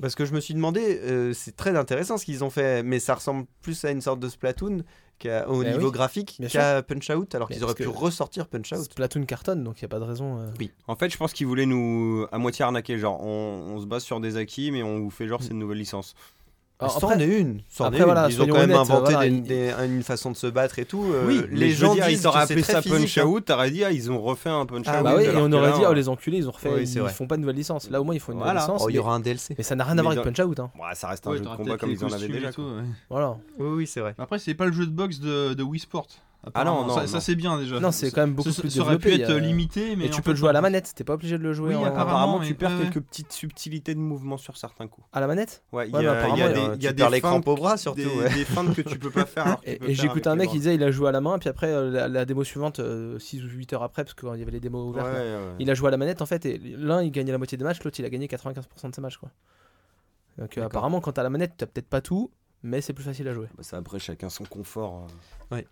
S2: Parce que je me suis demandé, euh, c'est très intéressant ce qu'ils ont fait, mais ça ressemble plus à une sorte de Splatoon qu'à- au
S4: Eh
S2: niveau
S4: oui,
S2: graphique
S4: bien
S2: qu'à Punch Out alors
S4: Mais
S2: qu'ils auraient
S4: parce
S2: pu
S4: que-
S2: ressortir Punch Out.
S4: Splatoon cartonne, donc il n'y a pas de raison. euh.
S1: En fait, je pense qu'ils voulaient nous à moitié arnaquer. Genre, on, on se base sur des acquis, mais on vous fait genre c'est une nouvelle licence.
S4: Alors,
S2: ça en
S4: après-
S2: est une. ça en est
S4: après,
S2: une.
S4: voilà,
S2: ils ont
S4: soyons
S2: quand même
S4: honnêtes,
S2: inventé
S4: voilà,
S2: des-
S4: ils-
S2: des- une façon de se battre et tout. euh,
S1: oui,
S2: les gens
S1: dire,
S2: disent
S1: ils t'auraient
S2: que c'est
S1: appelé
S2: très
S1: ça
S2: physique,
S1: Punch
S2: hein.
S1: Out. T'aurais dit, ah, ils ont refait un Punch
S2: Ah
S1: Out.
S4: Bah oui, et
S1: alors
S4: on
S1: que
S4: aurait
S1: là,
S4: dit, oh les enculés, ils ont refait,
S2: Oui, c'est
S4: ils
S2: vrai.
S4: font pas de nouvelle licence. Là au moins, ils font une
S1: Voilà.
S4: nouvelle licence.
S2: Oh, il y
S4: mais-
S2: aura un DLC.
S4: Mais ça n'a rien à
S1: Mais
S4: voir avec Punch Out. Hein.
S1: euh, Ouais, ça reste un
S3: Ouais,
S1: jeu de
S3: t'auras
S1: combat
S3: peut-être
S1: comme
S3: les
S1: ils en avaient
S3: costumes et
S1: déjà.
S3: tout,
S1: quoi.
S3: ouais.
S4: Voilà.
S2: Oui, oui, c'est vrai.
S3: Après, c'est pas le jeu de boxe de, de Wii Sport.
S1: non, non,
S3: ça,
S1: non.
S3: ça, c'est bien déjà.
S4: Non, c'est quand même beaucoup
S3: Bah, Ça-
S4: plus
S3: Ça aurait pu
S4: développé. il y
S3: être euh,
S4: a-
S3: limité, mais.
S4: Et
S3: en
S4: tu
S3: fait, euh,
S4: peux le jouer à la manette, t'es pas obligé de le jouer
S3: Oui,
S4: en-
S3: apparemment.
S1: Apparemment,
S3: mais-
S1: tu perds
S3: ouais, ouais.
S1: quelques petites subtilités de mouvement sur certains coups.
S4: à la manette.
S1: Ouais, il y a,
S4: Ouais, mais
S1: il y a
S4: apparemment,
S1: des, il y a
S2: tu perds
S1: des
S2: les crampes
S1: feintes,
S2: au bras surtout.
S1: des,
S2: ouais.
S1: des feintes que tu peux pas faire. Alors que tu
S4: Et,
S1: peux
S4: et
S1: faire
S4: j'écoutais un
S1: avec
S4: mec qui
S1: les
S4: disait il a joué à la main, puis après euh, la, la démo suivante, 6 ou 8 heures après, parce que quand il y avait les démos
S1: bras.
S4: ouvertes,
S1: Ouais,
S4: là,
S1: ouais.
S4: il a joué à la manette en fait, et l'un il gagnait la moitié des matchs, l'autre il a gagné 95% de ses matchs quoi. Donc euh,
S2: D'accord.
S4: apparemment, quand t'as la manette, t'as peut-être pas tout, mais c'est plus facile à jouer.
S1: Bah, ça après chacun son confort. euh.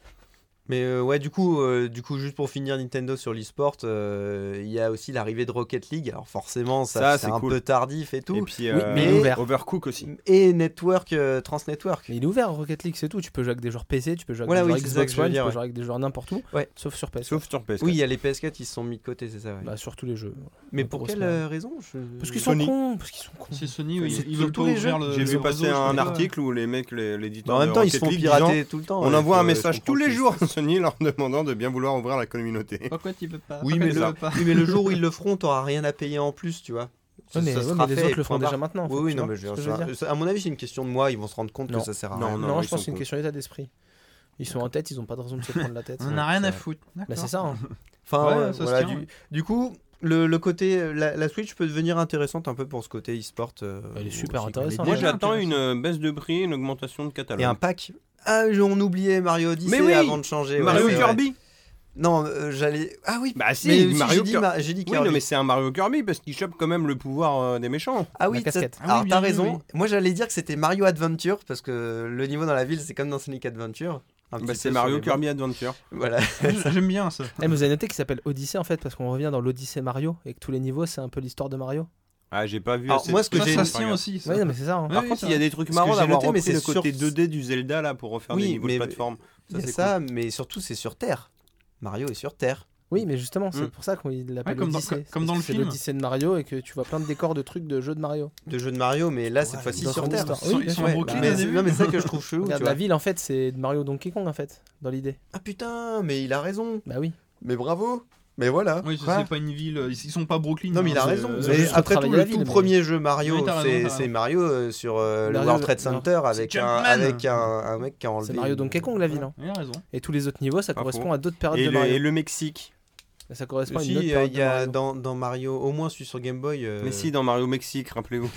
S2: Mais euh, ouais, du coup, euh, du coup, juste pour finir Nintendo sur l'e-sport, euh, il y a aussi l'arrivée de Rocket League. Alors forcément, ça,
S1: Ça,
S2: c'est
S1: c'est
S2: un
S1: cool.
S2: peu tardif et
S1: Et
S2: tout.
S1: puis
S4: mais
S1: euh,
S4: ouvert.
S1: Overcook aussi.
S2: Et Network, euh, Transnetwork.
S4: Mais il est ouvert Rocket League, c'est tout. Tu peux jouer avec des joueurs PC, tu peux jouer avec
S2: Voilà,
S4: des
S2: oui,
S4: joueurs
S2: c'est ça que
S4: Xbox
S2: je veux
S4: One,
S2: dire,
S4: tu peux
S2: ouais.
S4: jouer avec des joueurs n'importe où,
S2: Ouais.
S4: sauf sur PS.
S1: Sauf sur PS4.
S2: Oui, il y a les PS4, ils se sont mis de côté, c'est ça. ouais.
S4: Bah, sur tous les jeux.
S2: Mais
S4: on
S2: pour
S4: pourrait se
S2: quelle
S4: marrer.
S2: euh, raison je-
S4: Parce qu'ils sont
S1: Sony.
S4: cons, parce qu'ils sont cons.
S3: C'est Sony, oui,
S2: C'est
S3: ils
S2: tous
S3: veulent pas
S2: les
S3: ouvrir
S2: jeux.
S3: le.
S1: J'ai vu
S3: le
S1: passer
S3: réseau, je
S1: un
S3: crois.
S1: article où les mecs, les- l'éditeur.
S2: Mais Bah, en même
S1: de
S2: temps, ils se
S1: Rocket
S2: font
S1: League
S2: pirater
S1: disant,
S2: tout le temps.
S1: On
S2: ouais,
S1: envoie un
S2: donc, euh, je
S1: message
S2: comprends
S1: tous les
S2: qu'ils-
S1: jours prisonniers leur demandant de bien vouloir ouvrir la communauté.
S3: Pourquoi tu veux pas
S2: Oui,
S3: Pourquoi
S2: mais
S3: tu
S2: le-
S3: veux pas
S2: Oui, mais le jour où ils le feront, t'auras rien à payer en plus, tu vois.
S4: Ouais, mais,
S2: Ça
S4: ouais,
S2: sera
S4: mais les
S2: fait,
S4: autres le font
S2: point
S4: déjà
S2: barre.
S4: maintenant.
S2: Oui,
S4: enfin,
S2: oui,
S4: tu
S2: non,
S4: vois
S2: mais
S4: ce
S2: je veux
S4: que
S2: dire,
S4: je veux
S2: ça-
S4: dire.
S2: ça- à mon avis, c'est une question de moi. Ils vont se rendre compte
S4: Non.
S2: que ça sert à
S1: Non,
S2: rien.
S1: non.
S4: Non,
S1: ils
S4: je pense
S1: sont
S4: que c'est une
S1: contre.
S4: question d'état d'esprit. Ils sont en tête, ils ont pas de raison de se prendre la tête.
S3: On en a rien
S2: ça-
S3: à foutre.
S4: Bah, c'est
S3: D'accord.
S4: ça. hein.
S2: Enfin,
S3: Ouais,
S2: euh,
S3: ça se
S2: voilà,
S3: tient,
S2: du,
S3: ouais.
S2: du coup, le, le côté, la, la Switch peut devenir intéressante un peu pour ce côté e-sport. euh,
S4: Elle est super
S2: aussi,
S4: intéressante.
S1: Moi
S4: Ouais,
S1: j'attends une euh, baisse de prix, une augmentation de catalogue.
S2: Et un pack. Ah, on oubliait Mario Odyssey
S6: Mais oui
S2: avant de changer. ouais,
S6: Mario
S2: c'est vrai.
S6: Kirby
S2: Non, euh, j'allais. Ah oui.
S1: Bah si,
S2: mais si, j'ai
S1: Mario
S2: dit,
S1: Kirby.
S2: Ma- j'ai dit
S1: Oui,
S2: Kirby.
S1: non, mais c'est un Mario Kirby parce qu'il chope quand même le pouvoir euh, des méchants.
S2: Ah oui,
S4: La casquette.
S2: t'as-
S3: Ah oui,
S2: alors
S3: bien
S2: t'as
S3: vu,
S2: raison.
S3: oui.
S2: Moi j'allais dire que c'était Mario Adventure parce que le niveau dans la ville c'est comme dans Sonic Adventure. Un
S1: Bah,
S2: petit
S1: c'est
S2: peu sur
S1: Mario
S2: les
S1: Kirby Adventure.
S2: bords. Voilà.
S3: J'aime bien ça.
S4: Eh, mais vous avez noté qu'il s'appelle Odyssey en fait, parce qu'on revient dans l'Odyssée Mario et que tous les niveaux c'est un peu l'histoire de Mario.
S1: Ah, j'ai pas vu.
S2: Alors,
S1: assez
S2: moi, ce que
S3: Ça,
S2: j'ai-
S3: ça
S1: Par
S3: se tient
S1: contre,
S3: aussi. ça.
S4: Oui, non, mais c'est ça. hein.
S3: Ouais,
S1: Par
S3: oui,
S1: contre,
S3: ça.
S1: il y a des trucs
S2: Ce
S1: marrants
S2: que j'ai
S1: d'avoir
S2: noté, mais
S1: repris
S2: c'est
S1: le côté
S2: sur-
S1: 2D du Zelda là pour refaire
S2: Oui,
S1: des niveaux
S2: mais-
S1: de plateforme.
S2: Il
S1: Ça,
S2: y a
S1: c'est
S2: ça, mais surtout c'est sur Terre. Mario est sur Terre.
S4: Oui, mais justement, c'est
S1: Mm.
S4: pour ça qu'on l'appelle
S3: Ouais, comme dans-
S4: Odyssey.
S3: comme- comme dans
S4: parce
S3: le
S4: que c'est
S3: film.
S4: l'Odyssée de Mario et que tu vois plein de décors de trucs de jeux de Mario.
S2: De jeux de Mario, mais là cette fois-ci
S4: dans
S2: sur
S4: son
S2: Terre.
S4: histoire.
S3: Ils sont-
S4: Oui,
S3: Ils sont
S4: bien
S3: en
S2: Ouais, bah,
S4: sûr. Bah,
S3: Brooklyn.
S2: mais
S3: au
S2: c'est-
S3: début.
S2: non mais c'est ça que je trouve chelou. tu
S4: Regarde,
S2: vois.
S4: la ville en fait c'est de Mario Donkey Kong en fait, dans l'idée.
S2: Ah putain, mais il a raison.
S4: Bah oui.
S2: Mais bravo. Mais voilà.
S3: Oui, c'est
S2: Quoi
S3: c'est pas une ville. Ils ils sont pas Brooklyn.
S2: Non mais il a
S3: hein,
S2: raison.
S3: c'est-
S4: ont
S2: Mais
S4: juste
S2: après tout,
S4: retravaillé la
S2: le
S4: ville,
S2: tout
S4: mais-
S2: premier jeu Mario,
S3: Oui, t'as raison,
S2: c'est
S3: t'as
S2: c'est
S3: raison.
S2: Mario euh, sur euh, le
S4: Mario-
S2: World Trade
S4: non.
S2: Center avec un
S3: Jumpman.
S2: avec un, un mec qui a enlevé.
S4: C'est Mario
S2: une-
S4: Donkey Kong la ville. hein.
S3: Il a raison.
S4: Et tous les autres niveaux ça
S1: Pas
S4: correspond
S1: faux.
S4: à d'autres périodes
S1: Et
S4: de
S1: le,
S4: Mario.
S1: et le Mexique.
S4: Ça correspond à une
S2: Si,
S4: autre
S2: euh,
S4: période
S2: il y a
S4: de Mario.
S2: dans, dans Mario, au moins celui sur Game Boy. euh,
S1: Mais si, dans Mario Mexique, rappelez-vous.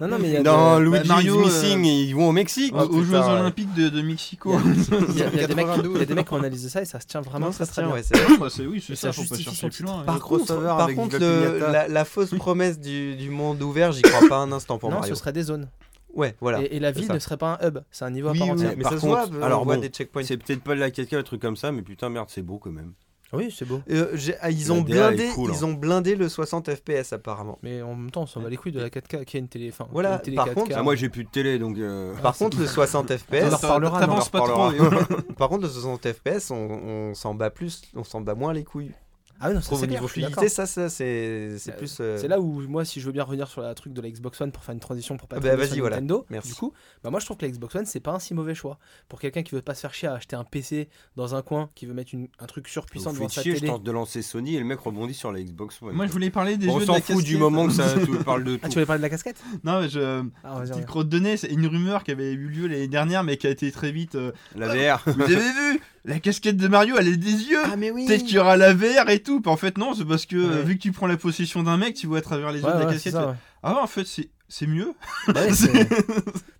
S4: Non, non, mais il y a
S1: Dans
S4: des-
S1: Luigi's
S3: Mario, euh,
S1: Missing, ils vont au Mexique.
S3: Aux aux
S2: putain,
S3: Jeux
S2: ouais.
S3: Olympiques de de Mexico.
S4: il y a- il y a des mecs- il y a des mecs qui ont analysé ça et ça se tient vraiment
S2: non,
S4: très
S2: se
S4: très
S2: tient,
S4: bien.
S2: ouais, c'est-
S3: Bah, c'est- Oui, c'est
S4: Et
S3: ça,
S4: ça
S3: faut pas
S4: justifie
S3: chercher
S4: son
S3: plus loin.
S4: titre.
S2: Par
S1: Le
S2: contre,
S1: crossover
S2: par
S1: avec
S2: contre,
S1: Viva
S2: le-
S1: Piñata.
S2: la, la fausse promesse du, du monde ouvert, j'y crois pas un instant pour
S4: Non,
S2: Mario.
S4: ce serait des zones.
S2: Ouais, voilà.
S4: Et, et la
S2: c'est
S4: ville
S2: ça.
S4: ne serait pas un hub, c'est un niveau
S2: Oui,
S4: à part
S2: oui,
S4: entière.
S2: mais
S1: Par
S2: ça se
S1: contre,
S2: voit, alors
S1: alors
S2: on voit
S1: bon,
S2: des checkpoints.
S1: C'est peut-être pas de la 4K, un truc comme ça, mais putain, merde, c'est beau quand même.
S4: Oui, c'est beau.
S2: Euh, j'ai- ah, ils,
S1: La
S2: ont
S1: DA est
S2: blindé,
S1: cool, hein.
S2: ils ont blindé le 60 FPS apparemment.
S4: Mais en même temps, on s'en bat les couilles de la 4K qui a une télé. Enfin,
S2: Voilà,
S4: une télé
S2: par
S4: 4K.
S2: contre,
S1: Ah, moi j'ai plus de télé donc. euh,
S2: Par contre, le 60
S4: On en
S2: FPS,
S4: reparlera, non, on en
S3: T'avances pas trop.
S1: reparlera.
S2: par contre, le 60 FPS, on, on s'en bat plus, on s'en bat moins les couilles.
S4: Ah oui, non,
S2: Je
S4: ça,
S2: trouve
S4: c'est
S2: au niveau
S4: clair, je suis
S2: fluidité,
S4: d'accord.
S2: ça, ça, c'est c'est
S4: Euh,
S2: plus. euh,
S4: C'est là où moi, si je veux bien revenir sur la truc de la Xbox One pour faire une transition pour pas
S2: Ah
S4: tomber
S2: bah,
S4: sur
S2: vas-y, voilà.
S4: Nintendo,
S2: Merci.
S4: du coup, bah moi je trouve que la Xbox One c'est pas un si mauvais choix pour quelqu'un qui veut pas se faire chier à acheter un PC dans un coin, qui veut mettre une- un truc surpuissant
S1: vous
S4: devant
S1: faites
S4: sa
S1: chier, je
S4: télé.
S1: tente de lancer Sony et le mec rebondit sur la Xbox One.
S3: Moi, je voulais parler des
S1: on
S3: jeux de
S1: s'en
S3: la hein.
S1: fout du
S3: casquette.
S1: moment que ça tu parles de tout.
S4: Ah, tu voulais parler de la casquette
S3: Non, mais je.
S4: Ah, vas-y,
S3: Petite
S4: regarde.
S3: crotte de nez, c'est une rumeur qui avait eu lieu l'année dernière, mais qui a été très vite. euh,
S1: La VR.
S3: Vous avez vu La casquette de Mario, elle est des yeux
S2: Ah mais oui.
S3: Peut-être qu'il y aura la VR et tout. Bah, en fait, non, c'est parce que euh,
S4: Ouais.
S3: vu que tu prends la possession d'un mec, tu vois à travers les yeux
S4: Ouais,
S3: de la
S4: ouais, c'est
S3: casquette.
S4: ça,
S3: tu fais,
S4: ouais.
S3: Ah, ouais, en fait, c'est. C'est mieux
S4: Bah ouais, c'est-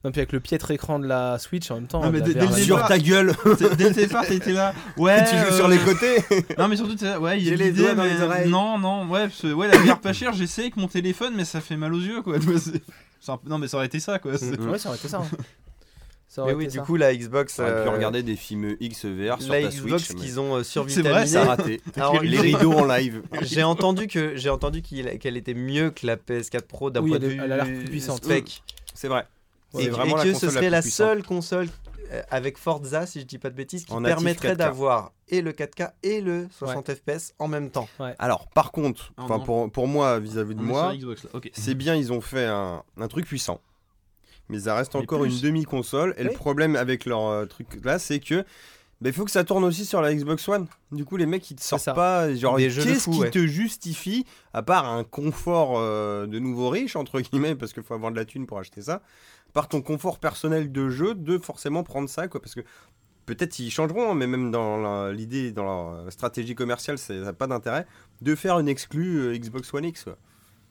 S4: Non, puis avec le piètre écran de la Switch en même temps.
S3: Non, Ah, mais
S4: la
S3: dès-
S4: VR,
S3: dès le
S4: la-
S3: début-
S1: Sur ta gueule.
S3: C'est- Dès le départ, t'étais là. Ouais.
S1: tu joues sur les côtés.
S3: euh, Non, mais surtout, t'es là, ouais, il y a
S2: J'ai les
S3: l'idée,
S2: doigts dans
S3: mais
S2: les oreilles.
S3: Non, non, ouais, parce que, ouais, la VR pas chère, j'essaie avec mon téléphone, mais ça fait mal aux yeux, quoi. Tu vois, c'est- c'est un peu- Non, mais ça aurait été ça,
S1: Mm.
S3: quoi. c'est-
S4: Ouais, ça aurait été ça. hein. Ça
S2: Mais
S4: aurait
S2: oui,
S4: été
S2: du
S4: ça.
S2: coup, la Xbox.
S1: Tu aurais pu
S2: euh,
S1: regarder des films XVR sur
S2: la
S1: ta
S2: Xbox
S1: Switch. mais
S2: qu'ils ont euh,
S3: vrai,
S1: Ça a
S2: survitaminé.
S1: raté.
S2: Alors,
S1: Les
S2: ils ont-
S1: rideaux en live.
S2: J'ai entendu que j'ai entendu qu'il- qu'elle était mieux que la PS4 Pro d'un
S4: Oui,
S2: point
S4: elle
S2: de
S4: est-
S2: vue
S4: elle a l'air plus puissante.
S2: spec.
S1: C'est vrai.
S4: Ouais,
S2: et
S1: C'est
S2: que-
S1: vraiment
S2: et
S1: la
S2: que ce
S1: console la
S2: serait
S1: plus
S2: la,
S1: puissante.
S2: seule console euh, avec Forza, si je dis pas de bêtises, qui
S1: En natif
S2: permettrait
S1: 4K.
S2: d'avoir et le 4K et le 60 FPS en même temps.
S1: Alors, par contre,
S3: Ah,
S1: enfin,
S3: non.
S1: pour, pour moi, vis-à-vis de
S3: On est
S1: moi,
S3: sur Xbox, là, ok.
S1: c'est bien, ils ont fait un, un truc puissant. Mais ça reste
S3: Mais
S1: encore
S3: plus.
S1: une demi-console. Et le
S4: Oui.
S1: problème avec leur euh, truc là, c'est que. bah, Il faut que ça tourne aussi sur la Xbox One. Du coup, les mecs, ils te sortent
S4: ça.
S1: pas. Genre,
S2: Des jeux de
S1: qu'est-ce
S2: fou,
S1: qui
S2: ouais.
S1: te justifie, à part un confort euh, de nouveau riche, entre guillemets, parce qu'il faut avoir de la thune pour acheter ça, par ton confort personnel de jeu, de forcément prendre ça, quoi. Parce que peut-être ils changeront, hein, mais même dans la- l'idée, dans leur stratégie commerciale, c'est- ça n'a pas d'intérêt, de faire une exclue euh, Xbox One X, quoi.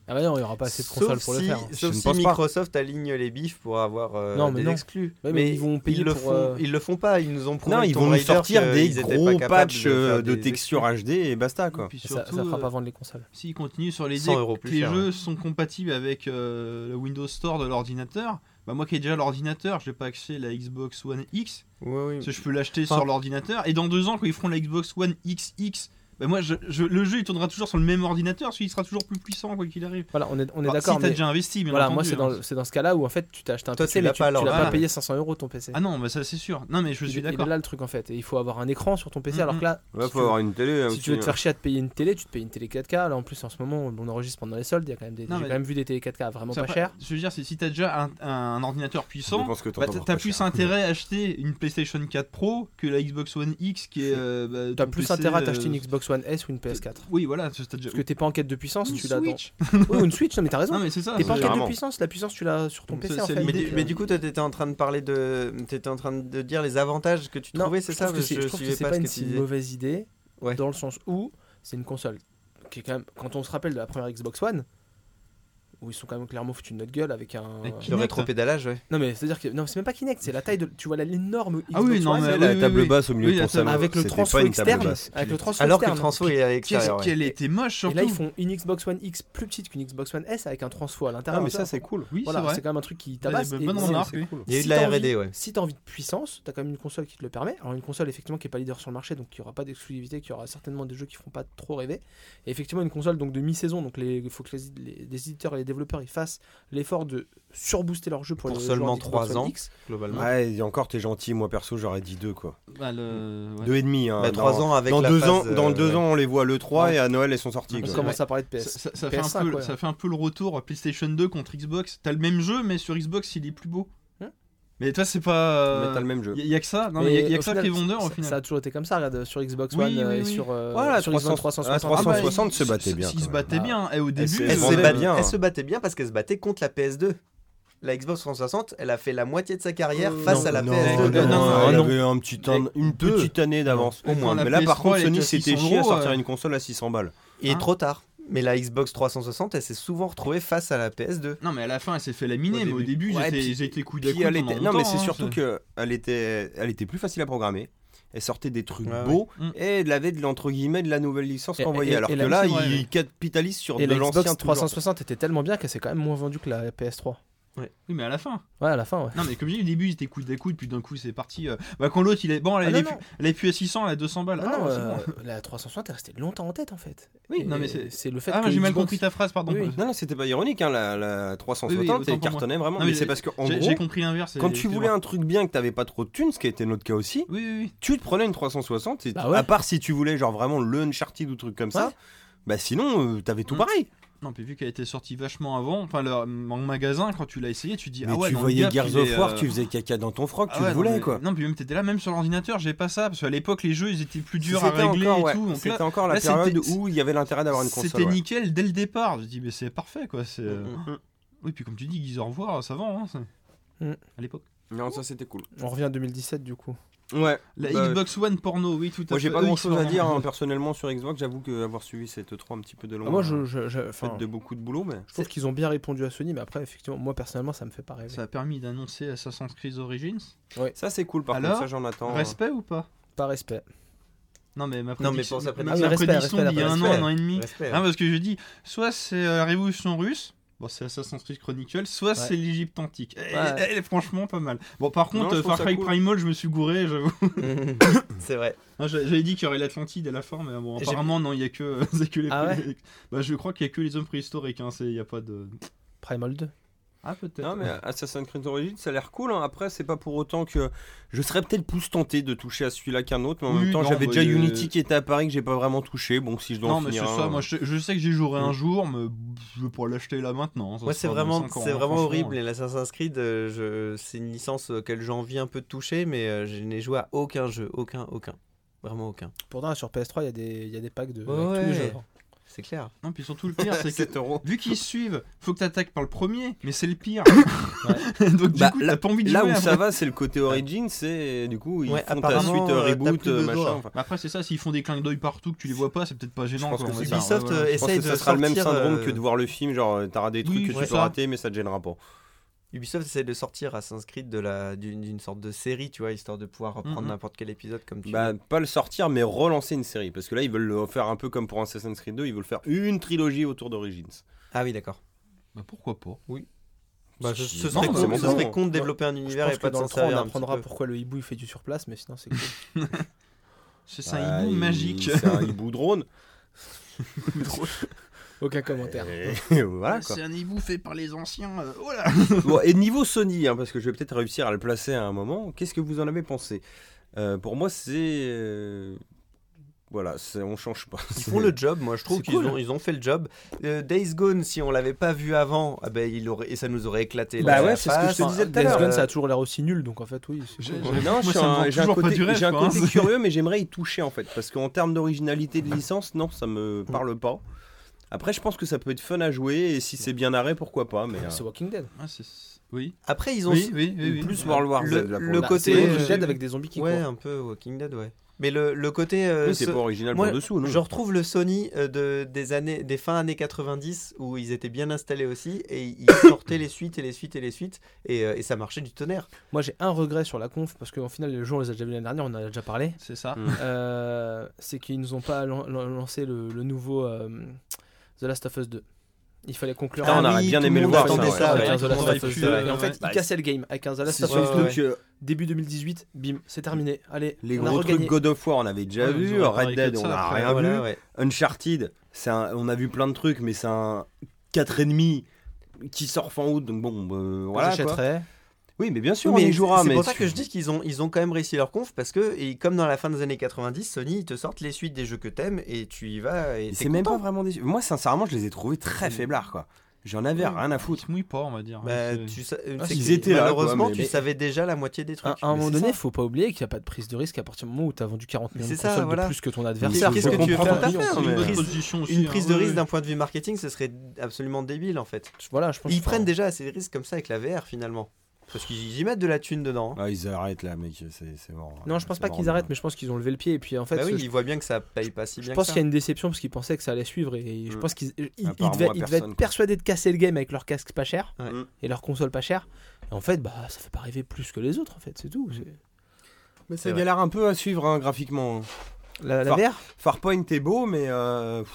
S4: Ah bah non, il y aura pas assez de consoles pour le
S2: si,
S4: faire.
S1: Je ne
S2: Sauf si
S1: pense pas.
S2: Microsoft aligne les bifs pour avoir euh,
S4: Non, mais
S2: des
S4: non.
S2: exclus.
S4: Ouais, mais ils vont payer
S2: le
S4: pour,
S2: font,
S4: euh,
S2: ils le font pas, ils nous ont promis
S1: Non,
S2: le
S1: ils
S2: Tomb
S1: vont nous
S2: Raider
S1: sortir
S2: que
S1: des
S2: ils étaient pas
S1: gros
S2: capables
S1: patchs
S2: de faire
S1: euh, de
S2: des
S1: texture HD et basta quoi.
S3: Puis
S4: Et ça,
S3: surtout,
S4: ça fera
S3: euh,
S4: pas vendre les consoles.
S3: S'ils continuent sur l'idée
S2: 100 euros
S3: que
S2: plus
S3: les
S2: cher,
S3: jeux sont compatibles avec euh, le Windows Store de l'ordinateur, bah moi qui ai déjà l'ordinateur, je n'ai pas accès à la Xbox One X,
S2: exclus. Oui, oui.
S3: parce que je peux l'acheter
S2: Enfin-
S3: sur l'ordinateur. Et dans deux ans, quand ils feront la Xbox One XX, bah, Bah, moi, je- je- le jeu il tournera toujours sur le même ordinateur, celui il sera toujours plus puissant quoi qu'il arrive.
S4: Voilà, on est, on est
S3: Enfin,
S4: d'accord.
S3: bah, Si t'as
S4: mais
S3: déjà investi, bien
S4: voilà,
S3: entendu,
S4: moi c'est
S3: hein.
S4: dans, c'est dans ce cas-là où en fait tu t'as acheté un
S2: Toi, tu
S4: PC mais
S2: l'as
S4: tu
S2: pas,
S4: tu l'as
S2: alors,
S4: pas,
S3: voilà.
S4: payé 500 euros ton PC.
S3: hein. Ah non, bah ça c'est sûr. Non mais je
S4: Il-
S3: suis
S4: il est
S3: d'accord.
S4: là le truc en fait. Et il faut avoir un écran sur ton PC
S3: Mhm.
S4: alors que là,
S1: Ouais,
S4: si
S1: faut
S4: tu-
S1: avoir une télé. un
S4: Si
S1: petit-
S4: tu veux te faire chier à te payer une télé, tu te payes une télé 4K. Là, en plus, en ce moment, on enregistre pendant les soldes. Il y a quand même des,
S3: Non,
S4: j'ai
S3: mais-
S4: quand même vu des télé 4K vraiment
S3: Ça,
S4: pas
S3: après,
S4: chères.
S3: Je veux dire, c'est si t'as déjà un, un ordinateur
S1: Ça
S3: puissant,
S1: dépend ce que
S3: bah,
S1: t'entends
S3: t'as-
S1: par
S3: t'as
S1: pas
S3: plus
S1: cher.
S3: intérêt à acheter une PlayStation 4 Pro que la Xbox One X qui est. euh, bah,
S4: T'as
S3: ton
S4: plus
S3: PC,
S4: intérêt à
S3: euh,
S4: t'acheter une Xbox One S ou une PS4.
S3: Oui, voilà, c'est- t'as déjà.
S4: Parce que t'es pas en quête de puissance,
S3: Une
S4: tu l'as dans.
S3: Switch.
S4: Oui, ou une Switch, non mais t'as raison.
S3: Non mais c'est ça.
S4: T'es pas en
S3: c'est-
S4: quête de
S1: Vraiment.
S4: puissance, la puissance tu l'as sur ton
S3: C'est-
S4: PC en
S3: c'est
S4: fait.
S2: Mais,
S3: l'idée,
S4: donc,
S2: du,
S4: euh,
S2: mais du coup, toi, t'étais en train de parler de, t'étais en train de dire les avantages que tu
S4: non,
S2: trouvais, c'est
S4: je
S2: ça
S4: trouve que
S2: Parce
S4: c'est-
S2: que
S4: Je
S2: je
S4: trouve que
S2: suivais
S4: c'est
S2: pas
S4: pas
S2: ce
S4: une
S2: que
S4: si
S2: tu disais.
S4: mauvaise idée
S2: Ouais.
S4: dans le sens où c'est une console qui est quand même. Quand on se rappelle de la première Xbox One. Où ils sont quand même clairement foutus de notre gueule avec un.
S3: Avec qui
S2: Le
S3: Kinect.
S2: rétro-pédalage, ouais.
S4: Non mais c'est à dire que non c'est même pas Kinect, c'est la taille de tu vois là, l'énorme Xbox
S3: Ah oui, non,
S4: One
S3: mais-
S1: Ouais,
S3: oui,
S1: la
S3: oui,
S1: table
S3: oui.
S1: basse au milieu
S3: Oui,
S1: de
S3: la
S1: ton
S3: table-
S1: salon.
S4: avec le
S1: c'était pas
S4: transfo
S1: une table
S4: externe,
S1: basse.
S4: avec le transfo
S2: Alors que le
S4: externe.
S2: transfo est à
S3: Qu'est-ce
S2: l'extérieur. ouais.
S3: qu'elle était moche
S4: Et là, ils
S3: surtout.
S4: font une Xbox One X plus petite qu'une Xbox One S avec un transfo à l'intérieur.
S1: Ah, mais ça, c'est cool.
S3: Oui, c'est
S4: Voilà,
S3: vrai.
S4: c'est quand même un truc qui
S3: Ouais,
S4: tabasse.
S3: bonne
S4: et
S3: bonne
S4: si-
S3: remarque.
S1: c'est
S3: oui.
S1: cool.
S2: Il y a eu
S4: si
S2: de la
S4: t'as
S2: R&D, ouais.
S4: Si t'as envie de puissance, t'as quand même une console qui te le permet. Alors une console effectivement qui est pas leader sur le marché, donc qui aura pas d'exclusivité, qui aura certainement des jeux qui feront pas trop rêver. Et effectivement une console donc de mi-saison, donc les- il faut que les, les- les éditeurs et les développeurs ils fassent l'effort de surbooster leurs jeux pour,
S2: Pour
S4: les
S2: seulement
S4: joueurs d'Xbox
S2: trois
S4: One
S2: ans.
S4: X.
S2: Globalement.
S1: Ouais, et encore, t'es gentil. Moi, perso, j'aurais dit deux, quoi.
S3: Bah, le- ouais.
S1: Deux et demi. Hein,
S2: Bah, trois
S1: dans-
S2: ans avec
S1: Dans
S2: la
S1: deux
S2: phase,
S1: ans, dans
S2: euh,
S1: deux
S2: ouais.
S1: ans, on les voit le 3 et à Noël, elles sont sorties.
S4: On
S1: quoi.
S4: commence à parler de
S3: Ça,
S4: PS.
S3: ça- ça fait un
S4: PS5,
S3: peu,
S4: ouais.
S3: ça fait un peu le retour PlayStation 2 contre Xbox. T'as le même jeu, mais sur Xbox, il est plus beau.
S4: Hein
S3: mais toi, c'est pas.
S1: Mais t'as le même jeu.
S3: Il y a que ça, non, mais y a- y a
S4: au
S3: que ça
S4: final,
S3: qui est vendeur au
S4: ça-
S3: final.
S4: Ça a toujours été comme ça, regarde, sur Xbox
S3: Oui,
S4: One euh,
S3: oui,
S4: et
S3: oui.
S4: sur, euh,
S1: Voilà,
S4: sur Xbox
S1: 360, ah,
S4: 360.
S1: 360.
S3: ils-
S1: 60 se battaient
S3: ils-
S1: bien,
S3: Ils
S1: quand
S3: bah, se
S1: même.
S3: battaient
S4: Ah.
S3: bien. Et au
S1: Elle
S3: début,
S1: se-
S2: Elle
S1: elle
S3: euh,
S2: se,
S1: vendait
S2: bat-
S1: bien. hein.
S2: elle se battait bien parce qu'elle se battait contre la PS2. La Xbox 360, elle a fait la moitié de sa carrière face
S4: non,
S2: à la
S1: Euh, non,
S2: PS2.
S1: non,
S3: non,
S1: elle
S3: non.
S1: avait un petit an- une
S3: Deux.
S1: petite année d'avance.
S3: Au moins.
S1: Mais
S3: La
S1: là, par
S3: PS3,
S1: contre,
S3: elle était
S1: Sony
S3: à
S1: s'était
S3: 600
S1: chié à
S3: euros,
S1: sortir
S3: euh.
S1: une console à 600 balles.
S2: Et
S3: Hein
S2: trop tard. Mais la Xbox 360, elle s'est souvent retrouvée face à la PS2.
S3: Non, mais à la fin, elle s'est fait laminer.
S1: Au
S3: mais au début,
S1: Ouais,
S3: j'étais-
S1: puis-
S3: j'ai été coup
S1: Puis
S3: d'œil.
S1: elle était- Non, mais
S3: hein,
S1: c'est surtout que elle était, elle était plus facile à programmer. Elle sortait des trucs
S2: Ouais,
S1: beaux
S3: ouais. Mm.
S1: et elle avait de l'entre guillemets de la nouvelle licence
S4: Et-
S1: qu'on voyait.
S4: et-
S1: Alors
S4: et
S1: que
S4: la-
S1: là,
S3: c'est vrai, ouais.
S1: ils capitalisent
S2: Ah,
S1: sur
S2: bah
S4: Et
S1: de
S4: la
S1: l'ancien toujours.
S4: Xbox 360 était tellement bien qu'elle s'est quand même moins vendue que la PS3.
S3: Oui, mais à la fin.
S4: Ouais, à la fin, ouais.
S3: Non, mais comme je dis, au début, ils étaient coude à coude. Puis d'un coup, c'est parti. euh, Bah, quand l'autre, il est. Bon,
S4: Ah,
S3: elle
S4: non,
S3: est
S4: non.
S3: plus- elle est plus à 600, elle est à 200 balles.
S4: Ah
S3: Ah,
S4: non,
S3: c'est bon.
S4: euh, la 360 est restée longtemps en tête en fait.
S3: Oui,
S4: Et
S3: non, mais c'est-
S4: le fait
S3: Ah,
S4: que
S3: moi, j'ai mal
S4: Xbox-
S3: compris ta phrase, pardon.
S4: Oui, oui.
S1: Non, non, c'était pas ironique. hein, la, la 360
S3: Oui, oui, autant
S1: elle
S3: pour moi.
S1: cartonnait vraiment.
S3: Non,
S1: mais
S3: mais
S1: c'est parce que en
S3: J'ai
S1: gros,
S3: j'ai compris l'inverse.
S1: quand
S3: et-
S1: tu
S3: excuse-moi.
S1: voulais un truc bien que t'avais pas trop de thunes, ce qui était notre cas aussi,
S3: Oui, oui, oui.
S1: tu te prenais une 360. Et
S4: Bah ouais.
S1: À part si tu voulais genre vraiment le Uncharted ou truc comme ça,
S4: Ouais.
S1: bah sinon euh, t'avais tout
S3: Mm.
S1: pareil.
S3: Non, puis vu qu'elle était sortie vachement avant, enfin, leur, en magasin, quand tu l'as essayé, tu dis
S1: Mais
S3: Ah ouais,
S1: tu
S3: dans le
S1: voyais
S3: gap,
S1: Gears
S3: il
S1: of
S3: est,
S1: War,
S3: euh,
S1: tu faisais caca dans ton froc,
S3: ah
S1: tu le
S3: ouais, non,
S1: voulais
S3: mais-
S1: quoi.
S3: Non, puis même t'étais là, même sur l'ordinateur, j'ai pas ça, parce qu'à l'époque, les jeux, ils étaient plus durs à
S1: C'était
S3: régler
S1: encore,
S3: et
S1: ouais,
S3: tout. donc
S1: C'était
S3: là,
S1: encore la
S3: là,
S1: période
S3: c'était-
S1: où il y avait l'intérêt d'avoir une console.
S3: c'était
S1: ouais.
S3: nickel dès le départ. Je dis, mais c'est parfait, quoi.
S1: Mm,
S3: c'est, euh,
S2: Mhm.
S3: Oui, puis comme tu dis, Gears of War, ça vend, hein, ça.
S4: Mhm.
S3: à l'époque.
S1: Non, ça c'était cool.
S4: On revient à 2017 du coup.
S1: Ouais.
S3: La
S1: Bah,
S3: Xbox euh, One porno, oui, tout à fait.
S1: Moi j'ai pas
S3: eux,
S1: grand
S3: ils
S1: chose à
S3: sont-
S1: dire hein, personnellement sur Xbox. J'avoue que avoir suivi cette 3 un petit peu de loin.
S4: Ah, moi,
S1: euh,
S4: je, je, je- enfin,
S1: fait de beaucoup de boulot, mais.
S4: je trouve qu'ils ont bien répondu à Sony, mais après, effectivement, moi personnellement, ça me fait pas rêver.
S3: Ça a permis d'annoncer Assassin's Creed Origins.
S1: Ça c'est cool par
S3: Alors,
S1: contre, ça j'en attends. hein.
S3: Respect ou pas
S4: Pas respect.
S3: Non, mais ma
S2: Non, mais
S3: prédiction
S2: pour sa
S3: ma- ma
S2: prédiction.
S4: Ah oui, respect,
S3: prédiction
S4: respect,
S3: d'il y a un an,
S2: respect.
S3: un an et demi.
S2: Respect.
S3: Hein, parce que je dis, soit c'est euh, la révolution russe, bon c'est Assassin's Creed Chronicle, soit c'est l'Égypte antique. Elle,
S4: Ouais.
S3: elle est franchement pas mal. Bon par
S1: Non,
S3: contre,
S1: je
S3: euh,
S1: trouve
S3: Far
S1: ça
S3: Cry
S1: cool.
S3: Primal, je me suis gouré, j'avoue.
S1: Mm.
S2: C'est vrai.
S3: Hein, j'a- J'avais dit qu'il y aurait l'Atlantide à la fin, mais bon
S4: J'ai-
S3: apparemment non, il y a que, c'est que les.
S4: Ah
S3: bah, je crois qu'il y a que les hommes préhistoriques, hein, c'est- il y a pas de.
S4: Primal 2.
S3: Ah peut-être.
S1: Non mais Assassin's Creed Origins ça a l'air cool hein. après c'est pas pour autant que je serais peut-être plus tenté de toucher à celui-là qu'un autre mais en
S3: Oui,
S1: même temps
S3: non,
S1: j'avais
S3: bah,
S1: déjà
S3: il y a-
S1: Unity qui était à Paris que j'ai pas vraiment touché bon si je dois
S3: Non,
S1: en
S3: mais c'est
S1: finir un,
S3: ça, moi je, je sais que j'y jouerai un
S1: Mm.
S3: jour, mais je vais pas l'acheter là maintenant. ça
S2: Moi,
S3: sera
S2: c'est
S3: dans
S2: vraiment,
S3: cinq ans,
S2: c'est
S3: hein,
S2: vraiment
S3: franchement,
S2: horrible.
S3: hein.
S2: Et l'Assassin's Creed, euh, je- c'est une licence auquel j'ai envie un peu de toucher, mais euh, je n'ai joué à aucun jeu. Aucun, aucun. Vraiment aucun.
S4: Pourtant, sur PS3, il y, a des- il y a des packs de
S2: Ouais.
S4: avec tous les jeux.
S2: C'est clair.
S3: Non, puis surtout le pire, c'est que
S1: 7 euros.
S3: Vu qu'ils se suivent, faut que t'attaques par le premier, mais c'est le pire.
S4: Ouais.
S3: Donc du
S1: Bah,
S3: coup,
S1: là-
S3: t'as pas envie de
S1: Là
S3: jouer. hein,
S1: où
S3: après.
S1: ça va, c'est le côté Origin, c'est du coup ils
S2: Ouais,
S1: font ta
S2: apparemment,
S1: suite euh,
S2: euh, t'as
S1: reboot
S2: plus de
S1: euh, machin.
S2: doigts.
S1: enfin,
S3: Bah, Après, c'est ça, s'ils font des clins d'œil partout que tu les vois pas, c'est peut-être pas gênant.
S1: pense
S3: quoi,
S1: que
S3: on va
S1: c'est
S3: dire. hein,
S2: Ubisoft
S3: Ouais, voilà.
S2: euh,
S1: Je pense
S2: essaye
S1: que
S2: de
S1: ça sera le même
S2: sortir,
S1: syndrome
S2: euh,
S1: que de voir le film, genre t'auras des trucs
S3: oui,
S1: que tu
S3: c'est
S1: peux
S3: ça.
S1: rater, mais ça te gênera pas.
S2: Ubisoft essaie de sortir Assassin's Creed de la d'une d'une sorte de série, tu vois, histoire de pouvoir reprendre
S3: Mhm.
S2: n'importe quel épisode comme tu
S1: Bah,
S2: veux.
S1: pas le sortir, mais relancer une série. Parce que là, ils veulent le faire un peu comme pour Assassin's Creed 2, ils veulent faire une trilogie autour d'Origins.
S2: Ah oui, d'accord.
S3: Bah, pourquoi pas
S2: Bah, ce,
S1: Si,
S2: ce
S1: non,
S2: serait
S1: bah,
S2: cool,
S1: c'est
S2: ce
S1: bon.
S2: serait con de développer un
S4: Je
S2: univers
S4: pense
S2: et
S4: que
S2: pas de
S4: dans
S2: s'en
S4: le 3,
S2: servir.
S4: on
S2: un petit
S4: apprendra
S2: peu.
S4: pourquoi le hibou il fait du surplace, mais sinon, c'est cool.
S3: C'est c'est
S1: bah,
S3: un hibou magique.
S1: Ah, C'est un hibou drone.
S4: Aucun commentaire.
S1: Et voilà quoi.
S3: C'est un hibou fait par les anciens. euh, Oh là
S1: Bon, et niveau Sony, hein, parce que je vais peut-être réussir à le placer à un moment, qu'est-ce que vous en avez pensé Euh, Pour moi, c'est. euh, Voilà, c'est- on change pas.
S2: Ils font le job, moi je trouve
S4: C'est
S2: qu'ils
S4: cool.
S2: ont, ils ont fait le job. Euh, Days Gone, si on l'avait pas vu avant, ah ben, il aurait, et ça nous aurait éclaté.
S1: Bah
S2: la
S1: ouais, c'est ce que je
S2: face.
S1: te disais tout à
S4: Days
S1: l'heure.
S4: Gone, hein. ça a toujours l'air aussi nul, donc en fait, oui. c'est
S3: J'ai-
S4: cool.
S3: j'ai-
S1: Non,
S3: Moi,
S1: je suis
S3: ça me
S1: un-
S3: vend
S1: j'ai un
S3: toujours pas
S1: côté,
S3: du rêve,
S1: j'ai un
S3: quoi, hein,
S1: côté
S3: c'est-
S1: curieux, mais j'aimerais y toucher en fait. Parce qu'en termes d'originalité de licence, non, ça me parle pas. Après, je pense que ça peut être fun à jouer, et si c'est bien narré, pourquoi pas. Mais, euh,
S4: C'est Walking Dead.
S3: Ah, c'est- Oui.
S2: Après, ils ont.
S3: Oui, oui, oui, Ah, oui.
S1: plus World War Z.
S2: Le-
S1: là, pour
S2: le
S1: coup.
S2: côté-
S4: Bah, C'est Walking
S3: euh,
S4: Dead avec des zombies qui
S2: ouais,
S4: courent.
S2: un peu euh, Walking Dead, ouais. Mais le, le côté. euh,
S1: Oui, c'est
S2: ce-
S1: pas original
S2: moi,
S1: pour dessous, non
S2: Je retrouve le Sony euh, de, des, années, des fins années 90 où ils étaient bien installés aussi et ils sortaient les suites et les suites et les suites et, euh, et ça marchait du tonnerre.
S4: Moi, j'ai un regret sur la conf, parce qu'en final, les gens, on les a déjà vus l'année dernière, on en a déjà parlé.
S3: C'est ça.
S4: Euh, c'est qu'ils nous ont pas lan- lan- lancé le, le nouveau euh, The Last of Us 2. Il fallait conclure.
S1: Ah, on
S4: un-
S1: aurait
S2: oui,
S1: bien
S2: tout
S1: aimé le
S2: le monde
S1: voir.
S2: attendait
S1: ouais.
S2: ça,
S4: avec
S2: ouais.
S4: un The Last
S3: aurait
S4: of Us
S3: pu,
S4: 2.
S3: euh,
S4: Et en fait,
S3: ouais.
S4: ils cassaient le game avec un The Last
S1: C'est
S4: of
S2: sûr.
S4: Us
S1: surtout
S4: 2
S2: ouais.
S3: euh,
S1: que
S4: début 2018, bim, c'est terminé. Allez,
S1: les
S4: on a
S1: gros trucs
S4: regagné.
S1: God of War, on avait déjà
S3: Ouais, on
S1: vu.
S3: aurait
S1: Red
S3: parlé que de
S1: Dead, on
S3: ça
S1: n'a
S3: après,
S1: rien vu.
S2: Ah, Voilà, ouais.
S1: Uncharted, c'est un- on a vu plein de trucs, mais c'est un 4,5 qui sort fin août, donc bon, euh, voilà. quoi.
S4: J'achèterais.
S1: Oui, mais bien sûr,
S2: Oui,
S1: on
S2: mais
S1: y jouera.
S2: C'est
S1: mais
S2: pour ça que je dis qu'ils ont, ils ont quand même réussi leur conf parce que, et comme dans la fin des années 90, Sony, ils te sortent les suites des jeux que t'aimes et tu y vas et
S1: Et
S2: t'es
S1: c'est même pas
S2: content.
S1: vraiment déçu. Moi, sincèrement, je les ai trouvés très faiblards, quoi. J'en avais rien à
S3: Ils
S1: foutre.
S3: se mouillent pas, on va dire. hein.
S2: Bah,
S3: C'est-
S2: tu sa- euh,
S4: Ah,
S2: c'est
S1: ils
S2: que
S1: étaient là, quoi,
S2: Malheureusement,
S1: mais-
S2: tu savais déjà la moitié des trucs.
S4: À, à un
S2: Mais
S4: moment
S2: c'est ça.
S4: donné, faut pas oublier qu'il n'y a pas de prise de risque à partir du moment où tu as vendu 40 millions de
S2: c'est ça,
S4: consoles
S2: voilà.
S4: de plus que ton
S2: Mais
S4: adversaire.
S2: qu'est-ce
S4: Je
S2: que tu veux
S4: comprends
S2: faire
S4: ton
S2: t'as fait,
S4: client.
S2: hein,
S3: C'est
S2: mais-
S3: une
S2: prise-
S3: prise de position aussi,
S2: une
S3: hein,
S2: prise de
S3: ouais,
S2: risque
S3: ouais.
S2: d'un point de vue marketing, ce serait absolument débile en fait.
S4: Voilà, je pense
S2: Ils
S4: que-
S2: prennent déjà assez de risques comme ça avec la VR finalement. Parce qu'ils y mettent de la thune dedans. hein.
S1: Ah, ils arrêtent là, mec, c'est c'est mort.
S4: Non, je pense
S1: C'est
S4: pas
S1: mort,
S4: qu'ils
S1: non.
S4: arrêtent, mais je pense qu'ils ont levé le pied. Et puis en fait,
S2: bah oui,
S4: je-
S2: ils voient bien que ça paye pas si bien.
S4: Je pense
S2: que
S4: qu'il y
S2: ça.
S4: a une déception parce qu'ils pensaient que ça allait suivre et je
S1: Mm.
S4: pense qu'ils ils- ils
S1: Apparemment,
S4: devaient, ils
S1: personne,
S4: devaient être
S1: quoi.
S4: persuadés de casser le game avec leur casque pas cher
S2: Ouais.
S1: Mm.
S4: et leur console pas chère. Et en fait, bah ça fait pas rêver plus que les autres en fait, c'est tout. C'est-
S1: Mais
S2: C'est
S1: ça
S2: vrai.
S1: galère un peu à suivre hein, graphiquement.
S4: La, la
S1: Enfin,
S4: VR
S1: Farpoint est beau, mais. euh, pff,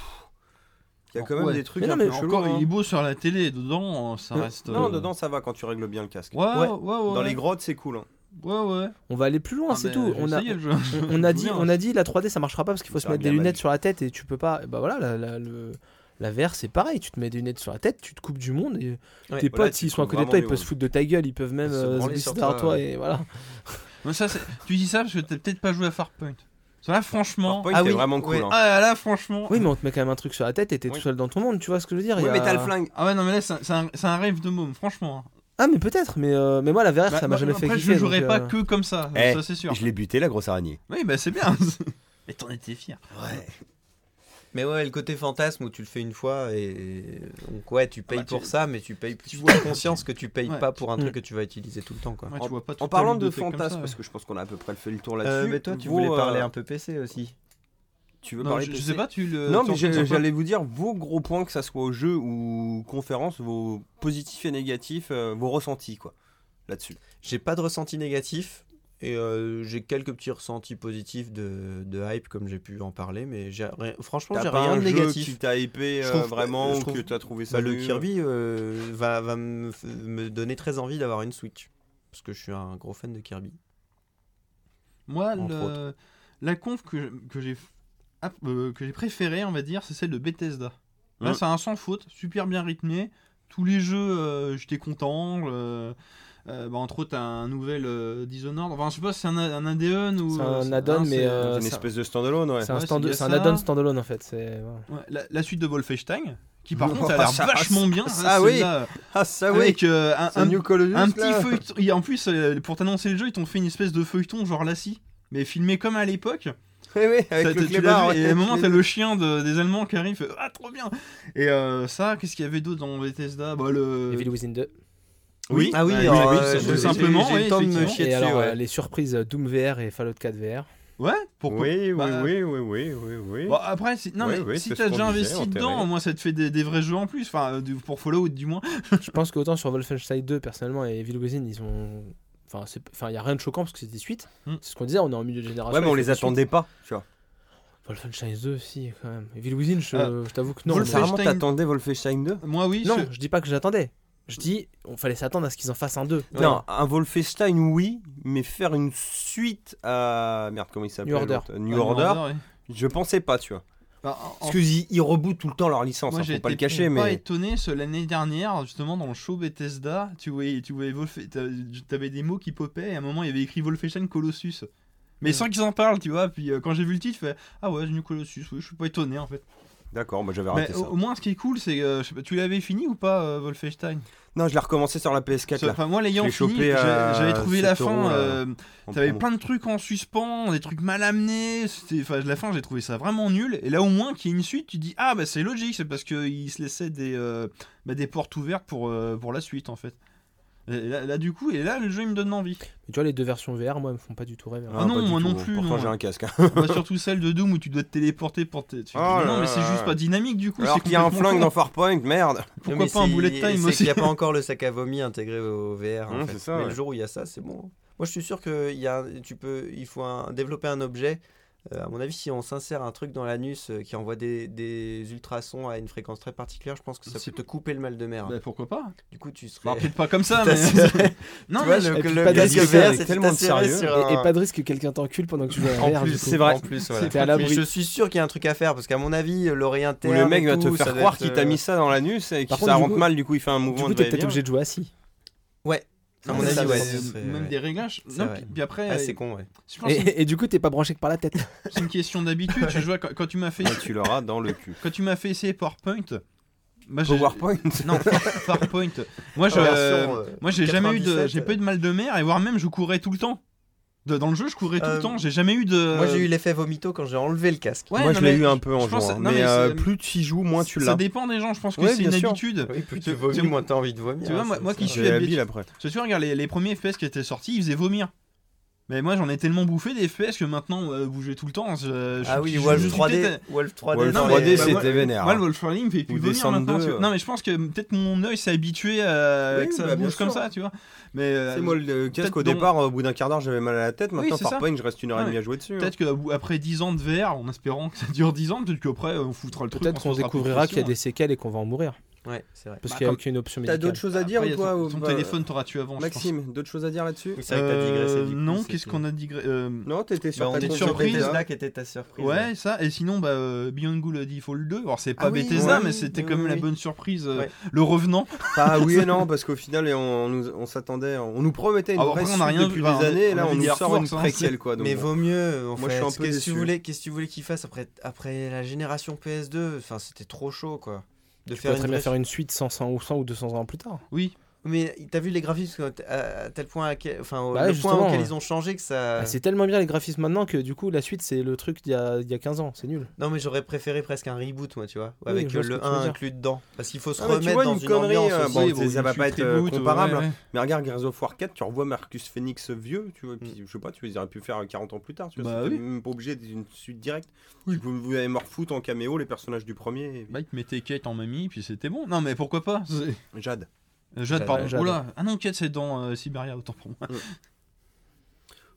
S1: Il y a quand
S3: Ouais.
S1: même des trucs.
S4: Mais non,
S1: un
S4: mais
S1: peu
S3: Mais
S1: chelous,
S3: encore,
S1: hein.
S3: il est beau sur la télé, dedans, ça reste.
S1: Non,
S3: euh,
S1: dedans ça va quand tu règles bien le casque.
S3: Ouais, ouais,
S4: Ouais.
S3: ouais.
S1: Dans les grottes, c'est cool. hein.
S3: Ouais, ouais.
S4: on va aller plus loin,
S3: Ah,
S4: c'est
S1: ben,
S3: bah,
S4: tout.
S3: j'ai
S4: On a,
S3: essayé le jeu.
S4: on- on a dit,
S3: Bien.
S4: on a dit la 3D ça marchera pas parce qu'il faut
S1: Ça
S4: se
S1: va
S4: mettre
S1: bien
S4: des lunettes
S1: mal.
S4: sur la tête et tu peux pas. Bah voilà, la, la- le- la VR c'est pareil, tu te mets des lunettes sur la tête, tu te coupes du monde et
S2: Ouais,
S4: tes
S1: voilà,
S4: potes
S1: tu
S4: s'ils sont à côté de
S1: coupes
S4: toi ils
S1: vraiment
S4: peuvent
S1: du
S4: se foutre de ta gueule, ils peuvent même
S2: Ils se
S4: euh, se
S2: branler
S4: glisser
S2: sur
S4: derrière
S2: toi,
S4: toi et voilà.
S3: Mais ça, c'est- tu dis ça parce que t'as peut-être pas joué à Farpoint. Parce que là, franchement.
S1: Farpoint
S2: Ah
S1: est
S2: oui,
S1: vraiment cool.
S2: ouais.
S1: hein.
S3: Ah là, là, franchement.
S4: Oui mais on te met quand même un truc sur la tête et t'es
S1: Oui.
S4: tout seul dans ton monde, tu vois ce que je veux dire euh,
S1: Ouais,
S4: Il y a-
S1: mais t'as le flingue.
S3: Ah ouais, non, mais là, c'est c'est un, c'est un rêve de môme, franchement. hein.
S4: Ah mais peut-être, mais, euh, mais moi la
S1: Ah,
S3: Bah,
S4: VR ça m'a
S3: bah,
S4: jamais fait
S3: Après,
S4: kiffer.
S3: je jouerai
S4: donc,
S3: pas
S4: euh,
S3: que comme ça,
S1: Eh,
S3: ça c'est sûr.
S1: Je l'ai buté, la grosse araignée.
S3: Oui, bah c'est bien. mais t'en étais fier.
S2: Mais ouais, le côté fantasme où tu le fais une fois et donc ouais, Ah tu payes
S3: bah, tu-
S2: pour ça, mais tu payes. Tu vois conscience que tu payes
S3: Ouais.
S2: pas pour un
S4: Mm. Oh,
S2: truc que tu vas utiliser tout le temps quoi.
S3: Ouais,
S1: En-
S3: tu vois pas toute
S1: En
S3: ta
S1: parlant de
S3: ludothèque comme ça,
S1: fantasme,
S3: ouais.
S1: parce que je pense qu'on a à peu près fait le tour
S2: Euh,
S1: là-dessus.
S2: mais toi, tu
S1: vos,
S2: voulais parler
S1: euh,
S2: un peu PC aussi.
S1: Tu veux
S3: Non,
S1: parler
S3: je,
S1: de
S3: je
S1: PC?
S3: sais pas, tu le.
S1: Non,
S3: tu
S1: mais
S3: en
S1: j'ai-
S3: penses un peu
S1: j'allais vous dire vos gros points, que ça soit au jeu ou conférence, vos positifs et négatifs, euh, vos ressentis, quoi, là-dessus.
S2: J'ai pas de ressenti négatif et euh, j'ai quelques petits ressentis positifs de, de hype comme j'ai pu en parler, mais j'ai rien- franchement j'ai
S1: T'as pas
S2: rien
S1: un
S2: de
S1: jeu
S2: négatif.
S1: qui t'a hypé
S2: Je
S1: euh,
S2: trouve-
S1: vraiment ou
S2: je
S1: que
S2: trouve-
S1: t'as trouvé ça
S2: Bah, le
S1: nul
S2: Kirby euh, va, va me, f- me donner très envie d'avoir une Switch. Parce que je suis un gros fan de Kirby.
S3: Moi,
S2: Entre
S3: le- la conf que, je- que j'ai ah, euh, que j'ai préférée, on va dire, c'est celle de Bethesda. Là,
S1: Mm.
S3: c'est un sans faute, super bien rythmé. Tous les jeux, euh, j'étais content. euh, euh, bah, entre autres, t'as un nouvel euh, Dishonored. Enfin, je sais pas, c'est un, un add-on ou.
S4: C'est un
S3: euh,
S4: add-on, mais,
S3: c'est-
S4: euh,
S1: Une
S4: ça-
S1: espèce de standalone, ouais.
S4: C'est un,
S3: Ouais,
S4: stand-
S3: c'est bien
S4: c'est un
S3: ça.
S4: add-on standalone en fait. c'est- voilà.
S3: ouais, la, la suite de Wolfenstein, qui par
S1: Oh,
S3: contre a l'air
S1: ça-
S3: vachement bien. hein,
S1: ah oui,
S3: celle-là,
S1: Ah, ça
S3: Avec euh, un, un-
S1: Colossus,
S3: un petit feuilleton. Et En plus, euh, pour t'annoncer le jeu, ils t'ont fait une espèce de feuilleton genre Lassie, mais filmé comme à l'époque.
S1: Oui, oui,
S3: T'as-
S1: avec le
S3: t'as- tu l'as
S1: clébard,
S3: vu,
S1: ouais.
S3: et à un moment, t'as le chien de- des Allemands qui arrive. fait, Ah, trop bien! Et euh, ça, qu'est-ce qu'il y avait d'autre dans Bethesda bah, le...
S4: Evil Within 2.
S3: Oui,
S2: Ah oui,
S3: bah,
S2: alors,
S3: oui,
S2: euh,
S3: c'est
S2: j'ai-
S3: tout
S2: j'ai-
S3: simplement.
S2: j'ai eu le
S3: oui,
S2: temps de me
S3: effectivement.
S2: chier
S4: Et
S2: dessus,
S4: alors euh,
S2: ouais.
S4: les surprises euh, Doom VR et Fallout 4 VR.
S3: Ouais, pourquoi
S1: Oui, oui,
S3: Bah,
S1: oui, oui, oui, oui, oui.
S2: Bah,
S3: Bon, après, si, non,
S1: Oui,
S3: mais
S1: oui,
S3: si
S1: c'est ce
S3: t'as
S1: qu'on
S3: déjà
S1: disait,
S3: investi
S1: on t'a
S3: dedans,
S1: réglé.
S3: moi ça te fait des, des vrais jeux en plus, enfin euh, du- pour Fallout du moins.
S4: Je pense qu'autant sur Wolfenstein 2 personnellement et Evil Within ils ont. Enfin, c'est- enfin, il n'y a rien de choquant parce que c'est des suites.
S3: Mm.
S4: C'est ce qu'on disait, on est en milieu de génération.
S1: Ouais, mais on
S4: il
S1: les
S4: faut des suites.
S1: attendait pas, tu vois.
S4: Wolfenstein 2, si, quand même. Evil Within, je,
S3: Euh,
S4: je t'avoue que non.
S3: Wolfenstein-
S4: mais-
S1: Vraiment, t'attendais Wolfenstein 2
S3: Moi oui,
S4: Non,
S3: je-
S4: je dis pas que j'attendais. Je dis, on fallait s'attendre à ce qu'ils en fassent un 2.
S1: Non, un Wolfenstein, oui, mais faire une suite à. Merde, comment il s'appelle
S4: New Order.
S1: l'autre New Order, je pensais pas, tu vois.
S3: Bah,
S1: Parce qu'ils ils rebootent tout le temps leur licence,
S3: Moi,
S1: hein,
S3: j'ai
S1: faut pas
S3: été
S1: le cacher,
S3: pas
S1: mais.
S3: étonné ce- l'année dernière, justement, dans le show Bethesda, tu voyais, tu voyais Wolf- t'as- t'avais des mots qui popaient, et à un moment, il y avait écrit Wolfenstein Colossus. Mais
S4: Mm.
S3: sans qu'ils en parlent, tu vois. Puis euh, quand j'ai vu le titre, je fais Ah ouais, j'ai mis Colossus, oui, je suis pas étonné en fait.
S1: D'accord,
S2: bah,
S1: moi j'avais
S3: Mais oh.
S1: raté
S3: au,
S1: Ah, ça.
S3: au moins, ce qui est cool, c'est euh, je sais pas, tu l'avais fini ou pas, euh, Wolfenstein
S1: Non, je l'ai recommencé sur la PS4 là.
S3: Enfin, moi, l'ayant
S1: Je l'ai
S3: fini,
S1: chopé à
S3: j'a- j'avais trouvé la
S1: 7
S3: fin.
S1: euros, là.
S3: euh,
S1: en
S3: T'avais
S1: promo.
S3: plein de trucs en suspens, des trucs mal amenés. C'était, enfin, la fin, j'ai trouvé ça vraiment nul. Et là, au moins, qu'il y ait une suite, tu dis ah bah c'est logique, c'est parce qu'ils se laissaient des, euh, bah, des portes ouvertes pour, euh, pour la suite en fait. Et là, là, du coup, et là, le jeu il me donne envie.
S4: Mais tu vois, les deux versions VR, moi, elles me font pas du tout rêver. hein.
S3: Ah non,
S1: pas du
S3: moi non
S1: hein.
S3: plus,
S1: Pourtant
S3: non.
S1: j'ai un casque. hein.
S3: Bah, surtout celle de Doom où tu dois te téléporter pour. te- tu te dis,
S1: Oh là
S3: non, mais c'est
S1: là
S3: juste
S1: là.
S3: pas dynamique du coup.
S1: Alors
S3: c'est
S1: qu'il y a un
S3: complètement
S1: flingue
S3: con.
S1: dans Farpoint, merde.
S3: Pourquoi
S2: Mais
S3: pas un
S2: c'est-
S3: bullet time
S2: C'est qu'il
S3: aussi
S2: n'y a pas encore le sac à vomi intégré au VR. en
S1: Hum,
S2: fait.
S1: c'est ça,
S2: Mais
S1: ouais.
S2: le jour où il y a ça, c'est bon. Moi, je suis sûr que il y a, un- tu peux, il faut un- développer un objet. Euh, à mon avis, si on s'insère un truc dans l'anus euh, qui envoie des, des ultrasons à une fréquence très particulière, je pense que ça
S3: C'est-
S2: peut te couper le mal de mer.
S3: Bah, pourquoi pas
S2: Du coup, tu serais.
S3: Bah, Peut-être pas comme ça, mais.
S2: T'assurais.
S3: non,
S2: tu vois,
S3: mais je-
S2: le,
S4: et puis
S2: le
S4: pas
S2: casque
S4: d'assurance,
S2: VR,
S1: c'est
S2: c'est
S1: tellement
S2: tellement
S1: de
S2: sérieux.
S1: sérieux.
S2: Sur
S4: Et, et
S2: un-
S4: pas de risque que quelqu'un t'encule pendant que tu joues à
S1: En
S4: VR.
S1: plus,
S4: du
S1: c'est
S4: coup.
S1: vrai.
S2: En plus, voilà.
S4: C'était à l'abri.
S2: Mais je suis sûr qu'il y a un truc à faire parce qu'à mon avis, l'oreille
S1: Ou
S2: interne.
S1: le mec
S2: et
S1: va
S2: tout,
S1: te
S2: ça
S1: faire
S2: doit
S1: croire
S2: être,
S1: qu'il
S2: euh,
S1: t'a mis ça dans l'anus et que
S4: Par
S1: ça
S4: contre, du
S1: rentre
S4: coup-
S1: mal, du coup il fait un
S4: Du
S1: mouvement
S4: coup,
S1: de
S4: t'es peut-être
S1: va-et-vient.
S4: obligé de jouer assis.
S2: Ouais. À
S3: non,
S2: mon
S3: mais
S2: avis,
S3: ça,
S2: ouais.
S3: c'est-
S2: c'est-
S3: Même des réglages.
S2: C'est
S3: Non,
S2: vrai.
S3: puis, puis après,
S2: Ah, c'est con, ouais.
S3: je pense que
S4: Et, et du coup, t'es pas branché que par la tête.
S3: c'est une question d'habitude. Tu vois, quand, quand tu m'as fait
S1: Et tu l'auras dans le cul.
S3: quand tu m'as fait essayer PowerPoint, moi, j'ai-
S1: PowerPoint
S3: non Far- PowerPoint, moi je,
S2: Version, euh,
S3: moi j'ai jamais eu de,
S2: 97.
S3: j'ai pas eu de mal de mer et voire même je courais tout le temps. De- dans le jeu, je courais tout
S2: Euh,
S3: le temps. J'ai jamais eu de.
S2: Moi j'ai eu l'effet vomito quand j'ai enlevé le casque.
S3: Ouais,
S1: Moi
S3: non,
S1: je l'ai
S3: mais
S1: eu un peu en
S3: je pense-
S1: jouant.
S3: non,
S1: mais
S3: mais
S1: euh,
S3: c'est-
S1: plus tu y joues, moins tu
S3: Ça
S1: l'as.
S3: dépend des gens. Je pense que
S1: Ouais,
S3: c'est
S1: bien
S3: une
S1: sûr.
S3: habitude.
S2: Oui, plus
S3: tu
S2: tu
S3: vomis,
S2: vomis, moins t'as envie de vomir.
S3: Tu vois, moi- moi qui
S1: J'ai
S3: suis
S1: la
S3: habitué-
S1: bile après.
S3: Je tu regarde les, les premiers FPS qui étaient sortis, ils faisaient vomir. Mais moi j'en ai tellement bouffé des FPS que maintenant euh, bouger tout le temps. je- je-
S2: Ah oui,
S3: je-
S2: Wolf
S3: je suis
S2: 3D.
S3: peut-être-
S2: Wolf 3D.
S1: Ouais, le
S3: non, mais-
S1: 3D
S3: bah,
S1: c'était
S3: moi-
S1: vénère.
S3: Moi, le Wolf Rally me fait plus
S1: Ou des
S3: venir maintenant.
S1: 102,
S3: tu vois.
S1: euh.
S3: Non, mais je pense que peut-être mon œil s'est habitué à
S1: Oui,
S3: que ça
S1: bah, bien
S3: bouge comme
S1: sûr.
S3: ça, tu vois. Mais euh,
S1: C'est moi le casque au
S3: dans-
S1: départ, au bout d'un quart d'heure j'avais mal à la tête, maintenant
S3: c'est ça.
S1: Farpoint je reste une heure et
S3: Ouais,
S1: demie à jouer dessus. hein.
S3: peut-être qu'après 10 ans de VR, en espérant que ça dure 10 ans, peut-être qu'après on foutra le truc.
S4: Peut-être
S3: se
S4: qu'on
S3: posera plus de
S4: découvrira qu'il y a des
S3: questions.
S4: séquelles et qu'on va en mourir.
S2: Ouais, c'est vrai.
S4: Parce
S3: Bah,
S4: qu'il n'y a
S3: comme-
S4: aucune option
S1: T'as
S4: médicale.
S1: d'autres choses à dire ou
S3: Après, il y a
S1: toi
S3: ton,
S1: ou
S3: ton
S1: pas
S3: téléphone t'auras tu avant. je pense.
S1: Maxime, d'autres choses à dire là-dessus
S2: C'est vrai que t'as digressé.
S3: Euh,
S2: du coup,
S3: non,
S2: c'est
S3: qu'est-ce
S2: que-
S3: qu'on a digré euh,
S1: Non, t'étais
S2: Bah,
S1: sur
S2: on
S1: ta
S2: est
S3: Peut-être
S2: sur
S3: surprise,
S2: Bethesda
S3: hein.
S2: qui était ta surprise.
S1: hein.
S3: Ouais, ça. Et sinon, bah, euh, Beyond Good Default 2. Alors, c'est pas
S2: Ah oui,
S3: Bethesda,
S2: ouais,
S3: mais
S2: oui,
S3: c'était
S2: oui,
S3: quand même
S2: oui,
S3: la
S2: oui.
S3: bonne surprise. euh,
S2: Ouais.
S3: Le revenant.
S1: Pas oui et non, parce qu'au final, on, on nous- on s'attendait, on nous promettait une
S3: Ah, après,
S1: vraie
S3: on a
S1: suite
S3: rien
S1: depuis
S3: vu,
S1: des
S3: enfin, on
S1: années,
S3: a-
S1: et là
S3: on a
S1: on
S3: vu
S1: nous
S3: Gear
S1: sort une
S3: Force, hein,
S1: préquelle quoi. donc
S2: Mais
S1: bon.
S2: vaut mieux.
S1: Moi,
S2: En
S1: je
S2: fait.
S1: suis un peu
S2: Qu'est-ce que
S1: déçu.
S2: tu voulais- Qu'est-ce que tu voulais qu'il fasse après, après la génération PS2 Enfin, c'était trop chaud quoi. De
S4: Tu peux
S2: faire une
S4: très bien
S2: vraie
S4: faire une suite 100, 100 ou 100 ou 200 ans plus tard.
S3: Oui.
S2: Mais t'as vu les graphismes quoi, t- à, à tel point, à quel- enfin, au-
S4: Bah ouais,
S2: le point
S4: justement,
S2: auquel
S4: ouais.
S2: ils ont changé que ça.
S4: Bah, c'est tellement bien les graphismes maintenant que du coup, la suite, c'est le truc d'il y a, d'il y a 15 ans. C'est nul.
S2: non mais j'aurais préféré presque un reboot, moi, tu vois,
S4: Oui,
S2: avec
S4: je vois
S2: euh,
S4: ce que
S2: le
S4: tu veux
S2: 1
S4: dire.
S2: inclus dedans, parce qu'il faut se
S1: Ah, mais tu
S2: remettre
S1: vois,
S2: dans
S1: une
S2: une
S1: connerie,
S2: ambiance.
S1: euh,
S2: aussi.
S1: bon,
S3: Oui,
S1: ça- ça va
S3: tu
S1: pas être,
S3: reboot,
S1: euh,
S3: ouais,
S1: comparable,
S3: ouais.
S1: Mais regarde Gears of War 4, tu revois Marcus Phoenix vieux, tu vois, et puis je sais pas, tu vois, ils auraient pu faire 40 ans plus tard, tu vois,
S3: Bah
S1: c'était
S3: oui.
S1: même pas obligé d'une suite directe. Vous, vous avez morfoot en caméo les personnages du premier, et-
S3: Bah, il te mettait Kate en mamie, puis c'était bon. Non, mais pourquoi pas c'est-
S1: Jade.
S3: Euh, Jade,
S2: Jade,
S3: pardon.
S4: Jade.
S3: Oula. Ah non, Kate, c'est dans euh, Siberia, autant pour moi.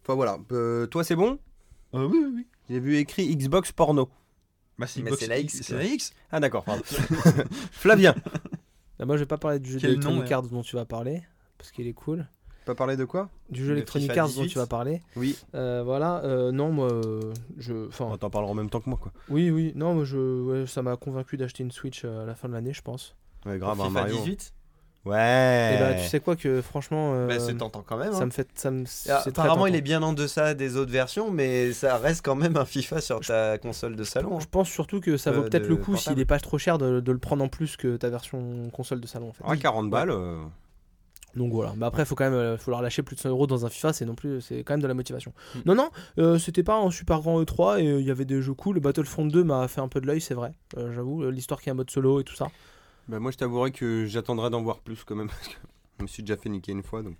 S1: Enfin voilà, Euh, toi c'est bon
S3: Euh, oui, oui, oui.
S1: J'ai vu écrit Xbox porno.
S3: Bah, c'est
S2: Mais
S3: Box-
S2: c'est la X,
S3: C'est
S2: quoi.
S3: la X.
S1: Ah d'accord, pardon. Flavien,
S4: Là, moi, je vais pas parler du jeu
S3: Quel nom,
S4: d'Electronic
S3: ouais.
S4: Arts dont tu vas parler, parce qu'il est cool.
S1: pas parler de quoi
S4: Du jeu
S2: Le
S4: Electronic
S2: FIFA
S4: Arts dont
S2: 18.
S4: tu vas parler.
S1: Oui.
S4: Euh, voilà. euh, non, moi, euh, je.
S1: On
S4: Enfin,
S1: t'en parlera en même temps que moi quoi.
S4: oui, oui. Non, moi, je, ouais, ça m'a convaincu d'acheter une Switch euh, à la fin de l'année, je pense.
S1: Ouais, grave,
S2: Pour
S4: hein,
S1: un
S2: FIFA
S1: Mario.
S2: 18,
S1: Ouais.
S4: Et bah, tu sais quoi, que franchement. euh,
S2: bah, c'est tentant quand même.
S4: ça
S2: hein.
S4: me fait. Ça me,
S2: Ah,
S4: c'est très
S2: Apparemment, il
S4: tentant.
S2: est bien en deçà des autres versions, mais ça reste quand même un FIFA sur ta console de salon. hein.
S4: Je pense surtout que ça vaut
S2: Euh,
S4: peut-être
S2: de
S4: le coup
S2: portable.
S4: s'il n'est pas trop cher de, de le prendre en plus que ta version console de salon en fait.
S1: Ah, 40 balles. euh,
S4: Donc voilà. Mais après, faut quand même euh, faut leur lâcher plus de 100 euros dans un FIFA, c'est non plus, c'est quand même de la motivation.
S2: Mm.
S4: Non non, euh, c'était pas un super grand E3 et euh, il y avait des jeux cool. Le Battlefront 2 m'a fait un peu de l'œil, c'est vrai. Euh, J'avoue, euh, l'histoire qui est en mode solo et tout ça.
S1: Bah moi je t'avouerai que j'attendrai d'en voir plus quand même parce que je me suis déjà fait niquer une fois donc.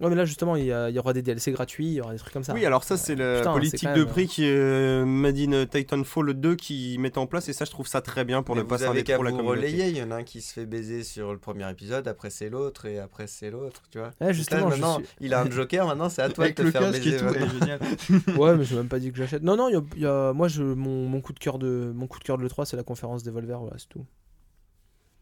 S4: Ouais, mais là justement, il y, a- il y aura des DLC gratuits, il y aura des trucs comme ça.
S1: oui alors ça c'est la
S4: Putain, c'est
S1: politique
S4: quand
S1: de
S4: même-
S1: prix qui euh, Madine Titanfall 2 qui met en place et ça je trouve ça très bien pour
S2: Mais
S1: ne pas
S2: vous avez
S1: s'investir
S2: qu'à
S1: pour la
S2: vous
S1: communauté.
S2: relayer, il y en a un qui se fait baiser sur le premier épisode, après c'est l'autre, et après c'est l'autre, tu vois. Putain,
S4: Ouais, Eh, Ah, justement, je
S2: maintenant,
S4: suis-
S2: il a un joker, maintenant c'est à toi
S3: Avec
S2: de te
S3: le
S2: faire
S3: casque et
S2: baiser.
S3: tout.
S2: maintenant.
S3: ouais, génial.
S4: ouais, mais j'ai même pas dit que j'achète. Non non, il y a- il y a- moi je mon, mon coup de cœur de mon coup de cœur de l'E3, c'est la conférence des Volver, voilà, c'est tout.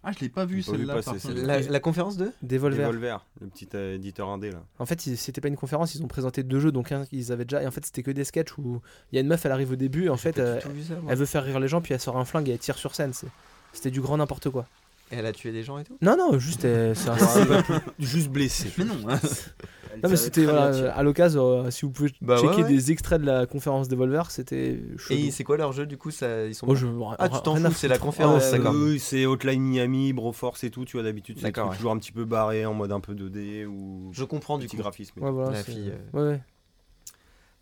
S3: Ah, je l'ai pas vu
S1: J'ai pas vu
S3: celle-là.
S1: passer
S3: par contre.
S1: celle-là.
S2: La, la conférence de
S4: Devolver.
S1: Devolver, le petit euh, éditeur indé là.
S4: En fait, ils- c'était pas une conférence, ils ont présenté deux jeux, donc un qu'ils avaient déjà. Et en fait, c'était que des sketchs où il y a une meuf, elle arrive au début, et en fait, euh,
S3: Tout vu ça, moi.
S4: elle veut faire rire les gens, puis elle sort un flingue et elle tire sur scène. c'est- C'était du grand n'importe quoi.
S2: Et elle a tué des gens et tout
S4: Non, non, juste. euh, c'est un-
S1: Ah, Juste blessé.
S3: Mais non, hein.
S4: non, mais c'était voilà, à l'occasion, euh, si vous pouvez
S2: Bah ouais,
S4: checker
S2: ouais.
S4: des extraits de la conférence Devolver, c'était
S2: Et
S4: chaud.
S2: c'est quoi leur jeu du coup ça, ils sont
S4: euh, Oh, je-
S2: Ah, tu t'en
S4: rien à
S2: fous, c'est la
S4: foutre.
S2: conférence,
S4: Ah,
S2: d'accord.
S1: Oui, c'est Hotline Miami, Broforce et tout, tu vois, d'habitude, c'est des
S2: D'accord,
S1: trucs
S2: ouais.
S1: toujours un petit peu barré en mode un peu 2D ou
S2: Je comprends du
S1: petit
S2: coup.
S1: graphisme.
S4: Ouais, voilà,
S2: La
S4: c'est-
S2: fille,
S4: ouais, ouais.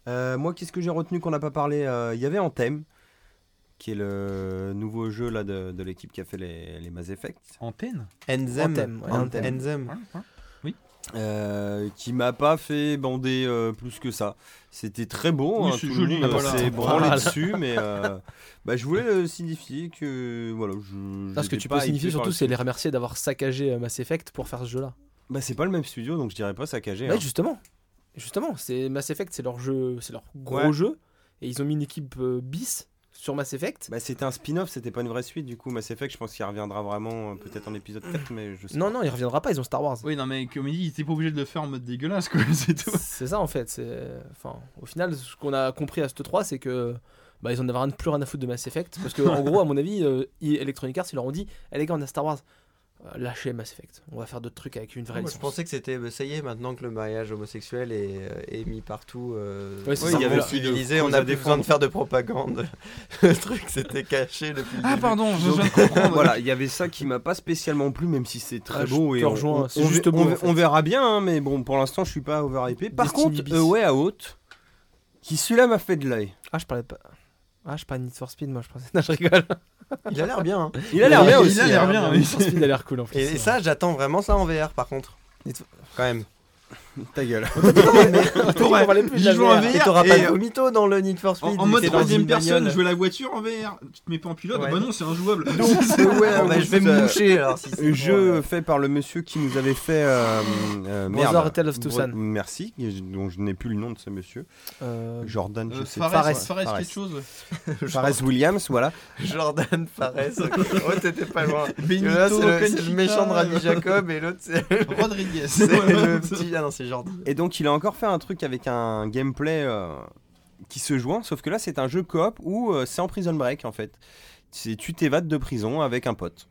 S1: Euh, moi, qu'est-ce que j'ai retenu qu'on n'a pas parlé Euh, Il y avait Anthem, qui est le nouveau jeu là, de, de l'équipe qui a fait les, les Mass Effect,
S3: Antenne
S2: Enzem.
S4: Anthem, ouais,
S2: Anthem.
S4: Anthem.
S2: Enzem.
S3: Hein,
S1: euh, qui m'a pas fait bander euh, plus que ça. C'était très beau,
S3: Oui,
S1: hein,
S3: c'est
S1: tout
S3: joli, euh,
S1: le monde
S3: voilà.
S1: s'est branlé
S4: Voilà.
S1: dessus, mais euh, bah, je voulais euh, signifier que voilà, je.
S4: Non, ce que
S1: j'étais
S4: tu
S1: pas
S4: peux
S1: hypé
S4: signifier
S1: par
S4: surtout,
S1: le
S4: c'est
S1: truc.
S4: les remercier d'avoir saccagé euh, Mass Effect pour faire ce jeu-là.
S1: Bah, c'est pas le même studio, donc je dirais pas saccagé.
S4: Ouais,
S1: hein.
S4: justement. Justement, c'est Mass Effect, c'est leur jeu, c'est leur gros
S1: Ouais.
S4: jeu et ils ont mis une équipe euh, bis sur Mass Effect.
S1: Bah, c'était un spin-off, c'était pas une vraie suite du coup. Mass Effect, je pense qu'il reviendra vraiment euh, peut-être en épisode 4, mais je sais
S4: non
S1: pas.
S4: non, il reviendra pas, ils ont Star Wars.
S3: Oui, non, mais comme il dit, il était pas obligé de le faire en mode dégueulasse, quoi, c'est tout.
S4: C'est ça en fait, c'est enfin au final ce qu'on a compris à ce 3 c'est que bah, ils en avaient rien de plus rien à foutre de Mass Effect parce que en gros à mon avis euh, Electronic Arts ils leur ont dit "Eh les gars, on a Star Wars. Euh, Lâchez Mass Effect. On va faire d'autres trucs avec une vraie
S2: Ah, Moi, je
S4: licence."
S2: pensais que c'était bah, ça y est maintenant que le mariage homosexuel est, euh, est mis partout euh,
S4: Ouais, c'est Oui, ça. il y
S2: on
S4: avait
S2: est
S1: aussi de
S2: civilisé, on
S1: causes
S2: a
S1: à
S2: plus besoin de faire de propagande. le truc c'était caché depuis le
S3: Ah,
S2: début.
S3: pardon, je viens de comprendre.
S1: voilà, il y avait ça qui m'a pas spécialement plu, même si c'est très
S4: Ah, je
S1: beau.
S4: te
S1: et on-
S4: rejoins,
S1: on,
S4: c'est
S1: on-
S4: juste
S1: on-
S4: beau, en
S1: on-
S4: fait.
S1: on verra bien, hein, mais bon, pour l'instant, je suis pas overhypé. Par
S4: Destiny
S1: contre, euh,
S4: bis.
S1: A Way Out, qui celui-là m'a fait de l'œil.
S4: Ah, je parlais pas Ah, je parlais de Need for Speed moi, je pensais. Non, je rigole.
S2: Il a l'air bien. hein.
S1: Il a l'air
S3: Il-
S1: bien
S3: il
S1: aussi.
S3: a l'air
S1: hein.
S3: bien, oui.
S4: Need for Speed a l'air cool en plus.
S2: Et, et ça j'attends vraiment ça en VR par contre.
S4: Et tu-
S2: Quand même.
S1: Ta gueule.
S3: T'aurais-
S4: parlait plus de
S3: j'y
S4: la
S3: joue en
S4: VR.
S3: VR,
S2: Et t'auras pas
S3: et,
S2: de
S3: euh,
S2: vomito dans le Need for
S3: en,
S2: Speed.
S3: en mode
S2: c'est dans
S3: troisième
S2: une
S3: personne,
S2: bagnole.
S3: jouer la voiture en VR, tu te mets pas en pilote,
S2: Ouais.
S3: bah non, c'est injouable.
S2: Ouais,
S1: Ouais,
S2: bah, je vais
S1: juste,
S2: me
S1: euh,
S2: moucher alors. Si c'est-
S1: Jeu fait par le monsieur qui nous avait fait. Euh, euh, merde.
S4: Brother Tale of Tucson.
S1: Bro- Merci, dont je n'ai plus le nom de ce monsieur.
S4: Euh,
S1: Jordan, je
S3: Euh,
S1: sais
S3: Fares,
S1: pas.
S3: Fares,
S1: Fares.
S3: quelque chose.
S1: Fares Williams, voilà.
S2: Jordan Fares. ok. Oh, t'étais pas loin.
S3: Benito,
S2: Là, c'est le, c'est le
S3: Conchita,
S2: méchant de Rabbi
S3: euh,
S2: Jacob et l'autre, c'est
S3: Rodriguez.
S2: c'est le
S3: Voilà.
S2: petit. Ah non, c'est Jordan.
S1: Et donc il a encore fait un truc avec un gameplay euh, qui se joint, sauf que là c'est un jeu coop où euh, c'est en prison break en fait. C'est tu t'évades de prison avec un pote.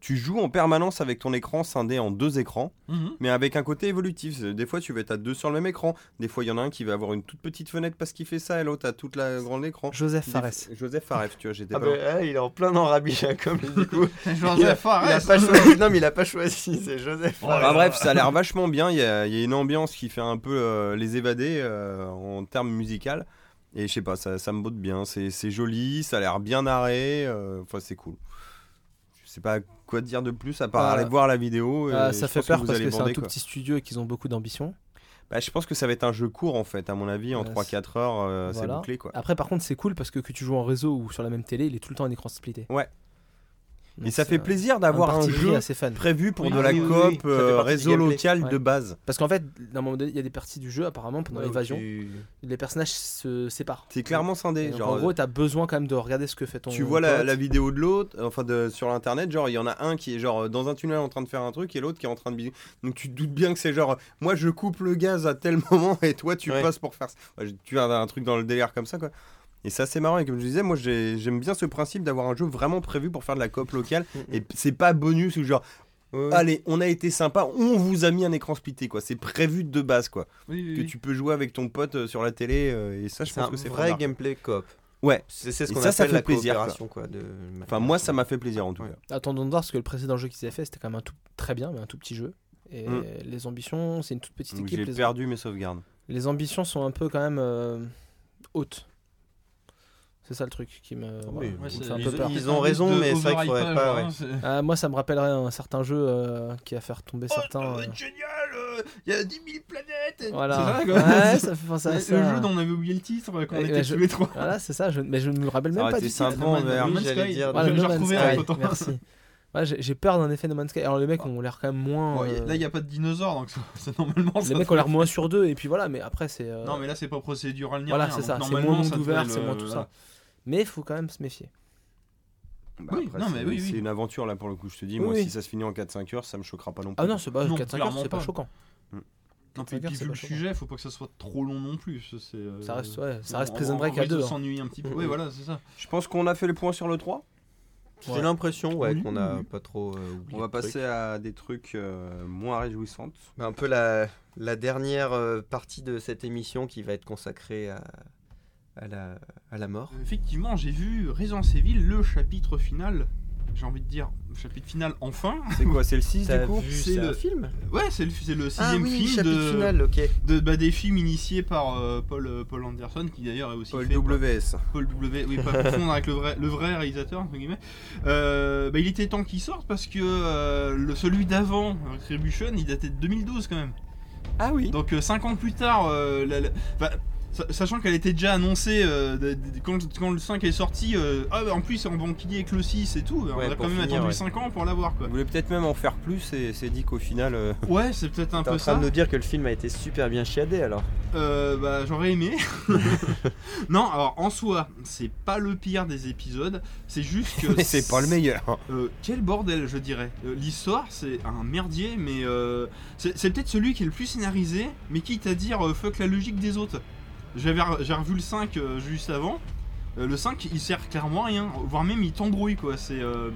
S1: Tu joues en permanence avec ton écran scindé en deux écrans,
S3: Mhm.
S1: mais avec un côté évolutif. C'est- Des fois tu vas être à deux sur le même écran, des fois il y en a un qui va avoir une toute petite fenêtre parce qu'il fait ça et l'autre à toute la grande écran.
S4: Joseph
S1: Des-
S4: Fares. ben,
S1: Joseph Fares, tu vois, j'étais
S2: Ah
S1: pas
S2: bah,
S1: loin.
S2: ah, il est en plein dans Rabbi Jacob, du coup.
S3: Genre
S2: Il a-
S3: de
S1: Ah,
S3: Fares.
S2: Il a pas choisi. Non, mais il a pas choisi, c'est Joseph.
S3: Voilà.
S1: Enfin, bref, ça a l'air vachement bien. Il y, a il y a une ambiance qui fait un peu euh, les évader euh, en termes musical. Et je sais pas, ça, ça me botte bien. C'est c'est joli, ça a l'air bien narré. euh, Enfin, c'est cool. Je sais pas quoi dire de plus à part
S4: Ah.
S1: aller voir la vidéo. et
S4: Ah,
S1: euh, je
S4: ça fait
S1: pense
S4: peur
S1: vous
S4: parce
S1: allez
S4: que c'est un
S1: bander,
S4: tout
S1: quoi.
S4: petit studio et qu'ils ont beaucoup d'ambition.
S1: Bah, je pense que ça va être un jeu court en fait, à mon avis. En
S4: Ouais,
S1: 3-4 heures, euh,
S4: Bah, Voilà.
S1: c'est bouclé quoi.
S4: Après, par contre, c'est cool parce que que tu joues en réseau ou sur la même télé, il est tout le temps un écran splitté.
S1: Ouais.
S4: Donc
S1: Et ça
S4: c'est
S1: fait
S4: un-
S1: plaisir
S4: un
S1: d'avoir un,
S4: parti pris
S1: jeu
S4: assez fun.
S1: prévu pour
S3: Oui,
S1: de
S3: oui,
S1: la
S3: oui,
S1: coop
S2: oui. Ça fait
S1: euh,
S2: partie du
S1: réseau
S2: gameplay.
S1: local de
S4: Ouais.
S1: base.
S4: Parce qu'en fait, à un moment donné, il y a des parties du jeu, apparemment, pendant l'évasion, les personnages se séparent.
S1: C'est clairement
S4: Et
S1: scindé.
S4: donc,
S1: genre, euh,
S4: en gros, t'as besoin quand même de regarder ce que fait ton.
S1: tu vois la,
S4: pote.
S1: la vidéo de l'autre, euh, enfin de, sur internet, genre il y en a un qui est genre euh, dans un tunnel en train de faire un truc et l'autre qui est en train de bidouiller. Donc tu te doutes bien que c'est genre euh, moi je coupe le gaz à tel moment et toi tu
S2: Ouais.
S1: passes pour faire ça. Ouais, je- tu as un truc dans le délire comme ça quoi. Et c'est assez marrant et comme je disais, moi j'ai- j'aime bien ce principe d'avoir un jeu vraiment prévu pour faire de la coop locale et p- c'est pas bonus ou genre allez on a été sympa, on vous a mis un écran splitté quoi. C'est prévu de base quoi.
S3: Oui, oui,
S1: Que
S3: oui.
S1: tu peux jouer avec ton pote euh, sur la télé euh, et ça je
S2: C'est
S1: pense
S2: un
S1: que c'est
S2: vrai
S1: pas mal.
S2: gameplay coop.
S1: Ouais.
S2: C'est c'est ce
S1: Et
S2: qu'on
S1: ça, ça
S2: appelle la
S1: fait plaisir,
S2: coopération, quoi. de-
S1: Enfin moi ça m'a fait plaisir en tout
S2: Ouais.
S1: cas.
S4: Attendons de voir parce que le précédent jeu qu'ils avaient fait, c'était quand même un tout très bien, mais un tout petit jeu. Et
S1: Mm.
S4: les ambitions, c'est une toute petite
S1: Donc,
S4: équipe.
S1: J'ai
S4: Les,
S1: perdu mes sauvegardes.
S4: les ambitions sont un peu quand même euh, hautes. C'est ça le truc qui me. voilà,
S3: Ouais,
S4: qui me
S3: c'est-
S4: fait un
S3: ils-
S4: peu peur.
S2: ils ont raison,
S3: de
S2: mais c'est vrai qu'il faudrait
S3: overhypage,
S2: pas, ouais.
S3: hein, c'est-
S4: Ah, moi, ça me rappellerait un certain jeu euh, qui a fait retomber certains.
S3: Oh,
S4: euh,
S3: euh, Génial, euh, il y a 10 000 planètes.
S4: Voilà.
S3: C'est vrai, quoi.
S4: Ouais, ça fait penser à
S3: Le
S4: ça.
S3: jeu dont on avait oublié le titre quand on
S4: Et-
S3: était
S4: et
S3: tous
S4: je- Ah,
S3: les trois.
S4: Voilà, c'est ça. je- Mais je ne me rappelle
S1: Ça
S4: même
S1: aurait
S4: pas
S1: été
S4: du titre.
S2: Ah
S1: sympa.
S3: No Man's-
S1: en VR.
S3: No Man's
S2: Oui, j'allais
S3: Sky.
S2: dire.
S4: Voilà,
S3: J'ai-
S4: No
S3: J'ai
S4: Man's
S3: retrouvé
S4: Sky,
S3: la photo.
S4: Merci. Ouais, j'ai j'ai peur d'un effet No Man's Sky. Alors les mecs ont l'air quand même moins.
S3: Bon, y-
S4: euh,
S3: Là, il n'y a pas de dinosaures, donc ça, ça, normalement.
S4: les
S3: ça
S4: mecs ont l'air moins sur deux. Et puis voilà, mais après c'est. euh,
S3: Non, mais là, c'est pas procédural ni
S4: voilà,
S3: rien.
S4: c'est ça.
S3: donc
S4: C'est moins
S3: hein. normalement,
S4: monde
S3: ça
S4: ouvert,
S3: devrait
S4: c'est
S3: le-
S4: moins tout ça.
S3: voilà.
S4: Mais il faut quand même se méfier.
S1: Bah,
S3: Oui,
S1: après,
S3: non,
S1: c'est-
S3: mais oui,
S1: C'est
S3: oui.
S1: une aventure là pour le coup, je te dis. Moi,
S4: Oui, oui.
S1: si ça se finit en 4-5 heures, ça me choquera pas non plus.
S4: Ah non, c'est pas
S3: Non,
S4: 4-5 heures,
S3: clairement
S4: c'est pas
S3: pas.
S4: choquant.
S3: Non, puis,
S4: Tiger,
S3: puis
S4: c'est
S3: vu
S4: pas
S3: le
S4: choquant.
S3: sujet, faut pas que ça soit trop long non plus. c'est, euh,
S4: Ça reste, ouais, ça
S3: on-
S4: reste
S3: on-
S4: Prison
S3: on
S4: Break à
S3: risque
S4: deux.
S3: de
S4: hein.
S3: s'ennuyer un petit peu.
S4: Mm,
S3: Oui,
S4: mm.
S3: voilà, c'est ça.
S1: Je pense qu'on a fait le point sur le 3.
S2: J'ai
S4: Ouais.
S2: l'impression ouais,
S3: Oui,
S2: qu'on a
S3: oui.
S2: pas trop. euh,
S1: On
S2: oublié
S1: va
S2: de trucs.
S1: passer à des trucs euh, moins réjouissantes.
S2: Mais un peu la, la dernière euh, partie de cette émission qui va être consacrée à, à la, à la mort.
S3: Effectivement, j'ai vu Resident Evil, le chapitre final. J'ai envie de dire, chapitre final enfin.
S1: C'est quoi C'est le 6 du
S2: T'as
S1: coup
S2: vu
S3: c'est
S2: ça
S3: le-
S2: film
S3: Ouais, c'est le, c'est le
S2: Ah
S3: sixième
S2: oui,
S3: film
S2: chapitre
S3: de,
S2: final, ok.
S3: de- bah, des films initiés par euh, Paul, euh, Paul Anderson, qui d'ailleurs est aussi
S1: Paul
S3: fait par-
S1: WS.
S3: Paul W. Oui, pas confondre avec le vrai, le vrai réalisateur, entre guillemets. Euh, bah, il était temps qu'il sorte parce que euh, le, celui d'avant, Retribution, il datait de 2012 quand même.
S1: Ah oui.
S3: Donc 5 ans plus tard, euh, la- la- enfin, sa- sachant qu'elle était déjà annoncée euh, de- de- quand, quand le 5 est sorti, euh, ah, bah, en plus on va enquiller avec le 6 et tout,
S2: Ouais,
S3: on a
S2: pour
S3: quand même
S2: finir,
S3: attendu
S2: ouais.
S3: 5 ans pour l'avoir quoi.
S1: Vous voulez peut-être même en faire plus et c'est dit qu'au final. euh,
S3: Ouais, c'est peut-être un
S2: T'es en
S3: peu
S2: train
S3: ça.
S2: de nous dire que le film a été super bien chiadé alors.
S3: Euh, bah, j'aurais aimé. non, alors en soi, c'est pas le pire des épisodes, c'est juste que.
S7: Mais c'est pas le meilleur.
S3: Euh, quel bordel, je dirais. Euh, L'histoire, c'est un merdier, mais euh, c'est c'est peut-être celui qui est le plus scénarisé, mais quitte à dire euh, fuck la logique des autres. J'avais re- J'ai revu le 5 euh, juste avant. Euh, le 5, il sert clairement à rien, voire même il t'embrouille, quoi. C'est. euh,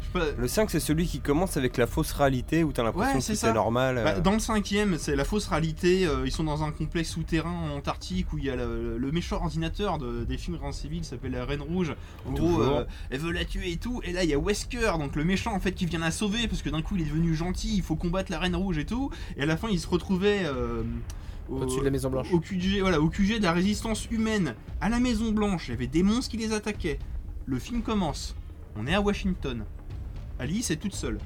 S3: je sais pas,
S1: Le 5, c'est celui qui commence avec la fausse réalité où t'as l'impression
S3: Ouais,
S1: que
S3: c'est
S1: c'est
S3: ça.
S1: normal. euh.
S3: Bah, dans le cinquième, c'est la fausse réalité. euh, ils sont dans un complexe souterrain en Antarctique où il y a le, le méchant ordinateur de- des films Grand Civil qui s'appelle la Reine Rouge. En gros,
S1: Toujours.
S3: euh, elle veut la tuer et tout. Et là, il y a Wesker, donc le méchant en fait qui vient la sauver parce que d'un coup, il est devenu gentil. Il faut combattre la Reine Rouge et tout. Et à la fin, il se retrouvait. euh, au-
S4: Au-dessus de la Maison Blanche.
S3: au QG, voilà, au QG de la résistance humaine, à la Maison Blanche, il y avait des monstres qui les attaquaient. Le film commence. On est à Washington. Alice est toute seule.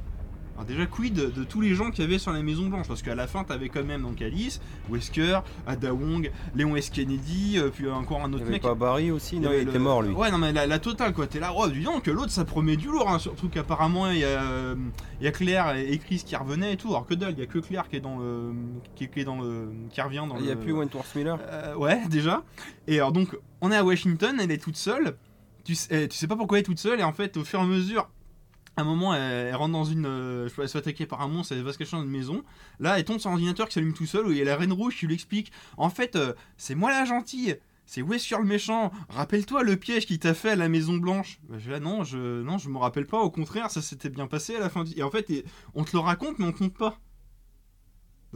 S3: Alors déjà, quid de, de tous les gens qu'il y avait sur la Maison Blanche Parce qu'à la fin, t'avais quand même donc Alice, Wesker, Ada Wong, Léon S. Kennedy, euh, puis encore un
S1: Il y
S3: autre
S1: avait
S3: mec.
S1: pas Barry aussi Non,
S3: avait
S1: il
S3: le-
S1: était mort lui.
S3: Ouais, non, mais la, la totale, quoi. T'es là, oh, dis donc, l'autre, ça promet du lourd, hein, surtout qu'apparemment, il y, a, euh, il y a Claire et, et Chris qui revenaient et tout. Alors que dalle, il y a que Claire qui est dans le. qui, qui est dans le- qui revient dans
S1: Il n'y a
S3: le-
S1: plus Wentworth Miller
S3: euh, ouais, déjà. Et alors donc, on est à Washington, elle est toute seule. Tu sais, euh, tu sais pas pourquoi elle est toute seule, et en fait, au fur et à mesure, à un moment, elle, elle rentre dans une. euh, je sais pas, elle se fait attaquer par un monstre, elle va se cacher dans une maison. Là, elle tombe sur un ordinateur qui s'allume tout seul, où il y a la reine rouge qui lui explique En fait, euh, c'est moi la gentille c'est Wesker le méchant. Rappelle-toi le piège qu'il t'a fait à la Maison Blanche. Bah, je dis, Ah non, je non, je me rappelle pas. Au contraire, ça s'était bien passé à la fin. Du... Et en fait, et- on te le raconte, mais on compte pas.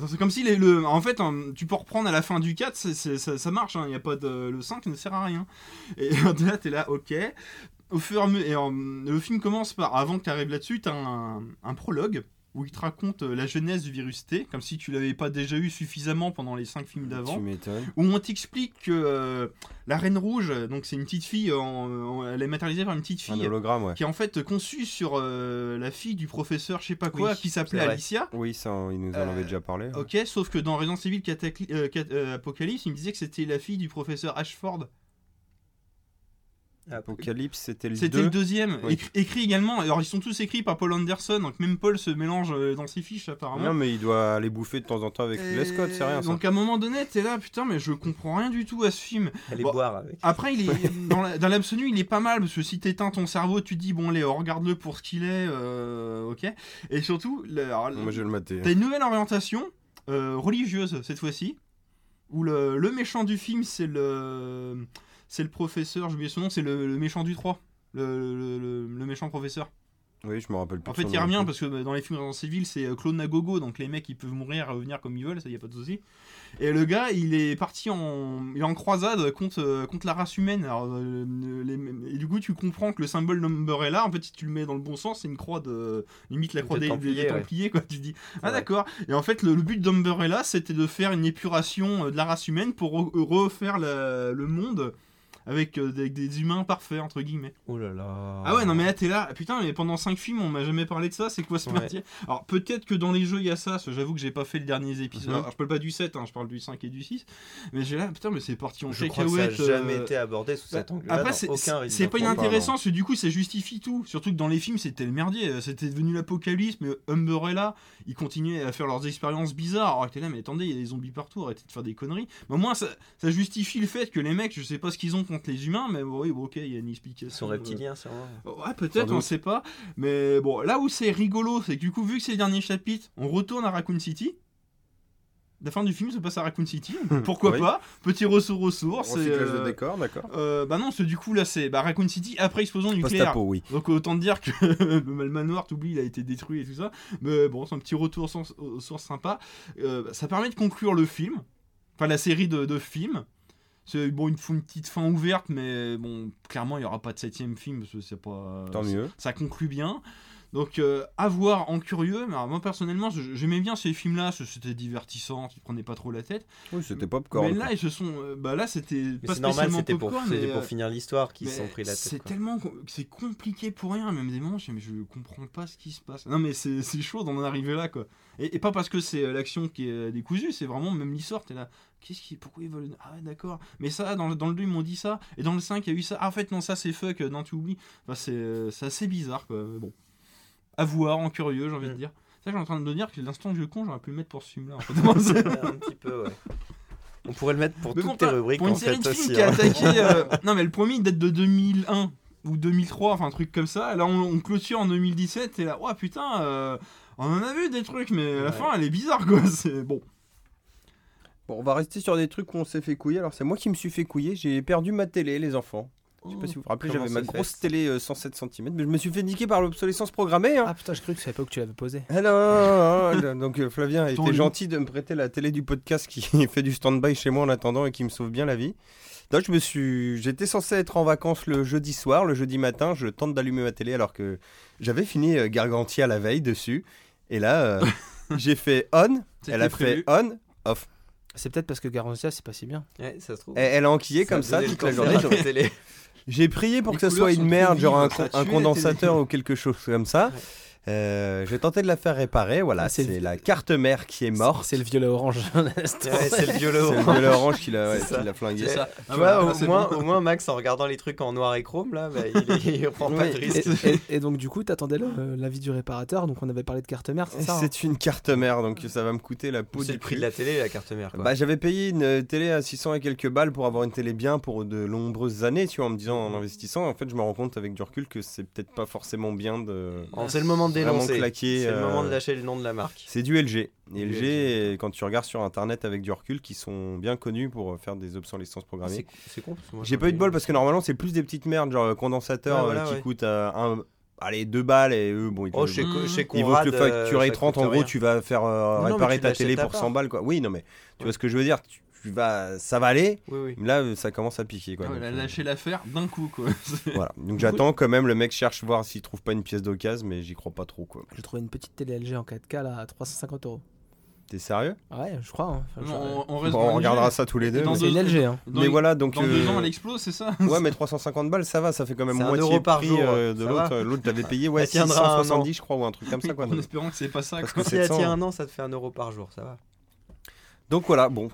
S3: C'est comme si les- le. En fait, hein, tu peux reprendre à la fin du 4, c'est- c'est- ça, ça marche, il y a pas de. Le 5 ne sert à rien. Et là, t'es là, ok. Au fur et à mesure. et, euh, le film commence par. Avant que t'arrives là-dessus, t'as un, un prologue où il te raconte euh, la genèse du virus T, comme si tu l'avais pas déjà eu suffisamment pendant les 5 films d'avant
S1: Tu m'étonnes.
S3: où on t'explique que euh, la Reine Rouge, euh, donc c'est une petite fille, en- en- elle est matérialisée par une petite
S1: Un
S3: fille
S1: hologramme, ouais.
S3: qui est en fait conçue sur euh, la fille du professeur, je sais pas quoi,
S2: Oui,
S3: qui s'appelait
S2: c'est vrai.
S3: Alicia.
S1: Oui, ça, il nous en
S3: Euh,
S1: avait déjà parlé. hein.
S3: Ok, sauf que dans Resident Evil Catacly- euh, Cat- euh, Apocalypse, il me disait que c'était la fille du professeur Ashford.
S1: Apocalypse, c'était le
S3: C'était
S1: 2.
S3: le deuxième,
S1: Oui.
S3: Écri- écrit également. Alors ils sont tous écrits par Paul Anderson, donc même Paul se mélange euh, dans ses fiches apparemment.
S1: Non, mais il doit aller bouffer de temps en temps avec
S3: Et
S1: les Scott, c'est rien ça.
S3: Donc à un moment donné, t'es là, putain, mais je comprends rien du tout à ce film.
S2: Allez
S3: Bon.
S2: boire avec.
S3: Après, il est, dans la- dans l'absolu, il est pas mal, parce que si t'éteins ton cerveau, tu te dis, bon, allez, oh, regarde-le pour ce qu'il est, euh, ok Et surtout, la- alors,
S1: Moi, je vais le mater. hein.
S3: t'as une nouvelle orientation, euh, religieuse, cette fois-ci, où le, le méchant du film, c'est le... C'est le professeur, j'ai oublié son nom, c'est le, le méchant du 3. Le, le- le- le méchant professeur.
S1: Oui, je me rappelle plus.
S3: En
S1: de
S3: fait,
S1: son
S3: il
S1: nom.
S3: revient parce que bah, dans les films en civil, c'est euh, clone à gogo, donc les mecs ils peuvent mourir, revenir comme ils veulent, ça y a pas de souci. Et le gars, il est parti en, il est en croisade contre, euh, contre la race humaine. Alors, euh, les- et du coup, tu comprends que le symbole number est là. En fait, si tu le mets dans le bon sens, c'est une croix de. Limite la croix
S2: De
S3: des, des- des
S2: Templiers, ouais.
S3: Templiers, quoi. Tu te dis, ah
S2: vrai.
S3: d'accord. Et en fait, le, le but d'Umber est là, c'était de faire une épuration euh, de la race humaine pour re- refaire la- le monde avec euh, des- des humains parfaits, entre guillemets.
S2: Oh là là.
S3: Ah ouais, non, mais là, t'es là. Putain, mais pendant 5 films, on m'a jamais parlé de ça. C'est quoi ce
S2: Ouais.
S3: merdier Alors, peut-être que dans les jeux, il y a ça. parce que J'avoue que j'ai pas fait le dernier épisode.
S1: Mhm.
S3: Alors, je parle pas du 7, hein, je parle du 5 et du 6. Mais j'ai là, putain, mais c'est parti en
S2: Je crois que ça n'a
S3: cacahuète.
S2: jamais
S3: euh,
S2: été abordé sous
S3: bah,
S2: cet angle.
S3: Après, c'est- c'est c'est pas
S2: hein.
S3: inintéressant, parce que du coup, ça justifie tout. Surtout que dans les films, c'était le merdier. euh, C'était devenu l'apocalypse, mais Umbrella, ils continuaient à faire leurs expériences bizarres. Alors que t'es là, mais attendez, il y a des zombies partout, arrêtez de faire des conneries. Mais au moins, ça, ça justifie le fait que les mecs, je sais pas ce qu'ils ont contre les humains, mais oui, bon, ok, il y a une explication.
S2: Son reptilien, sûrement.
S3: Ouais, peut-être, on
S7: doute.
S3: sait pas. Mais bon, là où c'est rigolo, c'est que du coup, vu que c'est le dernier chapitre, on retourne à Raccoon City. La fin du film se passe à Raccoon City. Pourquoi
S7: Hmm, Oui.
S3: pas Petit ressort ressource. et,
S7: Recyclage de
S3: euh,
S7: décor, d'accord.
S3: euh, bah non, parce que du coup, là, c'est bah, Raccoon City après explosion nucléaire.
S1: Postapo, oui.
S3: Donc autant dire que le manoir, t'oublies, il a été détruit et tout ça. Mais bon, c'est un petit retour sans, aux sources sympa. Euh, ça permet de conclure le film, enfin la série de, de films. C'est bon, une, une petite fin ouverte, mais bon, clairement, il n'y aura pas de septième film parce que c'est pas.
S1: Tant mieux.
S3: Ça conclut bien. Donc, euh, à voir en curieux. Mais alors, moi, personnellement, je- j'aimais bien ces films-là. parce que C'était divertissant, tu prenais pas trop la tête.
S1: Oui, c'était popcorn.
S3: mais là, ils se sont. euh, Bah là, c'était
S2: Mais
S3: pas
S2: c'est normal,
S3: spécialement
S2: c'était pour,
S3: popcorn,
S2: c'était
S3: mais,
S2: pour
S3: euh,
S2: finir l'histoire qu'ils
S3: mais
S2: se sont pris la tête.
S3: C'est
S2: quoi.
S3: tellement com- c'est compliqué pour rien, même des moments, je, mais je comprends pas ce qui se passe. Non mais c'est c'est chaud d'en arriver là quoi. Et, et pas parce que c'est euh, l'action qui est euh, décousue, c'est vraiment même l'histoire, t'es là. Qu'est-ce qui pourquoi ils veulent Ah ouais, d'accord. Mais ça dans le, dans le 2 ils m'ont dit ça et dans le 5 il y a eu ça. Ah, en fait non, ça c'est fuck, euh, non tu oublies. Enfin c'est euh, c'est assez bizarre quoi. Mais Bon. À voir en curieux, j'ai envie de
S2: Mm.
S3: dire. Ça, j'ai en train de me dire que l'instant que je con, j'aurais pu le mettre pour ce film-là. en fait.
S2: un petit peu, ouais. On pourrait le mettre pour
S3: Mais
S2: toutes
S3: bon,
S2: tes
S3: enfin,
S2: rubriques
S3: Pour une
S2: en
S3: série
S2: fait
S3: de films
S2: aussi.
S3: qui a
S2: hein.
S3: attaqué. euh, non, mais le premier il date de 2001 ou 2003, enfin un truc comme ça. Là, on, on clôture en 2017 et là, oh putain, euh, on en a vu des trucs, mais la
S2: Ouais.
S3: fin elle est bizarre quoi. C'est bon.
S1: Bon, on va rester sur des trucs où on s'est fait couiller. Alors, c'est moi qui me suis fait couiller. J'ai perdu ma télé, les enfants. Je sais pas si
S3: Oh,
S1: vous vous rappelez,
S2: Comment
S1: j'avais ma
S2: c'est fait
S1: grosse télé euh, 107 cm, mais je me suis fait niquer par l'obsolescence programmée. Hein.
S4: Ah putain, je croyais que savais pas que tu l'avais posé.
S1: Ah non, non, non, non, non. donc euh, Flavien a
S3: Ton
S1: été
S3: loup.
S1: gentil de me prêter la télé du podcast qui fait du stand-by chez moi en attendant et qui me sauve bien la vie. Là, je me suis, j'étais censé être en vacances le jeudi soir, le jeudi matin, je tente d'allumer ma télé alors que j'avais fini euh, Gargantia la veille dessus. Et là, euh, j'ai fait on, elle a
S3: C'était prévu.
S1: fait on, off.
S4: C'est peut-être parce que Garantia, c'est pas si bien.
S2: Ouais, ça se trouve.
S1: Et elle a enquillé
S2: Ça
S1: comme
S2: a
S1: ça
S2: donné
S1: toute
S2: le
S1: la
S2: cancer
S1: journée.
S2: à la télé.
S1: J'ai prié pour
S3: Les
S1: que ça
S3: couleurs
S1: soit
S3: sont
S1: une merde,
S3: trop
S1: genre un,
S3: vives, ça a
S1: con- un
S3: tué la
S1: condensateur ou quelque chose comme ça. Euh, J'ai tenté de la faire réparer, voilà,
S4: Ah, c'est
S1: c'est
S4: le-
S1: la carte mère qui est morte.
S4: C'est le violet orange. Honesto.
S2: Ouais, c'est le violon.
S1: C'est le violet orange qui l'a
S2: C'est
S1: ouais,
S2: ça.
S1: qui l'a flingué.
S2: C'est ça.
S3: Ah,
S2: Tu
S3: voilà,
S2: vois,
S3: là,
S2: au
S3: c'est
S2: moins,
S3: bon.
S2: au moins, Max, en regardant les trucs en noir et chrome, là, bah, il, il prend pas de
S1: Oui.
S2: risque.
S4: Et, et- et donc du coup, t'attendais le- euh, l'avis du réparateur, donc on avait parlé de carte mère, c'est
S1: Et
S4: ça hein
S1: C'est une carte mère, donc ça va me coûter la peau
S2: C'est
S1: du
S2: le prix
S1: cul.
S2: de la télé et la carte mère. Quoi.
S1: Bah, j'avais payé une euh, télé à 600 et quelques balles pour avoir une télé bien pour de nombreuses années, tu vois, en me disant en investissant. En fait, je me rends compte avec du recul que c'est peut-être pas forcément bien de
S2: Oh, c'est le moment de
S1: vraiment
S2: dénoncer.
S1: claquer.
S2: C'est le
S1: euh,
S2: moment de lâcher le nom de la marque.
S1: C'est du LG. Et
S2: Du
S1: LG,
S2: LG.
S1: euh, quand tu regardes sur internet avec du recul, qui sont bien connus pour euh, faire des obsolescences programmées.
S2: Ah, C'est c'est con. parce que moi,
S1: J'ai
S2: j'en
S1: pas eu de
S2: ai-
S1: bol parce que normalement, c'est plus des petites merdes, genre euh,
S2: Ouais,
S1: condensateurs
S2: voilà,
S1: euh, qui
S2: ouais.
S1: coûtent euh, un- allez, deux balles et eux, bon, ils te
S2: Oh,
S1: le-
S2: chez, Co-
S3: Mmh.
S2: chez
S1: Il vaut
S2: Conrad.
S1: que le
S2: euh,
S1: facturer
S2: ça
S1: 30, en
S2: coûte
S1: gros,
S2: rien.
S1: tu vas faire euh,
S2: Non, non, mais
S1: réparer
S2: tu
S1: ta
S2: l'achètes
S1: télé
S2: à
S1: pour
S2: part.
S1: 100 balles, quoi. Oui, non, mais tu
S2: Ouais.
S1: vois ce que je veux dire tu, tu vas, Ça va aller,
S2: Oui, oui.
S1: mais là, euh, ça commence à piquer, quoi.
S3: Ah ouais,
S1: Donc,
S3: elle a
S1: euh,
S3: lâché l'affaire d'un coup quoi. C'est-
S1: voilà. Donc j'attends quand même, le mec cherche voir s'il trouve pas une pièce d'occasion, mais j'y crois pas trop, quoi.
S4: J'ai trouvé une petite télé LG en 4K là, à 350 euros.
S1: T'es sérieux
S4: Ah Ouais, je crois. hein.
S3: Non,
S4: Enfin, genre, euh,
S3: on, on reste
S1: Bon,
S3: dans
S1: On
S3: le
S1: regardera
S3: jeu.
S1: ça tous les deux.
S3: dans
S1: mais-
S4: C'est une
S3: deux-
S4: LG. Hein.
S3: Dans
S1: Mais
S3: les-
S1: voilà, donc.
S3: Dans deux
S1: euh,
S3: ans, elle explose, c'est ça
S1: Ouais, mais 350 balles, ça va, ça fait quand même
S2: C'est un
S1: moitié
S2: euro par
S1: prix
S2: jour,
S1: euh, de
S2: ça
S1: l'autre.
S2: va.
S1: Euh, L'autre, t'avais payé, ouais,
S2: Elle tiendra un an.
S1: 670, je crois, ou un truc comme ça, quoi.
S3: En espérant que c'est pas ça.
S1: Parce
S3: quoi.
S1: que hein.
S2: Si elle
S1: 700,
S2: tient un an, ça te fait un euro par jour, ça va.
S1: Donc voilà, bon,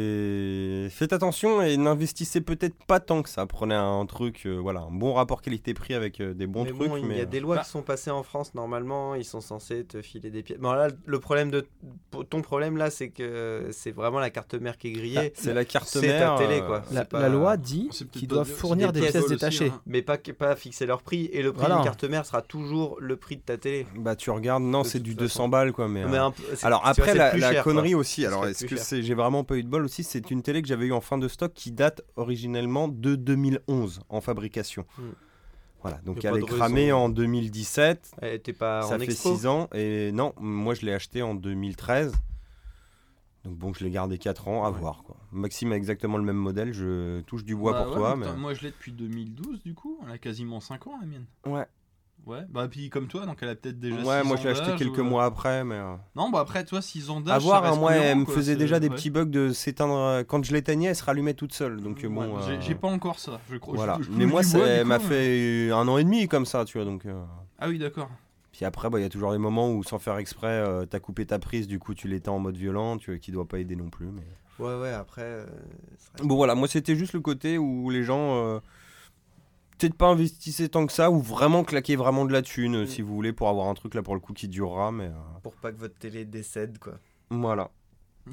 S1: c'est. Faites attention et n'investissez peut-être pas tant que ça. Prenez un truc, euh, voilà, un bon rapport qualité-prix avec euh, des bons
S2: mais
S1: trucs.
S2: bon, il
S1: mais
S2: y
S1: euh,
S2: a des lois
S3: Bah.
S2: qui sont passées en France normalement, ils sont censés te filer des pièces. Bon là, le problème de ton problème là, c'est que c'est vraiment la carte mère qui est grillée,
S1: Ah, c'est la carte
S2: c'est ta
S1: mère.
S2: télé
S1: euh,
S2: quoi.
S4: La,
S2: C'est pas-
S4: la loi dit
S3: C'est peut-être
S4: qu'ils
S3: pas
S4: doivent
S3: bien, c'est
S4: fournir des
S2: des
S4: pièces,
S2: pièces
S4: détachées.
S3: aussi, hein.
S2: mais pas que- pas fixer leur prix et le prix
S4: Voilà.
S2: d'une carte mère sera toujours le prix de ta télé.
S1: Bah, tu regardes, non,
S2: De
S1: c'est
S2: toute
S1: du
S2: façon.
S1: 200 balles, quoi. Mais,
S2: Mais
S1: euh,
S2: un peu- c'est-
S1: Alors
S2: tu vois,
S1: après,
S2: c'est
S1: la,
S2: plus
S1: la
S2: cher, quoi.
S1: connerie aussi. Alors,
S2: serait
S1: est-ce
S2: plus
S1: que
S2: cher.
S1: c'est. J'ai vraiment pas eu de bol aussi. C'est une télé que j'avais eu en fin de stock qui date originellement de 2011 en fabrication.
S2: Hmm.
S1: Voilà, donc
S2: Y a
S1: elle
S2: pas
S1: est
S2: de raison.
S1: cramée en 2017.
S2: Elle était Eh, pas
S1: Ça
S2: Ah, en
S1: fait
S2: expo.
S1: 6 ans et non, moi je l'ai acheté en 2013. Donc bon, je l'ai gardé 4 ans, à
S2: Ouais.
S1: voir quoi. Maxime a exactement le même modèle, je touche du bois
S3: Bah
S1: pour
S3: ouais,
S1: toi
S3: mais
S1: mais
S3: putain, Moi je l'ai depuis 2012 du coup, elle a quasiment 5 ans la mienne.
S1: Ouais.
S3: Ouais, bah puis comme toi, donc elle a peut-être déjà.
S1: Ouais,
S3: six
S1: moi
S3: ans
S1: je l'ai acheté
S3: d'âge,
S1: quelques
S3: ou- euh,
S1: mois après mais euh,
S3: Non, bah après, toi, 6 ans d'âge.
S1: à voir,
S3: ça
S1: hein,
S3: reste
S1: moi elle
S3: cohérent,
S1: me
S3: quoi,
S1: faisait
S3: c'est-
S1: déjà des
S3: ouais.
S1: petits bugs de s'éteindre euh, quand je l'éteignais, elle se rallumait toute seule. Donc euh, bon
S3: Ouais, j'ai-
S1: euh,
S3: J'ai pas encore ça, je crois.
S1: voilà,
S3: Je- je
S1: mais
S3: touche
S1: moi
S3: du
S1: ça
S3: bois, du coup,
S1: m'a
S3: mais-
S1: fait un an et demi comme ça, tu vois donc euh,
S3: Ah oui, d'accord.
S1: Puis après, bah, il y a toujours des moments où, sans faire exprès, euh, t'as coupé ta prise, du coup, tu l'éteins en mode violent, tu vois, qui doit pas aider non plus. Mais...
S2: Ouais ouais, après euh, ça reste-
S1: Bon voilà, moi c'était juste le côté où les gens euh, peut-être pas investissaient tant que ça ou vraiment claquer vraiment de la thune euh,
S2: Mm.
S1: si vous voulez pour avoir un truc là pour le coup qui durera mais euh,
S2: pour pas que votre télé décède quoi.
S1: voilà.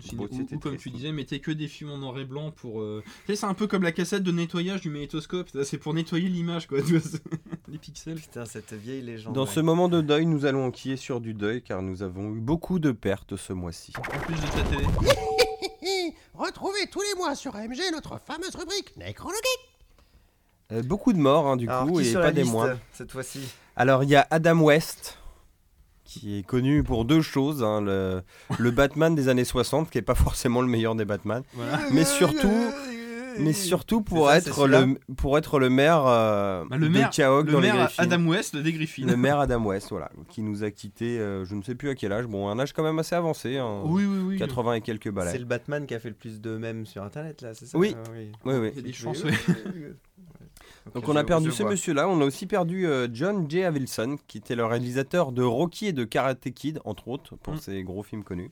S3: Sinon,
S1: Bon,
S3: ou-
S1: c'était
S3: ou, comme
S1: triste.
S3: tu disais, mettez que des films en noir et blanc pour. euh, Tu sais, c'est un peu comme la cassette de nettoyage du magnétoscope. ça, C'est pour nettoyer l'image, quoi. tu vois, c'est- Les pixels.
S2: Putain, cette vieille légende.
S1: Dans ce moment de deuil, nous allons enquiller sur du deuil car nous avons eu beaucoup de pertes ce mois-ci.
S3: En plus de ta télé.
S8: Retrouvez tous les mois sur AMG notre fameuse rubrique Nécrologie.
S1: Euh, beaucoup de morts, hein, du
S2: Alors,
S1: coup,
S2: qui
S1: et
S2: sur
S1: pas
S2: la
S1: des
S2: liste,
S1: moindres.
S2: cette fois-ci
S1: Alors il y a Adam West qui est connu pour deux choses, hein, le, le Batman des années 60 qui est pas forcément le meilleur des Batman,
S3: Voilà.
S1: mais surtout mais surtout pour
S2: ça, c'est
S1: être le pour être le maire euh,
S3: Bah, le
S1: de
S3: maire-
S1: Cahock
S3: Le
S1: dans les
S3: maire
S1: Griffins.
S3: Adam West des Griffins.
S1: Le maire Adam West voilà, qui nous a quitté je ne sais plus à quel âge, bon un âge quand même assez avancé hein,
S3: Oui, oui, oui.
S1: 80 et quelques
S2: C'est
S1: balais.
S2: le Batman qui a fait le plus de mèmes sur internet, là, c'est ça
S1: Oui.
S2: Ah, oui.
S1: Oui, oui.
S3: Il y a des
S2: Je
S3: chances,
S2: vais-
S3: ouais.
S1: Donc
S2: Ok,
S1: on a
S2: je-
S1: perdu
S2: je
S1: ce
S2: vois.
S1: monsieur-là, on a aussi perdu euh, John J. Avildsen, qui était le réalisateur de Rocky et de Karate Kid, entre autres, pour
S3: Mm.
S1: ses gros films connus,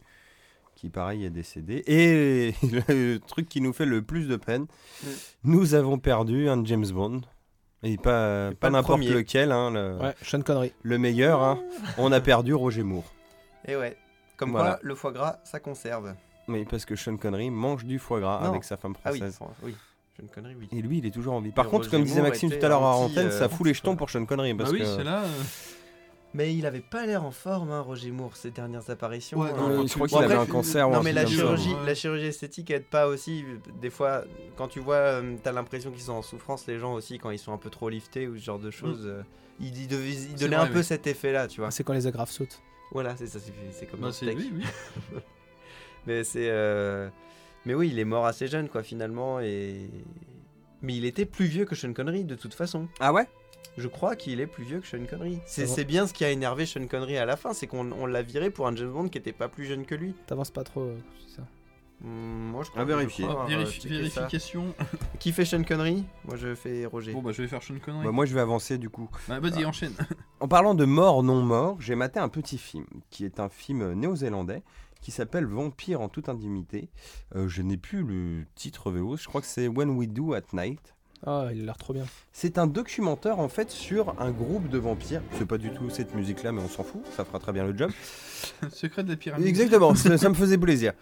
S1: qui pareil est décédé. Et le truc qui nous fait le plus de peine,
S2: Mm.
S1: nous avons perdu un James Bond. Et pas,
S2: Et
S1: pas
S2: pas le
S1: n'importe
S2: premier.
S1: lequel, hein, le,
S4: Ouais, Sean Connery.
S1: le meilleur. hein. On a perdu Roger Moore.
S2: Et Eh ouais. Comme
S1: Voilà.
S2: quoi, le foie gras, ça conserve.
S1: Oui, parce que Sean Connery mange du foie gras
S2: Non.
S1: avec sa femme
S2: Ah oui,
S1: française.
S2: oui. Je ne connerie, oui.
S1: Et lui, il est toujours en vie. Par
S2: Et
S1: contre,
S2: Roger
S1: comme disait
S2: Moore
S1: Maxime tout
S2: était
S1: à l'heure à
S2: anti,
S1: antenne,
S2: euh,
S1: ça fout les jetons
S2: anti-foie.
S1: pour Sean Connery.
S3: Bah
S1: Parce
S3: oui,
S1: que...
S3: c'est là. euh,
S2: Mais il avait pas l'air en forme, hein, Roger Moore, ses dernières apparitions.
S3: Ouais,
S2: hein.
S3: non,
S1: Euh, je crois
S2: Bon,
S1: qu'il
S2: après,
S1: avait un cancer. ou
S2: Non
S1: un
S2: mais
S1: truc
S2: la
S1: comme ça.
S2: chirurgie,
S3: Ouais.
S2: la chirurgie esthétique aide pas aussi. Des fois, quand tu vois, euh, t'as l'impression qu'ils sont en souffrance les gens aussi quand ils sont un peu trop liftés ou ce genre de choses. euh, Il, il devait- il
S3: C'est
S2: donnait
S3: vrai,
S2: un peu
S3: oui.
S2: cet effet-là, tu vois.
S4: Ah, c'est quand les agrafes sautent.
S2: Voilà, c'est ça, c'est- c'est comme
S3: Bah,
S2: un
S3: c'est
S2: steak.
S3: oui, oui.
S2: Mais c'est, euh, mais oui, il est mort assez jeune quoi finalement et. Mais il était plus vieux que Sean Connery de toute façon.
S1: Ah ouais
S2: Je crois qu'il est plus vieux que Sean Connery. C'est
S4: Ah bon
S2: c'est bien ce qui a énervé Sean Connery à la fin, c'est qu'on on l'a viré pour un James Bond qui était pas plus jeune que lui.
S4: T'avances pas trop. euh, c'est ça.
S2: Hmm, moi je crois.
S1: À
S2: que je
S1: vérifier.
S2: crois avoir, euh,
S3: Vérifi-
S2: checké ça.
S3: vérification.
S2: Qui fait Sean Connery Moi je fais Roger.
S3: Bon, bah, je vais faire Sean Connery.
S1: Bah, moi je vais avancer du coup.
S3: Bah, vas-y, enchaîne.
S1: En parlant de mort non mort, j'ai maté un petit film qui est un film néo-zélandais qui s'appelle Vampire en toute indignité. Euh, je n'ai plus le titre VO, je crois que c'est When We Do at Night.
S4: Ah, il a l'air trop bien.
S1: C'est un documentaire en fait sur un groupe de vampires. C'est pas du tout cette musique là, mais on s'en fout, ça fera très bien le job.
S3: Secret de la pyramide.
S1: Exactement, ça, ça me faisait plaisir.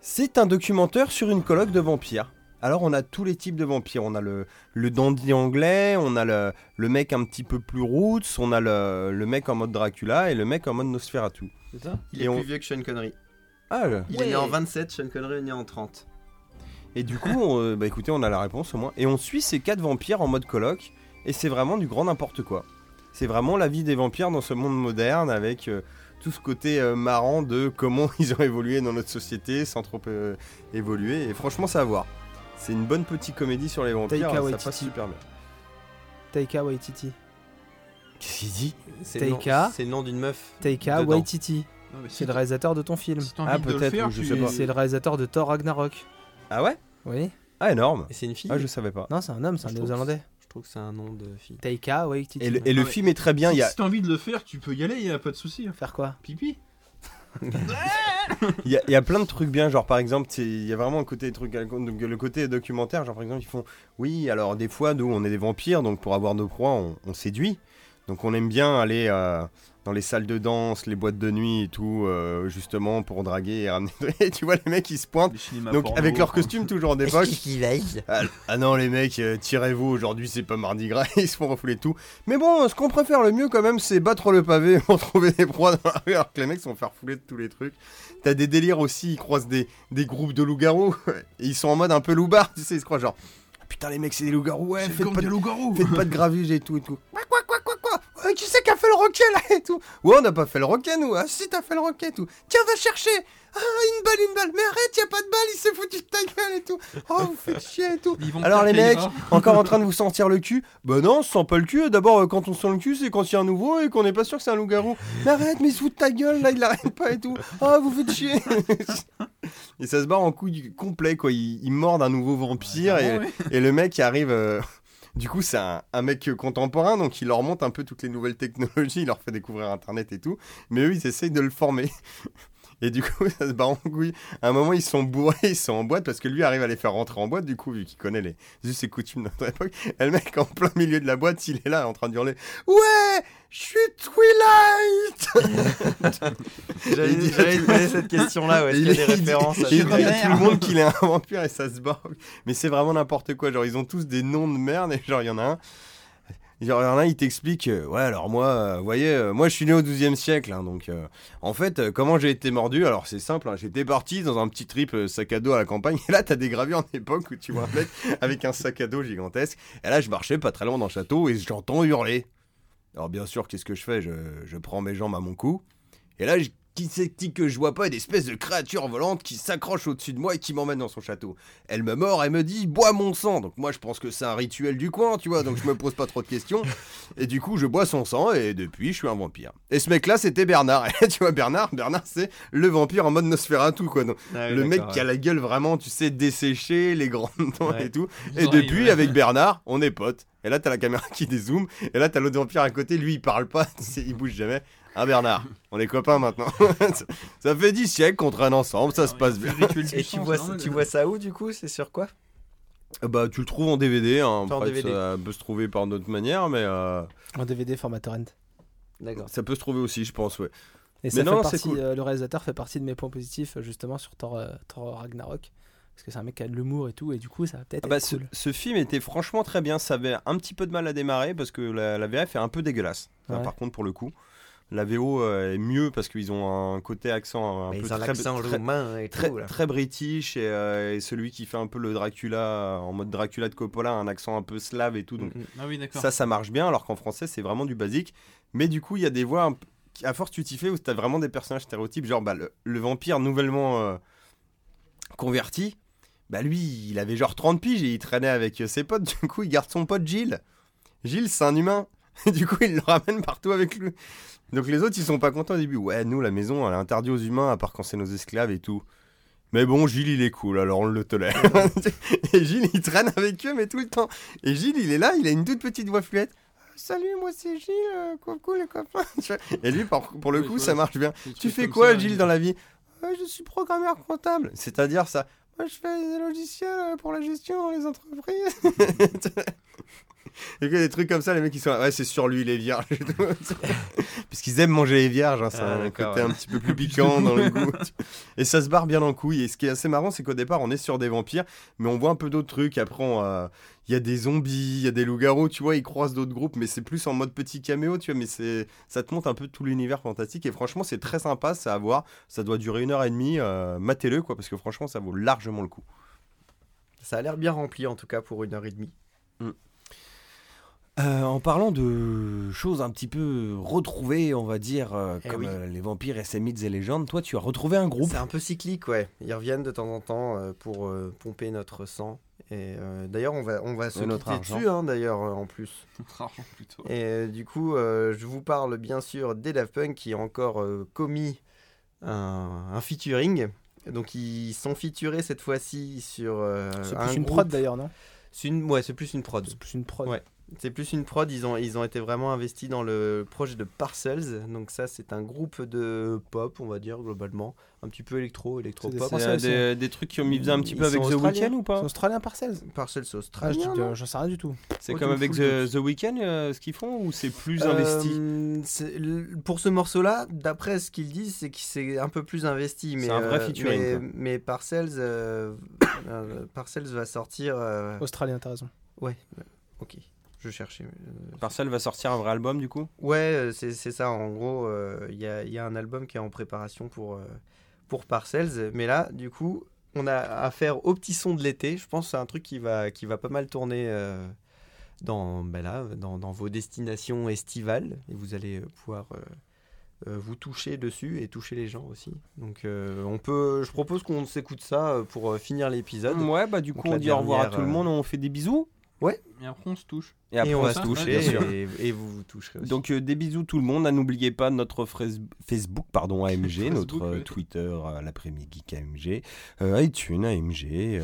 S1: C'est un documentaire sur une colloque de vampires. Alors on a tous les types de vampires. On a le, le dandy anglais, on a le, le mec un petit peu plus roots, on a le, le mec en mode Dracula et le mec en mode Nosferatu.
S4: C'est ça
S2: Il
S1: Et
S2: est
S1: on-
S2: plus vieux que Sean Connery.
S1: Ah, là.
S2: Il est né en 27, Sean Connery est né en 30.
S1: et du coup, on- euh, bah écoutez, on a la réponse au moins. Et on suit ces quatre vampires en mode colloque et c'est vraiment du grand n'importe quoi. C'est vraiment la vie des vampires dans ce monde moderne avec euh, tout ce côté euh, marrant de comment ils ont évolué dans notre société sans trop euh, évoluer. Et franchement, ça va voir. C'est une bonne petite comédie sur les vampires, hein,
S4: Taika
S1: ça
S4: Waititi.
S1: passe super bien.
S4: Taika Waititi.
S1: Qu'est-ce qu'il dit
S2: C'est
S4: Taika.
S2: le nom- C'est le nom d'une meuf.
S4: Taika
S2: Dedans.
S4: Waititi.
S3: Non, mais
S4: C'est le réalisateur de ton film.
S3: si t'as envie
S1: Ah,
S3: de le
S1: peut-être,
S3: faire,
S1: ou je
S3: tu-
S1: sais pas.
S4: C'est le réalisateur de Thor Ragnarok.
S1: Ah ouais
S4: Oui
S1: Ah énorme
S2: Et c'est une fille
S1: Ah je savais pas.
S4: Non, c'est un homme, c'est un
S2: Je trouve
S4: néo-zélandais.
S2: Je trouve que c'est un nom de fille.
S4: Taika Waititi.
S1: Et le, et le
S3: Ouais.
S1: film est très bien, il y, a,
S3: Si t'as envie de le faire, tu peux y aller, y a pas de souci.
S4: Faire quoi
S3: Pipi.
S1: Il y, a- il y a plein de trucs bien, genre par exemple, c'est- il y a vraiment le côté truc, le côté documentaire, genre par exemple ils font, oui, alors des fois nous on est des vampires, donc pour avoir nos proies on, on séduit, donc on aime bien aller euh, dans les salles de danse, les boîtes de nuit et tout, euh, justement pour draguer et ramener. Et tu vois les mecs ils se pointent,
S3: Les cinémas
S1: donc
S3: porno,
S1: avec leur
S3: enfin.
S1: costume toujours d'époque.
S2: qu'il aille
S1: Ah, ah non les mecs, euh, tirez-vous, aujourd'hui c'est pas mardi gras, ils se font refouler de tout. Mais bon, ce qu'on préfère le mieux quand même, c'est battre le pavé pour trouver des proies dans la rue, alors que les mecs se font faire fouler de tous les trucs. T'as des délires aussi, ils croisent des, des groupes de loups-garous, et ils sont en mode un peu loubard, tu sais, ils se croient genre... Ah, Putain les mecs c'est des loups-garous, ouais,
S3: C'est le
S1: faites
S3: gang
S1: pas,
S3: des
S1: de,
S3: loups-garous.
S1: faites pas de gravuge et tout et tout. Quoi quoi quoi quoi quoi Euh, Qui c'est qui a fait le roquet là et tout Ouais on n'a pas fait le roquet nous, ah si t'as fait le roquet et tout. Tiens va chercher Ah une balle, une balle, mais arrête, y a pas de balle, il s'est foutu de ta gueule et tout. Oh vous faites chier et tout.
S3: Ils vont
S1: Alors,
S3: faire
S1: les mecs,
S3: Taïra.
S1: Encore en train de vous sentir le cul Bah non, on se sent pas le cul. D'abord, euh, quand on sent le cul, c'est quand il y a un nouveau et qu'on n'est pas sûr que c'est un loup-garou. Mais arrête, mais il se fout de ta gueule, là, il arrête pas et tout. Ah, vous faites chier Et ça se barre en couille complet, quoi. Il, il mord un nouveau vampire et,
S3: Ah ouais.
S1: et le mec arrive... euh, Du coup, c'est un, un mec contemporain, donc il leur monte un peu toutes les nouvelles technologies, il leur fait découvrir Internet et tout, mais eux, ils essayent de le former.
S7: Et du coup, ça se barre en couille. À un moment, ils sont bourrés, ils sont en boîte parce que lui arrive à les faire rentrer en boîte, du coup, vu qu'il connaît les us et coutumes de notre époque. Et le mec, en plein milieu de la boîte, il est là en train d'hurler Ouais, je suis Twilight
S2: J'allais
S7: Il dit-
S2: j'allais te poser cette question-là, ouais, est-ce
S7: Et
S2: qu'il y a des
S7: il dit-
S2: références à
S7: et Il dit
S2: Twilight
S7: à tout le monde qu'il est un vampire et ça se barre. Mais c'est vraiment n'importe quoi. Genre, ils ont tous des noms de merde et genre, il y en a un. Genre, il y en a un, il t'explique euh, Ouais, alors moi, euh, vous voyez, euh, moi je suis né au 12e siècle. hein, donc, euh, en fait, euh, comment j'ai été mordu Alors, c'est simple, hein, j'étais parti dans un petit trip euh, sac à dos à la campagne. Et là, t'as des gravures en époque où tu vois un mec avec un sac à dos gigantesque. Et là, je marchais pas très loin d'un château et j'entends hurler. Alors, bien sûr, qu'est-ce que je fais je, je prends mes jambes à mon cou. Et là, je- qui c'est qui que je vois pas une espèce de créature volante qui s'accroche au-dessus de moi et qui m'emmène dans son château. Elle me mord, elle me dit bois mon sang. Donc moi je pense que c'est un rituel du coin, tu vois, donc je me pose pas trop de questions. Et du coup je bois son sang et depuis je suis un vampire. Et ce mec là c'était Bernard. Et tu vois Bernard, Bernard c'est le vampire en mode Nosferatu quoi. Donc,
S2: Ah oui,
S7: le mec
S2: d'accord,
S7: qui a la gueule vraiment, tu sais, desséchée, les grandes dents
S2: Ouais.
S7: et tout.
S3: Les
S7: Et
S3: oreilles,
S7: depuis,
S3: ouais.
S7: avec Bernard, on est potes. Et là, t'as la caméra qui dézoome. Et là, t'as l'autre vampire à côté. Lui, il parle pas. tu sais, il bouge jamais. Ah, Bernard, on est copains maintenant. Ça- ça fait 10 siècles qu'on traîne ensemble.
S2: Ah
S7: Ça se passe bien.
S2: Et tu vois, tu vois ça où du coup C'est sur quoi
S7: Euh, Bah, tu le trouves en DVD. Hein.
S2: Pas en
S7: Après,
S2: DVD.
S7: Ça peut se trouver par d'autres manières, mais euh,
S4: En DVD format torrent.
S2: D'accord.
S7: ça peut se trouver aussi, je pense. Ouais.
S4: Et ça
S7: non,
S4: fait
S7: c'est
S4: partie,
S7: cool.
S4: euh, le réalisateur fait partie de mes points positifs euh, justement sur Thor, euh, Thor Ragnarok. Parce que c'est un mec qui a de l'humour et tout, et du coup ça va peut-être
S1: Ah bah,
S4: être
S1: ce,
S4: cool.
S1: ce film était franchement très bien. Ça avait un petit peu de mal à démarrer parce que la, la VF est un peu dégueulasse. Ça,
S4: Ouais.
S1: par contre, pour le coup, la VO euh, est mieux parce qu'ils ont un côté accent un
S2: Mais
S1: peu
S2: Ils ont
S1: très,
S2: l'accent
S1: très,
S2: roumain et
S1: très,
S2: tout. là.
S1: très british et, euh, et celui qui fait un peu le Dracula euh, en mode Dracula de Coppola, un accent un peu slave et tout. Donc
S2: Mm.
S3: Ah oui, d'accord.
S1: ça, ça marche bien. Alors qu'en français, c'est vraiment du basique. Mais du coup, il y a des voix un p- qui- à force tu t'y fais où t'as vraiment des personnages stéréotypes, genre bah, le, le vampire nouvellement euh, converti. Bah lui, il avait genre 30 piges et il traînait avec euh, ses potes. Du coup, il garde son pote Gilles. Gilles, c'est un humain. Du coup, il le ramène partout avec lui. Donc les autres, ils sont pas contents au début. Ouais, nous, la maison, elle est interdite aux humains, à part quand c'est nos esclaves et tout. Mais bon, Gilles, il est cool, alors on le tolère. et Gilles, il traîne avec eux, mais tout le temps. Et Gilles, il est là, il a une toute petite voix fluette. Euh, Salut, moi c'est Gilles, euh, coucou les copains. Tu vois Et lui, par- pour le
S3: Oui,
S1: coup,
S3: je
S1: ça
S3: vois.
S1: marche bien.
S3: Des
S1: Tu
S3: trucs
S7: fais
S3: comme
S7: quoi,
S3: ça,
S7: Gilles,
S3: ils-
S7: dans la vie
S1: Euh,
S7: Ouais, Je suis programmeur comptable. C'est-à-dire ça. Moi, je fais des logiciels euh, pour la gestion dans les entreprises. Et que des trucs comme ça, les mecs, ils sont là. Ouais, c'est sur lui, les vierges. et tout. Parce qu'ils aiment manger les vierges. hein, ça
S2: Ah,
S7: a un côté un
S2: d'accord,
S7: petit peu plus piquant dans le goût. Et ça se barre bien en couille. Et ce qui est assez marrant, c'est qu'au départ, on est sur des vampires, mais on voit un peu d'autres trucs. Après, on, euh, il y a des zombies, il y a des loups-garous, tu vois, ils croisent d'autres groupes, mais c'est plus en mode petit caméo, tu vois, mais c'est ça te montre un peu tout l'univers fantastique, et franchement, c'est très sympa, c'est à voir, ça doit durer une heure et demie, euh, matez-le, quoi, parce que franchement, ça vaut largement le coup.
S2: Ça a l'air bien rempli en tout cas pour une heure et demie.
S1: Euh, en parlant de choses un petit peu retrouvées, on va dire, euh,
S2: Eh
S1: comme
S2: oui.
S1: euh, les vampires et ces mythes et légendes, toi tu as retrouvé un groupe.
S2: C'est un peu cyclique, ouais. Ils reviennent de temps en temps euh, pour euh, pomper notre sang. Et euh, d'ailleurs, on va, on va se
S1: Et notre
S2: quitter
S1: argent.
S2: dessus, hein, d'ailleurs, euh, en plus.
S3: Contre argent, plutôt.
S2: Et euh, du coup, euh, je vous parle bien sûr des Daft Punk qui a encore euh, commis un, un featuring. Donc, ils sont featurés cette fois-ci sur euh,
S4: C'est
S2: un
S4: plus une
S2: groupe-
S4: prod d'ailleurs, non
S2: C'est une- ouais, c'est plus une prod.
S4: C'est plus une prod.
S2: Ouais. C'est plus une prod, ils ont, ils ont été vraiment investis dans le projet de Parcels. Donc ça, c'est un groupe de pop, on va dire, globalement. Un petit peu électro,
S4: C'est des
S2: électro-pop.
S4: C'est, euh, des-
S1: trucs qui
S2: ont mis un petit peu avec The Weeknd
S1: ou
S4: C'est australien Parcells
S2: Parcels
S4: ah, je-
S2: Australia.
S4: euh, J'en sais rien du tout.
S1: C'est
S2: Oh,
S1: comme
S2: tu me
S1: avec
S2: fous le
S1: The, The Weeknd euh, ce qu'ils font ou c'est plus
S2: Euh,
S1: investi
S2: c'est- l- Pour ce morceau-là, d'après ce qu'ils disent, c'est que c'est un peu plus investi. Mais,
S1: C'est un vrai
S2: euh,
S1: featuring,
S2: Mais,
S1: quoi.
S2: mais Parcels, euh, euh, Parcels va sortir. euh,
S4: Australien, t'as raison.
S2: Ouais, euh, ok. Je cherchais. euh,
S1: Parcel va sortir un vrai album du coup
S2: Ouais, euh, c'est c'est ça. En gros, euh, il y, a, il y a un album qui est en préparation pour, euh, pour Parcells. Mais là, du coup, on a affaire au petit son de l'été. Je pense que c'est un truc qui va, qui va pas mal tourner euh, dans, ben là, dans, dans vos destinations estivales. Et vous allez euh, pouvoir euh, euh, vous toucher dessus et toucher les gens aussi. Donc, euh, on peut, je propose qu'on s'écoute ça euh, pour euh, finir l'épisode.
S1: Ouais, bah du
S2: Donc
S1: coup
S2: la
S1: on dit au revoir à
S2: dernière,
S1: tout le
S2: euh,
S1: monde, on fait des bisous
S3: Et après, on se touche.
S1: et après
S2: et on, va se
S3: touche,
S2: toucher
S1: bien sûr.
S2: et, et vous vous toucherez aussi.
S1: Donc euh, des bisous tout le monde, Ah, n'oubliez pas notre frais- Facebook, pardon, AMG, notre euh,
S3: ouais.
S1: Twitter, euh, l'après-midi geek AMG, euh, iTunes AMG, euh,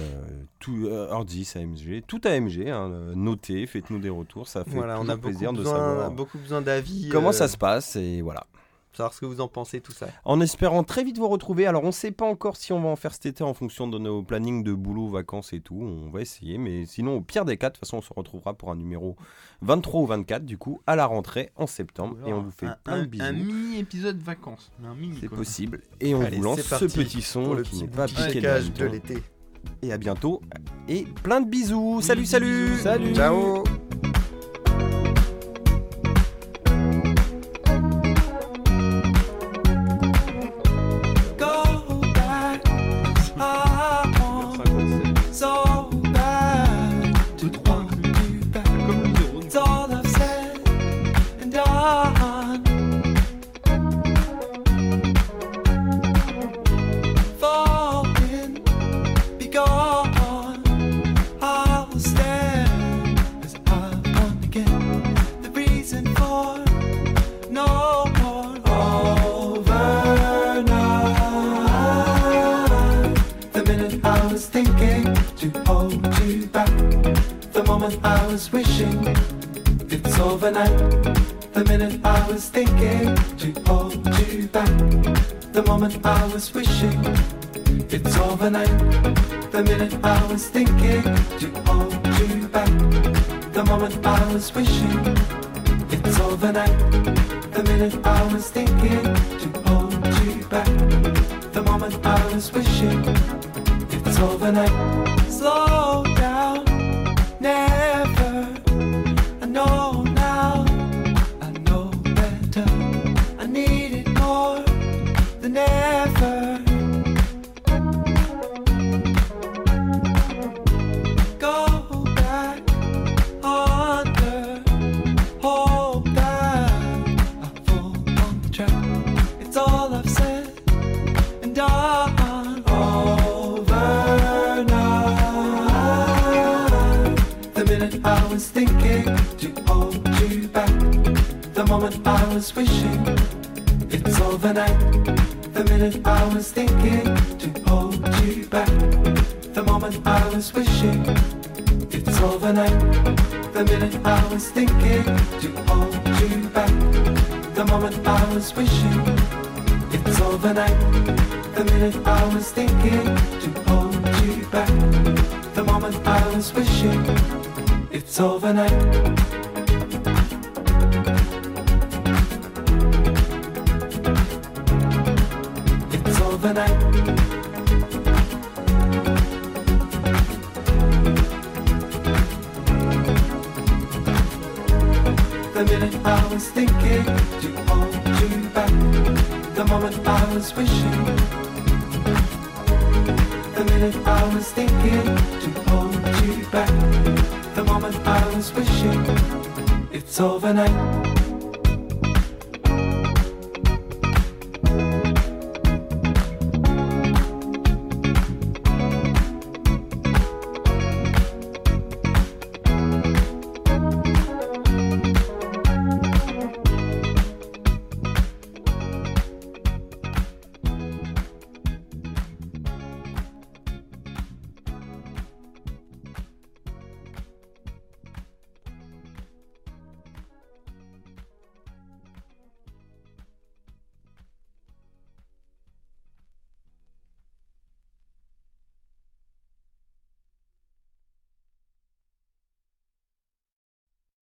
S1: tout, euh, Ordis AMG, tout AMG, hein, euh, notez, faites-nous des retours, ça fait
S2: voilà, on
S1: toujours
S2: a beaucoup
S1: plaisir de
S2: besoin,
S1: savoir
S2: beaucoup besoin d'avis.
S1: comment
S2: euh,
S1: ça se passe et voilà.
S2: Savoir ce que vous en pensez, tout ça.
S1: En espérant très vite vous retrouver. Alors, on ne sait pas encore si on va en faire cet été en fonction de nos plannings de boulot, vacances et tout. On va essayer. Mais sinon, au pire des cas, de toute façon, on se retrouvera pour un numéro 23 ou 24, du coup, à la rentrée en septembre. Et on vous fait
S3: un,
S1: plein
S3: un-
S1: de bisous.
S3: un mini épisode vacances. Un mini,
S1: C'est
S3: quoi.
S1: possible. Et on
S2: Allez,
S1: vous lance
S2: c'est
S1: ce
S2: parti
S1: petit son
S2: pour le
S1: qui
S2: petit
S1: n'est pas piqué
S2: Cage de
S1: de
S2: l'été.
S1: Et à bientôt. Et plein de bisous. Salut, salut.
S4: Salut.
S1: Ciao.
S9: go back. I want so bad to want you back.
S3: Comme le zéro.
S9: It's all I've said and done. Falling, be gone. I'll stand as I want again. The reason for no more overnight. The minute I was thinking to hold you back, the moment I was wishing it's overnight. The minute I was thinking to hold you back, the moment I was wishing it's overnight. The minute I was thinking to hold you back, the moment I was wishing it's overnight. The minute I was thinking to hold you back, the moment I was wishing it's overnight. Slow down, never. I know now, I know better. I need it more than ever. Go back under, hold back. I fall on the track. It's all I've said and done. Overnight. The minute I was thinking to hold you back, the moment I was wishing it's overnight. The minute I was thinking to hold you back, the moment I was wishing it's overnight. The minute I was thinking to hold you back, the moment I was wishing it's overnight. The minute I was thinking to hold you back, the moment I was wishing. It's overnight. It's overnight. The minute I was thinking to hold you back, the moment I was wishing. The minute I was thinking to hold you back, the moment I was wishing. It's overnight.